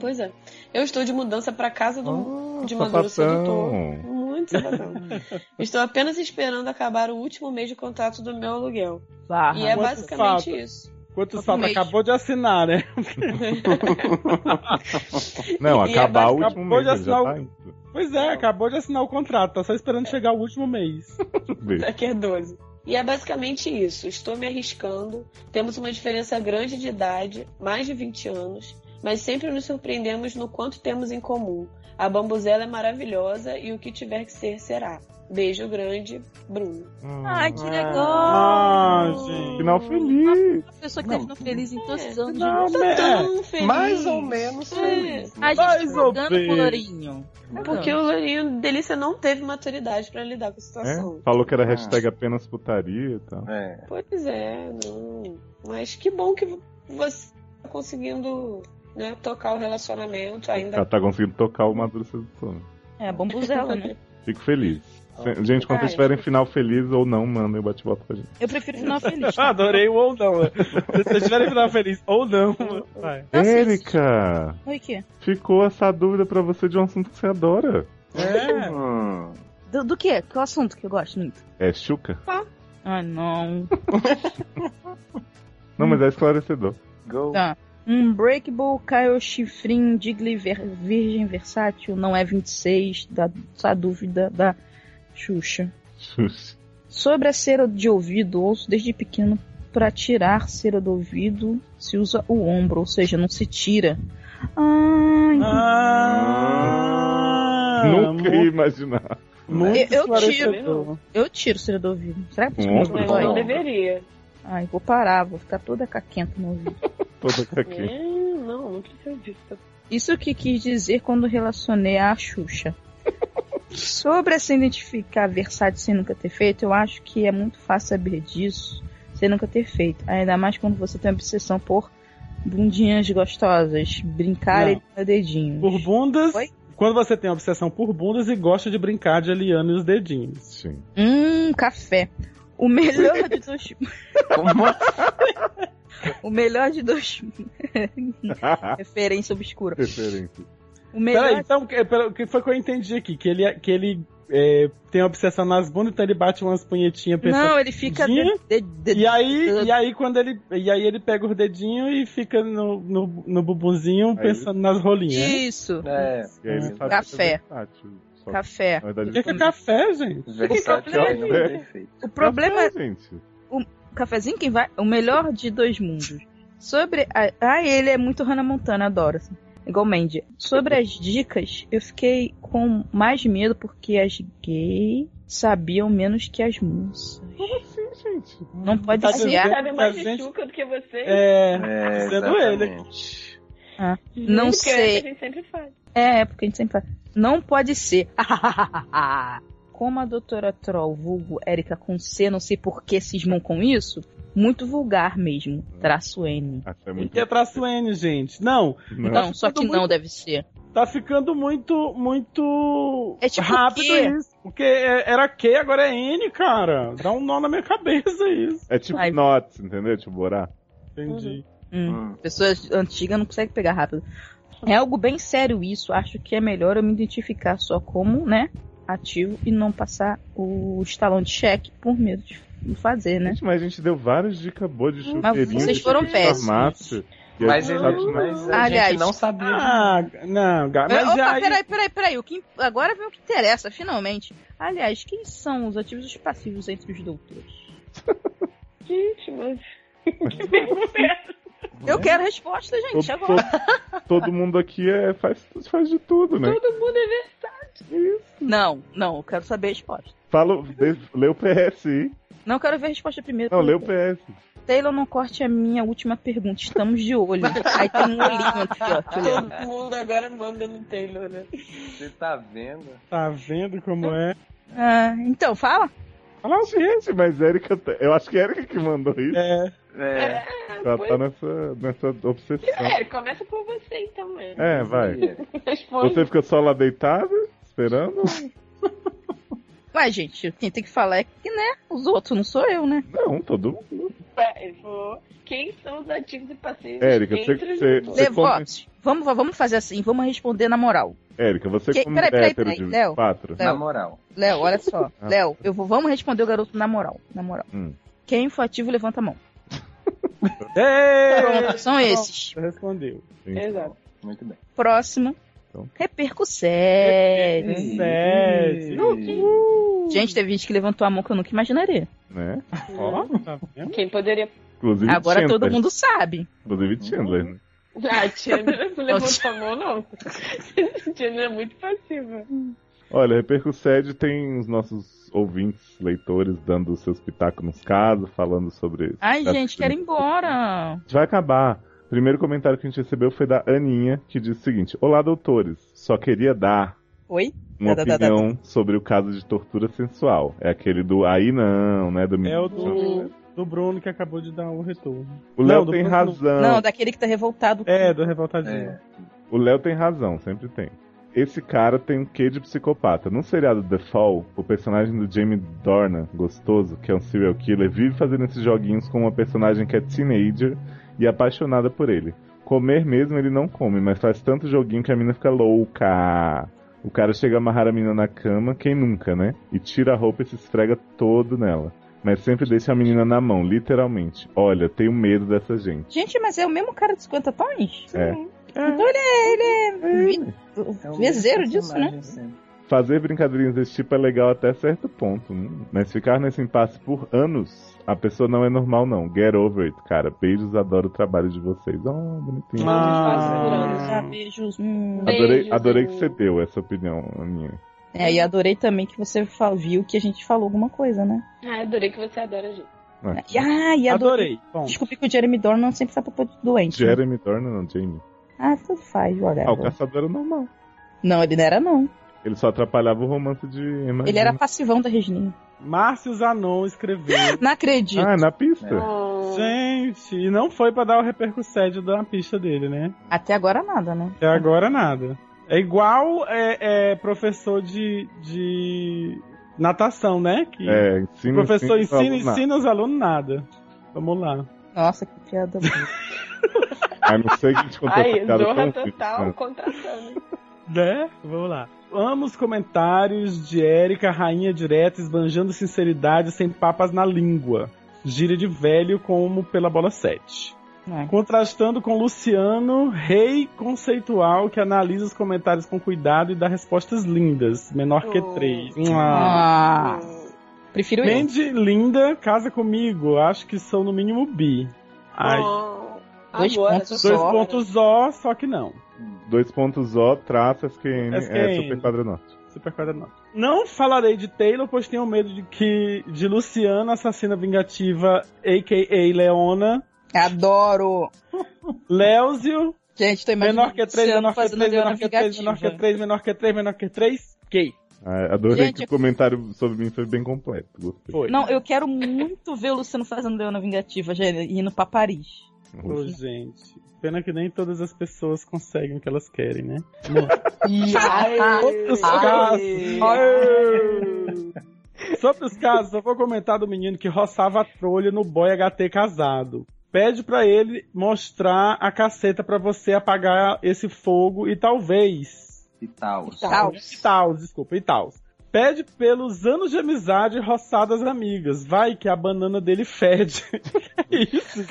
Speaker 1: Pois é. Eu estou de mudança para casa do
Speaker 5: Ah,
Speaker 1: de Maduro Sedutor.
Speaker 5: sapatão.
Speaker 1: Muito sapatão. Estou apenas esperando acabar o último mês de contrato do meu aluguel.
Speaker 2: Barra. um
Speaker 1: E é
Speaker 6: Ah, Quanto
Speaker 1: basicamente
Speaker 6: falta?
Speaker 1: isso.
Speaker 6: [laughs] Quanto
Speaker 2: Outro
Speaker 6: salto
Speaker 2: mês.
Speaker 6: acabou de assinar, né?
Speaker 5: Não,
Speaker 1: E é
Speaker 5: acabar o
Speaker 1: basicamente-
Speaker 5: último
Speaker 6: Acabou
Speaker 5: mês. ele
Speaker 6: de
Speaker 5: Já
Speaker 6: assinar
Speaker 5: tá
Speaker 6: o-
Speaker 5: indo.
Speaker 6: Pois é, acabou de assinar o contrato, tá só esperando chegar o último mês.
Speaker 5: Tudo bem.
Speaker 1: Daqui a 12. E é basicamente isso. Estou me arriscando. Temos uma diferença grande de idade, mais de 20 anos, mas sempre nos surpreendemos no quanto temos em comum. A bambuzela é maravilhosa e o que tiver que ser será. Beijo grande, Bruno.
Speaker 2: Ai, que
Speaker 6: Ah,
Speaker 2: legal!
Speaker 6: gente.
Speaker 5: Final feliz.
Speaker 2: Uma pessoa que terminou feliz em todos os anos.
Speaker 6: Não,
Speaker 1: Tá
Speaker 6: é,
Speaker 1: tão feliz.
Speaker 4: Mais ou menos feliz.
Speaker 2: A
Speaker 6: Mais
Speaker 2: gente
Speaker 6: ou
Speaker 2: jogando
Speaker 6: menos.
Speaker 2: colorinho.
Speaker 1: Porque o Lourinho Delícia não teve maturidade pra lidar com a
Speaker 2: Tá
Speaker 1: situação.
Speaker 5: É? Falou que era hashtag apenas putaria e tal.
Speaker 4: É.
Speaker 1: Pois é, não. Mas que bom que vo- você tá conseguindo né, tocar o relacionamento ainda.
Speaker 5: Ela tá conseguindo tocar o Maduro Sedutor. né?
Speaker 2: É, [laughs] bombuzela, né?
Speaker 5: Fico feliz. Se- Gente, quando vocês tiverem final feliz ou não, mandem o bate-volta pra gente.
Speaker 2: Eu prefiro [laughs] final feliz.
Speaker 6: Ah, Adorei o ou não. Se vocês tiverem final feliz ou não, vai.
Speaker 2: Nossa,
Speaker 5: Érica,
Speaker 2: Oi, o quê?
Speaker 5: ficou essa dúvida pra você de um assunto que você adora.
Speaker 6: É.
Speaker 4: Hum.
Speaker 2: Do, do quê? Que é o assunto que eu gosto muito?
Speaker 5: É Chuca?
Speaker 2: Ah, não.
Speaker 5: Não, mas é esclarecedor.
Speaker 4: Go.
Speaker 2: Tá. Unbreakable Kyle Chifrin Digli Ver- Virgem Versátil não é 26, da, essa dúvida da Xuxa.
Speaker 5: Xuxa.
Speaker 2: Sobre a cera de ouvido, ouço desde pequeno para tirar cera do ouvido se usa o ombro, ou seja, não se tira. Ah,
Speaker 6: Ah,
Speaker 5: Nunca ia imaginar.
Speaker 6: Muito
Speaker 2: Eu- eu
Speaker 6: esclarecedor.
Speaker 2: eu tiro cera do ouvido. Será que isso
Speaker 5: Ombro?
Speaker 2: me
Speaker 1: Mas não
Speaker 2: dói?
Speaker 1: deveria.
Speaker 2: Ai, vou parar, vou ficar toda caquenta no ouvido.
Speaker 5: Toda caquinha.
Speaker 1: É, não, não precisa disso.
Speaker 2: Isso que quis dizer quando relacionei a Xuxa. Sobre a se identificar versátil sem nunca ter feito, eu acho que é muito fácil saber disso sem nunca ter feito. Ainda mais quando você tem obsessão por bundinhas gostosas, brincar
Speaker 6: Não.
Speaker 2: e no dedinho.
Speaker 6: Por bundas.
Speaker 2: Oi?
Speaker 6: Quando você tem obsessão por bundas e gosta de brincar de Eliana e os dedinhos.
Speaker 5: Sim.
Speaker 2: Hum, café. O melhor de dois. [laughs]
Speaker 4: Como
Speaker 2: o melhor de dois.
Speaker 5: [laughs]
Speaker 2: Referência obscura.
Speaker 5: Referência.
Speaker 2: O melhor.
Speaker 6: Peraí, então, que- pera- o que foi que eu entendi aqui? Que ele, que ele é, tem obsessão nas bundas, então ele bate umas punhetinhas pra
Speaker 2: Não, ele fica.
Speaker 6: Dia?
Speaker 2: de- de- de- [laughs]
Speaker 6: E aí, e aí quando ele. E aí ele pega os dedinhos e fica no, no, no bubuzinho pensando nas rolinhas.
Speaker 2: Isso.
Speaker 4: [laughs] é?
Speaker 5: E aí ele sabe
Speaker 2: Café.
Speaker 5: que é versátil. Só que,
Speaker 2: Café.
Speaker 5: na verdade,
Speaker 6: Por que
Speaker 5: ele tá
Speaker 6: que é café, gente?
Speaker 4: Versátil
Speaker 5: problema
Speaker 4: ainda
Speaker 5: é-
Speaker 4: não tem feito.
Speaker 2: [laughs] O problema é
Speaker 5: Café, gente.
Speaker 2: cafezinho quem vai. O melhor de dois mundos. Sobre. A... Ah, ele é muito Hannah Montana, adoro. assim. Igual Mandy. Sobre as dicas, eu fiquei com mais medo porque as gays sabiam menos que as moças.
Speaker 5: Como assim, gente?
Speaker 2: Não pode
Speaker 6: Tá
Speaker 2: ser.
Speaker 6: dizendo-
Speaker 9: Sabe mais
Speaker 6: tá
Speaker 9: de
Speaker 6: dizendo-
Speaker 9: chuca do que você?
Speaker 6: É.
Speaker 4: É, né?
Speaker 6: Sendo ele.
Speaker 4: exatamente.
Speaker 2: Não
Speaker 9: Porque é
Speaker 2: sei.
Speaker 9: o que a gente sempre faz.
Speaker 2: É, porque a gente sempre fala. Não pode ser. [laughs] Como a doutora Troll, vulgo Érica com C, não sei por que cismam com isso, muito vulgar mesmo. Traço N.
Speaker 5: Até
Speaker 6: Tem
Speaker 5: muito.
Speaker 6: que é pra Suene, gente. Não,
Speaker 5: Não.
Speaker 2: Não, só que
Speaker 6: tudo
Speaker 2: não deve ser.
Speaker 6: tá ficando muito, muito
Speaker 2: É tipo
Speaker 6: rápido
Speaker 2: quê?
Speaker 6: isso. Porque é- era Q, agora é N, cara. Dá um nó na minha cabeça isso.
Speaker 5: É tipo
Speaker 2: Ai. Né?
Speaker 5: Notes, entendeu? Tipo Borá.
Speaker 6: Entendi.
Speaker 2: Hum.
Speaker 4: Hum.
Speaker 2: Pessoas antigas não conseguem pegar rápido. É algo bem sério isso. Acho que é melhor eu me identificar só como, né? Ativo e não passar o estalão de cheque por medo de fazer, né?
Speaker 5: Gente, mas a gente deu várias dicas boas de chuteirinho.
Speaker 2: Mas vocês
Speaker 5: de
Speaker 2: foram
Speaker 5: chuteirinho de
Speaker 2: péssimos.
Speaker 5: farmácia, e a
Speaker 4: Mas,
Speaker 5: gente
Speaker 4: ele,
Speaker 5: sabe que- é tipo,
Speaker 4: mas a
Speaker 2: Aliás.
Speaker 4: gente não sabia.
Speaker 6: Ah, não, gar- mas
Speaker 2: Opa,
Speaker 6: já aí-
Speaker 2: peraí, peraí, peraí. O que, agora vem o que interessa, finalmente. Aliás, quem são os ativos e os passivos entre os doutores?
Speaker 9: Gente, mas... que pergunta é essa?
Speaker 4: disso,
Speaker 2: Eu
Speaker 4: né?
Speaker 2: quero resposta, gente,
Speaker 5: tipo, todo,
Speaker 2: agora.
Speaker 5: todo- todo mundo aqui é, faz, faz de tudo, né?
Speaker 9: Todo mundo é ver-
Speaker 2: Não, não, eu quero saber a resposta.
Speaker 5: Fala, de- lê o PS aí.
Speaker 2: Não eu quero ver a resposta primeiro.
Speaker 5: Não, lê o PS.
Speaker 2: Taylor, não corte a minha última pergunta. Estamos de olho. Aí tem um olhinho aqui, ó. que eu-
Speaker 9: [laughs] Todo mundo agora manda no Taylor, né?
Speaker 4: Você tá vendo?
Speaker 6: Tá vendo como é?
Speaker 2: [laughs] Ah, então, fala.
Speaker 5: Fala, gente, mas Erika. tá- Eu acho que é Erika que mandou isso.
Speaker 6: É.
Speaker 4: É.
Speaker 5: Ela tá nessa, nessa obsessão.
Speaker 9: É, começa por você então, é.
Speaker 5: É, vai.
Speaker 9: Responde.
Speaker 5: Você fica só lá deitada, esperando?
Speaker 2: Ué, gente, quem tem que falar é que, né? Os outros, não sou eu, né?
Speaker 5: Não, todo mundo.
Speaker 9: Vai, vou. Quem são os ativos e passivos?
Speaker 5: Érica,
Speaker 9: entre os
Speaker 5: você-
Speaker 9: dois?
Speaker 5: você-
Speaker 2: Levo, ó,
Speaker 5: come-
Speaker 2: vamos, vamos fazer assim, vamos responder na moral.
Speaker 5: Érica, você
Speaker 2: Que-
Speaker 5: como
Speaker 2: peraí, peraí,
Speaker 5: hétero
Speaker 2: peraí,
Speaker 5: de
Speaker 2: Léo.
Speaker 5: quatro.
Speaker 4: Na moral.
Speaker 2: Léo, olha só.
Speaker 5: Ah.
Speaker 2: Léo, eu vou, vamos responder o garoto na moral. Na moral.
Speaker 5: Hum.
Speaker 2: Quem for ativo, levanta a mão.
Speaker 6: Ei!
Speaker 2: Pronto, são esses.
Speaker 6: Você É. respondeu.
Speaker 9: Exato.
Speaker 4: Muito bem.
Speaker 2: Próximo.
Speaker 5: Então.
Speaker 2: Repercussete.
Speaker 6: Sete.
Speaker 2: Gente, teve gente que levantou a mão que eu nunca imaginaria.
Speaker 5: Né?
Speaker 6: Ó, tá vendo?
Speaker 9: Quem poderia.
Speaker 5: Inclusive
Speaker 2: Agora
Speaker 5: Chandler.
Speaker 2: todo mundo sabe.
Speaker 5: Inclusive
Speaker 2: Uhum.
Speaker 5: Chandler, né?
Speaker 9: Ah, Tiana
Speaker 1: [laughs]
Speaker 9: não levantou a mão, não. [laughs] Tiana é muito passiva.
Speaker 5: Olha, Repercussede tem os nossos ouvintes, leitores, dando os seus pitacos nos casos, falando sobre.
Speaker 2: Ai,
Speaker 5: das-
Speaker 2: gente, quero ir embora.
Speaker 5: A gente vai acabar. O primeiro comentário que a gente recebeu foi da Aninha, que disse o seguinte: Olá, doutores. Só queria dar
Speaker 2: Oi?
Speaker 5: uma
Speaker 2: Tá, tá, tá, tá.
Speaker 5: opinião sobre o caso de tortura sensual. É aquele do aí não, né? Do
Speaker 6: É o do,
Speaker 9: Uhum.
Speaker 6: do Bruno que acabou de dar o retorno.
Speaker 5: O Léo
Speaker 6: Não, do
Speaker 5: tem
Speaker 6: Bruno-
Speaker 5: razão.
Speaker 2: Não, daquele que tá revoltado.
Speaker 6: É, do Revoltadinho.
Speaker 4: É.
Speaker 5: O Léo tem razão, sempre tem. Esse cara tem um quê de psicopata. No seriado The Fall, o personagem do Jamie Dornan, gostoso, que é um serial killer, vive fazendo esses joguinhos com uma personagem que é teenager e apaixonada por ele. Comer mesmo ele não come, mas faz tanto joguinho que a mina fica louca. O cara chega a amarrar a mina na cama, quem nunca, né? E tira a roupa e se esfrega todo nela. Mas sempre deixa a menina na mão, literalmente. Olha, tenho medo dessa gente.
Speaker 2: Gente, mas é o mesmo cara de 50 tons?
Speaker 5: É.
Speaker 2: Então ele é. Ele é. Vezeiro disso, né?
Speaker 5: Fazer brincadeirinhas desse tipo é legal até certo ponto, hum, mas ficar nesse impasse por anos, a pessoa não é normal não. Get over it, cara. Beijos, adoro o trabalho de vocês. Oh, bonitinho.
Speaker 2: Já beijos. Hum.
Speaker 5: adorei,
Speaker 9: beijos.
Speaker 5: adorei que você deu essa opinião, Aninha.
Speaker 2: É, e adorei também que você fa- viu que a gente falou alguma coisa, né?
Speaker 9: Ah, adorei que você adora,
Speaker 6: Tá
Speaker 9: gente.
Speaker 2: E, ah, e adorei.
Speaker 6: Adorei. Bom,
Speaker 2: Descobri que o Jeremy Dornan sempre tá papo de doente. né?
Speaker 5: Jeremy Dornan, não, Jamie.
Speaker 2: Ah, tudo faz, olha.
Speaker 5: Ah, o caçador era normal.
Speaker 2: Não, ele não era, não.
Speaker 5: Ele só atrapalhava o romance de Emma.
Speaker 2: Ele era passivão da Regina.
Speaker 6: Márcio Zanon
Speaker 2: [laughs]
Speaker 6: escreveu.
Speaker 2: Não acredito.
Speaker 5: Ah, na pista.
Speaker 6: Gente, e não foi pra dar o repercussão da pista dele, né?
Speaker 5: Ah.
Speaker 2: Até agora nada, né?
Speaker 6: Até agora nada. É igual é, é, professor de, de natação, né? Que
Speaker 5: É,
Speaker 6: o
Speaker 5: ensina,
Speaker 6: professor
Speaker 5: ensina,
Speaker 6: ensina,
Speaker 5: ensina.
Speaker 6: ensina os alunos nada. Vamos lá.
Speaker 2: Nossa, que piada. boa.
Speaker 5: Ah, não sei que a gente contou
Speaker 9: Aí,
Speaker 5: essa piada tão
Speaker 9: Zorra Tá Total
Speaker 5: ruim,
Speaker 9: contratando.
Speaker 6: Né? Vamos lá. Amo os comentários de Érica, rainha direta, esbanjando sinceridade sem papas na língua. Gira de velho como pela bola 7.
Speaker 2: É.
Speaker 6: Contrastando com Luciano, rei conceitual que analisa os comentários com cuidado e dá respostas lindas, menor que
Speaker 9: Oh.
Speaker 6: 3.
Speaker 2: Ah, prefiro eu.
Speaker 6: Mandy, linda, casa comigo. Acho que são no mínimo bi. Ai,
Speaker 9: Oh,
Speaker 2: Dois
Speaker 9: agora,
Speaker 2: pontos
Speaker 6: dois
Speaker 2: só.
Speaker 6: pontos ó, só que não.
Speaker 5: né? Dois pontos O, traço, SQN, é
Speaker 6: SQN.
Speaker 5: super quadranota.
Speaker 6: Super quadra não. Não falarei de Taylor, pois tenho medo de que de Luciana, assassina vingativa, a.k.a. Leona,
Speaker 2: Ah, Adoro.
Speaker 6: Léuzio,
Speaker 2: Gente, tô imaginando
Speaker 6: menor que 3,
Speaker 2: Luciano
Speaker 6: menor que
Speaker 2: fazendo
Speaker 6: 3,
Speaker 2: Leona
Speaker 6: menor que 3, menor que
Speaker 2: Vingativa.
Speaker 6: 3, menor que 3, menor que 3, gay.
Speaker 5: Ah, adorei
Speaker 2: Gente,
Speaker 5: que o comentário sobre mim foi bem completo. Gostei.
Speaker 6: Foi.
Speaker 2: Não, eu quero muito ver o Luciano fazendo Leona Vingativa, gente, e indo pra Paris.
Speaker 6: Ô, gente. Pena que nem todas as pessoas conseguem o que elas querem, né?
Speaker 2: [laughs] Ah,
Speaker 6: Sobre os casos. Aê! Sobre os casos, só vou comentar do menino que roçava a trolha no boy HT casado. Pede pra ele mostrar a caceta pra você apagar esse fogo e talvez.
Speaker 4: E tal.
Speaker 9: Tá.
Speaker 1: Tá,
Speaker 2: Tal.
Speaker 6: E tal, desculpa, e tal. Pede pelos anos de amizade roçadas amigas. Vai que a banana dele fede. [laughs] Que Isso.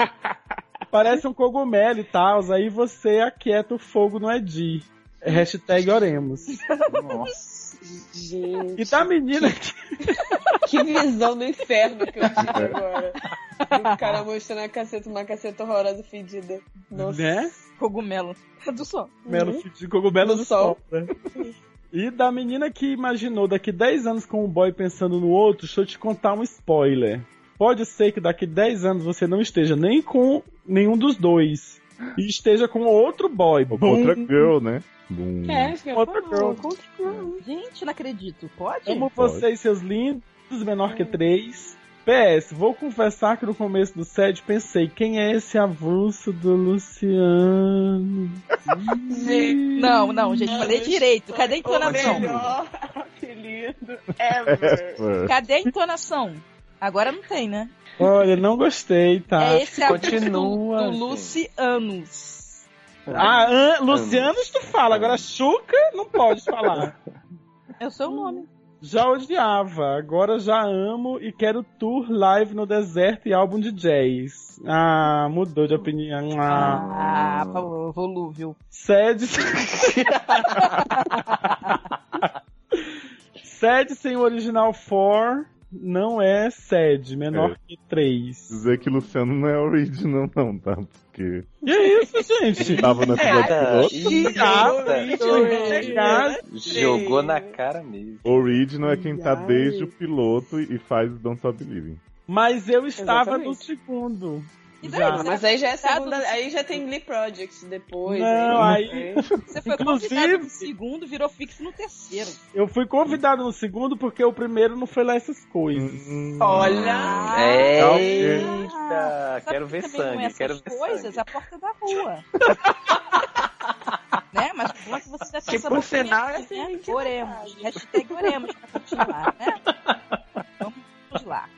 Speaker 6: Parece um cogumelo e tal. Aí você aquieta o fogo no Edi. Hashtag oremos.
Speaker 4: Nossa.
Speaker 9: Gente,
Speaker 6: E tá da menina que
Speaker 9: que visão do inferno que eu
Speaker 5: É.
Speaker 9: tive agora. O cara mostrando a caceta, uma caceta horrorosa e fedida. Nossa.
Speaker 6: Né?
Speaker 2: Cogumelo. Do sol.
Speaker 6: Melo de cogumelo
Speaker 9: Do
Speaker 6: do sol. né? E da menina que imaginou daqui 10 anos com um boy pensando no outro, deixa eu te contar um spoiler. Pode ser que daqui 10 anos você não esteja nem com nenhum dos dois. E esteja com outro boy.
Speaker 5: Outra girl, né? Bum.
Speaker 9: É, acho que eu
Speaker 6: Outra girl.
Speaker 2: Gente, não acredito. Pode?
Speaker 6: Amo vocês, seus lindos, menor que três. PS, vou confessar que no começo do set pensei, quem é esse avulso do Luciano?
Speaker 9: Gente,
Speaker 2: Não, não, gente,
Speaker 9: Não,
Speaker 2: falei
Speaker 9: eu
Speaker 2: direito. Cadê a
Speaker 9: o
Speaker 2: entonação?
Speaker 9: melhor apelido ever.
Speaker 5: É.
Speaker 2: Cadê a entonação? Agora não tem, né?
Speaker 6: Olha, não gostei, tá?
Speaker 2: é esse abuso
Speaker 4: continua,
Speaker 2: do, do
Speaker 4: gente.
Speaker 2: Lucianos.
Speaker 6: Ah, An- Lucianos tu fala, agora Chuca não pode falar.
Speaker 2: É o seu nome.
Speaker 6: Já odiava, agora já amo e quero tour live no deserto e álbum de jazz. Ah, mudou de opinião. Ah.
Speaker 2: Ah, por favor, volúvel.
Speaker 6: Sede.
Speaker 2: [laughs]
Speaker 6: sede sem o original for não é sede, menor
Speaker 5: É.
Speaker 6: que 3.
Speaker 5: Dizer que Luciano não é original, não, tá? Porque
Speaker 6: E é isso, gente.
Speaker 5: tava na cidade
Speaker 4: Eita,
Speaker 5: piloto.
Speaker 4: eita.
Speaker 6: Obrigado.
Speaker 4: Jogou na cara mesmo.
Speaker 5: Original é quem tá desde o piloto e faz Don't Stop Believing.
Speaker 6: Mas eu estava no
Speaker 9: Exatamente.
Speaker 6: segundo.
Speaker 2: E daí,
Speaker 6: Já.
Speaker 9: Ah, mas aí já é
Speaker 2: Tá do
Speaker 9: segunda. Aí já tem Glee Projects depois. né?
Speaker 6: Não,
Speaker 9: aí.
Speaker 2: é. Você foi
Speaker 6: Inclusive-
Speaker 2: convidado no segundo, virou fixo no terceiro.
Speaker 6: Eu fui convidado no segundo porque o primeiro não foi lá essas
Speaker 5: Hum.
Speaker 6: coisas.
Speaker 9: Olha!
Speaker 4: É, Eita,
Speaker 2: Ah. Sabe
Speaker 4: quero
Speaker 2: que
Speaker 4: ver
Speaker 2: também não é
Speaker 4: sangue,
Speaker 2: essas
Speaker 4: quero ver
Speaker 2: coisas,
Speaker 4: sangue.
Speaker 2: a porta da rua. né? Mas o bom é que você já
Speaker 9: Que
Speaker 2: pensa
Speaker 9: por
Speaker 2: no
Speaker 9: sinal é
Speaker 2: começo, né?
Speaker 9: assim que
Speaker 2: Oremos. Hashtag oremos pra continuar, né? Vamos lá.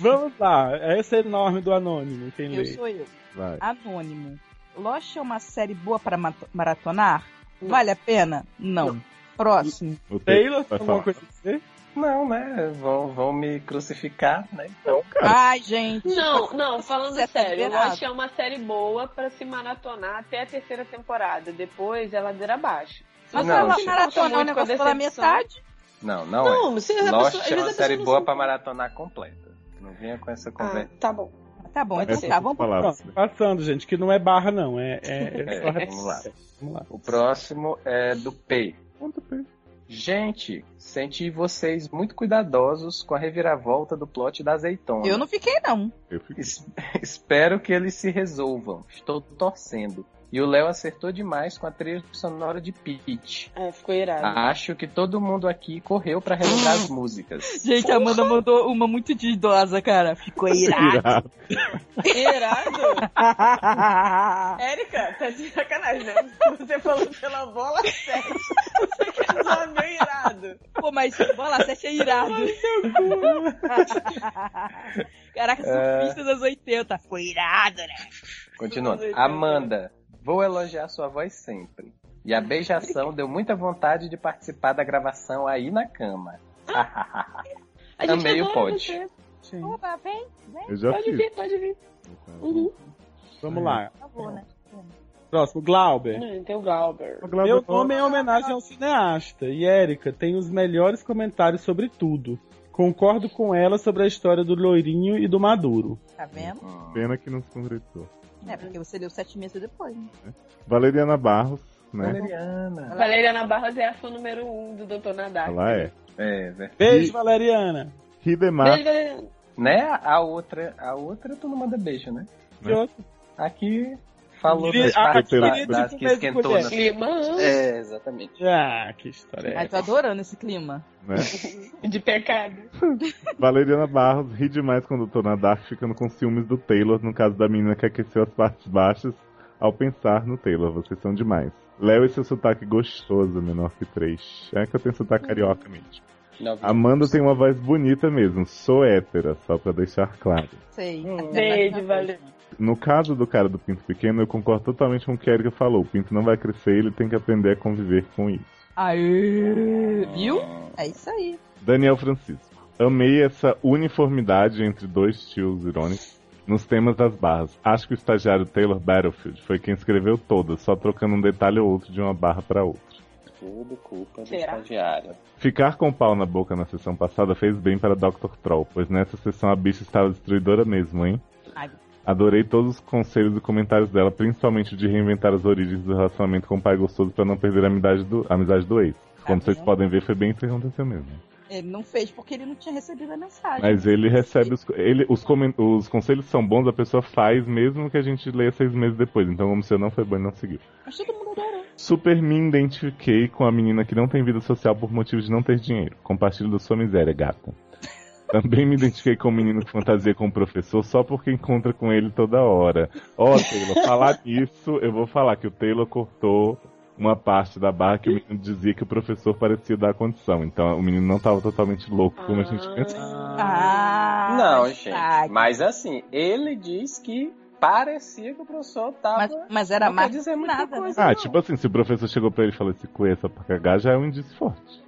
Speaker 6: Vamos lá, essa é enorme do Anônimo, quem
Speaker 2: Eu
Speaker 6: lê.
Speaker 2: sou eu.
Speaker 5: Vai.
Speaker 6: Ah,
Speaker 2: Anônimo. Lost é uma série boa para mato- maratonar? Vale a pena? Não. Próximo.
Speaker 5: O Taylor
Speaker 6: Taylor,
Speaker 5: vai
Speaker 6: tem alguma
Speaker 5: falar.
Speaker 6: coisa a dizer?
Speaker 4: Não, né? Vão, vão me crucificar, né? Então,
Speaker 2: Ai, gente.
Speaker 9: Não, não, falando
Speaker 2: Você tá
Speaker 9: sério, eu
Speaker 2: liberado.
Speaker 9: acho que é uma série boa pra se maratonar até a terceira temporada. Depois ela vira abaixo.
Speaker 2: Mas
Speaker 4: Não,
Speaker 2: ela
Speaker 4: gente.
Speaker 2: maratona o
Speaker 9: Muito com a
Speaker 2: negócio pela
Speaker 9: decepção.
Speaker 2: metade?
Speaker 4: não, não, é.
Speaker 9: Não, você a pessoa- às
Speaker 4: Lost é
Speaker 9: vezes
Speaker 4: uma
Speaker 9: a pessoa
Speaker 4: série
Speaker 9: não
Speaker 4: boa
Speaker 9: se-
Speaker 4: pra maratonar completa. Não vinha com essa conversa.
Speaker 9: Ah, tá bom.
Speaker 2: Tá bom, então
Speaker 5: Essas
Speaker 2: tá. Vamos pro
Speaker 5: palavras.
Speaker 6: Pronto, passando, gente, que não é barra, não. É, é, é só
Speaker 4: É, [laughs] vamos lá.
Speaker 6: Vamos lá.
Speaker 4: O próximo é do P. Gente, senti vocês muito cuidadosos com a reviravolta do plot da azeitona.
Speaker 2: Eu não fiquei, não.
Speaker 4: [laughs]
Speaker 5: Eu fiquei.
Speaker 4: Es- Espero que eles se resolvam. Estou torcendo. E o Léo acertou demais com a trilha sonora de Peach.
Speaker 1: É, ficou irado.
Speaker 9: Ah.
Speaker 4: Acho que todo mundo aqui correu pra relembrar
Speaker 9: [laughs]
Speaker 4: as músicas.
Speaker 2: Gente, a Amanda mandou uma muito de idosa, cara. Ficou irado.
Speaker 5: Irado.
Speaker 9: Irado?
Speaker 5: Ah.
Speaker 9: Érica, tá de sacanagem, né? Você falou pela bola 7. Você quer usar meu irado.
Speaker 2: Pô, mas bola 7 é irado. Caraca,
Speaker 4: Ah,
Speaker 2: surfista das 80. Ficou irado, né?
Speaker 4: Continuando. Amanda, vou elogiar sua voz sempre. E a beijação deu muita vontade de participar da gravação aí na cama.
Speaker 9: Ah,
Speaker 4: [laughs]
Speaker 9: A gente
Speaker 4: Também
Speaker 9: adora
Speaker 4: o pode.
Speaker 9: você.
Speaker 10: Opa, vem, vem,
Speaker 5: Eu já
Speaker 9: Pode
Speaker 5: fiz. né?
Speaker 9: vir, pode vir. Uhum.
Speaker 6: Vamos lá.
Speaker 10: por favor, né?
Speaker 6: Próximo, Glauber.
Speaker 9: Hum, Tem o Glauber.
Speaker 5: A Glauber
Speaker 6: Meu
Speaker 5: falou-
Speaker 6: nome é homenagem ao cineasta e Érica tem os melhores comentários sobre tudo. Concordo com ela sobre a história do loirinho e do Maduro.
Speaker 10: Tá vendo?
Speaker 4: Hum.
Speaker 5: Pena que não se concretizou.
Speaker 10: É, porque você deu sete meses depois. né?
Speaker 5: Valeriana Barros, né?
Speaker 4: Valeriana.
Speaker 9: Valeriana Barros é a fã número 1 um do Dr. Nadar.
Speaker 5: Ela é.
Speaker 4: É, verdade.
Speaker 6: Beijo, Valeriana.
Speaker 5: Hidemar,
Speaker 9: Beijo, Valeriana.
Speaker 4: Né? A outra, a outra tu não manda beijo, né?
Speaker 6: Que outro?
Speaker 4: Aqui falou
Speaker 6: Queria-
Speaker 4: das
Speaker 6: ah,
Speaker 4: partes
Speaker 5: queria te
Speaker 4: da, das que
Speaker 6: comer de
Speaker 4: esquentou.
Speaker 6: colher.
Speaker 4: na-
Speaker 9: assim. Climão
Speaker 4: [laughs] É, exatamente.
Speaker 6: Ah, que história é
Speaker 2: Ai, tô adorando esse clima.
Speaker 5: né?
Speaker 9: [laughs] de pecado.
Speaker 5: [laughs] Valeriana Barros ri demais quando o Tona Dark ficando com ciúmes do Taylor, no caso da menina que aqueceu as partes baixas, ao pensar no Taylor. Vocês são demais. Léo e seu sotaque gostoso, menor que três. É que eu tenho sotaque carioca mesmo.
Speaker 4: Nove-
Speaker 5: Amanda tem uma voz bonita mesmo, sou hétera, só pra deixar claro.
Speaker 10: Sei.
Speaker 2: Hum.
Speaker 10: é
Speaker 9: Beijo, valeu.
Speaker 5: No caso do cara do Pinto Pequeno, eu concordo totalmente com o que a Erika falou. O Pinto não vai crescer, ele tem que aprender a conviver com isso.
Speaker 2: Aê! Viu?
Speaker 10: É isso aí.
Speaker 5: Daniel Francisco. Amei essa uniformidade entre dois tios irônicos nos temas das barras. Acho que o estagiário Taylor Battlefield foi quem escreveu todas, só trocando um detalhe ou outro de uma barra pra outra.
Speaker 4: Tudo culpa do
Speaker 9: Será?
Speaker 4: estagiário.
Speaker 5: Ficar com o pau na boca na sessão passada fez bem para Dr. Troll, pois nessa sessão a bicha estava destruidora mesmo, hein?
Speaker 2: Ai.
Speaker 5: Adorei todos os conselhos e comentários dela, principalmente de reinventar as origens do relacionamento com o pai gostoso pra não perder a amizade do, a amizade do ex. Como
Speaker 2: Tá
Speaker 5: vocês
Speaker 2: vendo?
Speaker 5: podem ver, foi bem isso que aconteceu mesmo.
Speaker 10: Ele não fez porque ele não tinha recebido a mensagem.
Speaker 5: Mas é- ele recebe os, ele, os, comen- os conselhos são bons, a pessoa faz mesmo que a gente leia seis meses depois. Então, como se eu não foi bom, ele não seguiu.
Speaker 10: Mas todo mundo adorou.
Speaker 5: Super me identifiquei com a menina que não tem vida social por motivo de não ter dinheiro. Compartilho da sua miséria, gata. Também me identifiquei com o menino que fantasia com o professor só porque encontra com ele toda hora. Ó, Taylor, falar nisso, eu vou falar que o Taylor cortou uma parte da barra que o menino dizia que o professor parecia dar condição. Então, o menino não tava totalmente louco como a gente pensa.
Speaker 10: Ah,
Speaker 4: Não, gente.
Speaker 9: tá.
Speaker 10: sabe.
Speaker 4: Mas assim, ele diz que parecia que o professor tava.
Speaker 10: Mas, mas era
Speaker 4: não
Speaker 10: mais
Speaker 4: quer dizer muita
Speaker 10: nada, né?
Speaker 4: coisa,
Speaker 5: Ah,
Speaker 4: não.
Speaker 5: tipo assim, se o professor chegou pra ele e falou assim, conheça pra cagar, já é um indício forte.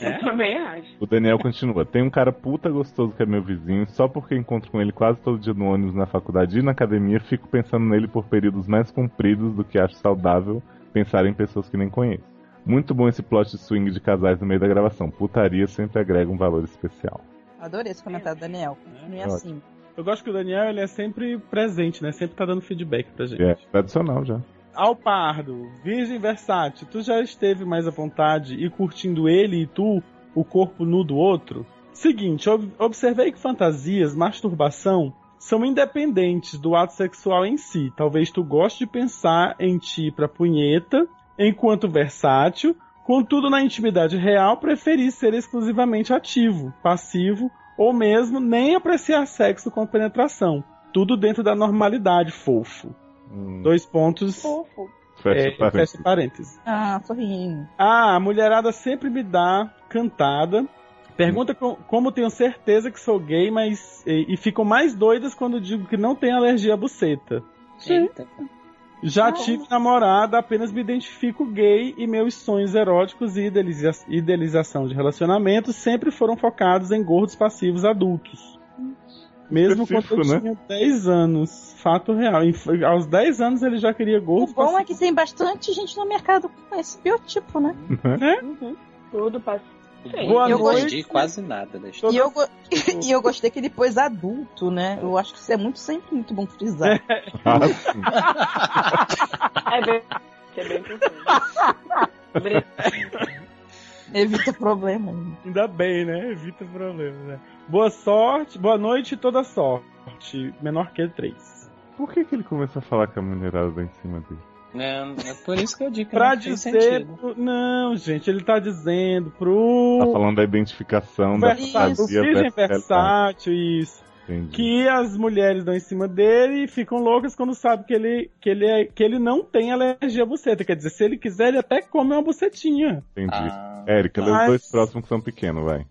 Speaker 5: Né?
Speaker 9: Eu também acho.
Speaker 5: O Daniel continua. Tem um cara puta gostoso que é meu vizinho, só porque encontro com ele quase todo dia no ônibus, na faculdade e na academia, fico pensando nele por períodos mais compridos do que acho saudável pensar em pessoas que nem conheço. Muito bom esse plot de swing de casais no meio da gravação. Putaria sempre agrega um valor especial.
Speaker 10: Adorei esse comentário, Daniel. Continue
Speaker 5: Ótimo.
Speaker 10: assim.
Speaker 6: Eu gosto que o Daniel ele é sempre presente, né? Sempre tá dando feedback pra gente.
Speaker 5: É tradicional já.
Speaker 6: Ao Pardo, Virgem Versátil, tu já esteve mais à vontade e curtindo ele e tu, o corpo nu do outro? Seguinte, ob- observei que fantasias, masturbação, são independentes do ato sexual em si. Talvez tu goste de pensar em ti pra punheta, enquanto versátil, contudo na intimidade real preferi ser exclusivamente ativo, passivo, ou mesmo nem apreciar sexo com penetração. Tudo dentro da normalidade, fofo.
Speaker 5: Hum,
Speaker 6: Dois
Speaker 1: um
Speaker 6: pontos...
Speaker 9: Fofo.
Speaker 5: fecha
Speaker 6: É,
Speaker 5: o parênteses.
Speaker 6: fecha parênteses.
Speaker 10: Ah, sorrindo.
Speaker 6: Ah, a mulherada sempre me dá cantada. Pergunta co- como tenho certeza que sou gay, mas. E, e ficam mais doidas quando digo que não tenho alergia à buceta.
Speaker 4: Eita.
Speaker 6: Já tive namorada, apenas me identifico gay e meus sonhos eróticos e idealiza- idealização de relacionamentos sempre foram focados em gordos passivos adultos. Mesmo quando eu
Speaker 5: Específico, né?
Speaker 6: tinha 10 anos. Fato real. Em- aos 10 anos ele já queria
Speaker 10: O
Speaker 6: gordos
Speaker 10: bom é que tem bastante gente no mercado com esse biotipo, né?
Speaker 9: Tudo passa.
Speaker 6: Boa
Speaker 10: Eu
Speaker 4: eu
Speaker 10: noite.
Speaker 4: entendi quase nada da história.
Speaker 10: E eu, go-
Speaker 2: [laughs]
Speaker 10: e eu gostei que ele pôs adulto, né? Eu acho que isso é muito, sempre muito bom frisar.
Speaker 5: Ah, sim.
Speaker 9: É bem,
Speaker 2: [laughs]
Speaker 9: é bem possível.
Speaker 2: [laughs]
Speaker 10: Evita problemas. né?
Speaker 6: Ainda bem, né? Evita problemas, né? Boa sorte, boa noite e toda sorte. Menor que 3.
Speaker 5: Por que, que ele começou a falar com a mulherada lá em cima dele?
Speaker 4: É, é por isso que eu digo que
Speaker 6: Pra
Speaker 4: não tem
Speaker 6: dizer.
Speaker 4: sentido.
Speaker 6: pro- Não, gente, ele tá dizendo pro.
Speaker 5: Tá falando da identificação da
Speaker 6: Versa- o
Speaker 5: fantasia
Speaker 6: virgem
Speaker 5: versus realidade.
Speaker 6: versátil, isso.
Speaker 5: Entendi.
Speaker 6: Que as mulheres dão em cima dele e ficam loucas quando sabem que ele, que ele, é- que ele não tem alergia à buceta. Quer dizer, se ele quiser, ele até come uma bucetinha.
Speaker 5: Entendi.
Speaker 4: Ah,
Speaker 5: Érica, lê os
Speaker 6: Mas-
Speaker 5: dois próximos que são pequenos, vai.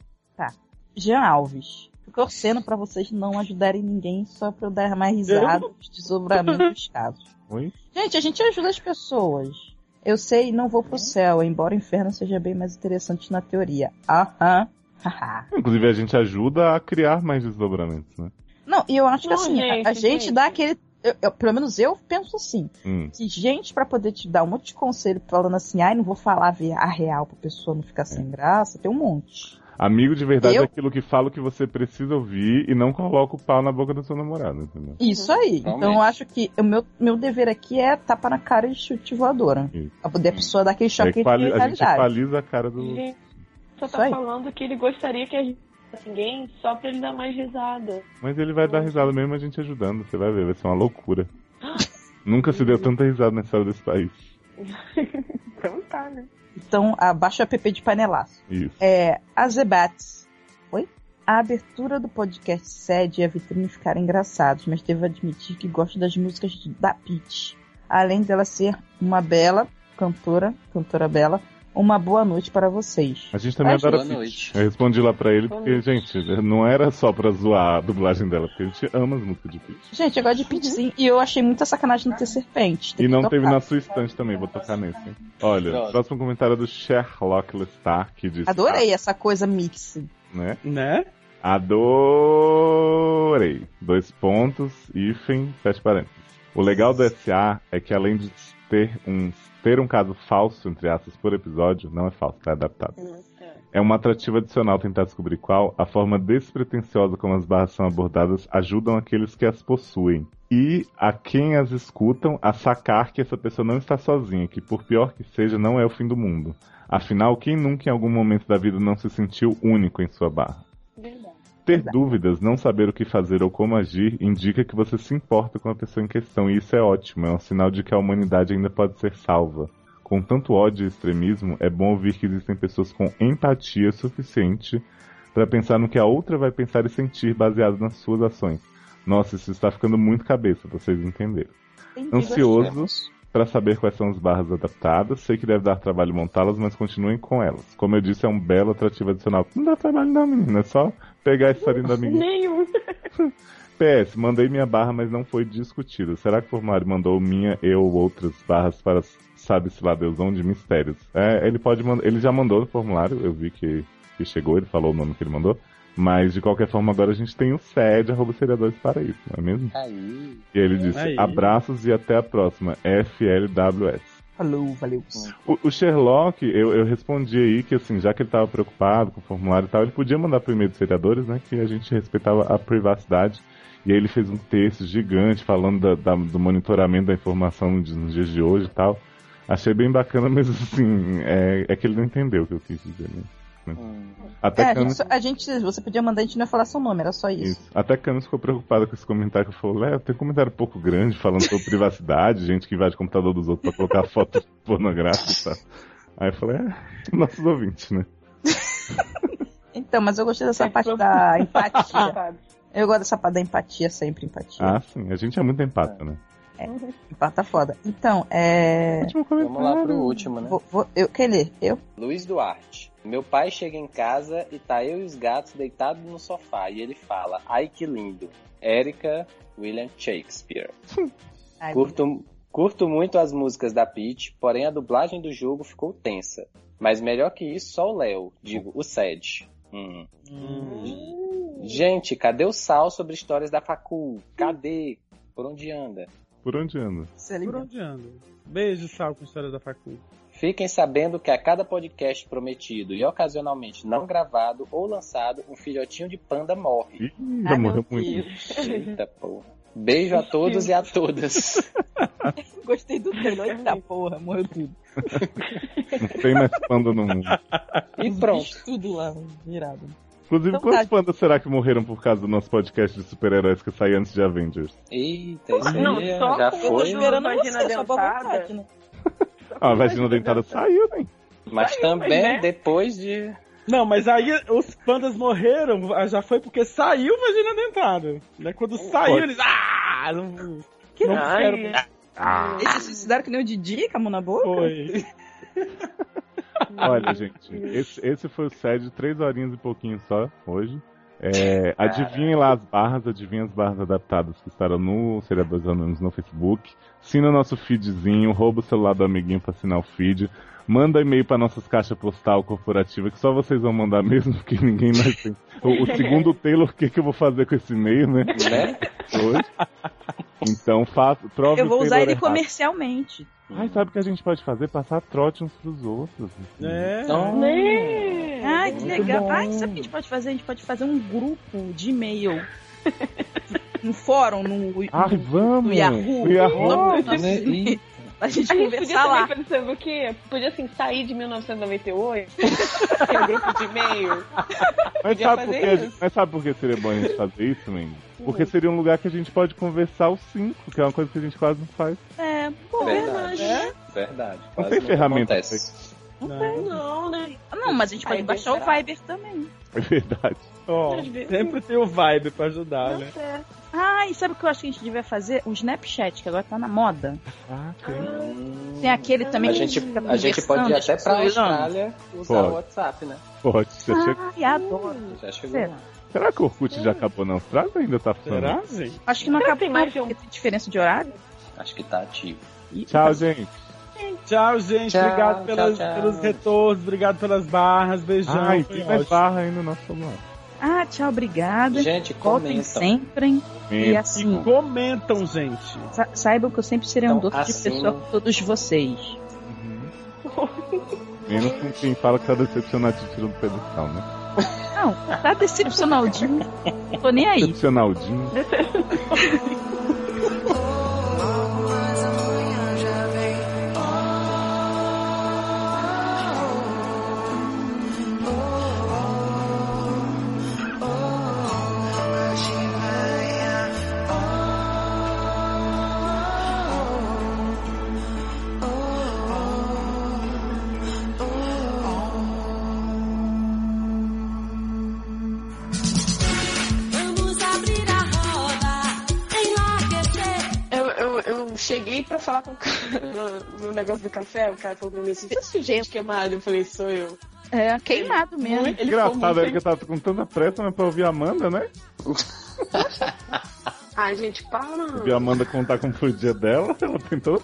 Speaker 2: Jean Alves. Fico torcendo pra vocês não ajudarem ninguém só pra eu dar mais risada dos desdobramentos dos casos.
Speaker 5: Oi?
Speaker 2: Gente, a gente ajuda as pessoas. Eu sei, não vou pro céu, embora o inferno seja bem mais interessante na teoria. Aham. [laughs] Haha.
Speaker 5: Inclusive, a gente ajuda a criar mais desdobramentos, né?
Speaker 2: não, e eu acho que
Speaker 9: Não,
Speaker 2: assim, a- a,
Speaker 9: gente,
Speaker 2: gente
Speaker 9: gente.
Speaker 2: dá aquele. eu- eu- pelo menos eu penso assim.
Speaker 5: Hum.
Speaker 2: Que gente, pra poder te dar um monte de conselho falando assim, ai, não vou falar ver a real pra pessoa não ficar
Speaker 5: É.
Speaker 2: sem graça, tem um monte.
Speaker 5: Amigo de verdade
Speaker 2: Eu?
Speaker 5: é aquilo que fala o que você precisa ouvir e não coloca o pau na boca do seu namorado, entendeu?
Speaker 2: Isso aí.
Speaker 4: Realmente.
Speaker 2: Então eu acho que o meu, meu dever aqui é tapa na cara e chute voadora.
Speaker 5: Isso.
Speaker 2: Pra poder a pessoa dar aquele choque
Speaker 5: Aí
Speaker 2: de
Speaker 5: quali- a gente
Speaker 2: realidade.
Speaker 5: equaliza a cara do.
Speaker 9: Gente, só
Speaker 2: Isso
Speaker 9: tá
Speaker 2: aí.
Speaker 9: falando que ele gostaria que a gente fosse ninguém só pra ele dar mais risada.
Speaker 5: Mas ele vai dar risada mesmo a gente ajudando, você vai ver, vai ser uma
Speaker 2: [gasps]
Speaker 5: loucura. Nunca se deu tanta risada na história desse país.
Speaker 9: Então tá, né?
Speaker 2: Então abaixa o app de panelaço.
Speaker 5: Isso.
Speaker 2: É, a Zebates. Oi? A abertura do podcast sede e a vitrine ficaram engraçados, mas devo admitir que gosto das músicas de- da Peach. Além dela ser uma bela cantora, cantora bela, uma boa noite para vocês.
Speaker 5: A gente também
Speaker 2: Mas
Speaker 5: adora
Speaker 4: boa
Speaker 5: Pitch.
Speaker 4: noite.
Speaker 5: Eu respondi lá pra ele
Speaker 9: Boa
Speaker 5: porque, gente, não era só pra zoar a dublagem dela, porque a gente ama as músicas de Pitch.
Speaker 2: Gente, eu gosto de Peach sim, e eu achei muita sacanagem não ter serpente. tem
Speaker 5: E
Speaker 2: que
Speaker 5: não
Speaker 2: tocar.
Speaker 5: teve na sua estante também, vou tocar nesse. hein? Olha,
Speaker 4: Droga.
Speaker 5: próximo comentário é do Sherlock Lestar, que diz.
Speaker 2: Adorei essa coisa mix.
Speaker 5: Ah, né?
Speaker 6: Né?
Speaker 5: Adorei. Dois pontos, hífen, fecha parênteses. O legal do SA é que além de ter um, ter um caso falso, entre aspas, por episódio, não é falso, tá adaptado. É uma atrativa adicional tentar descobrir qual a forma despretensiosa como as barras são abordadas ajudam aqueles que as possuem. E a quem as escutam a sacar que essa pessoa não está sozinha, que por pior que seja, não é o fim do mundo. Afinal, quem nunca em algum momento da vida não se sentiu único em sua barra?
Speaker 9: Verdade.
Speaker 5: Ter
Speaker 2: Exato.
Speaker 5: dúvidas, não saber o que fazer ou como agir, indica que você se importa com a pessoa em questão, e isso é ótimo, é um sinal de que a humanidade ainda pode ser salva. Com tanto ódio e extremismo, é bom ouvir que existem pessoas com empatia suficiente para pensar no que a outra vai pensar e sentir baseado nas suas ações. Nossa, isso está ficando muito cabeça, vocês entenderam. Ansioso para saber quais são as barras adaptadas, sei que deve dar trabalho montá-las, mas continuem com elas. Como eu disse, é um belo atrativo adicional. Não dá trabalho não, menina, é só pegar a historinha da amiguinha [laughs]
Speaker 9: Nenhum.
Speaker 5: PS, mandei minha barra, mas não foi discutida. Será que o formulário mandou minha, eu ou outras barras para sabe-se lá Deus onde mistérios? É, ele pode mandar. Ele já mandou no formulário, eu vi que, que chegou, ele falou o nome que ele mandou. Mas de qualquer forma, agora a gente tem o sede, arroba seriadores para isso, não é mesmo?
Speaker 4: Aí.
Speaker 5: E ele disse:
Speaker 6: Aí.
Speaker 5: abraços e até a próxima. FLWS.
Speaker 2: Falou, valeu.
Speaker 5: O, o Sherlock, eu, eu respondi aí que, assim, já que ele tava preocupado com o formulário e tal, ele podia mandar pro e-mail dos vereadores, né? Que a gente respeitava a privacidade. E aí ele fez um texto gigante falando da- da- do monitoramento da informação nos dias- nos dias de hoje e tal. Achei bem bacana, mas assim, é, é que ele não entendeu o que eu quis dizer, né?
Speaker 4: Hum.
Speaker 5: Até
Speaker 2: É, a gente,
Speaker 5: Camis-
Speaker 2: só- a gente- você podia mandar, a gente não ia falar seu nome, era só isso.
Speaker 5: Tá isso. Até Camis ficou preocupada com esse comentário que eu falei, Léo, tem um comentário um pouco grande falando sobre privacidade, [laughs] gente que invade o computador dos outros pra colocar foto [laughs] pornográfica e tal. Aí eu falei, é, [laughs] nossos ouvintes, né?
Speaker 2: Então, mas eu gostei dessa
Speaker 9: É,
Speaker 2: parte
Speaker 9: pro-
Speaker 2: da empatia.
Speaker 9: Sabe?
Speaker 2: Eu gosto dessa parte da empatia, sempre empatia.
Speaker 5: Ah, sim, a gente é muito empata, né?
Speaker 2: é.
Speaker 1: [laughs]
Speaker 2: Empata Ah, foda. Então, é.
Speaker 5: Último
Speaker 4: Vamos lá pro
Speaker 5: comentário.
Speaker 4: último, né?
Speaker 2: Vou, vou- eu, quem lê? Eu?
Speaker 4: Luiz Duarte. Meu pai chega em casa e tá eu e os gatos deitados no sofá e ele fala: "Ai que lindo". Érica William Shakespeare.
Speaker 2: Ai,
Speaker 4: Curto, curto muito as músicas da Peach, porém a dublagem do jogo ficou tensa. Mas melhor que isso, só o Léo, digo, o Sed. Hum. Gente, cadê o sal sobre histórias da facul? Cadê? Por onde anda?
Speaker 5: Por onde anda?
Speaker 2: você
Speaker 6: Por
Speaker 2: lembra?
Speaker 6: onde anda? Beijo, Sal, com história da facul.
Speaker 4: Fiquem sabendo que a cada podcast prometido e ocasionalmente não gravado ou lançado, um filhotinho de panda morre.
Speaker 5: Ih,
Speaker 2: Ai,
Speaker 5: já morreu
Speaker 2: meu
Speaker 5: muito.
Speaker 1: [laughs]
Speaker 4: Eita porra. Beijo a todos e a todas.
Speaker 2: Gostei então. do treino. Eita porra, morreu tudo. [laughs]
Speaker 5: Não tem mais panda no mundo.
Speaker 4: E
Speaker 2: Os
Speaker 4: pronto.
Speaker 2: bichos Tudo lá, virado.
Speaker 5: Inclusive,
Speaker 2: Então tá,
Speaker 5: quantos
Speaker 2: gente.
Speaker 5: pandas será que morreram por causa do nosso podcast de super-heróis que sai antes de Avengers?
Speaker 4: Eita, isso
Speaker 1: Não,
Speaker 4: aí é-
Speaker 1: só
Speaker 4: já
Speaker 1: com
Speaker 2: Eu tô
Speaker 4: foi.
Speaker 1: espera-
Speaker 2: esperando
Speaker 1: Imagina
Speaker 2: você, só pra
Speaker 1: dentada.
Speaker 2: vontade, né?
Speaker 5: Ah, a vagina dentada saiu, né?
Speaker 4: Mas também
Speaker 1: né?
Speaker 4: depois de.
Speaker 6: Não, mas aí os pandas morreram, ah, já foi porque saiu vagina dentada. Né? Quando saiu,
Speaker 5: pode.
Speaker 6: eles. Ah! Não,
Speaker 2: Que
Speaker 6: não
Speaker 1: Ai,
Speaker 6: quero.
Speaker 5: Ah,
Speaker 2: Eles se suicidaram que nem o Didi, com a mão na boca?
Speaker 6: Foi.
Speaker 5: olha, gente, esse, esse foi o SED, três horinhas e pouquinho só, hoje. É, adivinhem lá as barras, adivinhem as barras adaptadas que estarão no Seriadores Anônimos no Facebook. Assina o nosso feedzinho, rouba o celular do amiguinho pra assinar o feed. Manda e-mail pra nossas caixas postal corporativa, que só vocês vão mandar [laughs] mesmo, porque ninguém mais tem. O, o segundo Taylor, o que, que eu vou fazer com esse e-mail, né?
Speaker 4: Né?
Speaker 5: hoje. Então faça, prove
Speaker 2: Eu vou
Speaker 5: o
Speaker 2: usar
Speaker 5: Taylor
Speaker 2: ele
Speaker 5: errado.
Speaker 2: comercialmente.
Speaker 5: Ai, sabe o que a gente pode fazer? Passar trote uns pros outros. assim.
Speaker 6: É.
Speaker 4: Então,
Speaker 1: É,
Speaker 2: Ai, que
Speaker 5: Muito
Speaker 2: legal.
Speaker 5: bom.
Speaker 2: Ai, sabe o que a gente pode fazer? A gente pode fazer um grupo de e-mail. um fórum no,
Speaker 5: Ai,
Speaker 2: no,
Speaker 5: vamos!
Speaker 2: no Yahoo.
Speaker 5: No Yahoo.
Speaker 2: Vamos
Speaker 4: né? E
Speaker 2: A gente
Speaker 1: A gente podia
Speaker 2: conversar
Speaker 1: também
Speaker 2: lá.
Speaker 1: fazer sabe o quê? Podia assim, sair de 1998, [laughs] que é o grupo de e-mail.
Speaker 5: Mas
Speaker 1: Podia
Speaker 5: sabe, por
Speaker 1: fazer
Speaker 5: que a gente-
Speaker 1: isso.
Speaker 5: mas sabe por que seria bom a gente fazer isso, menino? Porque seria um lugar que a gente pode conversar os cinco, que é uma coisa que a gente quase não faz. [laughs]
Speaker 2: É, bom,
Speaker 4: Verdade.
Speaker 2: verdade. né?
Speaker 4: Verdade.
Speaker 5: Não
Speaker 4: quase
Speaker 5: tem
Speaker 4: nunca
Speaker 5: ferramenta.
Speaker 4: Acontece.
Speaker 6: Não.
Speaker 1: Não, né?
Speaker 2: Não, mas a gente pode
Speaker 1: Aí
Speaker 2: baixar o
Speaker 1: deixará.
Speaker 2: Viber também.
Speaker 5: É verdade.
Speaker 6: Ó,
Speaker 1: Às vezes-
Speaker 6: sempre tem o vibe pra ajudar, né?
Speaker 2: Ah, e sabe o que eu acho que a gente devia fazer? O Snapchat, que agora tá na moda.
Speaker 5: Ah, tem.
Speaker 4: Hum,
Speaker 2: Tem aquele também
Speaker 4: a
Speaker 2: que
Speaker 4: gente,
Speaker 2: fica
Speaker 4: a gente pode ir
Speaker 2: conversando,
Speaker 4: até
Speaker 2: as
Speaker 4: pra
Speaker 2: pessoas.
Speaker 1: né?
Speaker 4: Austrália usar
Speaker 5: Pode.
Speaker 4: o WhatsApp, né?
Speaker 5: Pode. já chega-
Speaker 2: Ai, adoro.
Speaker 4: Já chegou.
Speaker 2: Será?
Speaker 5: Será que o Orkut já acabou na Austrália ou ainda tá funcionando?
Speaker 6: Será, gente?
Speaker 2: Acho que não
Speaker 1: Será
Speaker 2: acaba
Speaker 1: que tem mais de um?
Speaker 2: porque tem diferença de horário.
Speaker 4: Acho que tá ativo.
Speaker 5: Tchau, gente.
Speaker 6: Tchau, gente.
Speaker 4: Tchau,
Speaker 6: obrigado
Speaker 4: tchau,
Speaker 6: pelas-
Speaker 4: tchau.
Speaker 6: pelos retornos, obrigado pelas barras. Beijão.
Speaker 5: Ai,
Speaker 6: foi
Speaker 5: tem mais
Speaker 6: ótimo.
Speaker 5: barra ainda no nosso celular.
Speaker 2: Ah, tchau, obrigada.
Speaker 4: Gente,
Speaker 2: Voltem
Speaker 4: comentam.
Speaker 2: sempre. hein? E assim,
Speaker 6: E comentam, gente.
Speaker 2: sa- saibam que eu sempre serei um
Speaker 4: Então,
Speaker 2: doce de
Speaker 4: assim-
Speaker 2: pessoa com todos vocês.
Speaker 5: Uhum. Menos com quem fala que tá decepcionado te tirando do pedestal, né?
Speaker 2: Não, tá
Speaker 11: [laughs]
Speaker 2: decepcionaldinho. Tô nem aí.
Speaker 5: Decepcionaldinho.
Speaker 8: Mas amanhã já vem. Oh, oh, oh, oh, oh, hoje vai a- Oh, oh, oh, oh, oh. Vamos abrir a roda, enlouquecer.
Speaker 1: Eu, eu, eu cheguei pra falar com o cara [laughs] no, no negócio do café, o cara falou pra mim assim, "Você é sujeito queimado? Eu falei, sou eu.
Speaker 2: É, queimado mesmo.
Speaker 1: Muito- ele ficou
Speaker 5: Engraçado, né?
Speaker 1: muito
Speaker 5: a Erika tava com tanta pressa, mas pra ouvir a Amanda, né?
Speaker 1: Ai, gente, para.
Speaker 5: Ouvir a Amanda contar como foi o dia dela, ela tentou.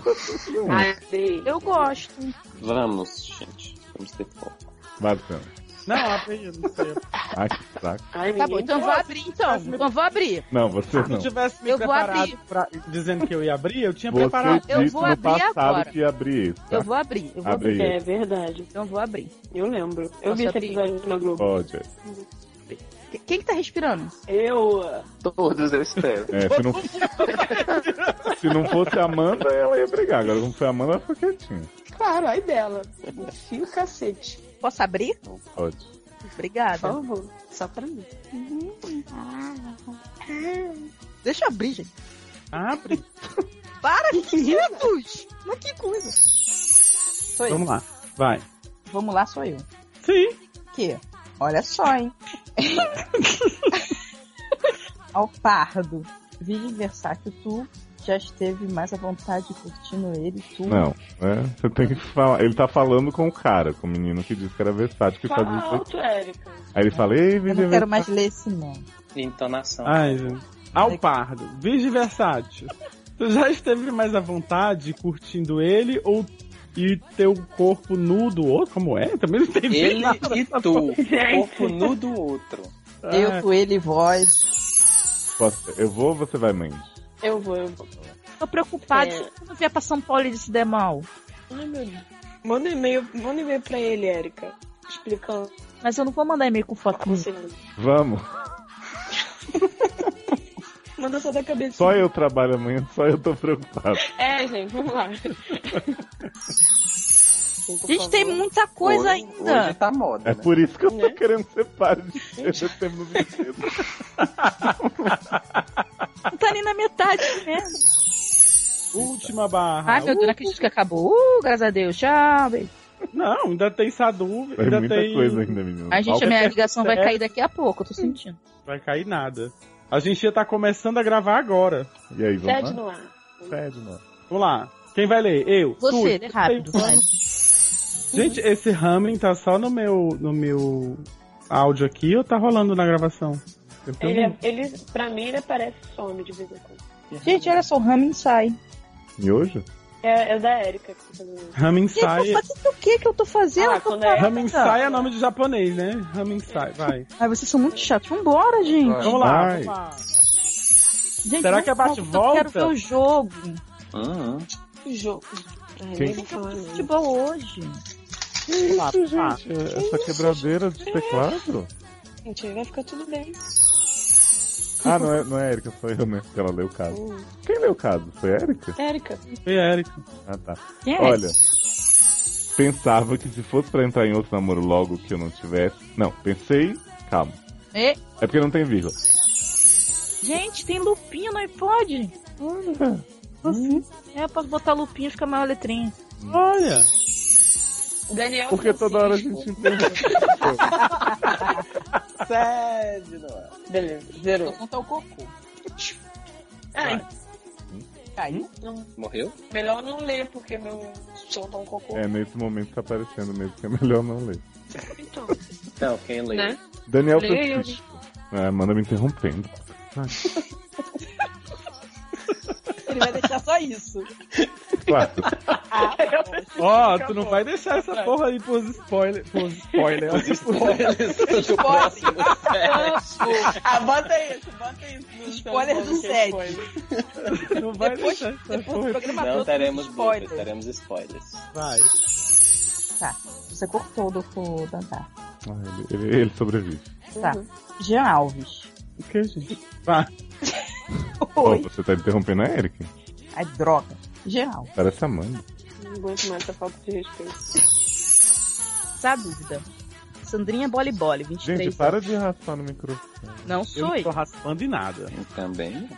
Speaker 1: Ai, dei.
Speaker 2: Eu gosto.
Speaker 4: Vamos, gente. Vamos ter foco.
Speaker 5: Bacana.
Speaker 6: Não, abre, eu não sei.
Speaker 5: Ai, que saco.
Speaker 1: Ai,
Speaker 11: Tá bom,
Speaker 1: ninguém
Speaker 11: então vou abrir então. Então vou abrir.
Speaker 5: Não, você
Speaker 6: Se Ah, eu
Speaker 5: não.
Speaker 6: tivesse me
Speaker 11: Eu vou
Speaker 6: preparado
Speaker 11: abrir.
Speaker 6: pra, dizendo que eu ia abrir, eu tinha
Speaker 5: Você
Speaker 6: preparado.
Speaker 11: Eu
Speaker 5: disse
Speaker 11: vou
Speaker 5: no
Speaker 11: abrir
Speaker 5: passado
Speaker 11: agora.
Speaker 5: que ia abrir isso.
Speaker 11: Eu
Speaker 5: Tá?
Speaker 11: vou abrir. Eu vou abrir.
Speaker 5: Abre
Speaker 1: É
Speaker 5: isso.
Speaker 1: verdade,
Speaker 11: Então vou abrir.
Speaker 1: eu lembro. Eu
Speaker 11: Nossa,
Speaker 1: vi esse
Speaker 11: tem-
Speaker 1: episódio na Globo.
Speaker 5: Pode.
Speaker 11: Qu- Quem que tá respirando?
Speaker 1: Eu.
Speaker 4: Todos eu espero.
Speaker 5: É, se, não... se não fosse a Amanda, ela ia brigar. Agora, como foi a Amanda, ela foi quietinha.
Speaker 1: Claro, ai dela. Enfio o cacete.
Speaker 11: Posso abrir?
Speaker 5: Pode.
Speaker 1: Por
Speaker 11: Obrigada.
Speaker 1: favor, só pra mim.
Speaker 11: Deixa eu abrir, gente.
Speaker 6: Abre.
Speaker 11: Para, Jesus! Mas que coisa.
Speaker 2: Sou eu.
Speaker 6: Vamos lá. Vai.
Speaker 2: Vamos lá, sou eu.
Speaker 6: Sim.
Speaker 2: Que? Olha só,
Speaker 11: [laughs]
Speaker 2: hein? Ao pardo. Vive versátil tu já esteve mais à vontade curtindo ele, tu.
Speaker 5: Não, né? Você tem que falar. Ele tá falando com o cara, com o menino que disse que era versátil, que fazia
Speaker 1: Fala
Speaker 5: isso aqui.
Speaker 1: alto, Érica.
Speaker 5: Aí ele fala, ei,
Speaker 2: Eu
Speaker 5: Vivi,
Speaker 2: não quero mais ler esse nome.
Speaker 4: [laughs] Entonação.
Speaker 6: Ai, gente. Ao pardo. Virgem versátil. Tu já esteve mais à vontade curtindo ele ou e teu corpo nu do outro? Como é? Também não entendi.
Speaker 4: Ele
Speaker 6: nada.
Speaker 4: e
Speaker 6: [laughs]
Speaker 4: tu, corpo nu do outro.
Speaker 11: Ah.
Speaker 6: É,
Speaker 2: Eu, tu, ele, voz.
Speaker 5: posso- eu vou ou você vai, mãe?
Speaker 1: Eu vou, eu vou.
Speaker 11: Tô preocupada.
Speaker 1: É.
Speaker 11: Se eu não vier pra São Paulo e se der mal.
Speaker 1: Ai, meu Deus. Manda um e-mail, manda um e-mail pra ele, Érica. Explicando.
Speaker 11: Mas eu não vou mandar e-mail com foto.
Speaker 1: aconselhando.
Speaker 5: Vamos.
Speaker 1: Manda só da cabeça.
Speaker 5: Só eu trabalho amanhã, só eu tô preocupado.
Speaker 1: É, gente, vamos lá. Justin, por
Speaker 2: Gente,
Speaker 1: favor.
Speaker 2: tem muita coisa
Speaker 4: hoje,
Speaker 2: ainda.
Speaker 4: Hoje tá moda,
Speaker 5: É
Speaker 4: né?
Speaker 5: por isso que eu tô
Speaker 1: Né?
Speaker 5: querendo ser padre de [laughs] setembro vestido.
Speaker 2: Não tá nem na metade mesmo.
Speaker 6: Última barra.
Speaker 2: Ai, meu Deus, não acredito que acabou. Uh, graças a Deus. Tchau, beijo.
Speaker 6: Não, ainda tem Sadu,
Speaker 5: Tem
Speaker 6: ainda
Speaker 5: muita
Speaker 6: tem.
Speaker 5: coisa ainda, menino.
Speaker 2: Ai, gente, a minha ligação vai
Speaker 6: É.
Speaker 2: cair daqui a pouco, eu tô sentindo.
Speaker 6: Vai cair nada. A gente ia estar começando a gravar agora.
Speaker 2: é
Speaker 5: E aí,
Speaker 1: Sede
Speaker 5: vamos lá?
Speaker 1: no ar.
Speaker 2: né?
Speaker 5: Sede, mano.
Speaker 6: Vamos lá. Quem vai ler? Eu.
Speaker 2: Você,
Speaker 6: Tu.
Speaker 2: lê rápido, vai.
Speaker 6: Gente, esse Hamlin tá só no meu, no meu áudio aqui ou tá rolando na gravação? Eu um tô-
Speaker 1: Ele, é- ele, pra mim, ele aparece some de vez em quando.
Speaker 10: Gente, olha só, o Ramin sai.
Speaker 5: Miojo?
Speaker 1: É, é o da Erika que tá fazendo isso.
Speaker 6: Ramen
Speaker 10: Gente, eu tô
Speaker 6: Sai.
Speaker 10: fazendo o que que eu tô fazendo?
Speaker 1: Ah,
Speaker 10: Eu tô
Speaker 1: quando é-
Speaker 10: parada.
Speaker 6: Ramen
Speaker 2: então.
Speaker 6: Sai é nome de japonês, né? Ramen Sai, vai.
Speaker 2: Ai, vocês são muito chatos. Vambora, gente.
Speaker 4: Vai.
Speaker 6: Vamos lá,
Speaker 5: Vai.
Speaker 6: vamos lá.
Speaker 2: Gente,
Speaker 6: Será que é
Speaker 2: vamos,
Speaker 6: bate-volta?
Speaker 2: Eu quero ver o jogo.
Speaker 4: Uhum.
Speaker 1: Que jogo. Ai,
Speaker 5: Quem-
Speaker 1: nem vou falar, não.
Speaker 2: Futebol hoje.
Speaker 6: Vamos lá, vamos lá.
Speaker 5: Gente, essa quebradeira de teclado?
Speaker 1: Gente, aí vai ficar tudo bem.
Speaker 5: Ah, não é, não é a Erika, foi eu mesmo que ela leu o caso.
Speaker 1: Hum.
Speaker 5: Quem leu o caso? Foi a Erika?
Speaker 1: Érica,
Speaker 6: E Eric.
Speaker 5: Ah, tá.
Speaker 2: Quem é?
Speaker 5: Olha, pensava que se fosse pra entrar em outro namoro logo que eu não tivesse. Não, pensei. Calma.
Speaker 2: É.
Speaker 5: É porque não tem vírgula.
Speaker 2: Gente, tem lupinha no iPod. É, eu posso botar lupinha e fica maior letrinha.
Speaker 6: Olha.
Speaker 1: Daniel.
Speaker 5: Porque toda hora a
Speaker 1: Francisco.
Speaker 5: gente entende. [laughs]
Speaker 4: Sede no ar.
Speaker 1: Beleza, zerou.
Speaker 9: Então,
Speaker 10: Não tá o cocô.
Speaker 1: Ai,
Speaker 10: Caiu?
Speaker 4: Morreu?
Speaker 1: melhor não ler, porque meu som tá um
Speaker 9: [laughs]
Speaker 1: cocô.
Speaker 5: É, nesse momento tá aparecendo mesmo que é melhor não ler.
Speaker 1: Então,
Speaker 4: Não, quem leu? [laughs]
Speaker 1: né?
Speaker 5: Daniel
Speaker 1: Leia.
Speaker 5: Francisco.
Speaker 10: né?
Speaker 5: Ah, manda me interrompendo.
Speaker 10: Ele vai deixar só isso. [laughs]
Speaker 5: Claro.
Speaker 6: Ó, tu não vai deixar essa porra aí pros spoilers.
Speaker 10: [laughs]
Speaker 6: Pros spoilers.
Speaker 4: Spoilers do próximo
Speaker 9: Ah, bota isso, bota isso.
Speaker 10: Spoiler do set.
Speaker 6: Não vai
Speaker 10: Depois-
Speaker 6: deixar essa
Speaker 10: Depois do
Speaker 6: porra.
Speaker 10: programa
Speaker 4: Não
Speaker 10: todo,
Speaker 4: teremos
Speaker 10: spoiler.
Speaker 4: spoilers, teremos spoilers.
Speaker 6: Vai.
Speaker 10: Você cortou do do Dandá.
Speaker 5: Ah, ele, ele- ele sobrevive.
Speaker 10: Tá. Jean Alves.
Speaker 6: O que, gente? Vai.
Speaker 5: Oh,
Speaker 10: Oi.
Speaker 5: você tá interrompendo a Erika?
Speaker 10: Ai, droga. Jean Alves.
Speaker 5: Parece a Amanda.
Speaker 1: Não aguento mais essa falta de respeito.
Speaker 2: Tá dúvida. Sandrinha Boli Boli, 23
Speaker 5: Gente, para de raspar no microfone.
Speaker 2: anos. Não
Speaker 6: Eu
Speaker 2: sou
Speaker 6: não
Speaker 2: eu.
Speaker 6: tô raspando em nada.
Speaker 4: Eu também.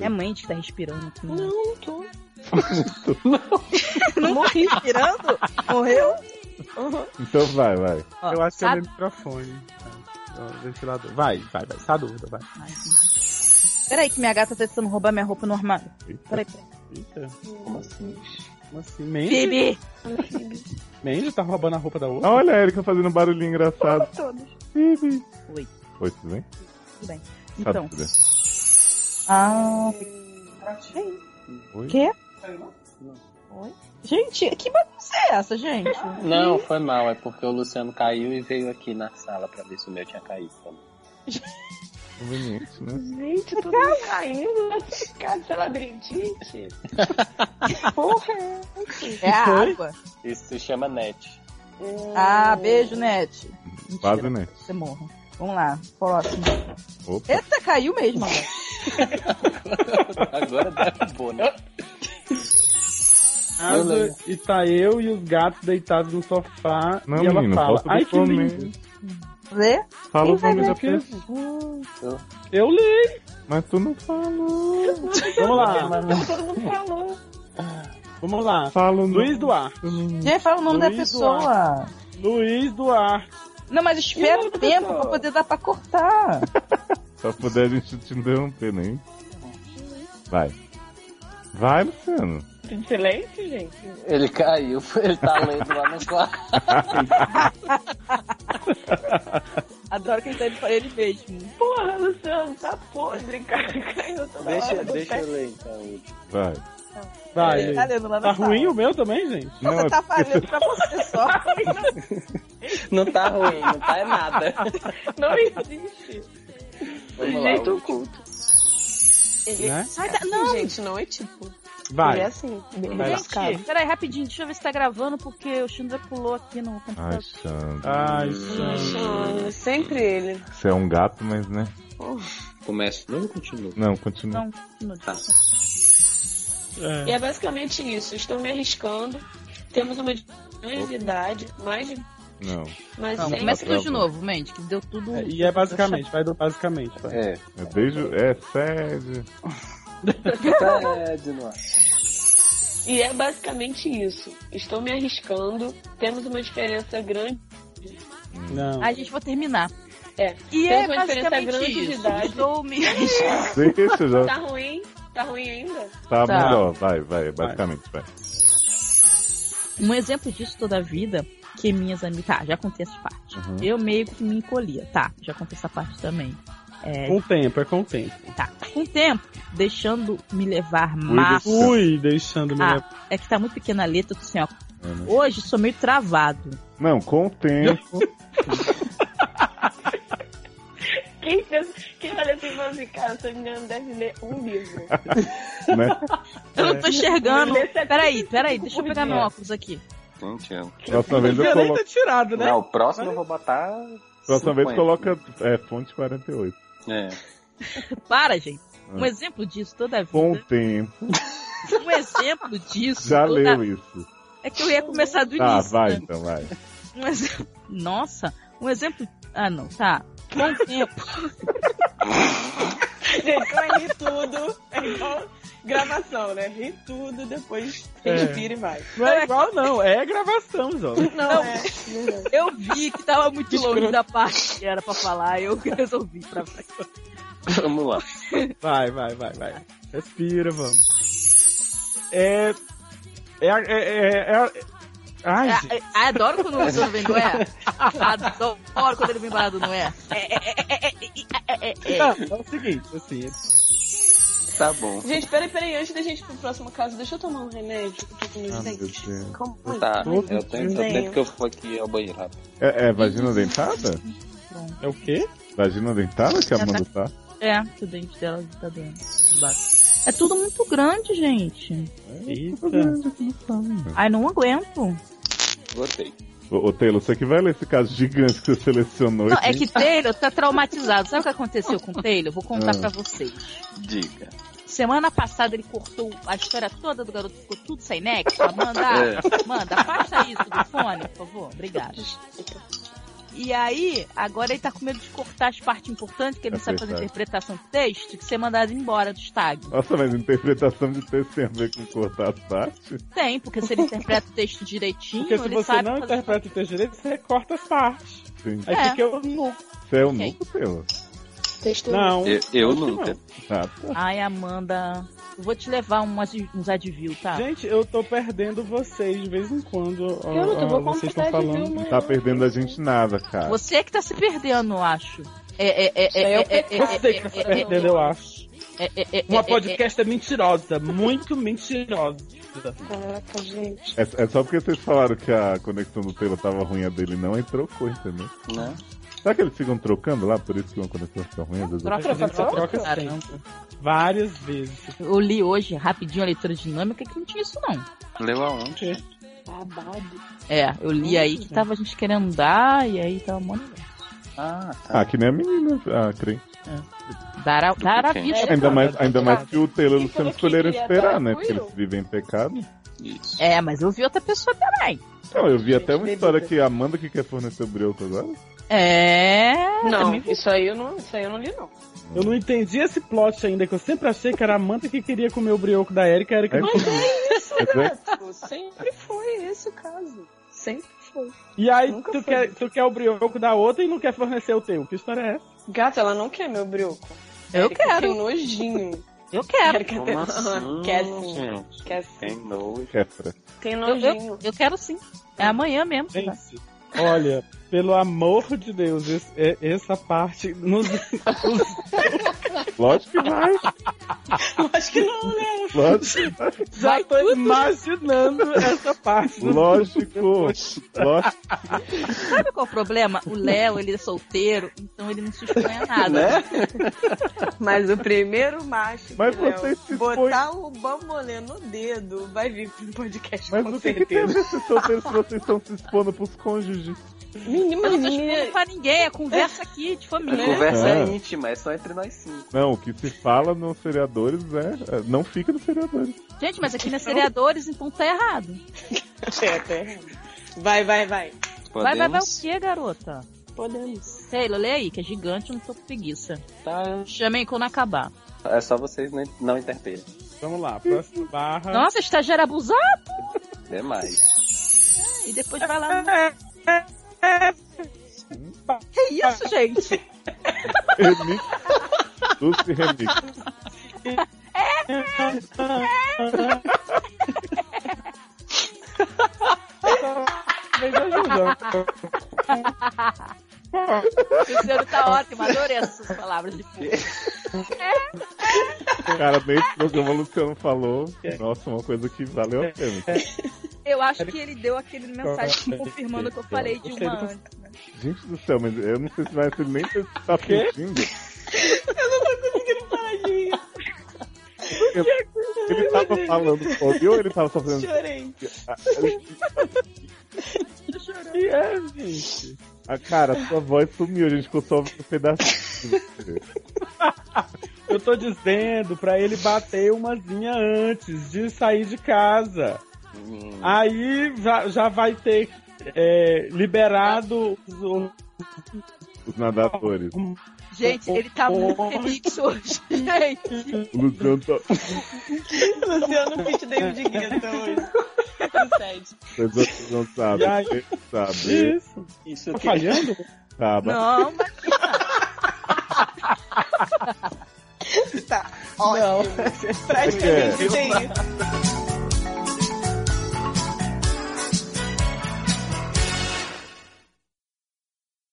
Speaker 2: É a mãe que tá respirando. aqui.
Speaker 1: Não, não
Speaker 6: [laughs]
Speaker 1: tô.
Speaker 10: Morri tá respirando? Morreu?
Speaker 5: Então vai, vai.
Speaker 2: Ó,
Speaker 6: [laughs] Eu acho que é
Speaker 2: sabe?
Speaker 6: meu microfone. Ó, Ventilador. Vai, vai, vai. Tá dúvida, vai.
Speaker 2: Ai, gente. Peraí que minha gata tá tentando roubar minha roupa no armário.
Speaker 5: Eita,
Speaker 2: Peraí, peraí.
Speaker 6: Eita.
Speaker 4: Como assim?
Speaker 6: Como assim? Mandy?
Speaker 2: Bebê!
Speaker 6: Mandy tá roubando a roupa da outra?
Speaker 5: Olha a Erika fazendo um barulhinho engraçado. Bibi.
Speaker 2: Oi.
Speaker 5: Oi, tudo bem?
Speaker 2: Então,
Speaker 5: Tá tudo bem.
Speaker 10: Ah,
Speaker 5: Oi?
Speaker 10: Que? Ah, gente, que bagunça é essa, gente?
Speaker 6: Ah,
Speaker 4: Não, foi mal. É porque o Luciano caiu e veio aqui na sala pra ver se o meu tinha caído também.
Speaker 5: Conveniente, né?
Speaker 1: Gente, eu tô me caindo nessa casa pela labirintite. Porra.
Speaker 10: É a água.
Speaker 4: Isso se chama net. [laughs]
Speaker 10: Ah, beijo,
Speaker 2: Hum,
Speaker 10: Net. Mentira,
Speaker 5: Quase, né?
Speaker 10: Você morra. Vamos lá, próximo.
Speaker 5: Opa.
Speaker 10: Eita, caiu mesmo. agora.
Speaker 4: Agora derrubou, né?
Speaker 6: Asa,
Speaker 4: Eu leio.
Speaker 6: e tá eu e os gatos deitados no sofá.
Speaker 5: Não,
Speaker 6: e ela
Speaker 5: menino,
Speaker 6: fala,
Speaker 5: posso
Speaker 6: ai que lindo.
Speaker 5: lindo.
Speaker 10: Lê?
Speaker 5: Fala o
Speaker 10: Quem vai
Speaker 5: nome
Speaker 10: ler
Speaker 5: da
Speaker 6: o quê?
Speaker 5: pessoa.
Speaker 6: Eu li. então.
Speaker 5: Mas tu não falou.
Speaker 6: Vamos lá,
Speaker 1: Todo mundo falou.
Speaker 6: vamos lá.
Speaker 5: Fala o nome.
Speaker 6: Luiz Duarte.
Speaker 2: Hum.
Speaker 10: Gente, fala o nome da
Speaker 6: Luiz
Speaker 10: pessoa.
Speaker 6: Luiz Duarte.
Speaker 10: Não, mas espera
Speaker 6: E o
Speaker 10: o
Speaker 6: nome da
Speaker 10: tempo
Speaker 6: pessoa?
Speaker 10: pra poder dar pra cortar.
Speaker 5: Só puder a gente te interromper, né? Vai. Vai, Luciano.
Speaker 1: Em silêncio, gente.
Speaker 4: Ele caiu, [laughs] ele tá lendo lá no quarto.
Speaker 10: Adoro que ele tá indo pra ele mesmo.
Speaker 1: Porra, Luciano, tá podre, cara. Caiu toda hora
Speaker 4: [laughs] Deixa,
Speaker 1: do
Speaker 4: deixa
Speaker 1: pé.
Speaker 4: eu ler então. o último.
Speaker 5: Vai.
Speaker 6: Vai.
Speaker 10: Ele tá lendo lá na
Speaker 6: Tá
Speaker 10: sala.
Speaker 6: ruim o meu também, gente?
Speaker 5: Não,
Speaker 10: Você
Speaker 5: é
Speaker 10: tá falando pra você só.
Speaker 4: Não tá ruim, não tá é nada.
Speaker 9: é
Speaker 1: Não existe.
Speaker 4: Vamos lá.
Speaker 1: Jeito
Speaker 2: então-
Speaker 4: o último.
Speaker 1: oculto. Ele...
Speaker 6: Né?
Speaker 2: Ai, tá- não,
Speaker 1: Gente, não é tipo. Ele é
Speaker 6: Vai.
Speaker 1: assim. Ele
Speaker 6: Vai lá.
Speaker 1: é escravo.
Speaker 2: gente, peraí, rapidinho, deixa eu ver se tá gravando, porque o Chandra pulou aqui no
Speaker 5: Ai,
Speaker 2: computador.
Speaker 5: Xandra.
Speaker 6: Ai, gente.
Speaker 1: Ah, sempre ele.
Speaker 5: Você é um gato, mas né?
Speaker 4: Começa, não continua.
Speaker 5: Não, continua.
Speaker 2: Não, não,
Speaker 4: Tá.
Speaker 6: é.
Speaker 1: E é basicamente isso. Estou me arriscando.
Speaker 9: Temos uma diversidade, mais,
Speaker 5: Não.
Speaker 9: mais
Speaker 2: Não,
Speaker 9: gente.
Speaker 2: começa tudo de
Speaker 5: Tá bom.
Speaker 2: novo, mente, que deu tudo.
Speaker 6: É, e é basicamente, vai do basicamente. vai.
Speaker 4: É.
Speaker 5: É beijo, é sede.
Speaker 4: É, de novo.
Speaker 9: E é basicamente isso. Estou me arriscando. Temos uma diferença grande.
Speaker 6: Não.
Speaker 2: Ai, gente, vou terminar.
Speaker 9: É.
Speaker 2: E
Speaker 9: Tem
Speaker 2: é
Speaker 9: uma diferença
Speaker 2: basicamente
Speaker 9: grande de
Speaker 2: isso.
Speaker 9: idade.
Speaker 2: Estou me...
Speaker 5: Gente, já
Speaker 9: Tá ruim? Tá ruim ainda?
Speaker 5: tá,
Speaker 2: Tá.
Speaker 5: melhor. Vai, vai, basicamente, vai.
Speaker 2: Um exemplo disso toda a vida, que minhas amigas... Tá, já contei essa parte.
Speaker 5: Uhum.
Speaker 2: Eu meio que me encolhia. Tá, já contei essa parte também. É,
Speaker 6: Com o tempo, é com o tempo.
Speaker 2: tá. Com o tempo, deixando me levar
Speaker 5: Cuida-se.
Speaker 2: mais...
Speaker 6: Fui deixando me
Speaker 2: Ah.
Speaker 6: levar.
Speaker 2: É que tá muito pequena a letra, eu tô assim, ó.
Speaker 5: É, né?
Speaker 2: Hoje sou meio travado.
Speaker 5: Não, com o tempo.
Speaker 9: Quem, pensa, quem olha assim e fala assim, cara, essa menina deve ler um livro.
Speaker 5: né?
Speaker 2: Eu não tô enxergando.
Speaker 9: Lê 75
Speaker 2: Peraí, peraí, deixa eu
Speaker 9: por
Speaker 2: pegar
Speaker 9: dia.
Speaker 2: meu óculos aqui.
Speaker 4: Gente, é um- eu...
Speaker 5: Próxima vez eu
Speaker 6: Violeta
Speaker 5: coloco.
Speaker 6: é tirado, né?
Speaker 4: Não, o próximo eu vou botar.
Speaker 5: Próxima vez
Speaker 4: 50.
Speaker 5: coloca é, fonte 48.
Speaker 4: É.
Speaker 2: Para, gente. Um
Speaker 5: Ah.
Speaker 2: exemplo disso toda a
Speaker 5: Com
Speaker 2: vida.
Speaker 5: o tempo.
Speaker 2: Um exemplo disso.
Speaker 5: Já
Speaker 2: toda-
Speaker 5: leu isso.
Speaker 2: É que eu ia começar do
Speaker 5: Tá,
Speaker 2: tá início.
Speaker 5: vai
Speaker 2: né?
Speaker 5: então, vai.
Speaker 2: Um exemplo. Nossa, um exemplo. Ah, não, tá. Com o tempo.
Speaker 9: Gente, vai rir tudo. É igual gravação, né? Ri tudo, depois respira e vai.
Speaker 6: Não é igual, não. É gravação, jovem.
Speaker 9: Não, é.
Speaker 2: Eu vi que tava muito longe da parte que era pra falar, eu [laughs] resolvi pra
Speaker 4: Vamos lá.
Speaker 6: Vai, vai, vai, vai. Respira, vamos. É. É. É. é, é- Ai, gente.
Speaker 2: É, é, adoro quando o Luciano vem, não é? Adoro quando ele vem parado, não é? É, é, é, é, é, é, é, é.
Speaker 6: Não, é o seguinte, assim.
Speaker 4: Tá bom.
Speaker 9: Gente, peraí, peraí, antes da gente ir pro próximo caso, deixa eu tomar um remédio. Eu tô com meus
Speaker 5: Ah, meu
Speaker 9: dentes.
Speaker 5: Deus.
Speaker 9: Calma aí.
Speaker 4: Tá.
Speaker 6: Todo
Speaker 4: Eu tenho, eu
Speaker 9: desenho.
Speaker 4: tenho que eu vou aqui ao banheiro rápido.
Speaker 5: É, é vagina dentada?
Speaker 6: É o quê?
Speaker 5: Vagina dentada que a Amanda tá?
Speaker 2: É, que o dente dela tá doendo. Bate. É tudo muito grande, gente.
Speaker 6: Eita.
Speaker 2: Ai, não aguento.
Speaker 4: Gostei.
Speaker 5: Ô, ô Taylor, você que vai ler esse caso gigante que você selecionou.
Speaker 2: Não,
Speaker 5: aqui.
Speaker 2: é que Taylor tá traumatizado. Sabe o que aconteceu com o Taylor? Vou contar
Speaker 5: Ah.
Speaker 2: pra vocês.
Speaker 4: Dica.
Speaker 2: Semana passada ele cortou a história toda do garoto, ficou tudo sem nexo.
Speaker 4: É.
Speaker 2: Amanda, manda, afasta isso do fone, por favor. Obrigada. E aí, agora ele tá com medo de cortar as partes importantes, que ele não sabe fazer
Speaker 5: Interpretar.
Speaker 2: interpretação do texto, que ser mandado embora dos tags.
Speaker 5: Nossa, mas interpretação de texto tem a ver com cortar as partes?
Speaker 2: Tem, porque se ele interpreta o texto direitinho,
Speaker 6: Porque se
Speaker 2: ele
Speaker 6: você
Speaker 2: sabe
Speaker 6: não
Speaker 2: fazer-
Speaker 6: interpreta o teu direito, você corta as partes.
Speaker 5: Sim.
Speaker 6: Aí
Speaker 2: É.
Speaker 6: fica eu nu.
Speaker 5: Você é o
Speaker 2: Ok.
Speaker 5: nuco, Taylor.
Speaker 9: né?
Speaker 6: Não.
Speaker 4: Eu, eu nunca.
Speaker 5: Ah, tá.
Speaker 2: Ai, Amanda, eu vou te levar umas, uns advil, tá?
Speaker 6: Gente, eu tô perdendo vocês de vez em quando. ó,
Speaker 9: Eu não tô,
Speaker 6: ó,
Speaker 9: vou
Speaker 6: vocês
Speaker 9: comprar
Speaker 6: estão
Speaker 9: de viu,
Speaker 6: falando.
Speaker 5: Não
Speaker 9: mãe.
Speaker 5: tá perdendo a gente nada, cara.
Speaker 2: Você que tá se perdendo, eu acho. É, é, é, é, é, é, é,
Speaker 6: Você que tá perdendo, eu acho.
Speaker 2: é, é, é, é,
Speaker 6: Uma
Speaker 2: é,
Speaker 6: podcast é mentirosa, muito mentirosa.
Speaker 9: Caraca, gente.
Speaker 5: É, é só porque vocês falaram que a conexão do Taylor tava ruim, a dele não, aí trocou, entendeu?
Speaker 4: Né?
Speaker 5: Será que eles ficam trocando lá? Por isso que uma conexão fica ruim? Às vezes outra?
Speaker 2: Troca,
Speaker 6: Essa
Speaker 2: troca,
Speaker 6: troca
Speaker 2: Caramba.
Speaker 6: Várias vezes.
Speaker 2: Eu li hoje rapidinho a leitura dinâmica que não tinha isso não.
Speaker 4: Leu aonde?
Speaker 9: Babado.
Speaker 2: É, eu li aí
Speaker 6: Hum.
Speaker 2: que tava a gente querendo dar e aí tava um mano.
Speaker 4: Ah, tá.
Speaker 5: Ah, que nem a menina, ah, creio.
Speaker 2: Dar a, dar a vida.
Speaker 9: É,
Speaker 5: Ainda mais, ainda mais que o Taylor e o
Speaker 9: Quem
Speaker 5: Luciano
Speaker 9: falou que
Speaker 5: escolheram
Speaker 9: queria
Speaker 5: esperar,
Speaker 9: dar
Speaker 5: né?
Speaker 9: fui
Speaker 5: Porque
Speaker 9: eu.
Speaker 5: eles vivem em pecado.
Speaker 4: Isso.
Speaker 2: É, mas eu vi outra pessoa também.
Speaker 5: Não, eu vi até uma história que a Amanda que quer fornecer o brioco agora.
Speaker 2: É.
Speaker 9: Não,
Speaker 2: também-
Speaker 9: isso aí eu não, isso aí eu não li, não.
Speaker 6: Eu não entendi esse plot ainda, que eu sempre achei que era a Amanda que queria comer o brioco da Erika. A Erika
Speaker 5: É
Speaker 6: não
Speaker 5: que-
Speaker 6: comia.
Speaker 5: Mas é-
Speaker 9: Pô, Sempre foi esse o caso. Sempre foi.
Speaker 6: E aí
Speaker 9: Nunca
Speaker 6: tu
Speaker 9: foi.
Speaker 6: quer, tu quer o brioco da outra e não quer fornecer o teu. Que história é essa?
Speaker 9: Gata, ela não quer meu brioco.
Speaker 2: Eu
Speaker 9: Erika
Speaker 2: quero.
Speaker 9: Tem nojinho.
Speaker 2: Eu quero.
Speaker 9: Erika tem-
Speaker 2: [laughs]
Speaker 4: Como assim,
Speaker 9: Quer sim.
Speaker 4: gente?
Speaker 9: Quer sim.
Speaker 4: Tem nojo.
Speaker 5: Quefra.
Speaker 9: Tem
Speaker 6: É
Speaker 2: Eu,
Speaker 9: nojinho.
Speaker 2: eu, eu quero sim. É amanhã mesmo. tá?
Speaker 6: Gente, Né? olha, pelo amor de Deus, esse- é- essa parte nos...
Speaker 5: Lógico que
Speaker 9: [laughs]
Speaker 5: vai.
Speaker 9: Acho que não, né?
Speaker 5: Lógico,
Speaker 6: já tô imaginando essa
Speaker 5: [laughs]
Speaker 6: parte.
Speaker 5: lógico. lógico.
Speaker 2: Sabe qual é o problema? O Léo, ele é solteiro, então ele não se expõe a nada.
Speaker 6: Né?
Speaker 9: Mas o primeiro macho
Speaker 5: Mas
Speaker 9: que Léo
Speaker 5: você se expõe-
Speaker 9: botar o bambolê no dedo vai vir pro podcast
Speaker 5: Mas
Speaker 9: com
Speaker 5: o que, que tem a
Speaker 9: certeza.
Speaker 5: ver se solteiros se vocês estão se expondo pros cônjuges?
Speaker 1: Menino,
Speaker 2: Eu
Speaker 1: mas
Speaker 2: não tô expondo
Speaker 1: menina,
Speaker 2: pra ninguém, é conversa aqui de
Speaker 4: A
Speaker 2: família.
Speaker 4: conversa é
Speaker 5: É.
Speaker 4: íntima, é só entre nós cinco.
Speaker 5: Não, o que se fala nos seriadores é. é, Não fica nos seriadores. [laughs]
Speaker 2: Gente, mas aqui não é seriadores, então tá errado.
Speaker 1: é, tá errado. Vai, vai, vai.
Speaker 2: Vai, vai, vai
Speaker 4: Podemos?
Speaker 2: o quê, garota?
Speaker 1: Podemos.
Speaker 2: Taylor, lê aí, que é gigante, eu não tô com preguiça.
Speaker 4: Tá,
Speaker 2: Chamei quando acabar.
Speaker 4: é só vocês não, não interpelem.
Speaker 6: Vamos lá, próxima barra.
Speaker 2: Nossa, estagiário abusado!
Speaker 4: Demais.
Speaker 2: E depois vai lá. no-
Speaker 6: É,
Speaker 2: Que isso, [laughs] gente?
Speaker 5: Remix. Lucy Remix.
Speaker 6: Mas ajuda.
Speaker 2: O senhor tá ótimo, adorei essas palavras de fundo.
Speaker 5: Cara, nesse programa o Luciano falou. Nossa, uma coisa que valeu a pena.
Speaker 2: Eu acho que ele deu aquele mensagem confirmando o que eu falei de uma antes. né?
Speaker 5: Gente do céu, mas eu não sei se vai ser nem se tá
Speaker 6: Quê?
Speaker 5: fingindo. Eu não tô conseguindo parar de Ele tava falando sobre ou ele tava só fazendo.
Speaker 1: Chorei.
Speaker 6: E é, gente.
Speaker 5: Ah, cara, sua voz sumiu, a gente ficou só ouvindo um pedacinho.
Speaker 6: Eu tô dizendo pra ele bater umazinha antes de sair de casa.
Speaker 4: Hum,
Speaker 6: Aí já, já vai ter é, liberado os,
Speaker 5: Os nadadores.
Speaker 2: Gente, ele tá muito feliz hoje. [laughs] Gente,
Speaker 5: O Luciano tá.
Speaker 1: Luciano Pitt David Guetta hoje.
Speaker 5: Vocês não sabem.
Speaker 6: Ai.
Speaker 5: Vocês não sabem.
Speaker 6: Isso.
Speaker 4: Isso
Speaker 6: Tá
Speaker 4: que
Speaker 6: falhando?
Speaker 5: Sabe.
Speaker 2: não, mas
Speaker 1: Tá, ótimo. Praticamente
Speaker 5: É
Speaker 1: isso.